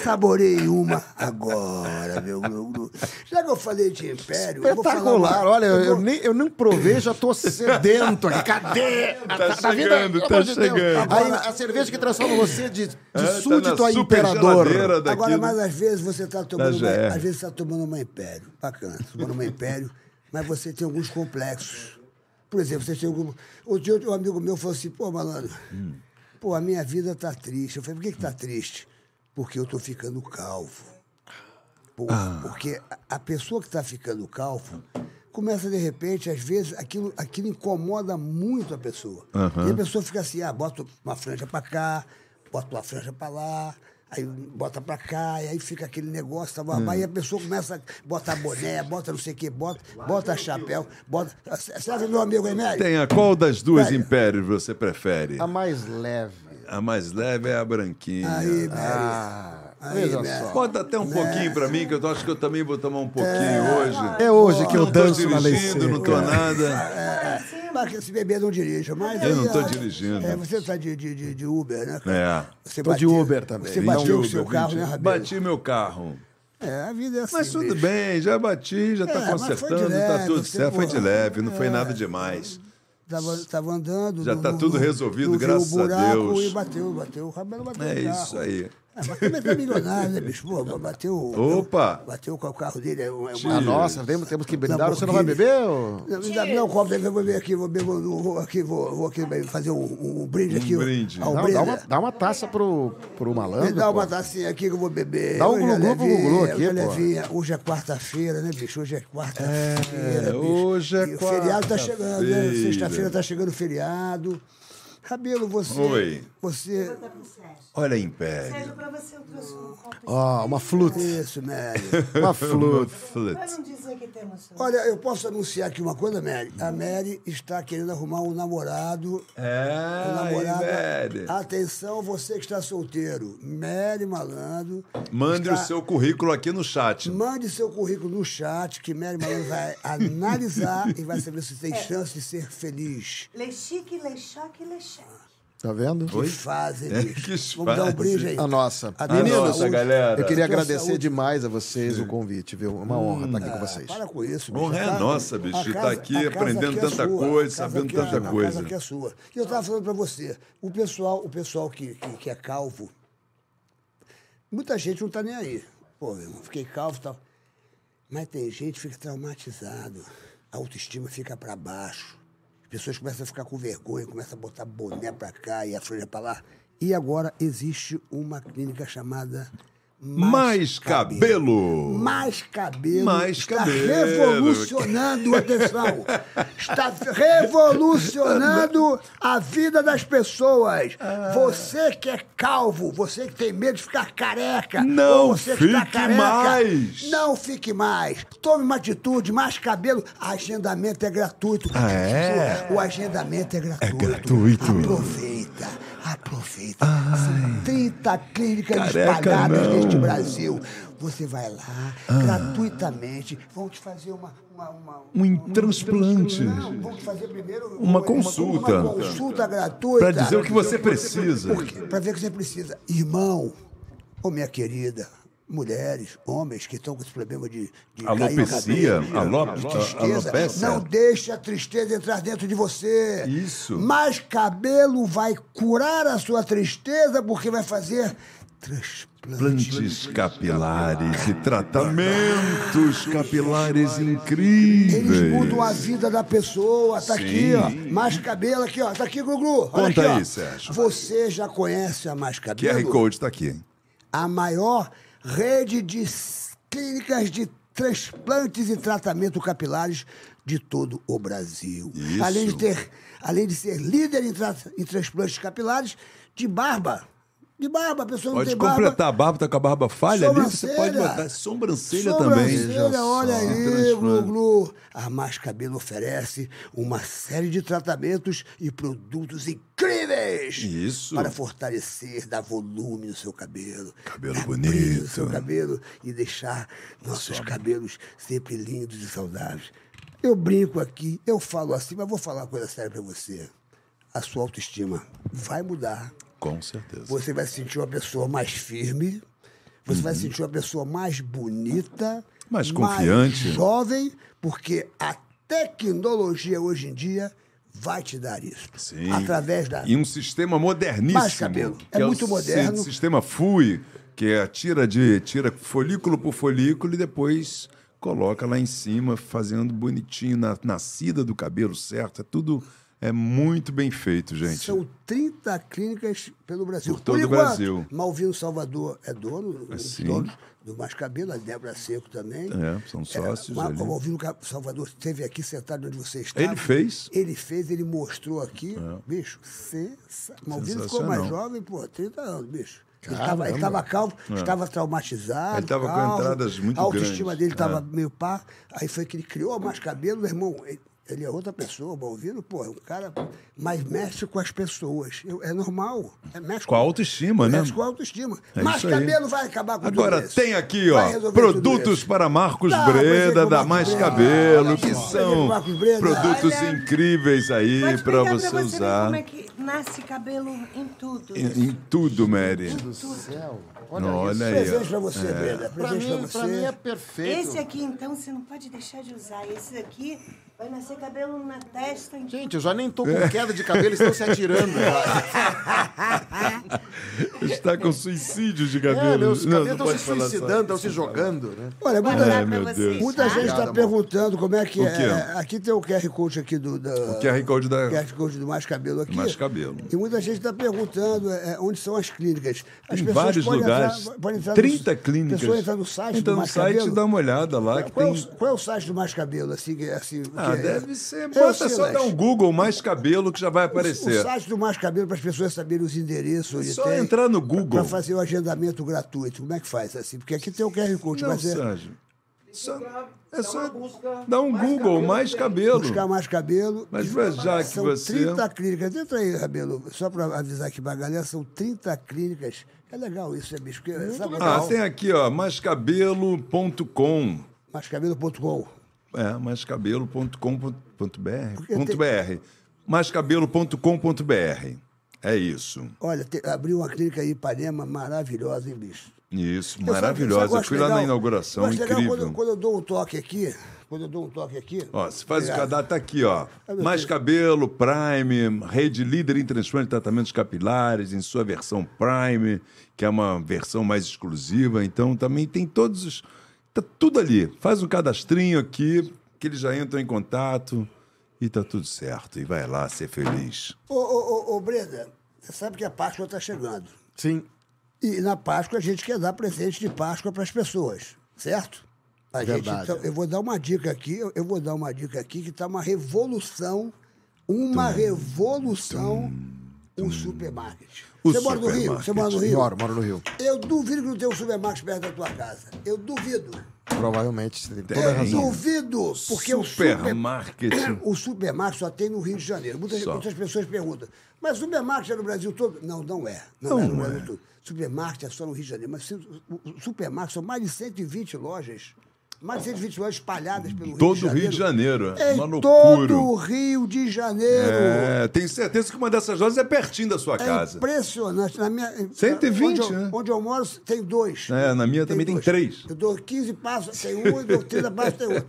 Speaker 4: Saborei uma agora, meu glu-glu. Já que eu falei de Império, eu vou falar
Speaker 5: Espetacular.
Speaker 4: uma-
Speaker 5: Olha, eu,
Speaker 4: vou-
Speaker 5: nem, eu nem provei, já tô sedento aqui. Cadê? Tá,
Speaker 12: chegando, tá chegando.
Speaker 5: Aí, a cerveja que transforma você de, de
Speaker 2: tá
Speaker 5: súdito
Speaker 2: na
Speaker 5: a
Speaker 2: super
Speaker 5: imperador.
Speaker 2: geladeira daqui
Speaker 4: Agora,
Speaker 5: né?
Speaker 2: do-
Speaker 4: mas às vezes você está tomando, uma,
Speaker 5: é.
Speaker 2: GR.
Speaker 4: às vezes tá tomando uma império. Bacana, tá tomando uma império, mas você tem alguns complexos. Por exemplo, você tem algum. Outro dia, um amigo meu falou assim: pô, malandro,
Speaker 5: Hum.
Speaker 4: pô, a minha vida tá triste. Eu falei: por que, que tá triste? Porque eu tô ficando calvo. Pô, Porque a- a pessoa que está ficando calvo começa, de repente, às vezes, aquilo, aquilo incomoda muito a pessoa. E a pessoa fica assim, ah, bota uma franja para cá, bota uma franja para lá, aí bota para cá, e aí fica aquele negócio, tá, babá, e a pessoa começa a botar boné, bota não sei é o que, bota, bota chapéu, bota... Sabe meu amigo né? Emério?
Speaker 2: Tenha qual das duas
Speaker 4: Velho.
Speaker 2: impérios você prefere?
Speaker 5: A Tá mais leve.
Speaker 2: A mais leve é a branquinha.
Speaker 4: Aí, né? Emério. Ah, aí, né?
Speaker 5: veja
Speaker 4: Emério.
Speaker 5: Ah, só.
Speaker 2: Conta até um pouquinho pra mim, que eu acho que eu também vou tomar um pouquinho hoje.
Speaker 5: É hoje que eu
Speaker 2: não tô
Speaker 5: danço na É. lei
Speaker 2: dirigindo, não tô
Speaker 5: seca.
Speaker 2: nada.
Speaker 4: é, Mas que esse bebê não dirija, mas...
Speaker 2: Eu não
Speaker 4: aí,
Speaker 2: tô
Speaker 4: ó,
Speaker 2: dirigindo.
Speaker 4: é, você tá de, de, de, de Uber, né? cara?
Speaker 2: É.
Speaker 4: Você
Speaker 5: Tô
Speaker 4: bateu-
Speaker 5: de Uber também.
Speaker 4: Você
Speaker 5: Vinte
Speaker 4: bateu o
Speaker 2: Uber,
Speaker 4: seu carro, né, Rabelo?
Speaker 2: Bati meu carro.
Speaker 4: É, a vida é assim.
Speaker 2: Mas tudo
Speaker 4: bicho.
Speaker 2: bem, já bati, já tá
Speaker 4: É, mas foi de
Speaker 2: consertando, tá
Speaker 4: leve,
Speaker 2: tudo
Speaker 4: você,
Speaker 2: certo. Foi de
Speaker 4: porra.
Speaker 2: leve, não foi
Speaker 4: É.
Speaker 2: nada demais.
Speaker 4: Tava, tava andando.
Speaker 2: Já
Speaker 4: no-
Speaker 2: tá
Speaker 4: no-
Speaker 2: tudo
Speaker 4: no-
Speaker 2: resolvido,
Speaker 4: no- viu
Speaker 2: graças
Speaker 4: o buraco
Speaker 2: a Deus.
Speaker 4: E bateu, bateu. O Rabelo bateu
Speaker 2: É
Speaker 4: o carro.
Speaker 2: isso aí.
Speaker 4: É, mas também tá milionário, né, bicho? Pô, bateu.
Speaker 2: Opa!
Speaker 4: Bateu com o carro dele. É uma, é
Speaker 5: A
Speaker 4: uma-
Speaker 5: Ah, nossa, temos, temos que brindar. Você não vai
Speaker 4: Lamborghini.
Speaker 5: beber? ô?
Speaker 4: Não, me dá me dá um copo daqui, eu vou beber aqui, vou beber, vou, vou aqui, vou, vou aqui fazer um, um- um brinde aqui.
Speaker 2: Um brinde.
Speaker 4: Ao
Speaker 5: Não,
Speaker 4: brinde. né?
Speaker 5: dá, uma, dá uma taça pro, pro malandro.
Speaker 4: Me dá uma
Speaker 5: pô.
Speaker 4: tacinha aqui que eu vou beber.
Speaker 5: Dá um
Speaker 4: Hoje é
Speaker 5: glu-glu pro
Speaker 4: levinha,
Speaker 5: glu-glu aqui,
Speaker 4: hoje é
Speaker 5: pô.
Speaker 4: levinha. Hoje é quarta-feira, né, bicho? Hoje é quarta-feira, bicho.
Speaker 2: hoje é
Speaker 4: E o feriado tá chegando, né?
Speaker 2: quarta-feira.
Speaker 4: Sexta-feira tá chegando o feriado. Rabelo, você...
Speaker 2: Oi.
Speaker 4: Você...
Speaker 2: Olha, Império.
Speaker 13: Pra você, eu trouxe um copo
Speaker 5: Ó, uma flute.
Speaker 4: Isso, Mary.
Speaker 5: Uma flute.
Speaker 13: pra
Speaker 2: Flut.
Speaker 13: não dizer que temos...
Speaker 4: Olha, eu posso anunciar aqui uma coisa, Mary? A Mary está querendo arrumar um namorado um
Speaker 2: É, Império.
Speaker 4: Atenção, você que está solteiro. Mary Malandro.
Speaker 2: Mande o
Speaker 4: está-
Speaker 2: seu currículo aqui no chat.
Speaker 4: Mande seu currículo no chat que Mary Malandro vai analisar e vai saber se tem chance de ser feliz.
Speaker 13: Le chique, le choque, le cheque.
Speaker 5: Tá vendo?
Speaker 4: Que fase,
Speaker 2: É,
Speaker 4: bicho.
Speaker 2: que
Speaker 4: Vamos dar um
Speaker 2: fase.
Speaker 4: brinde aí.
Speaker 5: A nossa.
Speaker 4: A
Speaker 5: Meninos,
Speaker 4: nossa,
Speaker 5: saúde.
Speaker 2: galera.
Speaker 5: Eu queria
Speaker 4: Deus,
Speaker 5: agradecer
Speaker 4: saúde. Hum.
Speaker 5: demais a vocês o convite, viu? Uma honra estar aqui com vocês.
Speaker 4: Ah, Para com isso, bicho.
Speaker 2: Honra é
Speaker 4: Tá-
Speaker 2: nossa,
Speaker 4: a
Speaker 2: bicho, de
Speaker 4: casa-
Speaker 2: tá aqui
Speaker 4: a casa
Speaker 2: aprendendo
Speaker 4: é
Speaker 2: tanta
Speaker 4: sua,
Speaker 2: coisa,
Speaker 4: a casa
Speaker 2: sabendo
Speaker 4: aqui é-
Speaker 2: tanta
Speaker 4: A
Speaker 2: coisa.
Speaker 4: casa que é sua. E eu tava falando pra você, o pessoal, o pessoal que, que, que é calvo, muita gente não tá nem aí. Pô, meu irmão, fiquei calvo e tal. Mas tem gente que fica traumatizado. A autoestima fica pra baixo. As pessoas começam a ficar com vergonha, começam a botar boné pra cá e a franja pra lá. E agora existe uma clínica chamada
Speaker 2: Mais cabelo.
Speaker 4: mais cabelo.
Speaker 2: Mais
Speaker 4: está
Speaker 2: cabelo.
Speaker 4: revolucionando, atenção. Está revolucionando a vida das pessoas.
Speaker 2: Ah.
Speaker 4: Você que é calvo, você que tem medo de ficar careca.
Speaker 2: Não
Speaker 4: ou você que está
Speaker 2: fique
Speaker 4: careca,
Speaker 2: mais.
Speaker 4: Não fique mais. Tome uma atitude, mais cabelo. Agendamento é gratuito. Ah,
Speaker 2: é?
Speaker 4: O agendamento é gratuito.
Speaker 2: É gratuito.
Speaker 4: Aproveita. Aproveita. São 30 clínicas
Speaker 2: Careca
Speaker 4: espalhadas
Speaker 2: não.
Speaker 4: neste Brasil. Você vai lá,
Speaker 2: Ah.
Speaker 4: gratuitamente, vão te fazer uma. uma, uma-
Speaker 2: Um transplante.
Speaker 4: Não, vão te fazer primeiro.
Speaker 2: Uma consulta.
Speaker 4: Uma consulta gratuita.
Speaker 2: Pra dizer o que você precisa.
Speaker 4: Para ver o que você precisa. Irmão, ou minha querida, mulheres, homens que estão com esse problema de. de cair no
Speaker 2: Alopecia?
Speaker 4: cabelo, de-
Speaker 2: Alop-
Speaker 4: de tristeza,
Speaker 2: alopecia?
Speaker 4: Não deixa a tristeza entrar dentro de você.
Speaker 2: Isso.
Speaker 4: Mas cabelo vai curar a sua tristeza porque vai fazer
Speaker 2: Plantes capilares e tratamentos capilares incríveis.
Speaker 4: Eles mudam a vida da pessoa. Tá
Speaker 2: Sim.
Speaker 4: aqui, ó. Mais cabelo aqui, ó. Tá aqui, Guglu. Olha
Speaker 2: Conta
Speaker 4: aqui, ó.
Speaker 2: aí, Sérgio.
Speaker 4: Você já conhece a Mais Cabelo?
Speaker 2: QR Code tá aqui.
Speaker 4: A maior rede de s- clínicas de transplantes e tratamento capilares de todo o Brasil.
Speaker 2: Isso.
Speaker 4: Além de, ter, além de ser líder em, tra- em transplantes capilares, de barba. De barba, a pessoa
Speaker 2: Pode
Speaker 4: não tem barba.
Speaker 2: completar a barba, tá com a barba falha ali, você
Speaker 4: Sobrancelha.
Speaker 2: pode botar sobrancelha,
Speaker 4: Sobrancelha,
Speaker 2: também.
Speaker 4: olha aí,
Speaker 2: Transplante.
Speaker 4: Glu Glu. A Mais Cabelo oferece uma série de tratamentos e produtos incríveis.
Speaker 2: Isso.
Speaker 4: Para fortalecer, dar volume no seu cabelo.
Speaker 2: Cabelo
Speaker 4: dar
Speaker 2: bonito. né?
Speaker 4: brilho no seu cabelo e deixar nossos cabelos sempre lindos e saudáveis. Eu brinco aqui, eu falo assim, mas vou falar uma coisa séria pra você. A sua autoestima vai mudar.
Speaker 2: Com certeza.
Speaker 4: Você vai se sentir uma pessoa mais firme, você vai se sentir uma pessoa mais bonita,
Speaker 2: Uhum. Mais confiante.
Speaker 4: jovem, porque a tecnologia hoje em dia vai te dar isso.
Speaker 2: Sim.
Speaker 4: Através da.
Speaker 2: E um sistema moderníssimo.
Speaker 4: Mais cabelo. É
Speaker 2: que o
Speaker 4: muito
Speaker 2: si-
Speaker 4: moderno.
Speaker 2: sistema FUI, que é a tira de tira folículo por folículo e depois coloca lá em cima, fazendo bonitinho na nascida do cabelo certo. É tudo é muito bem feito, gente.
Speaker 4: São 30 clínicas pelo Brasil.
Speaker 2: Por todo o
Speaker 4: enquanto,
Speaker 2: Brasil. Ah,
Speaker 4: Malvino Salvador é dono, um dos
Speaker 2: Sim.
Speaker 4: donos do Mais Cabelo, a Débora Seco também.
Speaker 2: É, são sócios
Speaker 4: Ma-
Speaker 2: ali.
Speaker 4: O Malvino Ca- Salvador esteve aqui sentado onde você estava.
Speaker 2: Ele fez? É.
Speaker 4: Ele fez, ele mostrou aqui. Bicho, sensa... Malvino ficou mais
Speaker 2: Sensacional.
Speaker 4: jovem, pô, 30 anos, bicho. Ele
Speaker 2: Caramba.
Speaker 4: estava, ele tava calvo,
Speaker 2: É.
Speaker 4: estava traumatizado.
Speaker 2: Ele tava com
Speaker 4: calvo,
Speaker 2: entradas muito
Speaker 4: A autoestima
Speaker 2: grandes.
Speaker 4: dele estava
Speaker 2: É.
Speaker 4: meio pá. Aí foi que ele criou mais cabelo, meu irmão. Ele, ele é outra pessoa, Balvino, pô, é um cara. Mas mexe com as pessoas. Eu- é normal. É, mexe
Speaker 2: Com a autoestima, né?
Speaker 4: Mexe com a autoestima.
Speaker 2: É
Speaker 4: mais
Speaker 2: isso aí.
Speaker 4: cabelo vai acabar com
Speaker 2: Agora
Speaker 4: tudo isso.
Speaker 2: tem aqui,
Speaker 4: é Vai
Speaker 2: ó,
Speaker 4: resolver tudo
Speaker 2: produtos
Speaker 4: isso.
Speaker 2: para Marcos
Speaker 4: Tá, mas ele
Speaker 2: Breda,
Speaker 4: com
Speaker 2: da
Speaker 4: Marcos
Speaker 2: Mais
Speaker 4: Breda.
Speaker 2: Cabelo, que
Speaker 4: só. é
Speaker 2: são
Speaker 4: Marcos Breda.
Speaker 2: produtos
Speaker 14: Olha,
Speaker 2: incríveis aí
Speaker 14: Pode
Speaker 2: para
Speaker 14: pegar
Speaker 2: você
Speaker 14: ver
Speaker 2: usar
Speaker 14: Como é que nasce cabelo em tudo. né?
Speaker 2: em, em tudo, Mary.
Speaker 5: do céu.
Speaker 2: Não,
Speaker 5: Olha isso.
Speaker 2: olha aí, ó.
Speaker 4: Presente pra você,
Speaker 2: É.
Speaker 4: Breda.
Speaker 5: Pra
Speaker 4: Presente pra,
Speaker 5: mim,
Speaker 4: você.
Speaker 5: pra mim é perfeito.
Speaker 14: Esse aqui, então, você não pode deixar de usar. Esse aqui vai nascer cabelo na testa. Em...
Speaker 5: Gente, eu já nem tô
Speaker 2: É.
Speaker 5: com queda de cabelo, estão se atirando. cara.
Speaker 2: Está com suicídio de
Speaker 5: É,
Speaker 2: cabelo.
Speaker 5: meus cabelos estão
Speaker 2: pode
Speaker 5: se
Speaker 2: falar
Speaker 5: suicidando, estão
Speaker 2: só-
Speaker 5: se jogando, né?
Speaker 4: Olha, muita,
Speaker 14: Guardar
Speaker 2: É, meu
Speaker 14: pra
Speaker 2: Deus.
Speaker 14: vocês,
Speaker 4: muita
Speaker 14: tá?
Speaker 4: gente está
Speaker 5: amor.
Speaker 4: perguntando como é que
Speaker 2: O quê?
Speaker 4: é. Aqui tem o QR Code aqui do. Da,
Speaker 2: O QR Code da-
Speaker 4: QR Code do Mais Cabelo aqui.
Speaker 2: É. Mais Cabelo.
Speaker 4: E muita gente está perguntando é, onde são as clínicas. As
Speaker 2: Tem
Speaker 4: pessoas
Speaker 2: vários
Speaker 4: podem
Speaker 2: lugares.
Speaker 4: Entrar, podem entrar
Speaker 2: 30
Speaker 4: no,
Speaker 2: clínicas.
Speaker 4: Pessoa entra no site
Speaker 2: Entra
Speaker 4: do
Speaker 2: no
Speaker 4: Mais
Speaker 2: site
Speaker 4: Cabelo.
Speaker 2: e dá uma olhada lá. Que
Speaker 4: Qual, é o-
Speaker 2: tem...
Speaker 4: qual é o site do Mais Cabelo? Assim, que- assim, o
Speaker 2: Ah,
Speaker 4: que-
Speaker 2: deve ser.
Speaker 4: É o
Speaker 2: Bota só
Speaker 4: Silas.
Speaker 2: dar um Google mais cabelo que já vai
Speaker 4: O
Speaker 2: aparecer.
Speaker 4: site do Mais Cabelo para as pessoas saberem os endereços. onde
Speaker 2: Só
Speaker 4: tem,
Speaker 2: entrar no Google.
Speaker 4: Para fazer o agendamento gratuito. Como é que faz? assim? Porque aqui tem o QR Code.
Speaker 2: Não,
Speaker 4: mas é,
Speaker 2: Sérgio. Só- é só
Speaker 8: busca,
Speaker 2: dar um
Speaker 8: mais
Speaker 2: Google
Speaker 8: cabelo
Speaker 2: mais
Speaker 8: tem.
Speaker 2: cabelo.
Speaker 4: Buscar mais cabelo.
Speaker 2: Mas já que
Speaker 4: são
Speaker 2: você-
Speaker 4: 30 clínicas. Entra aí, Rabelo, só para avisar aqui pra galera, são 30 clínicas. É legal isso, é bicho. porque sabe
Speaker 2: Ah,
Speaker 4: legal?
Speaker 2: tem aqui, ó, maiscabelo.com.
Speaker 4: Mascabelo.com.
Speaker 2: É, maiscabelo.com.br.
Speaker 4: Porque tem-
Speaker 2: .br. Maiscabelo.com.br. É isso.
Speaker 4: Olha, te- abriu uma clínica em Ipanema maravilhosa, hein, bicho?
Speaker 2: Isso,
Speaker 4: Eu só-
Speaker 2: maravilhosa.
Speaker 4: eu só
Speaker 2: Eu
Speaker 4: acho
Speaker 2: fui lá
Speaker 4: legal-
Speaker 2: na inauguração,
Speaker 4: eu acho legal
Speaker 2: incrível.
Speaker 4: Quando, quando eu dou um toque aqui, quando eu dou um toque aqui... É.
Speaker 2: Ó, se faz o
Speaker 4: Obrigado.
Speaker 2: cadastro, tá aqui, ó.
Speaker 4: Ah, meu
Speaker 2: Mais
Speaker 4: Deus.
Speaker 2: cabelo, Prime, rede líder em transplante de tratamentos capilares, em sua versão Prime, que é uma versão mais exclusiva. Então, também tem todos os. Tá tudo ali. Faz um cadastrinho aqui, que eles já entram em contato e tá tudo certo. E vai lá ser feliz.
Speaker 4: Ô, ô, ô, ô, Breda, você sabe que a Páscoa está chegando.
Speaker 5: Sim.
Speaker 4: E na Páscoa a gente quer dar presente de Páscoa para as pessoas, certo? A gente,
Speaker 5: Verdade.
Speaker 4: então, eu vou dar uma dica aqui, eu, eu vou dar tá uma dica aqui que está uma revolução, uma revolução um supermarket. você mora no Rio? Você mora no Rio?
Speaker 5: Moro, moro no Rio.
Speaker 4: Eu duvido que não tenha um supermarket perto da tua casa. Eu duvido.
Speaker 5: Provavelmente você tem toda a
Speaker 4: Eu
Speaker 5: razão.
Speaker 4: duvido, porque o
Speaker 2: Supermarket.
Speaker 4: super- O supermarket só tem no Rio de Janeiro. Muitas,
Speaker 2: Só.
Speaker 4: muitas pessoas perguntam, mas supermarket é no Brasil todo? Não, não é. Não,
Speaker 2: Não
Speaker 4: é no
Speaker 2: é.
Speaker 4: Brasil todo. Supermarket é só no Rio de Janeiro. Mas se- o- o supermarket são mais de 120 lojas. Mais de 120 lojas espalhadas pelo
Speaker 2: Todo o
Speaker 4: Rio de Janeiro.
Speaker 2: Janeiro. é.
Speaker 4: Em
Speaker 2: Mano
Speaker 4: todo
Speaker 2: puro.
Speaker 4: o Rio de Janeiro.
Speaker 2: É, tenho certeza que uma dessas lojas é pertinho da sua
Speaker 4: É
Speaker 2: casa.
Speaker 4: impressionante. Na minha, eh,
Speaker 2: 120,
Speaker 4: onde eu,
Speaker 2: né?
Speaker 4: Onde eu moro, tem dois.
Speaker 2: É, na minha também tem
Speaker 4: dois.
Speaker 2: três.
Speaker 4: Eu dou 15 passos, tem um, eu dou 30 passos, tem outro.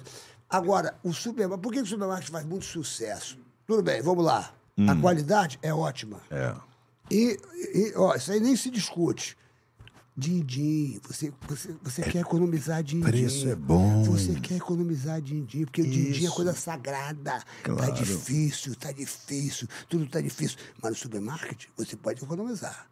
Speaker 4: Agora, o supermercado... Por que que o supermercado faz muito sucesso? Tudo bem, vamos lá.
Speaker 2: Hum.
Speaker 4: A qualidade é ótima.
Speaker 2: É.
Speaker 4: E, e, ó, isso aí nem se discute. Din-din, você, você, você quer economizar din-din.
Speaker 2: É preço é bom.
Speaker 4: Você quer economizar din-din, porque o din-din é coisa sagrada. Tá difícil, tá difícil, tudo tá difícil. Mas no supermarket, você pode economizar.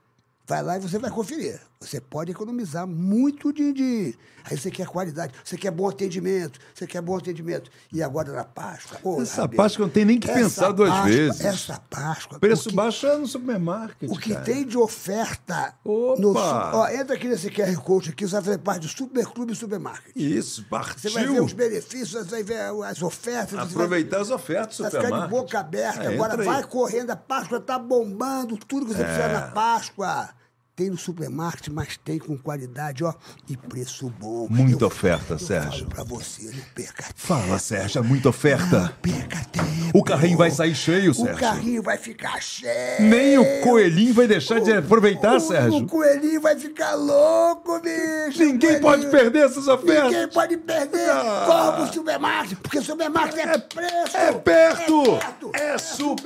Speaker 4: Vai lá e você vai conferir. Você pode economizar muito din-din. Aí você quer qualidade, você quer bom atendimento, você quer bom atendimento. E agora na Páscoa. ô,
Speaker 2: Essa
Speaker 4: Rabelo,
Speaker 2: Páscoa não tem nem que
Speaker 4: essa
Speaker 2: pensar duas
Speaker 4: Páscoa-
Speaker 2: vezes.
Speaker 4: Essa Páscoa.
Speaker 2: Preço
Speaker 4: o que-
Speaker 2: baixo é no supermarket.
Speaker 4: o que
Speaker 2: cara.
Speaker 4: tem de oferta
Speaker 2: Opa!
Speaker 4: no su- Ó, entra aqui nesse QR Code aqui, você vai fazer parte do Superclube Supermarket.
Speaker 2: Isso,
Speaker 4: Você vai ver
Speaker 2: partiu.
Speaker 4: os benefícios, você vai ver as ofertas. você
Speaker 2: Aproveitar as ofertas do
Speaker 4: Vai, vai ficar de
Speaker 2: supermarket.
Speaker 4: boca aberta.
Speaker 2: É,
Speaker 4: Agora
Speaker 2: entra aí. É.
Speaker 4: vai correndo, a Páscoa tá bombando, tudo que você precisa na Páscoa. Tem no supermarket, mas tem com qualidade, ó, e preço bom.
Speaker 2: Muita
Speaker 4: Eu-
Speaker 2: oferta,
Speaker 4: eu
Speaker 2: Sérgio.
Speaker 4: Falo pra você, não perca tempo.
Speaker 2: Fala, Sérgio, é muita oferta.
Speaker 4: Não perca tempo.
Speaker 2: O carrinho vai sair cheio,
Speaker 4: Ah, O
Speaker 2: Sérgio.
Speaker 4: carrinho vai ficar cheio.
Speaker 2: Nem o coelhinho vai deixar de aproveitar,
Speaker 4: o, O
Speaker 2: Sérgio.
Speaker 4: coelhinho vai ficar louco, bicho.
Speaker 2: Ninguém
Speaker 4: O coelhinho-
Speaker 2: pode perder essas ofertas.
Speaker 4: Ninguém pode perder.
Speaker 2: Ah.
Speaker 4: Corra pro supermarket, porque o supermarket é, preço.
Speaker 2: É perto!
Speaker 4: É perto.
Speaker 2: É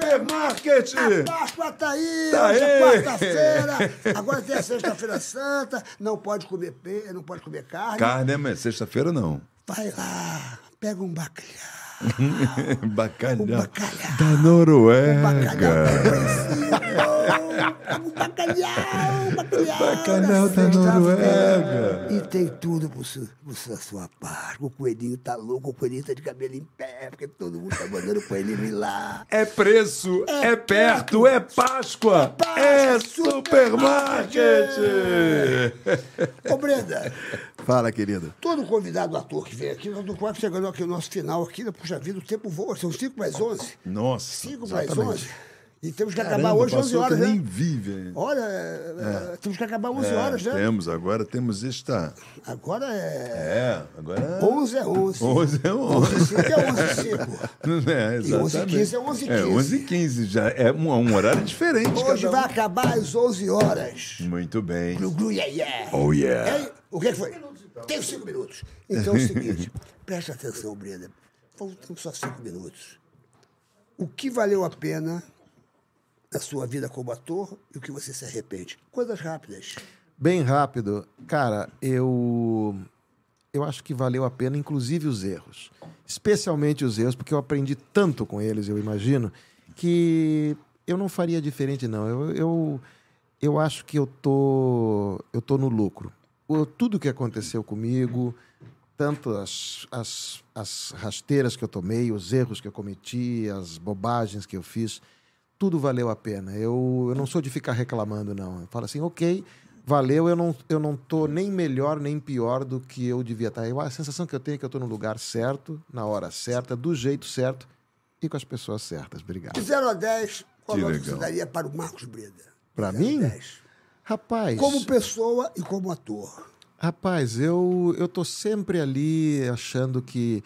Speaker 2: supermarket!
Speaker 4: A Páscoa tá aí,
Speaker 2: Tá
Speaker 4: hoje é
Speaker 2: aí.
Speaker 4: quarta-feira. Agora tem a sexta-feira santa. Não pode comer pe... não pode comer carne.
Speaker 2: Carne é mas sexta-feira não.
Speaker 4: Vai lá, pega um bacalhau. um
Speaker 2: Bacalhau.
Speaker 4: bacalhau.
Speaker 2: Da Noruega.
Speaker 4: Bacalhau com precinho. Bacalhau, bacalhau.
Speaker 2: Bacalhau da
Speaker 4: na sexta-feira.
Speaker 2: Noruega.
Speaker 4: E tem tudo pro su- pro su- a sua parte. O coelhinho tá louco, o coelhinho tá de cabelo em pé, porque todo mundo tá mandando o coelhinho ir lá.
Speaker 2: É preço, é, perto, é Páscoa, é supermarket!
Speaker 4: Ô, Brenda,
Speaker 5: Fala, querido.
Speaker 4: todo convidado ator que vem aqui, nós estamos quase chegando aqui no nosso final aqui, né? puxa vida, o tempo voa, são 5 mais 11.
Speaker 2: Nossa,
Speaker 4: 5 mais
Speaker 5: exatamente.
Speaker 4: 11. E temos que
Speaker 2: caramba,
Speaker 4: acabar hoje
Speaker 2: passou
Speaker 4: 11 horas,
Speaker 2: que
Speaker 4: né?
Speaker 2: nem vive.
Speaker 4: Olha, é, é, temos que acabar 11
Speaker 2: É,
Speaker 4: horas, né?
Speaker 2: Temos, agora temos esta...
Speaker 4: Agora é...
Speaker 2: É, agora...
Speaker 4: 11 é 11.
Speaker 2: 11 é 11.
Speaker 4: 11 é 11 5.
Speaker 2: É,
Speaker 4: E 11 e 15 é 11 e 15.
Speaker 2: É, 11 e 15, já é um, um horário diferente.
Speaker 4: Hoje
Speaker 2: cada um.
Speaker 4: vai acabar às 11 horas.
Speaker 2: Muito bem.
Speaker 4: Glu, glu, yeah, yeah.
Speaker 2: Oh, yeah.
Speaker 4: Hein? O que, é que foi? Tem cinco minutos. Então é o seguinte, preste atenção, Brenda. Faltam só cinco minutos. O que valeu a pena na sua vida como ator e o que você se arrepende? Coisas rápidas.
Speaker 5: Bem rápido. Cara, eu eu acho que valeu a pena, inclusive os erros. Especialmente os erros, porque eu aprendi tanto com eles, eu imagino, que eu não faria diferente, não. Eu, eu, eu acho que eu tô, eu tô no lucro. O- tudo que aconteceu comigo, tanto as, as, as rasteiras que eu tomei, os erros que eu cometi, as bobagens que eu fiz, tudo valeu a pena. Eu, eu não sou de ficar reclamando, não. Eu falo assim, ok, valeu, eu não, eu não tô nem melhor nem pior do que eu devia estar. Eu, a sensação que eu tenho é que eu tô no lugar certo, na hora certa, do jeito certo e com as pessoas certas. Obrigado.
Speaker 4: De 0 a 10, qual
Speaker 2: Que
Speaker 4: nota
Speaker 2: legal.
Speaker 4: você daria para o Marcos Breda?
Speaker 5: Pra
Speaker 4: De zero a
Speaker 5: mim?
Speaker 4: dez.
Speaker 5: Rapaz,
Speaker 4: Como pessoa e como ator.
Speaker 5: rapaz, eu, eu tô sempre ali achando que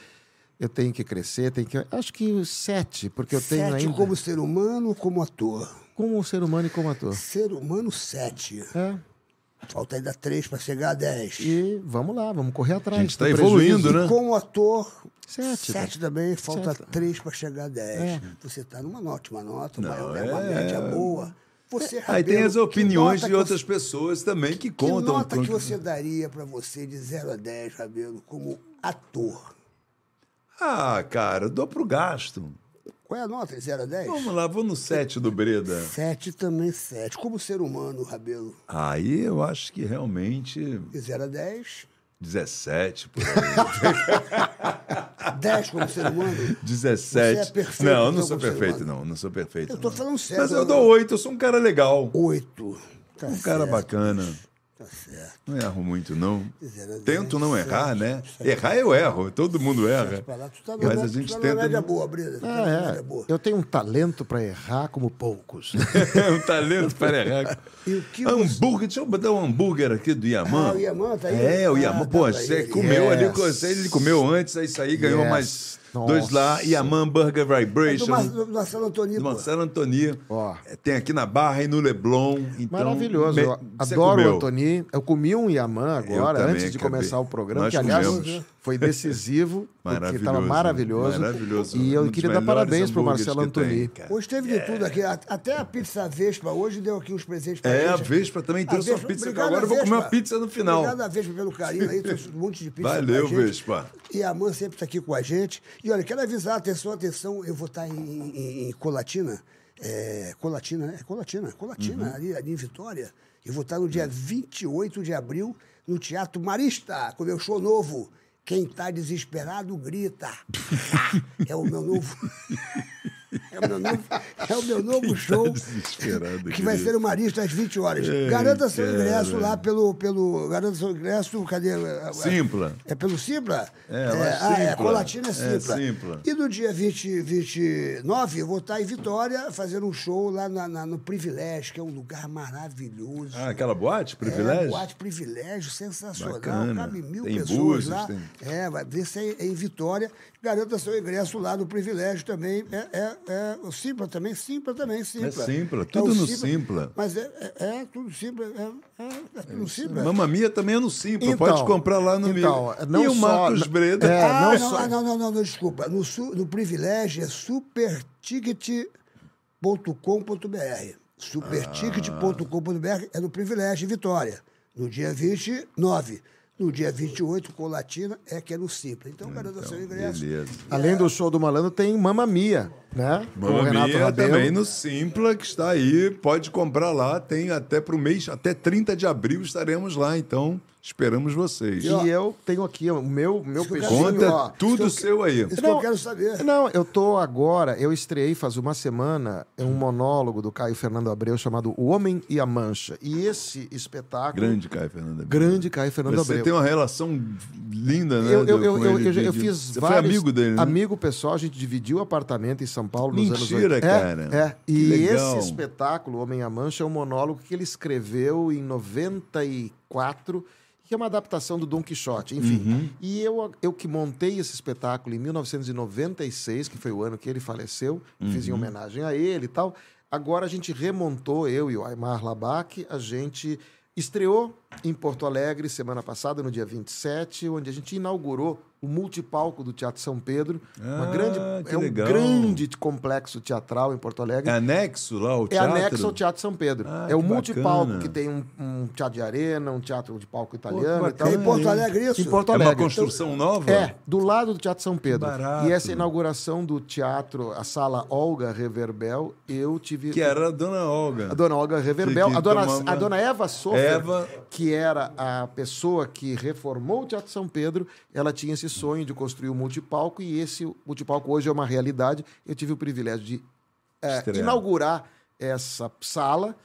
Speaker 5: eu tenho que crescer, tenho que... Acho que o sete, porque eu tenho
Speaker 4: Sete
Speaker 5: ainda...
Speaker 4: como ser humano, como ator.
Speaker 5: como ser humano e como ator.
Speaker 4: Ser humano, sete.
Speaker 5: É,
Speaker 4: Falta ainda três para chegar a dez.
Speaker 5: e vamos lá, vamos correr atrás.
Speaker 2: A gente tá
Speaker 5: do prejuízo.
Speaker 2: evoluindo, né?
Speaker 4: Como ator, sete,
Speaker 5: Sete,
Speaker 4: também, falta
Speaker 5: Sete.
Speaker 4: três para chegar a dez. Você está numa nota, uma nota, uma,
Speaker 2: É. Não,
Speaker 4: é uma
Speaker 2: é-
Speaker 4: média boa. Você, é
Speaker 2: Aí
Speaker 4: Rabelo,
Speaker 2: tem as
Speaker 4: que
Speaker 2: opiniões
Speaker 4: nota
Speaker 2: de
Speaker 4: que
Speaker 2: outras
Speaker 4: você-
Speaker 2: pessoas também que
Speaker 4: Que
Speaker 2: contam.
Speaker 4: nota
Speaker 2: com-
Speaker 4: que você daria para você de 0 a 10, Rabelo, como ator?
Speaker 2: Ah, cara, eu dou pro gasto.
Speaker 4: Qual é a nota de 0 a 10?
Speaker 2: Vamos lá, vou no 7 do Breda.
Speaker 4: Sete também, sete. Como ser humano, Rabelo,
Speaker 2: Aí eu acho que realmente
Speaker 4: de 0 a 10,
Speaker 2: 17 por aí.
Speaker 4: 10 como ser humano.
Speaker 2: 17.
Speaker 4: Você é perfeito,
Speaker 2: não, eu não
Speaker 4: então,
Speaker 2: sou
Speaker 4: como ser
Speaker 2: perfeito,
Speaker 4: humano.
Speaker 2: não. Não sou perfeito.
Speaker 4: Eu tô
Speaker 2: não.
Speaker 4: falando sério, né?
Speaker 2: Mas eu
Speaker 4: eu-
Speaker 2: dou oito, eu sou um cara legal.
Speaker 4: Oito. Tá
Speaker 2: um cara
Speaker 4: certo. Tá
Speaker 2: bacana. Não erro muito, não.
Speaker 4: Zero,
Speaker 2: Tento não
Speaker 4: zero,
Speaker 2: errar,
Speaker 4: sete,
Speaker 2: né?
Speaker 4: sete.
Speaker 2: Errar eu erro, todo mundo erra.
Speaker 4: Sete pra lá, tu tá
Speaker 2: Mas
Speaker 4: numa-
Speaker 2: a
Speaker 4: tu
Speaker 2: gente
Speaker 4: tá numa
Speaker 2: tenta.
Speaker 4: média boa, Breda. tu tá numa
Speaker 5: Ah,
Speaker 4: média
Speaker 5: é.
Speaker 4: boa.
Speaker 5: Eu tenho um talento para errar como poucos.
Speaker 2: É um talento para errar. hambúrguer, deixa eu botar um hambúrguer aqui do Yaman.
Speaker 4: Ah, o Yaman tá aí?
Speaker 2: É, o
Speaker 4: Ah,
Speaker 2: Yaman,
Speaker 4: tá
Speaker 2: pô,
Speaker 4: aí.
Speaker 2: você comeu ali,
Speaker 5: Yes.
Speaker 2: você- ele comeu antes, aí saiu, ganhou
Speaker 5: Yes.
Speaker 2: mais
Speaker 5: Nossa.
Speaker 2: dois lá. Yaman Burger
Speaker 4: É do
Speaker 2: Vibration.
Speaker 4: Mar- do Marcelo Antônio.
Speaker 2: do Marcelo Antoni.
Speaker 5: Ó.
Speaker 2: É, Tem aqui na Barra e no Leblon. Então,
Speaker 5: Maravilhoso.
Speaker 2: me-
Speaker 5: eu
Speaker 2: você
Speaker 5: adoro
Speaker 2: comeu.
Speaker 5: o Antoni. Eu comi um Yaman
Speaker 2: Eu
Speaker 5: agora,
Speaker 2: também
Speaker 5: antes de
Speaker 2: acabei.
Speaker 5: começar o programa,
Speaker 2: Nós
Speaker 5: que aliás
Speaker 2: comemos.
Speaker 5: foi decisivo, porque
Speaker 2: Maravilhoso,
Speaker 5: estava
Speaker 2: né?
Speaker 5: maravilhoso.
Speaker 2: Maravilhoso.
Speaker 5: E
Speaker 2: Um
Speaker 5: eu
Speaker 2: dos
Speaker 5: queria dar
Speaker 2: melhores
Speaker 5: parabéns para o
Speaker 2: hambúrgueres
Speaker 5: Marcelo
Speaker 2: que tem,
Speaker 5: Antoni.
Speaker 2: cara. É.
Speaker 4: Hoje teve de tudo aqui. a- Até a pizza Vespa hoje deu aqui uns presentes pra
Speaker 2: É, a
Speaker 4: gente.
Speaker 2: Vespa também trouxe uma
Speaker 4: Vespa-
Speaker 2: pizza. que
Speaker 4: obrigado,
Speaker 2: Agora eu vou comer uma
Speaker 4: Vespa.
Speaker 2: pizza no final.
Speaker 4: Obrigado a Vespa pelo carinho aí, trouxe um monte de pizza
Speaker 2: Valeu,
Speaker 4: pra gente.
Speaker 2: Vespa.
Speaker 4: E a Aman sempre está aqui com a gente. E olha, quero avisar, atenção, atenção, eu vou estar em, em- em Colatina, é, Colatina, né? É Colatina, Colatina,
Speaker 2: Uhum.
Speaker 4: ali, ali em Vitória. Eu vou estar no dia 28 de abril no Teatro Marista, com meu show novo. Quem está desesperado grita. é o meu novo. É o meu novo, é o meu novo show
Speaker 2: tá desesperado,
Speaker 4: que vai
Speaker 2: querido.
Speaker 4: ser o Marista às 20 horas. Garanta seu
Speaker 2: cara.
Speaker 4: ingresso lá pelo, pelo. Garanta seu ingresso, cadê?
Speaker 2: Simpla.
Speaker 4: É pelo Simpla?
Speaker 2: É, lá é
Speaker 4: ah, é,
Speaker 2: Simpla.
Speaker 4: Colatina é
Speaker 2: É
Speaker 4: Simpla.
Speaker 2: Simpla.
Speaker 4: E no dia 20, 29, eu vou estar em Vitória fazendo um show lá na- na- no Privilégio, que é um lugar maravilhoso.
Speaker 2: Ah, aquela boate?
Speaker 4: É,
Speaker 2: Privilégio?
Speaker 4: boate privilégio, sensacional.
Speaker 2: Bacana.
Speaker 4: Cabe mil
Speaker 2: Tem
Speaker 4: pessoas
Speaker 2: búzios,
Speaker 4: lá.
Speaker 2: tem-
Speaker 4: É, vai ver se é em Vitória. Garanta seu ingresso lá do privilégio também. É, é, é o Simpla também, Simpla também, Simpla.
Speaker 2: É Simpla,
Speaker 4: o
Speaker 2: tudo no Simpla.
Speaker 4: Mas é, é, é tudo Simpla, é, é, é tudo Simpla.
Speaker 2: Mamma Mia também é no Simpla.
Speaker 5: Então,
Speaker 2: Pode comprar lá no
Speaker 5: então,
Speaker 2: Mia.
Speaker 5: não
Speaker 2: e o
Speaker 5: só-
Speaker 2: Marcos Breda.
Speaker 5: É,
Speaker 4: ah,
Speaker 5: não
Speaker 4: não,
Speaker 5: só-
Speaker 4: ah, não, não, não, não, desculpa. No, su- no privilégio é superticket.com.br. Superticket.com.br é no privilégio em Vitória. No dia 29. No dia 28, Colatina, é que é no Simpla. Então, garanta seu ingresso.
Speaker 2: Beleza.
Speaker 5: Além do show do malandro, tem Mamma Mia, né? Com o
Speaker 2: Mamma
Speaker 5: Renato
Speaker 2: Mia
Speaker 5: Rabelo.
Speaker 2: também no Simpla, que está aí. Pode comprar lá. Tem até para o mês, até 30 de abril estaremos lá. Então, esperamos vocês.
Speaker 5: E eu tenho aqui o meu, meu
Speaker 4: que eu
Speaker 5: peixinho,
Speaker 2: Conta
Speaker 5: ó.
Speaker 2: tudo seu aí.
Speaker 4: Isso que eu quero saber.
Speaker 5: Não, eu tô agora, eu estreiei faz uma semana um monólogo do Caio Fernando Abreu chamado O Homem e a Mancha. E esse espetáculo.
Speaker 2: Grande Caio Fernando Abreu.
Speaker 5: Grande Caio Fernando
Speaker 2: Você
Speaker 5: Abreu.
Speaker 2: tem uma relação linda, né?
Speaker 5: Eu, eu,
Speaker 2: do-
Speaker 5: eu,
Speaker 2: com
Speaker 5: eu,
Speaker 2: ele,
Speaker 5: eu, já- eu
Speaker 2: de-
Speaker 5: fiz
Speaker 2: Você
Speaker 5: vários.
Speaker 2: foi amigo dele, né?
Speaker 5: Amigo pessoal, a gente dividiu apartamento em São Paulo nos anos
Speaker 2: Mentira,
Speaker 5: 80.
Speaker 2: cara.
Speaker 5: É, é.
Speaker 2: Que
Speaker 5: E
Speaker 2: legal.
Speaker 5: esse espetáculo, Homem à Mancha, é um monólogo que ele escreveu em 94, que é uma adaptação do Dom Quixote, enfim.
Speaker 2: Uhum.
Speaker 5: E eu, eu que montei esse espetáculo em 1996, que foi o ano que ele faleceu, fiz
Speaker 2: Uhum.
Speaker 5: em homenagem a ele e tal. Agora a gente remontou, eu e o Aymar Labac, a gente estreou em Porto Alegre semana passada, no dia 27, onde a gente inaugurou o multipalco do Teatro São Pedro. uma
Speaker 2: Ah,
Speaker 5: grande,
Speaker 2: que
Speaker 5: é um
Speaker 2: legal.
Speaker 5: grande complexo teatral em Porto Alegre.
Speaker 2: É anexo lá o
Speaker 5: É
Speaker 2: teatro?
Speaker 5: anexo ao Teatro São Pedro.
Speaker 2: Ah,
Speaker 5: é o
Speaker 2: que
Speaker 5: multipalco
Speaker 2: bacana.
Speaker 5: que tem um, um teatro de arena, um teatro de
Speaker 2: Pô,
Speaker 5: palco
Speaker 2: é
Speaker 5: italiano
Speaker 2: que
Speaker 5: e tal.
Speaker 2: bacana,
Speaker 4: É Em Porto hein? Alegre, isso?
Speaker 5: Em
Speaker 2: É
Speaker 5: Porto
Speaker 2: uma
Speaker 5: Alegre.
Speaker 2: construção nova?
Speaker 5: É, do lado do Teatro São Pedro.
Speaker 2: barato.
Speaker 5: E essa inauguração do teatro, a sala Olga Reverbel, eu tive.
Speaker 2: Que era a Dona Olga.
Speaker 5: A dona Olga Reverbel,
Speaker 2: Que- que
Speaker 5: a, dona,
Speaker 2: tomava-
Speaker 5: a dona Eva Sofer,
Speaker 2: Eva.
Speaker 5: que era a pessoa que reformou o Teatro São Pedro, ela tinha esse sonho de construir um multipalco e esse multipalco hoje é uma realidade. Eu tive o privilégio de eh,
Speaker 2: Estrear.
Speaker 5: inaugurar essa sala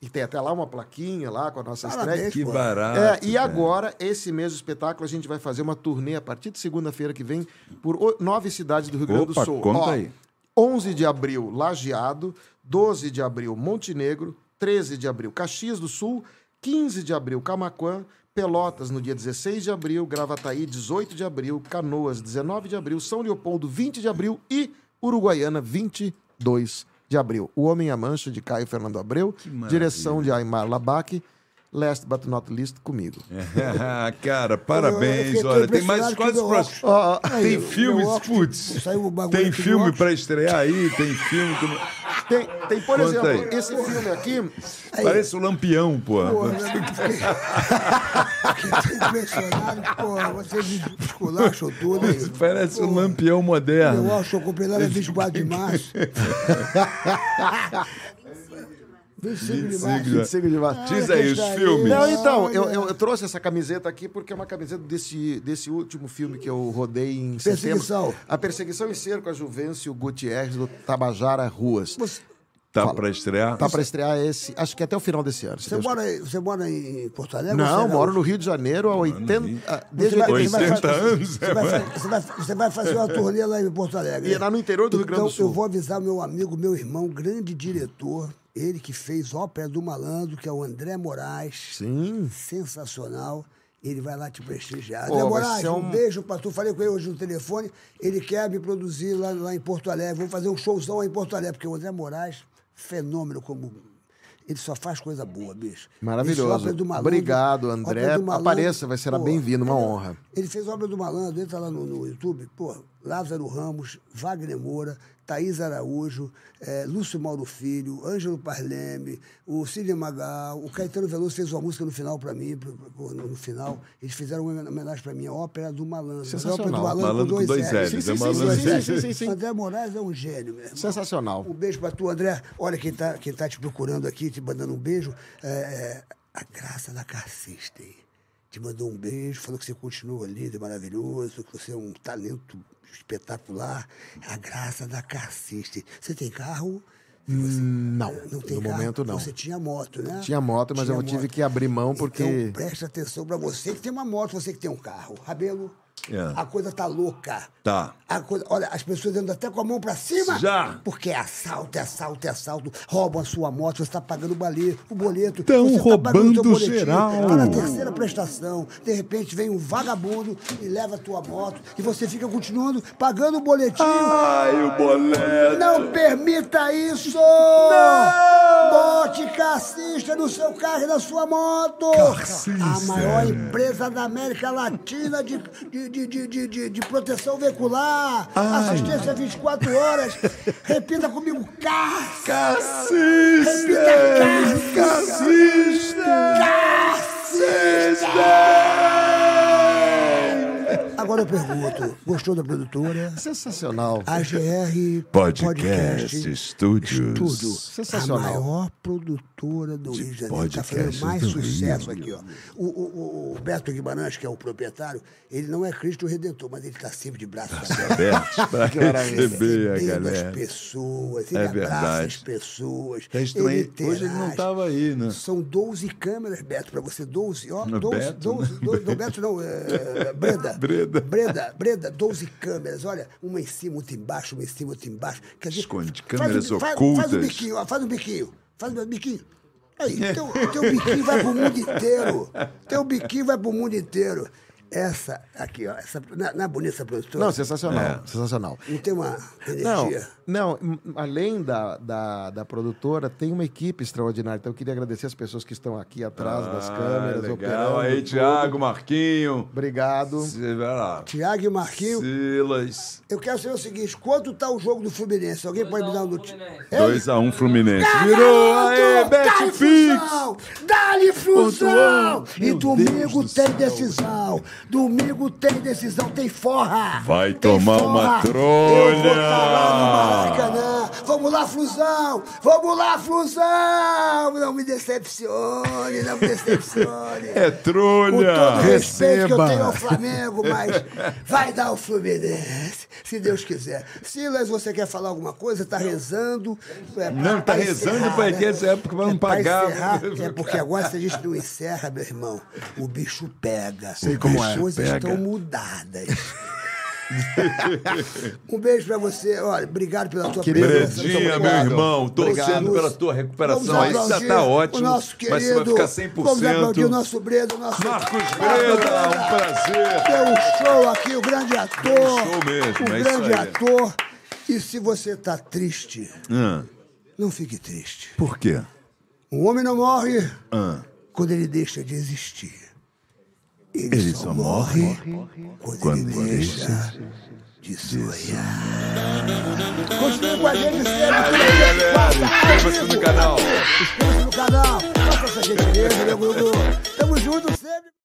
Speaker 5: e tem até lá uma plaquinha lá com a nossa estreia.
Speaker 4: Parabéns,
Speaker 2: Que
Speaker 4: pô.
Speaker 2: barato.
Speaker 5: É, e
Speaker 2: cara.
Speaker 5: agora, esse mesmo espetáculo, a gente vai fazer uma turnê a partir de segunda-feira que vem por o- nove cidades do Rio Grande
Speaker 2: Opa,
Speaker 5: do Sul.
Speaker 2: conta aí.
Speaker 5: 11 de abril, Lajeado. 12 de abril, Montenegro. 13 de abril, Caxias do Sul. 15 de abril, Camaquã. Pelotas, no dia 16 de abril. Gravataí, 18 de abril. Canoas, 19 de abril. São Leopoldo, 20 de abril. E Uruguaiana, 22 de abril. O Homem à Mancha, de Caio Fernando Abreu. Direção de Aymar Labac. Last but not least, comigo.
Speaker 2: Cara,
Speaker 4: Eu
Speaker 2: parabéns.
Speaker 4: fiquei
Speaker 2: Olha, tem mais
Speaker 4: impressionado
Speaker 2: quase
Speaker 4: com o meu
Speaker 2: pra...
Speaker 4: óculos.
Speaker 5: Ó, ó,
Speaker 4: Aí,
Speaker 2: Tem
Speaker 4: o meu
Speaker 2: filmes,
Speaker 4: óculos,
Speaker 2: putz.
Speaker 4: saiu o bagulho
Speaker 2: Tem
Speaker 4: aqui do
Speaker 2: filme
Speaker 4: óculos.
Speaker 2: pra estrear aí, tem filme. que-
Speaker 5: Tem, tem, por
Speaker 2: Conta
Speaker 5: exemplo,
Speaker 2: aí.
Speaker 5: esse filme aqui,
Speaker 2: Parece o Lampião, pô.
Speaker 4: Porra, eu fiquei impressionado, porra, vocês me esculacham tudo. aí.
Speaker 2: Parece o Lampião moderno. é
Speaker 4: Eu acho que eu comprei lá no 24 de março. 25 de
Speaker 5: 25
Speaker 4: março.
Speaker 5: de- 25 de março.
Speaker 4: Ah,
Speaker 2: Diz aí os
Speaker 4: gostaria.
Speaker 2: filmes.
Speaker 5: Não, então, eu,
Speaker 4: Olha.
Speaker 5: eu- eu trouxe essa camiseta aqui porque é uma camiseta desse, desse último filme que eu rodei em
Speaker 4: Perseguição.
Speaker 5: setembro. A Perseguição em Cerco, a Juvencio Gutierrez, do Tabajara Ruas.
Speaker 2: Tá pra estrear?
Speaker 5: Tá para estrear esse, acho que até o final desse ano. se
Speaker 4: Você
Speaker 5: Deus
Speaker 4: mora, aí- você mora em Porto Alegre? ou
Speaker 5: Não,
Speaker 4: você é
Speaker 5: moro
Speaker 4: gaúcho?
Speaker 5: no Rio de Janeiro há 80. ah, Desde
Speaker 4: vai-
Speaker 5: 80.
Speaker 4: vai
Speaker 2: 80
Speaker 4: fa-
Speaker 2: anos, é,
Speaker 4: Você vai, fa- você vai- você vai fazer uma turnê lá em Porto Alegre.
Speaker 5: E é lá no interior do Rio Grande do
Speaker 4: Então,
Speaker 5: Sul.
Speaker 4: eu vou avisar meu amigo, meu irmão, grande diretor, ele que fez Ópera do Malandro, que é o André Moraes.
Speaker 5: Sim.
Speaker 4: Sensacional. Ele vai lá te prestigiar.
Speaker 5: Pô,
Speaker 4: André
Speaker 5: vai
Speaker 4: Moraes,
Speaker 5: ser
Speaker 4: um...
Speaker 5: um-
Speaker 4: beijo pra tu. Falei com ele hoje no telefone. Ele quer me produzir lá, lá em Porto Alegre. Vou fazer um showzão lá em Porto Alegre, porque o André Moraes, fenômeno como... Ele só faz coisa boa, bicho.
Speaker 5: Maravilhoso.
Speaker 4: Ópera do Malandro-
Speaker 5: Obrigado, André.
Speaker 4: Ópera do Malandro,
Speaker 5: Apareça, vai ser
Speaker 4: pô,
Speaker 5: bem-vindo, uma honra.
Speaker 4: ele fez Obra do Malandro, entra lá no, no YouTube, pô, Lázaro Ramos, Wagner Moura, Thaís Araújo, eh, Lúcio Mauro Filho, Ângelo Parleme, o Cine Magal, o Caetano Veloso fez uma música no final pra mim, pro- pro- no, no final, eles fizeram uma homenagem pra mim, a Ópera do Malandro. Mas a Ópera do
Speaker 5: Sensacional.
Speaker 4: Malandro,
Speaker 2: Malandro
Speaker 4: com dois L's.
Speaker 2: L's, é Malandro
Speaker 5: sim,
Speaker 2: com dois
Speaker 5: sim,
Speaker 2: L's.
Speaker 5: sim, sim.
Speaker 4: André Moraes é um gênio, meu irmão.
Speaker 5: Sensacional.
Speaker 4: Um beijo pra tu, André. Olha quem tá, quem tá te procurando aqui, te mandando um beijo. É, é, a graça da Cassista aí. Te mandou um beijo, falou que você continua lindo e maravilhoso, que você é um talento espetacular. É A graça da Cassista. Você tem carro? Se você-
Speaker 5: Hum, Não,
Speaker 4: não tem
Speaker 5: no
Speaker 4: carro?
Speaker 5: momento não.
Speaker 4: Você tinha moto, né?
Speaker 5: Tinha moto, mas eu tive que abrir mão porque-
Speaker 4: Então, presta atenção pra você que tem uma moto, você que tem um carro. Rabelo,
Speaker 2: É.
Speaker 4: a coisa tá louca.
Speaker 2: Tá.
Speaker 4: A coisa- olha, as pessoas andam até com a mão pra cima.
Speaker 2: Já.
Speaker 4: Porque é assalto, é assalto, é assalto. Roubam a sua moto, você está pagando o bale- o boleto.
Speaker 2: Tão
Speaker 4: você tá pagando o
Speaker 2: roubando
Speaker 4: teu boletim,
Speaker 2: geral.
Speaker 4: Tá na terceira prestação. De repente vem um vagabundo e leva a tua moto. E você fica continuando pagando o boletim.
Speaker 2: Ah, Ai, o boleto.
Speaker 4: Não permita isso! Não! Bote cassista no seu carro e na sua moto!
Speaker 2: Cassista.
Speaker 4: A maior empresa da América Latina de, de, de, de, de, de- de proteção veicular, assistência 24 horas. Repita comigo, cassista!
Speaker 2: Cassista! Cassista!
Speaker 4: Agora eu pergunto, gostou da produtora?
Speaker 5: Sensacional.
Speaker 4: AGR
Speaker 2: Podcast Studios.
Speaker 4: A
Speaker 5: Sensacional.
Speaker 4: maior produtora do Rio de Janeiro. Está
Speaker 2: podcast
Speaker 4: fazendo mais
Speaker 2: do
Speaker 4: sucesso aqui. Ó. O, o- o- o Beto Guimarães, que é o proprietário, ele não é Cristo Redentor, mas ele está sempre de braços abertos.
Speaker 2: Aberto pra Tá receber a
Speaker 4: Recebendo as
Speaker 2: galera.
Speaker 4: pessoas, ele
Speaker 2: É
Speaker 4: abraça as
Speaker 2: verdade.
Speaker 4: pessoas.
Speaker 2: Tá estranho.
Speaker 4: ele
Speaker 2: Hoje ele não
Speaker 4: interage.
Speaker 2: tava aí, né?
Speaker 4: São 12 câmeras, Beto, para você. 12, ó.
Speaker 2: No
Speaker 4: 12,
Speaker 2: Beto,
Speaker 4: 12,
Speaker 2: né?
Speaker 4: 12, não, Beto não, é, Breda.
Speaker 2: Breda.
Speaker 4: Breda, Breda, 12 câmeras, olha, uma em cima, outra embaixo, uma em cima, outra embaixo. Quer dizer,
Speaker 2: Esconde
Speaker 4: faz
Speaker 2: câmeras
Speaker 4: um bi- faz- Faz um
Speaker 2: ocultas.
Speaker 4: biquinho, ó, faz um biquinho, faz um biquinho. Aí, teu, teu biquinho vai pro mundo inteiro. Teu biquinho vai pro mundo inteiro. Essa aqui, ó, essa, na, na é bonita essa produtora,
Speaker 5: Não,
Speaker 4: não, é.
Speaker 5: sensacional. Sensacional.
Speaker 4: tem uma
Speaker 5: Não,
Speaker 4: energia.
Speaker 5: não, m- além da, da, da produtora, tem uma equipe extraordinária. Então eu queria agradecer as pessoas que estão aqui atrás das câmeras,
Speaker 2: É legal.
Speaker 5: operando.
Speaker 2: Aí,
Speaker 5: tudo.
Speaker 2: Thiago, Marquinho.
Speaker 5: Obrigado.
Speaker 2: Vai lá.
Speaker 4: Tiago e Marquinho,
Speaker 2: Silas.
Speaker 4: eu quero saber o seguinte, quanto tá o jogo do Fluminense? Alguém pode me dar uma notícia?
Speaker 2: 2x1 Fluminense. Virou! Aê,
Speaker 4: Dá-lhe
Speaker 2: Betfix!
Speaker 4: fusão! Dá-lhe fusão!
Speaker 2: Pontuão.
Speaker 4: E
Speaker 2: Meu
Speaker 4: domingo
Speaker 2: Deus do
Speaker 4: tem
Speaker 2: céu.
Speaker 4: decisão! Domingo tem decisão, tem forra!
Speaker 2: Vai
Speaker 4: Tem
Speaker 2: tomar uma
Speaker 4: forra.
Speaker 2: trolha.
Speaker 4: Eu vou tá lá no Maracanã! Vamos lá, fusão! Vamos lá, fusão! Não me decepcione, não me decepcione!
Speaker 2: É
Speaker 4: Com todo o
Speaker 2: trulha!
Speaker 4: respeito que eu
Speaker 5: Receba.
Speaker 4: tenho ao Flamengo, mas vai dar o Fluminense, se Deus quiser. Silas, você quer falar alguma coisa? Tá rezando? É, né?
Speaker 2: Não, tá rezando pra que essa época pra não
Speaker 4: pra
Speaker 2: pagar.
Speaker 4: encerrar, é porque agora se a gente não encerra, meu irmão, o bicho pega.
Speaker 5: Sei como é.
Speaker 4: As coisas
Speaker 2: Pega.
Speaker 4: estão mudadas. um beijo pra você. Olha, obrigado pela tua
Speaker 5: Querido,
Speaker 4: presença.
Speaker 5: Muito
Speaker 2: Bredinha, meu
Speaker 5: obrigado.
Speaker 2: irmão, torcendo
Speaker 5: Obrigado.
Speaker 2: pela tua recuperação.
Speaker 4: Vamos
Speaker 2: Aí já
Speaker 4: aplaudir
Speaker 2: tá
Speaker 4: o
Speaker 2: ótimo,
Speaker 4: nosso
Speaker 2: mas você vai
Speaker 4: querido.
Speaker 2: ficar
Speaker 4: Vamos aplaudir o
Speaker 2: 100%.
Speaker 4: nosso Breda, o nosso
Speaker 2: Marcos Breda, um prazer.
Speaker 4: Deu um show aqui, o grande ator.
Speaker 2: Um show mesmo,
Speaker 4: o
Speaker 2: é isso
Speaker 4: grande
Speaker 2: aí.
Speaker 4: ator. E se você tá triste,
Speaker 2: Ah,
Speaker 4: não fique triste.
Speaker 2: por quê?
Speaker 4: Um homem não morre
Speaker 2: Ah,
Speaker 4: quando ele deixa de existir. Ele,
Speaker 2: Ele
Speaker 4: só,
Speaker 2: só
Speaker 4: morre,
Speaker 2: morre
Speaker 4: quando,
Speaker 2: quando
Speaker 4: ele deixa, de sonhar. Continue com a gente sempre.
Speaker 2: Valeu, galera. Inscreva-se no canal.
Speaker 4: Inscreva-se no canal. Faça essa gentileza, meu Gugu. Tamo junto sempre.